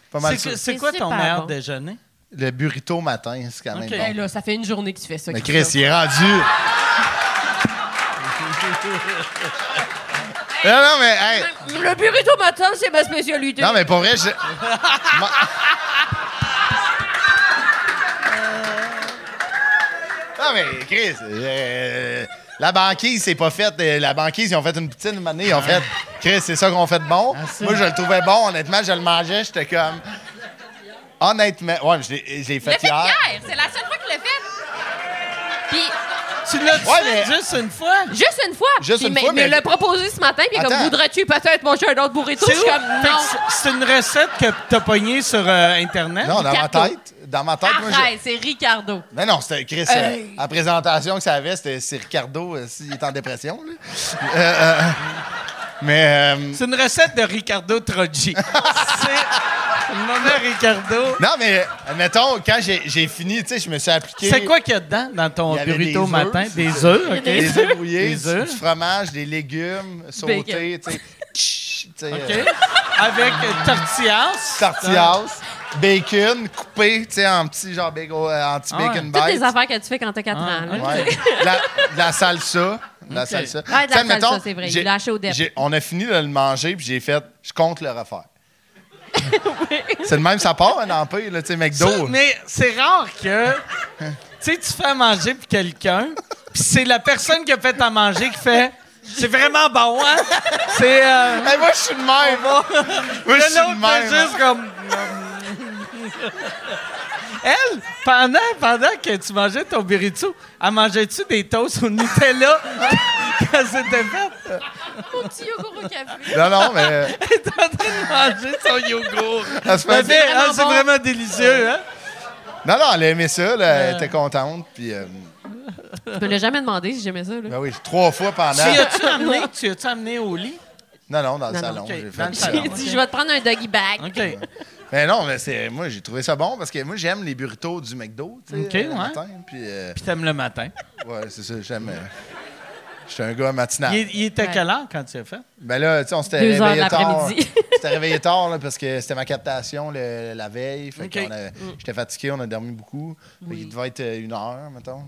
[SPEAKER 4] pas mal
[SPEAKER 1] C'est
[SPEAKER 4] ça.
[SPEAKER 1] que- c'est
[SPEAKER 5] C'est
[SPEAKER 1] quoi ton
[SPEAKER 5] super
[SPEAKER 1] meilleur
[SPEAKER 5] bon.
[SPEAKER 1] déjeuner?
[SPEAKER 4] Le burrito matin, c'est quand même
[SPEAKER 1] Ok.
[SPEAKER 4] bon.
[SPEAKER 5] Ben là, ça fait une journée que tu fais ça.
[SPEAKER 4] Mais Chris,
[SPEAKER 5] Christophe.
[SPEAKER 4] il est rendu. non, non, mais, hey,
[SPEAKER 5] Le burrito matin, c'est ma spécialité.
[SPEAKER 4] Non, mais pour vrai, je. Ma- Euh. Non, mais Chris, euh, la banquise, c'est pas faite. Euh, La banquise, ils ont fait une petite une année. Ils ont fait. Chris, Ah, c'est ça qu'on fait de bon. Moi, je le trouvais bon. Honnêtement, je le mangeais. J'étais comme. Honnêtement. Ouais, mais je l'ai je l'ai
[SPEAKER 5] Je l'ai
[SPEAKER 4] fait
[SPEAKER 5] fait
[SPEAKER 4] hier.
[SPEAKER 5] hier. C'est la seule fois qu'il l'a fait. Puis,
[SPEAKER 1] Tu l'as
[SPEAKER 4] Ouais,
[SPEAKER 1] fait
[SPEAKER 4] mais-
[SPEAKER 1] juste une fois?
[SPEAKER 5] juste une fois.
[SPEAKER 4] Juste
[SPEAKER 5] Puis
[SPEAKER 4] une
[SPEAKER 5] mais-
[SPEAKER 4] fois,
[SPEAKER 5] mais
[SPEAKER 4] mais-
[SPEAKER 5] il l'a proposé ce matin. Puis, il est comme,
[SPEAKER 4] Attends.
[SPEAKER 5] voudrais-tu peut-être manger un autre burrito? Je suis
[SPEAKER 1] où?
[SPEAKER 5] comme,
[SPEAKER 1] Fait que
[SPEAKER 5] non.
[SPEAKER 1] c'est- C'est une recette que t'as pognée sur euh, Internet?
[SPEAKER 4] Non, dans ma
[SPEAKER 5] Ricardo.
[SPEAKER 4] tête. Dans ma tête, moi, j'ai.
[SPEAKER 5] Arrête, c'est Ricardo.
[SPEAKER 4] Mais non, c'était Chris. euh, la présentation que ça avait, c'était c'est Ricardo euh, s'il est en dépression. là. Euh, euh, mais. euh,
[SPEAKER 1] C'est une recette de Ricardo Troggi. c'est le moment Ricardo.
[SPEAKER 4] Non, mais admettons, quand j'ai j'ai fini, tu sais, je me suis appliqué.
[SPEAKER 1] C'est quoi qu'il y a dedans dans ton
[SPEAKER 4] Il y avait
[SPEAKER 1] burrito
[SPEAKER 4] des œufs,
[SPEAKER 1] matin?
[SPEAKER 4] c'est
[SPEAKER 1] Des
[SPEAKER 4] ça.
[SPEAKER 1] œufs, OK.
[SPEAKER 4] Des œufs brouillés,
[SPEAKER 1] Des
[SPEAKER 4] du,
[SPEAKER 1] œufs.
[SPEAKER 4] du fromage, des légumes sautés, tu sais. Tch, tu sais. euh,
[SPEAKER 1] OK. Avec euh, tortillas.
[SPEAKER 4] Tortillas, bacon coupé, tu sais, en petit genre bagel, euh, en petit
[SPEAKER 1] Ah ouais.
[SPEAKER 4] bacon
[SPEAKER 5] Toutes
[SPEAKER 4] bite.
[SPEAKER 5] les affaires que tu fais quand t'as 4 ans. là.
[SPEAKER 4] Ah, Ouais. La, la salsa. La
[SPEAKER 1] Ok.
[SPEAKER 4] salsa. Tu
[SPEAKER 5] la
[SPEAKER 4] sais, admettons,
[SPEAKER 5] salsa, c'est vrai. Il
[SPEAKER 4] j'ai-
[SPEAKER 5] l'a acheté au dep.
[SPEAKER 4] j'ai- On a fini de le manger, puis j'ai fait, je compte le refaire. C'est le même, ça part, hein, un empire, là, tu sais,
[SPEAKER 1] Ça,
[SPEAKER 4] McDo.
[SPEAKER 1] mais c'est rare que. Tu sais, tu fais à manger pour quelqu'un, puis c'est la personne qui a fait à manger qui fait. C'est vraiment bon, hein? C'est. euh,
[SPEAKER 4] Hey, moi, je suis le même. Moi, je
[SPEAKER 1] le
[SPEAKER 4] suis le
[SPEAKER 1] l'autre fait
[SPEAKER 4] même.
[SPEAKER 1] juste comme. Elle, pendant, pendant que tu mangeais ton birito, elle mangeait-tu des toasts au Nutella quand c'était fait?
[SPEAKER 5] Mon petit yogourt au café.
[SPEAKER 4] Non, non, mais
[SPEAKER 1] Elle était en train de manger son yogourt.
[SPEAKER 4] elle se
[SPEAKER 1] Mais
[SPEAKER 4] fait-
[SPEAKER 1] ben, ah, C'est
[SPEAKER 5] bon.
[SPEAKER 1] vraiment délicieux, hein?
[SPEAKER 4] Non, non, elle a aimé ça, là, elle était contente. Puis, euh,
[SPEAKER 5] Tu me l'as jamais demandé si j'aimais ça. Là.
[SPEAKER 4] ben oui, trois fois
[SPEAKER 1] Tu
[SPEAKER 4] pendant.
[SPEAKER 1] as-tu amené, tu as-tu amené au lit?
[SPEAKER 4] Non, non, dans le
[SPEAKER 5] Non, non,
[SPEAKER 4] salon.
[SPEAKER 1] ok,
[SPEAKER 4] j'ai
[SPEAKER 1] dans
[SPEAKER 4] fait
[SPEAKER 1] le
[SPEAKER 4] ça.
[SPEAKER 1] salon.
[SPEAKER 5] Il dit, je vais te prendre un doggy bag.
[SPEAKER 1] OK.
[SPEAKER 4] Mais non, mais c'est, moi, j'ai trouvé ça bon parce que moi, j'aime les burritos du McDo. Tu sais,
[SPEAKER 1] Ok,
[SPEAKER 4] le
[SPEAKER 1] ouais.
[SPEAKER 4] matin, puis, euh,
[SPEAKER 1] Puis t'aimes le matin.
[SPEAKER 4] ouais, c'est ça, j'aime. euh, je suis un gars matinal.
[SPEAKER 1] Il, il était
[SPEAKER 5] Ouais.
[SPEAKER 1] quelle heure quand tu as fait?
[SPEAKER 4] Ben là, tu sais, on s'était
[SPEAKER 5] Deux heures de
[SPEAKER 4] réveillé tard.
[SPEAKER 5] l'après-midi.
[SPEAKER 4] On s'était réveillé tard là, parce que c'était ma captation le- la veille. Fait
[SPEAKER 1] Ok. Mm.
[SPEAKER 4] qu'on a- J'étais fatigué, on a dormi beaucoup. Fait qu'il devait être euh, une heure, mettons.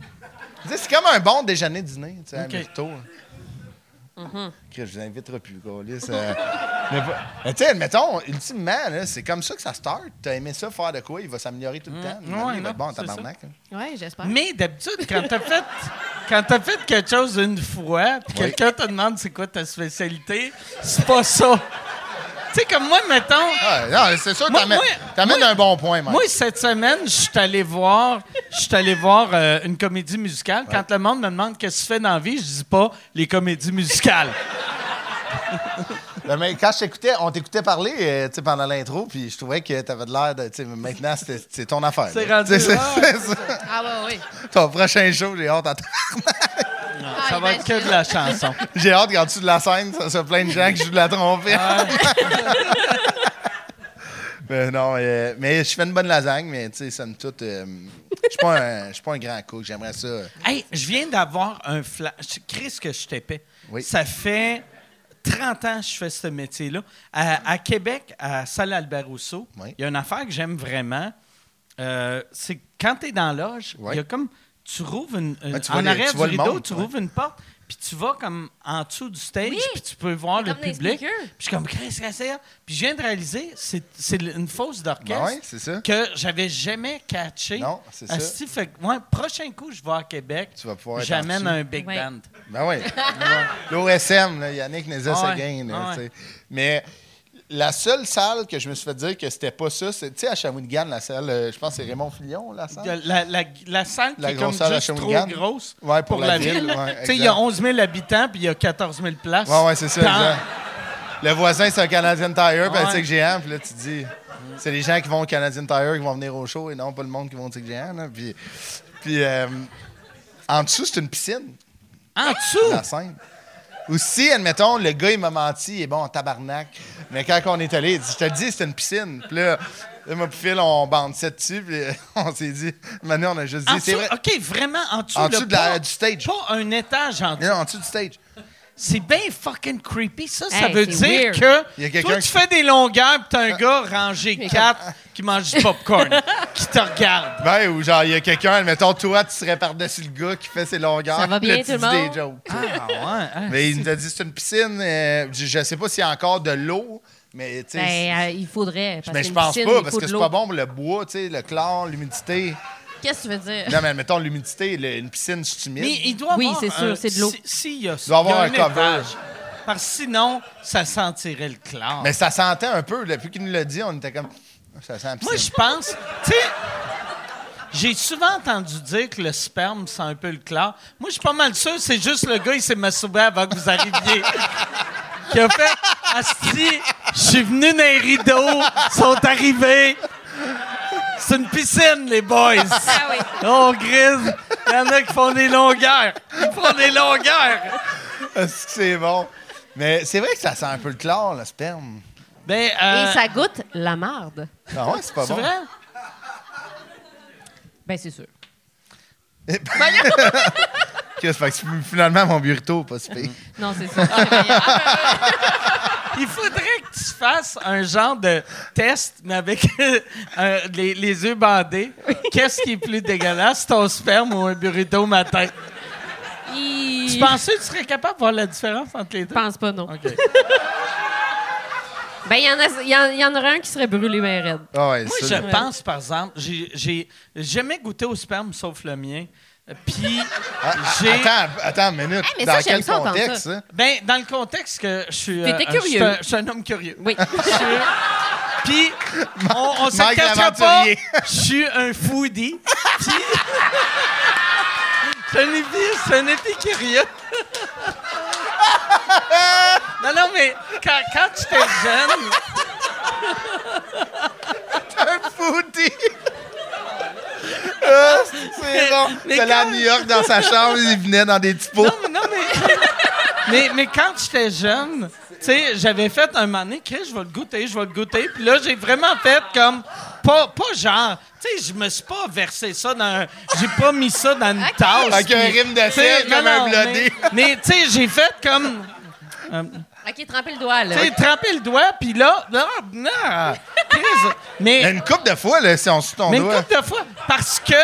[SPEAKER 4] Tu sais, c'est comme un bon déjeuner-dîner, tu sais,
[SPEAKER 1] Ok. Mm-hmm.
[SPEAKER 4] un burrito. Chris, Je vous inviterai plus, câlisse, euh, mais pas- mais tu sais, admettons, ultimement, là, c'est comme ça que ça start. T'as aimé ça, faire de quoi? Il va s'améliorer tout le temps.
[SPEAKER 1] Mm. Ouais,
[SPEAKER 4] il va
[SPEAKER 1] non,
[SPEAKER 4] être bon en
[SPEAKER 1] c'est ça.
[SPEAKER 4] tabarnak. hein.
[SPEAKER 5] Ouais, j'espère.
[SPEAKER 1] Mais d'habitude, quand t'as fait. Quand t'as fait quelque chose une fois, puis
[SPEAKER 4] Oui.
[SPEAKER 1] quelqu'un te demande c'est quoi ta spécialité, c'est pas ça. Tu sais, comme moi, mettons,
[SPEAKER 4] Ah, non, c'est sûr,
[SPEAKER 1] Moi-
[SPEAKER 4] t'amènes
[SPEAKER 1] moi-
[SPEAKER 4] t'amènes un bon point, Mike.
[SPEAKER 1] Moi, cette semaine, je suis allé voir, je suis allé voir euh, une comédie musicale. Quand le monde me demande qu'est-ce que tu fais dans la vie, je dis pas les comédies musicales.
[SPEAKER 4] Non, mais quand je t'écoutais, on t'écoutait parler euh, tu sais, pendant l'intro, puis je trouvais que t'avais de l'air de. tu sais, Maintenant, c'était- c'est ton affaire.
[SPEAKER 1] C'est
[SPEAKER 4] là.
[SPEAKER 1] rendu
[SPEAKER 4] Tu sais,
[SPEAKER 1] là.
[SPEAKER 4] c'est- c'est-
[SPEAKER 5] Ah ouais, oui.
[SPEAKER 4] Ton prochain show, j'ai hâte. à- Ah,
[SPEAKER 5] Ah,
[SPEAKER 1] Ça va être que de la chanson.
[SPEAKER 4] J'ai hâte qu'en dessous de la scène, ça soit plein de gens qui jouent de la trompette. mais non, euh, mais je fais une bonne lasagne, mais tu sais, somme toute, euh, je suis pas un- je suis pas un grand cook. J'aimerais ça.
[SPEAKER 1] Hey, je viens d'avoir un flash. Chris, que je t'épais.
[SPEAKER 4] Oui.
[SPEAKER 1] Ça fait 30 ans que je fais ce métier-là. À, à Québec, à Salle Albert Rousseau, il
[SPEAKER 4] Oui.
[SPEAKER 1] y a une affaire que j'aime vraiment. Euh, c'est que quand tu es dans la loge, il
[SPEAKER 4] Oui.
[SPEAKER 1] y a comme. Tu rouvres une. une-
[SPEAKER 4] Ouais, tu
[SPEAKER 1] en
[SPEAKER 4] vois les-
[SPEAKER 1] arrière
[SPEAKER 4] tu
[SPEAKER 1] du
[SPEAKER 4] vois le
[SPEAKER 1] rideau,
[SPEAKER 4] monde,
[SPEAKER 1] tu
[SPEAKER 4] ouais.
[SPEAKER 1] rouvres une porte, puis tu vas comme en dessous du stage,
[SPEAKER 5] Oui.
[SPEAKER 1] puis tu peux voir
[SPEAKER 5] C'est
[SPEAKER 1] le
[SPEAKER 5] comme des
[SPEAKER 1] public. Puis
[SPEAKER 5] speakers.
[SPEAKER 1] je suis comme, Chris, qu'est-ce que c'est? Puis je viens de réaliser, c'est c'est une fausse d'orchestre
[SPEAKER 4] Ben ouais, c'est ça.
[SPEAKER 1] que j'avais jamais catché.
[SPEAKER 4] Non, c'est ça.
[SPEAKER 1] Asti, fait que, ouais, prochain coup, je vais à Québec.
[SPEAKER 4] Tu vas pouvoir être
[SPEAKER 1] J'amène
[SPEAKER 4] en
[SPEAKER 1] un big
[SPEAKER 5] Ouais.
[SPEAKER 1] band.
[SPEAKER 4] Ben oui. L'OSM, là, Yannick
[SPEAKER 1] Ah ouais.
[SPEAKER 4] Nézet-Séguin.
[SPEAKER 1] Ah
[SPEAKER 4] là, tu
[SPEAKER 1] ouais.
[SPEAKER 4] sais. Mais la seule salle que je me suis fait dire que c'était pas ça, c'est, tu sais, à Shawinigan, la salle, euh, je pense que c'est Raymond Fillon, la
[SPEAKER 1] Il y a
[SPEAKER 4] salle.
[SPEAKER 1] La, la- la salle qui
[SPEAKER 4] La
[SPEAKER 1] est comme
[SPEAKER 4] grosse salle à
[SPEAKER 1] juste trop
[SPEAKER 4] Shawinigan.
[SPEAKER 1] grosse
[SPEAKER 4] Ouais, pour la ville, ouais,
[SPEAKER 1] Tu sais, il y a
[SPEAKER 4] exact.
[SPEAKER 1] 11 000 habitants, puis il y a 14 000 places.
[SPEAKER 4] Ouais, ouais, c'est ça,
[SPEAKER 1] Dans-
[SPEAKER 4] exact. Le voisin, c'est un Canadian Tire, puis
[SPEAKER 1] Ouais. Mm.
[SPEAKER 4] un Tic Géant, puis là, tu te dis, c'est les gens qui vont au Canadian Tire qui vont venir au show et non pas le monde qui vont au Tic Géant. là. Puis, puis euh, en dessous, c'est une piscine.
[SPEAKER 1] En dessous!
[SPEAKER 4] la scène. Ou si, admettons, le gars, il m'a menti, il est bon en tabarnak. Mais quand on est allé, il dit, je te le dis, c'était une piscine. Puis là, là, moi, puis Phil, on bandissait dessus, puis on s'est dit, maintenant, on a juste
[SPEAKER 1] En
[SPEAKER 5] Ah,
[SPEAKER 4] dit, c'est
[SPEAKER 1] dessous,
[SPEAKER 4] vrai.
[SPEAKER 1] OK, vraiment en dessous.
[SPEAKER 4] En
[SPEAKER 1] là,
[SPEAKER 4] dessous de la-
[SPEAKER 1] pas-
[SPEAKER 4] du stage.
[SPEAKER 1] Pas un étage en
[SPEAKER 4] Mais
[SPEAKER 1] dessous.
[SPEAKER 4] non, en dessous du stage.
[SPEAKER 1] C'est bien fucking creepy. Ça, ça
[SPEAKER 5] Hey,
[SPEAKER 1] veut
[SPEAKER 5] c'est
[SPEAKER 1] dire
[SPEAKER 5] weird.
[SPEAKER 1] que
[SPEAKER 4] Il y a quelqu'un
[SPEAKER 1] toi, tu
[SPEAKER 4] qui-
[SPEAKER 1] fais des longueurs, puis t'as un gars rangé 4 qui mange du popcorn, qui te regarde.
[SPEAKER 4] Ben, ou genre, il y a quelqu'un, admettons, toi, tu serais par-dessus le gars qui fait ses longueurs.
[SPEAKER 5] Ça va
[SPEAKER 4] puis là,
[SPEAKER 5] bien,
[SPEAKER 4] tu
[SPEAKER 5] tout le
[SPEAKER 4] dis
[SPEAKER 5] monde?
[SPEAKER 4] des jokes.
[SPEAKER 1] Ah ouais, hein?
[SPEAKER 4] Mais il nous a dit, c'est une piscine. euh, je, je sais pas s'il y a encore de l'eau, mais tu sais. c'est-
[SPEAKER 5] Ben, euh, il faudrait. Parce
[SPEAKER 4] mais
[SPEAKER 5] qu'une
[SPEAKER 4] je pense
[SPEAKER 5] piscine,
[SPEAKER 4] pas,
[SPEAKER 5] il
[SPEAKER 4] parce
[SPEAKER 5] faut
[SPEAKER 4] que
[SPEAKER 5] de
[SPEAKER 4] c'est
[SPEAKER 5] l'eau.
[SPEAKER 4] pas bon pour le bois, tu sais, le chlore, l'humidité.
[SPEAKER 5] Qu'est-ce que tu veux dire?
[SPEAKER 4] Non, mais admettons, l'humidité, le- une piscine, c'est humide.
[SPEAKER 1] Mais il doit
[SPEAKER 5] Oui,
[SPEAKER 1] avoir
[SPEAKER 5] c'est sûr,
[SPEAKER 1] un-
[SPEAKER 5] c'est de l'eau.
[SPEAKER 1] si- S'il y a
[SPEAKER 4] doit avoir
[SPEAKER 1] il y a
[SPEAKER 4] un
[SPEAKER 1] un
[SPEAKER 4] cover.
[SPEAKER 1] étage. Parce que sinon, ça sentirait le chlore.
[SPEAKER 4] Mais ça sentait un peu. Depuis qu'il nous l'a dit, on était comme. Ça sent la
[SPEAKER 1] Moi, je
[SPEAKER 4] piscine.
[SPEAKER 1] pense. Tu sais, j'ai souvent entendu dire que le sperme sent un peu le chlore. Moi, je suis pas mal sûr, c'est juste le gars, il s'est masturbé avant que vous arriviez. Qui a fait Asti, je suis venu dans les rideaux, ils sont arrivés. C'est une piscine, les boys.
[SPEAKER 5] Ah oui.
[SPEAKER 1] Oh, grise, il y en a qui font des longueurs. Ils font des longueurs.
[SPEAKER 4] Est-ce que c'est bon? Mais c'est vrai que ça sent un peu le chlore, le sperme.
[SPEAKER 1] Ben, euh,
[SPEAKER 5] Et ça goûte la marde.
[SPEAKER 4] Ah ouais, c'est pas
[SPEAKER 1] c'est
[SPEAKER 4] Ah bon.
[SPEAKER 1] vrai?
[SPEAKER 5] Ben, c'est sûr.
[SPEAKER 4] Qu'est-ce que fait que finalement, mon burrito, pas si
[SPEAKER 1] Mm.
[SPEAKER 4] pire.
[SPEAKER 5] Non, c'est sûr. Ah, ben, ah,
[SPEAKER 1] Il faudrait que tu fasses un genre de test, mais avec euh, les, les yeux bandés. Qu'est-ce qui est plus dégueulasse, ton sperme ou un burrito matin?
[SPEAKER 5] ben, il-
[SPEAKER 1] Tu pensais que tu serais capable de voir la différence entre les deux?
[SPEAKER 5] Je pense pas, non.
[SPEAKER 1] OK.
[SPEAKER 5] Ben, il y, en a- il y en- il y en aurait un qui serait brûlé, mais raide.
[SPEAKER 4] Ah ouais,
[SPEAKER 1] Moi,
[SPEAKER 4] ça,
[SPEAKER 1] je pense, par exemple, j'ai- j'ai jamais goûté au sperme sauf le mien. Puis,
[SPEAKER 4] Ah, ah,
[SPEAKER 1] j'ai.
[SPEAKER 4] Attends, attends une minute.
[SPEAKER 5] mais
[SPEAKER 4] Dans
[SPEAKER 5] ça, j'aime
[SPEAKER 4] quel
[SPEAKER 5] ça, entendre
[SPEAKER 4] contexte, hein?
[SPEAKER 5] ça.
[SPEAKER 4] ça?
[SPEAKER 1] Ben, dans le contexte que je suis.
[SPEAKER 5] T'étais
[SPEAKER 1] je suis
[SPEAKER 5] curieux.
[SPEAKER 1] un- Je suis un homme curieux.
[SPEAKER 5] Oui.
[SPEAKER 1] Puis, Puis, on, on se le
[SPEAKER 4] Mike
[SPEAKER 1] cachera pas.
[SPEAKER 4] l'aventurier.
[SPEAKER 1] Je suis un foodie. Puis, je l'ai dit, je suis un épicurien. non, non, mais quand, quand j'étais jeune,
[SPEAKER 4] Un foodie! Ah, c'est bon.
[SPEAKER 1] Mais
[SPEAKER 4] C'était à
[SPEAKER 1] quand-
[SPEAKER 4] New York dans sa chambre, il venait dans des petits pots.
[SPEAKER 1] Non, mais, non, mais, mais, mais quand j'étais jeune, tu sais, j'avais fait un moment donné, Chris, je vais le goûter, je vais le goûter. Puis là, j'ai vraiment fait comme, pas, pas genre, tu sais, je me suis pas versé ça dans un, j'ai pas mis ça dans une tasse.
[SPEAKER 4] Avec un
[SPEAKER 1] puis,
[SPEAKER 4] rime de
[SPEAKER 1] tu sais,
[SPEAKER 4] sel comme
[SPEAKER 1] non,
[SPEAKER 4] un
[SPEAKER 1] non,
[SPEAKER 4] blodé.
[SPEAKER 1] Mais, mais, tu sais, j'ai fait comme,
[SPEAKER 5] OK, trempez le doigt, là.
[SPEAKER 1] tu sais, tremper le doigt, puis là, non, non, Chris, mais...
[SPEAKER 4] Mais Une coupe de fois, là, si on suit ton
[SPEAKER 1] Mais une
[SPEAKER 4] doigt.
[SPEAKER 1] couple de fois, parce que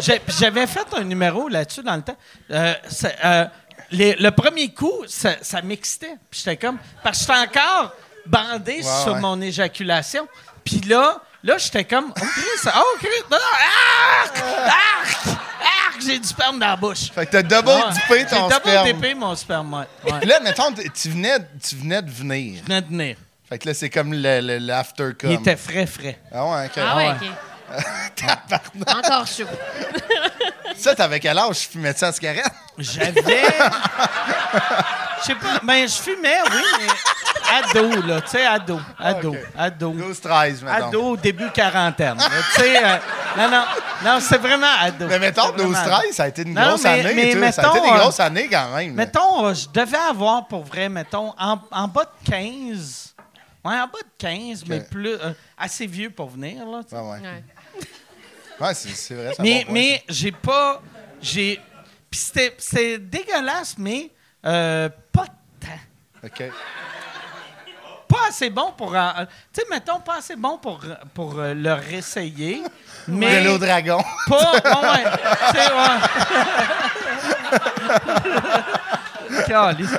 [SPEAKER 1] j'ai- puis j'avais fait un numéro là-dessus dans le temps. Euh, c'est, euh, les- le premier coup, ça, ça m'excitait. Puis j'étais comme... Parce que j'étais encore bandé sur
[SPEAKER 4] ouais.
[SPEAKER 1] mon éjaculation. Puis là, là j'étais comme... Oh, Chris! Oh, Chris! Non, non, arc! Arc! Arc! J'ai du sperme dans la bouche.
[SPEAKER 4] Fait que t'as double
[SPEAKER 1] Ouais.
[SPEAKER 4] dippé ton
[SPEAKER 1] J'ai
[SPEAKER 4] sperme.
[SPEAKER 1] double dippé mon sperme, ouais. Ouais.
[SPEAKER 4] Puis Là, mettons, t- tu venais, tu venais de venir.
[SPEAKER 1] Je venais de venir.
[SPEAKER 4] Fait que là, c'est comme l'after
[SPEAKER 1] Il était frais, frais.
[SPEAKER 4] Ah ouais, ok.
[SPEAKER 5] Ah ouais, OK. Encore chaud.
[SPEAKER 4] Ça, t'avais quel âge? Je fumais de ça à cigarette?
[SPEAKER 1] J'avais. Je sais pas. Ben, je fumais, oui, mais ado, là. Tu sais, ado. Ado.
[SPEAKER 4] ok.
[SPEAKER 1] Ado.
[SPEAKER 4] 12-13, mettons.
[SPEAKER 1] Ado, début quarantaine. là, Tu sais. euh, non, non. Non, c'est vraiment ado.
[SPEAKER 4] Mais mettons,
[SPEAKER 1] C'est vraiment
[SPEAKER 4] 12-13, ça a été une
[SPEAKER 1] Non,
[SPEAKER 4] grosse
[SPEAKER 1] mais-
[SPEAKER 4] année.
[SPEAKER 1] mais
[SPEAKER 4] tu sais. ça a
[SPEAKER 1] mettons,
[SPEAKER 4] été une
[SPEAKER 1] euh,
[SPEAKER 4] grosse année quand même. là.
[SPEAKER 1] Mettons, euh, je devais avoir pour vrai, mettons, en, en bas de 15. Ouais, en bas de 15, mais plus. euh, assez vieux pour venir, là. tu sais.
[SPEAKER 4] Ah ouais.
[SPEAKER 5] Ouais.
[SPEAKER 4] Ouais, c'est c'est vrai. c'est un
[SPEAKER 1] Mais,
[SPEAKER 4] bon point.
[SPEAKER 1] mais j'ai pas. J'ai. Puis c'était- c'est dégueulasse, mais euh, pas tant.
[SPEAKER 4] OK.
[SPEAKER 1] pas assez bon pour. en- euh, Tu sais, mettons, pas assez bon pour, pour euh, le réessayer. Mais.
[SPEAKER 4] De l'eau dragon.
[SPEAKER 1] Pas. ouais, ouais. Tu sais, ouais. Calice.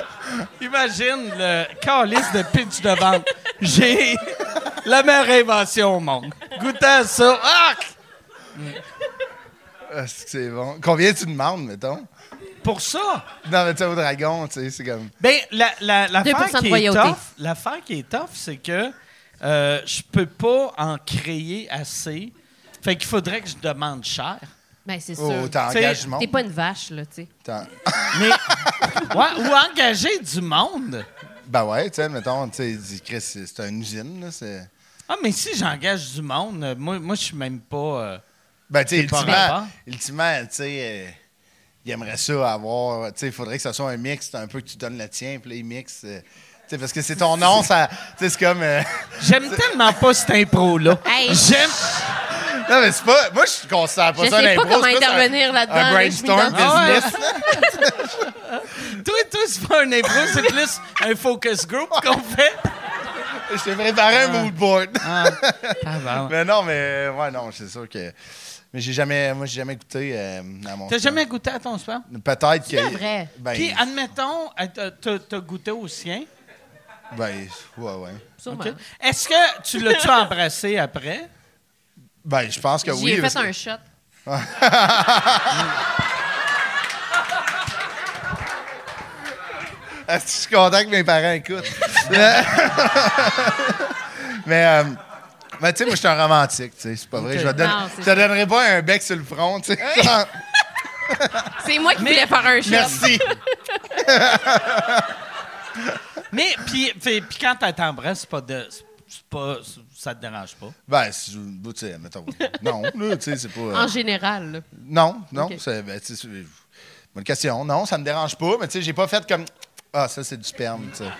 [SPEAKER 1] Imagine le calice de pitch de vente. J'ai la meilleure invention au monde. Goûtez à ça. Ah!
[SPEAKER 4] Ah, c'est que c'est bon. Combien tu demandes, mettons?
[SPEAKER 1] Pour ça,
[SPEAKER 4] Non, mais tu sais, au dragon, tu sais, c'est comme.
[SPEAKER 1] ben, la, la, l'affaire,
[SPEAKER 5] 2% de
[SPEAKER 1] qui est
[SPEAKER 5] royauté.
[SPEAKER 1] tough, l'affaire qui est tough, c'est que euh, je peux pas en créer assez. Fait qu'il faudrait que je demande cher.
[SPEAKER 5] Ben, c'est sûr.
[SPEAKER 4] Oh, t'as
[SPEAKER 1] Tu sais,
[SPEAKER 4] engagement.
[SPEAKER 5] T'es pas une vache, là, tu sais.
[SPEAKER 4] T'en-
[SPEAKER 1] Mais, ouais, ou engager du monde.
[SPEAKER 4] Ben ouais, tu sais, mettons, tu sais, il dit, Chris, c'est c'est une usine, là. c'est-
[SPEAKER 1] Ah, mais si j'engage du monde, euh, moi, moi je suis même pas. euh,
[SPEAKER 4] Ben, tu sais,
[SPEAKER 1] pas
[SPEAKER 4] ultimement,
[SPEAKER 1] grave.
[SPEAKER 4] ultimement, tu sais, euh, il aimerait ça avoir. Tu sais, il faudrait que ce soit un mix, un peu que tu donnes le tien, puis là, il mixe. euh, tu sais, parce que c'est ton nom, ça. Tu sais, c'est comme. euh,
[SPEAKER 1] J'aime tellement pas cette impro-là.
[SPEAKER 5] Hey.
[SPEAKER 1] J'aime.
[SPEAKER 4] Non, mais c'est pas. Moi, je considère pas
[SPEAKER 5] Je
[SPEAKER 4] ça
[SPEAKER 5] sais
[SPEAKER 4] une
[SPEAKER 5] pas
[SPEAKER 4] impro,
[SPEAKER 5] comment
[SPEAKER 4] c'est plus un-
[SPEAKER 5] intervenir là-dedans,
[SPEAKER 4] Un
[SPEAKER 5] là, je
[SPEAKER 4] brainstorm
[SPEAKER 5] m'identifie.
[SPEAKER 1] Ah ouais.
[SPEAKER 4] business.
[SPEAKER 1] Toi, toi, c'est pas un impro, c'est plus un focus group qu'on fait.
[SPEAKER 5] Ah
[SPEAKER 4] Je t'ai préparé un mood board.
[SPEAKER 1] Ah, ben, ouais.
[SPEAKER 4] Mais non, mais. Ouais, non, c'est sûr que. Mais j'ai jamais. Moi, j'ai jamais goûté euh, à mon.
[SPEAKER 1] T'as jamais goûté à ton sperme?
[SPEAKER 4] Peut-être que.
[SPEAKER 5] pas vrai.
[SPEAKER 4] Ben,
[SPEAKER 1] Puis, admettons, euh, t'as- t'as t'as goûté au sien.
[SPEAKER 4] ben, ouais, ouais.
[SPEAKER 5] Sûrement.
[SPEAKER 1] OK? Est-ce que tu l'as-tu embrassé après?
[SPEAKER 4] Ben, je pense que
[SPEAKER 5] J'y
[SPEAKER 4] oui.
[SPEAKER 5] ai
[SPEAKER 4] parce
[SPEAKER 5] fait
[SPEAKER 4] que-
[SPEAKER 5] un shot.
[SPEAKER 4] Est-ce que Ah, je suis content que mes parents écoutent? Mais- mais, euh, mais tu sais, moi, je suis un romantique, tu sais, c'est pas vrai. Je, vais te donner-
[SPEAKER 5] Non, c'est
[SPEAKER 4] je te donnerai pas un bec sur le front, tu sais. Genre,
[SPEAKER 5] C'est moi qui voulais faire un shot.
[SPEAKER 4] Merci.
[SPEAKER 1] Mais, puis, puis puis quand elle t'embrasse, c'est pas de. c'est Pas, ça te dérange pas.
[SPEAKER 4] Ben, si- tu sais, mettons. Non, là, tu sais, c'est pas. euh,
[SPEAKER 5] En général, là.
[SPEAKER 4] non, non,
[SPEAKER 5] Ok.
[SPEAKER 4] c'est. ben, tu sais, c'est- bonne question. Non, ça me dérange pas, mais tu sais, j'ai pas fait comme. Ah, ça, c'est du sperme, tu sais.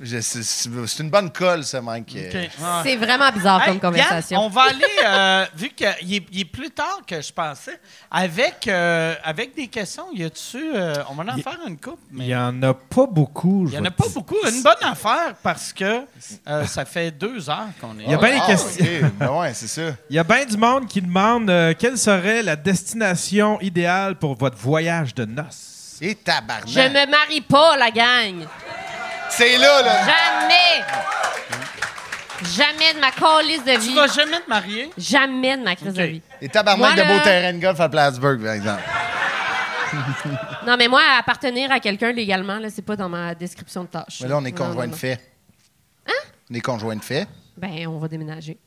[SPEAKER 4] Je- c'est- C'est c'est une bonne colle, ça, Mike.
[SPEAKER 1] OK.
[SPEAKER 5] C'est vraiment bizarre
[SPEAKER 1] Ah. Hey,
[SPEAKER 5] comme conversation.
[SPEAKER 1] Yann, on va aller, euh, vu qu'il est, il est plus tard que je pensais, avec, euh, avec des questions, y a-tu. euh, on va en
[SPEAKER 3] Il-
[SPEAKER 1] faire une coupe,
[SPEAKER 3] Il
[SPEAKER 1] mais.
[SPEAKER 3] n'y en a pas beaucoup.
[SPEAKER 1] Il n'y en a pas beaucoup. Une bonne affaire parce que euh, ça fait deux heures qu'on est.
[SPEAKER 3] Il y a bien des
[SPEAKER 4] Ah,
[SPEAKER 3] questions.
[SPEAKER 4] ok. Ben ouais, c'est ça.
[SPEAKER 3] Il y a bien du monde qui demande euh, quelle serait la destination idéale pour votre voyage de noces.
[SPEAKER 4] Et tabarnak.
[SPEAKER 5] Je me marie pas, la gang.
[SPEAKER 4] C'est là, là.
[SPEAKER 5] Jamais. Jamais de ma calice de
[SPEAKER 1] Tu vas
[SPEAKER 5] vie.
[SPEAKER 1] jamais te marier?
[SPEAKER 5] Jamais de ma crise
[SPEAKER 1] Ok.
[SPEAKER 5] de vie.
[SPEAKER 4] Et tabarnak
[SPEAKER 5] Moi,
[SPEAKER 4] de beau
[SPEAKER 5] là-
[SPEAKER 4] terrain de golf à Plattsburgh, par exemple.
[SPEAKER 5] Non, mais moi, appartenir à quelqu'un légalement, là, c'est pas dans ma description de tâche.
[SPEAKER 4] Mais là, on est
[SPEAKER 5] Non, non,
[SPEAKER 4] conjoint de
[SPEAKER 5] non.
[SPEAKER 4] fait. Hein? Les conjoints de fait.
[SPEAKER 5] Ben, on va déménager.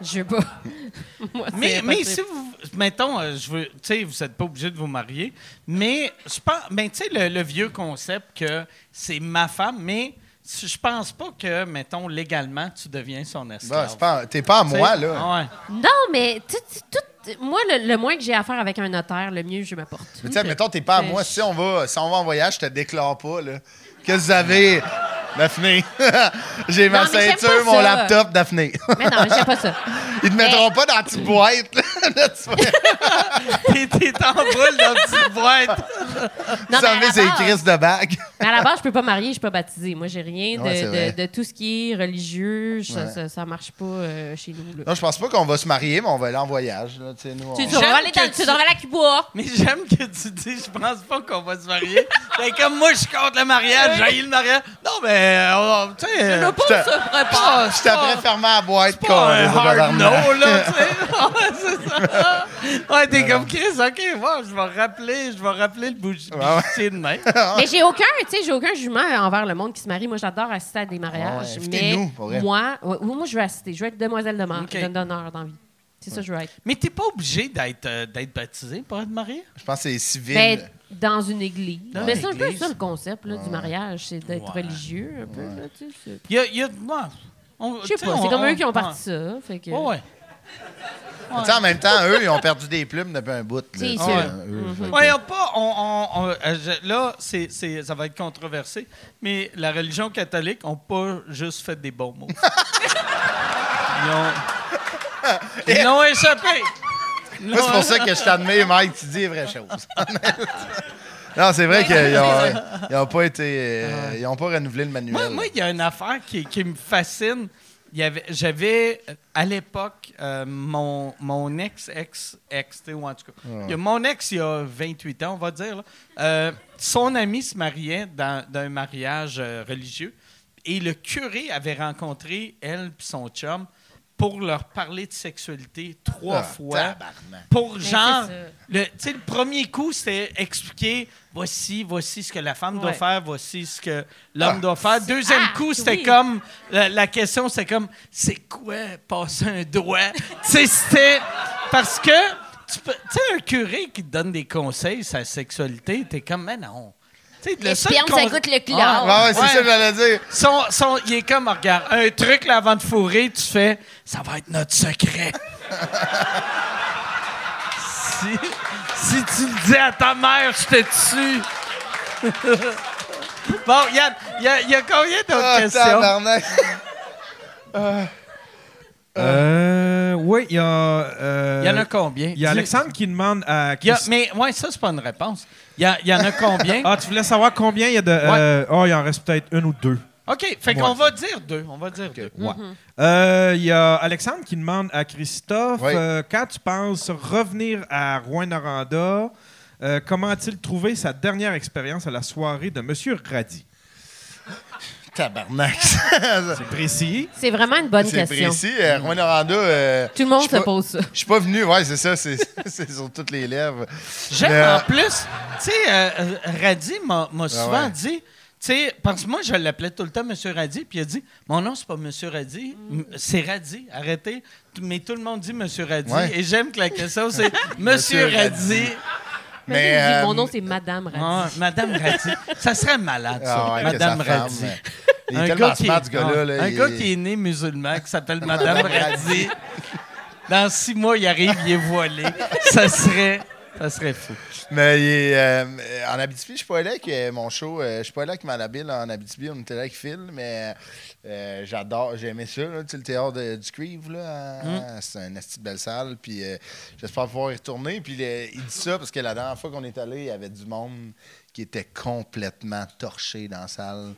[SPEAKER 5] Je sais pas. Moi,
[SPEAKER 1] Mais,
[SPEAKER 5] c'est
[SPEAKER 1] mais
[SPEAKER 5] impossible.
[SPEAKER 1] si vous. Mettons, euh, je veux. Tu sais, vous n'êtes pas obligé de vous marier, mais je pense. Ben, tu sais, le, le vieux concept que c'est ma femme, mais si- je pense pas que, mettons, légalement, tu deviens son
[SPEAKER 4] Bah,
[SPEAKER 1] esclave.
[SPEAKER 4] c'est pas- T'es pas à
[SPEAKER 1] Tu sais,
[SPEAKER 4] moi, là.
[SPEAKER 1] ah ouais.
[SPEAKER 5] Non, mais tout, tout- moi, le, le moins que j'ai à faire avec un notaire, le mieux je m'apporte.
[SPEAKER 4] Mais tu sais, mettons, t'es pas à
[SPEAKER 5] Mais
[SPEAKER 4] moi.
[SPEAKER 5] je-
[SPEAKER 4] Si on, va, si on va en voyage, je te déclare pas, là. Qu'est-ce que vous avez, Daphné? J'ai ma
[SPEAKER 5] Non, mais j'aime
[SPEAKER 4] ceinture,
[SPEAKER 5] pas
[SPEAKER 4] mon
[SPEAKER 5] ça.
[SPEAKER 4] laptop, Daphné.
[SPEAKER 5] Mais non, j'ai pas ça.
[SPEAKER 4] Ils te mettront pas dans la petite boîte, là. Là, tu vois,
[SPEAKER 1] T'es- T'es en boule dans une petite boîte.
[SPEAKER 5] Non,
[SPEAKER 4] vous savez,
[SPEAKER 5] mais, à
[SPEAKER 4] c'est
[SPEAKER 5] la
[SPEAKER 4] les
[SPEAKER 5] base,
[SPEAKER 4] crises de bague.
[SPEAKER 5] mais à la base, je peux pas marier, je suis pas baptisée. Moi, j'ai rien de,
[SPEAKER 4] Ouais, c'est vrai.
[SPEAKER 5] de, de tout ce qui est religieux. je-
[SPEAKER 4] Ouais. Oh.
[SPEAKER 5] Ça, ça, ça marche pas euh, chez nous. là.
[SPEAKER 4] Non, je pense pas qu'on va se marier, mais on va aller en voyage, là. Tu sais, nous, on-
[SPEAKER 5] Tu dis, on va aller dans,
[SPEAKER 1] que tu-
[SPEAKER 5] tu à la Cuba.
[SPEAKER 1] Mais j'aime que tu dis, je pense pas qu'on va se marier. C'est comme moi, je suis contre le mariage, j'ai le mariage. Non, mais, euh, tu sais. euh,
[SPEAKER 5] Le pauvre
[SPEAKER 4] je te-
[SPEAKER 5] se prépare.
[SPEAKER 4] Je t'apprête fermé à la boîte,
[SPEAKER 1] C'est pas un
[SPEAKER 4] câlisse de
[SPEAKER 1] hard
[SPEAKER 4] tabarnak.
[SPEAKER 1] no, là, tu sais. Ouais, c'est ça. Ouais, t'es comme Chris, OK, ouais, je vais rappeler, je vais rappeler le bougie
[SPEAKER 4] Ouais, ouais.
[SPEAKER 1] bougier de main.
[SPEAKER 4] Ah.
[SPEAKER 5] Mais j'ai aucun, tu sais, j'ai aucun jugement envers le monde qui se marie. Moi, j'adore assister à des mariages.
[SPEAKER 4] Ouais,
[SPEAKER 5] mais
[SPEAKER 4] invitez-nous, pour vrai.
[SPEAKER 5] moi, ouais, moi, je veux assister. Je veux être demoiselle de mort,
[SPEAKER 1] Ok.
[SPEAKER 5] d'honneur dans la vie. C'est ça que je veux être.
[SPEAKER 1] Mais t'es pas obligé d'être euh, d'être baptisé pour être marié?
[SPEAKER 4] Je pense que c'est civil.
[SPEAKER 5] Ben, dans une église.
[SPEAKER 1] Dans
[SPEAKER 5] mais c'est un peu
[SPEAKER 1] l'église.
[SPEAKER 5] ça le concept là, du mariage, c'est d'être
[SPEAKER 1] Ouais.
[SPEAKER 5] religieux un peu. là, tu sais, c'est-
[SPEAKER 1] Il y a, il y a- ouais, on-
[SPEAKER 5] Je sais
[SPEAKER 1] tu
[SPEAKER 5] pas, c'est
[SPEAKER 1] on-
[SPEAKER 5] comme
[SPEAKER 1] on-
[SPEAKER 5] eux qui ont
[SPEAKER 1] ouais.
[SPEAKER 5] parti ça. Fait que,
[SPEAKER 1] Ouais, ouais.
[SPEAKER 4] Mais tu sais, en même temps, eux, ils ont perdu des plumes depuis un bout. là,
[SPEAKER 5] C'est
[SPEAKER 4] tu sais,
[SPEAKER 5] sûr. Mhm.
[SPEAKER 4] hein, eux, fait que-
[SPEAKER 1] Ouais, y a pas, on, on- on- euh, je- là, c'est, c'est- ça va être controversé, mais la religion catholique n'a pas juste fait des bons mots. Ils ont, ils l'ont échappé. Ils
[SPEAKER 4] Moi, c'est
[SPEAKER 1] l'ont-
[SPEAKER 4] pour ça que je t'admets, Mike, tu dis les vraies choses. non, c'est vrai qu'ils n'ont pas été. euh, ils ont pas renouvelé le manuel.
[SPEAKER 1] Moi, moi, il y a une affaire qui, qui me fascine. Il y avait- J'avais, euh, à l'époque, euh, mon, mon ex, ex, ex, tu sais, ou en tout cas. il y a mon ex, il y a 28 ans, on va dire. là, euh, son ami se mariait dans, d'un mariage euh, religieux et le curé avait rencontré elle et son chum pour leur parler de sexualité trois
[SPEAKER 4] Ah,
[SPEAKER 1] fois.
[SPEAKER 4] tabarnak.
[SPEAKER 1] Pour
[SPEAKER 5] c'est
[SPEAKER 1] genre,
[SPEAKER 5] ça.
[SPEAKER 1] le, tu sais, le premier coup, c'était expliquer voici, voici ce que la femme doit
[SPEAKER 5] Ouais.
[SPEAKER 1] faire, voici ce que
[SPEAKER 4] Ah,
[SPEAKER 1] l'homme doit faire. Deuxième
[SPEAKER 5] Ah,
[SPEAKER 1] coup, c'était
[SPEAKER 5] oui.
[SPEAKER 1] comme la, la question, c'était comme c'est quoi passer un doigt Tu sais, c'était parce que tu peux- tu sais, un curé qui te donne des conseils sur la sexualité, t'es comme mais non. Tu sais,
[SPEAKER 5] La
[SPEAKER 1] seul
[SPEAKER 5] sperme, ça goûte le chlore.
[SPEAKER 1] Ah,
[SPEAKER 4] Ouais, ouais, c'est
[SPEAKER 1] ouais.
[SPEAKER 4] ça que j'allais dire.
[SPEAKER 1] son, son- il est comme, regarde, un truc là, avant de fourrer, tu fais, ça va être notre secret. si, si tu le dis à ta mère, je te tue. bon, il y a, il y a- il y a combien d'autres
[SPEAKER 4] Ah,
[SPEAKER 1] questions?
[SPEAKER 4] tabarnak.
[SPEAKER 3] Euh, oui, il y a. euh,
[SPEAKER 1] Il y en a combien?
[SPEAKER 3] Il y a
[SPEAKER 1] Dis-
[SPEAKER 3] Alexandre qui demande à.
[SPEAKER 1] il y a-
[SPEAKER 3] Christ-
[SPEAKER 1] mais ouais, ça, c'est pas une réponse. Il y, a- il y en a combien?
[SPEAKER 3] Ah, tu voulais savoir combien il y a de. euh, oh, il en reste peut-être une ou deux.
[SPEAKER 1] OK, fait qu'on va dire deux. On va dire deux. Mhm.
[SPEAKER 3] Ouais. Euh, Il y a Alexandre qui demande à Christophe
[SPEAKER 4] Oui.
[SPEAKER 3] euh, quand tu penses revenir à Rouen-Noranda, euh, comment a-t-il trouvé sa dernière expérience à la soirée de Monsieur Radi
[SPEAKER 4] Tabarnak.
[SPEAKER 3] C'est précis.
[SPEAKER 5] C'est vraiment une bonne
[SPEAKER 4] c'est
[SPEAKER 5] question.
[SPEAKER 4] précis. Euh, Rouen Noranda, euh,
[SPEAKER 5] Tout le monde
[SPEAKER 4] Je
[SPEAKER 5] se
[SPEAKER 4] peux-
[SPEAKER 5] pose ça.
[SPEAKER 4] je suis pas venu. Ouais, c'est ça. C'est c'est sur toutes les lèvres.
[SPEAKER 1] J'aime
[SPEAKER 4] Mais, euh,
[SPEAKER 1] en plus, tu sais, euh, euh, Radi m'a m'a souvent
[SPEAKER 4] Ah ouais.
[SPEAKER 1] dit, tu sais, parce que moi, je l'appelais tout le temps Monsieur Radi, puis il a dit, mon nom, c'est pas Monsieur Radi, m- c'est Radi, arrêtez. T- Mais tout le monde dit Monsieur Radi,
[SPEAKER 4] Ouais.
[SPEAKER 1] et j'aime que la question, c'est Monsieur
[SPEAKER 4] Monsieur
[SPEAKER 1] Radi,
[SPEAKER 5] Mais,
[SPEAKER 4] Mais, euh,
[SPEAKER 5] mon nom, c'est Madame Radi.
[SPEAKER 1] Ah, Madame Radi. Ça serait malade, ça,
[SPEAKER 4] Ah ouais, que
[SPEAKER 1] Madame
[SPEAKER 4] sa femme,
[SPEAKER 1] Radi.
[SPEAKER 4] euh, Il est tellement smart, ce gars-là.
[SPEAKER 1] ah,
[SPEAKER 4] là,
[SPEAKER 1] un
[SPEAKER 4] il
[SPEAKER 1] gars
[SPEAKER 4] est-
[SPEAKER 1] qui est né musulman, qui s'appelle Madame
[SPEAKER 4] Madame
[SPEAKER 1] Radi. Dans six mois, il arrive, il est voilé. Ça serait, ça serait fou.
[SPEAKER 4] Mais il est, euh, en Abitibi, je suis pas allé avec euh, mon show. euh, je suis pas allé avec Malabille en Abitibi. On était là avec Phil, mais euh, j'adore, j'aimais ça, là, tu sais, le théâtre de- du Creve. Là, à- C'est un asti de belle salle. Puis euh, j'espère pouvoir y retourner. Puis le- il dit ça parce que la dernière fois qu'on est allé, il y avait du monde qui était complètement torché dans la salle.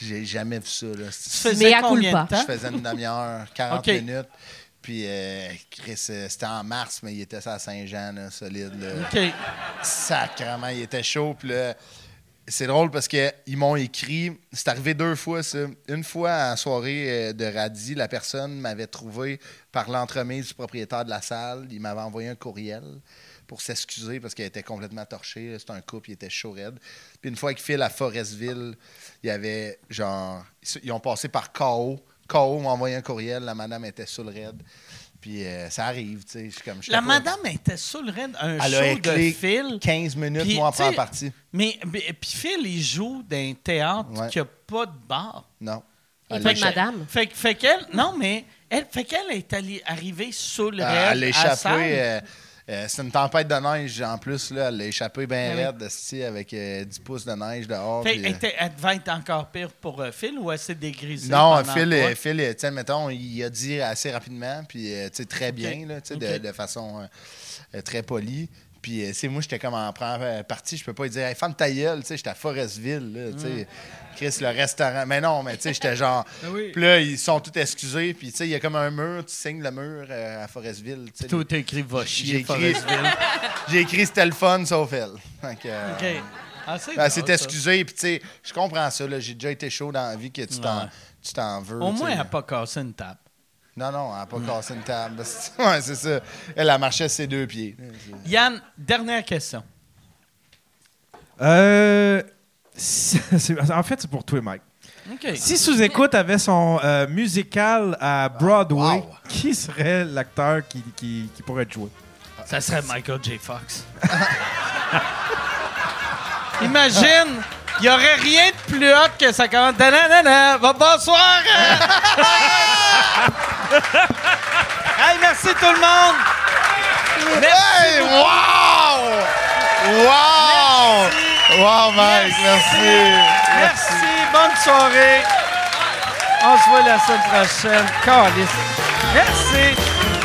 [SPEAKER 4] J'ai jamais vu ça. là.
[SPEAKER 1] Tu
[SPEAKER 4] C'est-
[SPEAKER 1] faisais
[SPEAKER 5] Mais à
[SPEAKER 1] combien
[SPEAKER 5] culpa.
[SPEAKER 1] de temps?
[SPEAKER 4] Je faisais une demi-heure, 40
[SPEAKER 1] Ok.
[SPEAKER 4] minutes. Puis euh, Chris, euh, c'était en mars, mais il était ça à Saint-Jean, là, solide. là.
[SPEAKER 1] OK.
[SPEAKER 4] Sacrement, il était chaud. Puis là, c'est drôle parce qu'ils m'ont écrit. C'est arrivé deux fois, ça. Une fois, en soirée euh, de radis, la personne m'avait trouvé par l'entremise du propriétaire de la salle. Il m'avait envoyé un courriel. pour s'excuser parce qu'elle était complètement torchée. C'était un couple, il était chaud raide. Puis une fois qu'il file à Forestville, il y avait genre. Ils ont passé par KO. KO m'a envoyé un courriel, la madame était sous le raide. Puis euh, ça arrive, tu sais. Je suis comme. j'étais
[SPEAKER 1] La
[SPEAKER 4] pas-
[SPEAKER 1] madame était sous le raid un
[SPEAKER 4] Elle
[SPEAKER 1] show
[SPEAKER 4] a
[SPEAKER 1] de
[SPEAKER 4] éclé
[SPEAKER 1] Phil.
[SPEAKER 4] 15 minutes,
[SPEAKER 1] Puis,
[SPEAKER 4] moi, en
[SPEAKER 1] tu sais,
[SPEAKER 4] première partie.
[SPEAKER 1] Mais, mais- puis Phil, il joue dans un théâtre
[SPEAKER 4] Ouais.
[SPEAKER 1] qui n'a pas de bar.
[SPEAKER 4] Non.
[SPEAKER 5] Et
[SPEAKER 4] Elle
[SPEAKER 5] pas
[SPEAKER 4] a
[SPEAKER 5] de
[SPEAKER 4] échappé.
[SPEAKER 5] madame.
[SPEAKER 1] Fait, que- fait qu'elle, non, mais elle, fait qu'elle est alli- arrivée sous le
[SPEAKER 4] Ah,
[SPEAKER 1] raid
[SPEAKER 4] Elle a
[SPEAKER 1] à salle.
[SPEAKER 4] échappé. euh, euh, c'est une tempête de neige en plus, là. Elle a échappé bien
[SPEAKER 5] Ah oui.
[SPEAKER 4] raide, esti, avec euh, 10 pouces de neige dehors.
[SPEAKER 1] Ben Fait,
[SPEAKER 4] puis,
[SPEAKER 1] elle,
[SPEAKER 4] euh,
[SPEAKER 1] était- elle devait être encore pire pour euh, Phil ou elle s'est dégrisée?
[SPEAKER 4] Non,
[SPEAKER 1] pendant
[SPEAKER 4] Phil,
[SPEAKER 1] le
[SPEAKER 4] euh,
[SPEAKER 1] bout?
[SPEAKER 4] Phil euh, tu sais, mettons, il a dit assez rapidement, puis euh, tu sais, très bien, là, tu sais, de-
[SPEAKER 1] Ok.
[SPEAKER 4] de, façon euh, euh, très polie. Puis, euh, tu sais, moi, j'étais comme en première euh, partie, je peux pas lui dire, hey, ferme ta gueule, tu sais, j'étais à Forestville, là, tu sais,
[SPEAKER 1] Mm.
[SPEAKER 4] Chris, le restaurant. Mais non, mais tu sais, j'étais genre.
[SPEAKER 1] Ah
[SPEAKER 3] oui.
[SPEAKER 4] Puis là, ils sont tous excusés, puis tu sais, il y a comme un mur, tu signes le mur euh, à Forestville, tu sais.
[SPEAKER 1] Tout est écrit va chier,
[SPEAKER 4] J'ai écrit,
[SPEAKER 1] Forestville.
[SPEAKER 4] j'ai écrit c'était le fun, sauf elle. Fait que, euh,
[SPEAKER 1] OK. Ah, c'est
[SPEAKER 4] Elle
[SPEAKER 1] drôle,
[SPEAKER 4] s'est
[SPEAKER 1] ça.
[SPEAKER 4] excusée, puis tu sais, je comprends ça, là, j'ai déjà été chaud dans la vie que tu t'en,
[SPEAKER 1] Ouais.
[SPEAKER 4] tu t'en veux.
[SPEAKER 1] Au
[SPEAKER 4] tu sais,
[SPEAKER 1] moins, elle
[SPEAKER 4] mais-
[SPEAKER 1] n'a pas cassé une table.
[SPEAKER 4] non, non, elle n'a pas cassé une table. ouais, c'est ça. Elle a marché ses deux pieds.
[SPEAKER 1] Yann, dernière question.
[SPEAKER 3] Euh, c'est- c'est- en fait, c'est pour toi, Mike.
[SPEAKER 1] OK.
[SPEAKER 3] Si Sous-Écoute avait son euh, musical à Broadway,
[SPEAKER 4] wow.
[SPEAKER 3] qui serait l'acteur qui, qui- qui pourrait te jouer?
[SPEAKER 1] Ça serait Michael J. Fox. Imagine, il n'y aurait rien de plus hot que ça commence. Ta-da-da-da, bon- Bonsoir! euh. hey, merci tout le monde!
[SPEAKER 4] Hey, wow! Wow! Wow, Mike, merci.
[SPEAKER 1] Merci, bonne soirée! On se voit la semaine prochaine. Calice. Merci!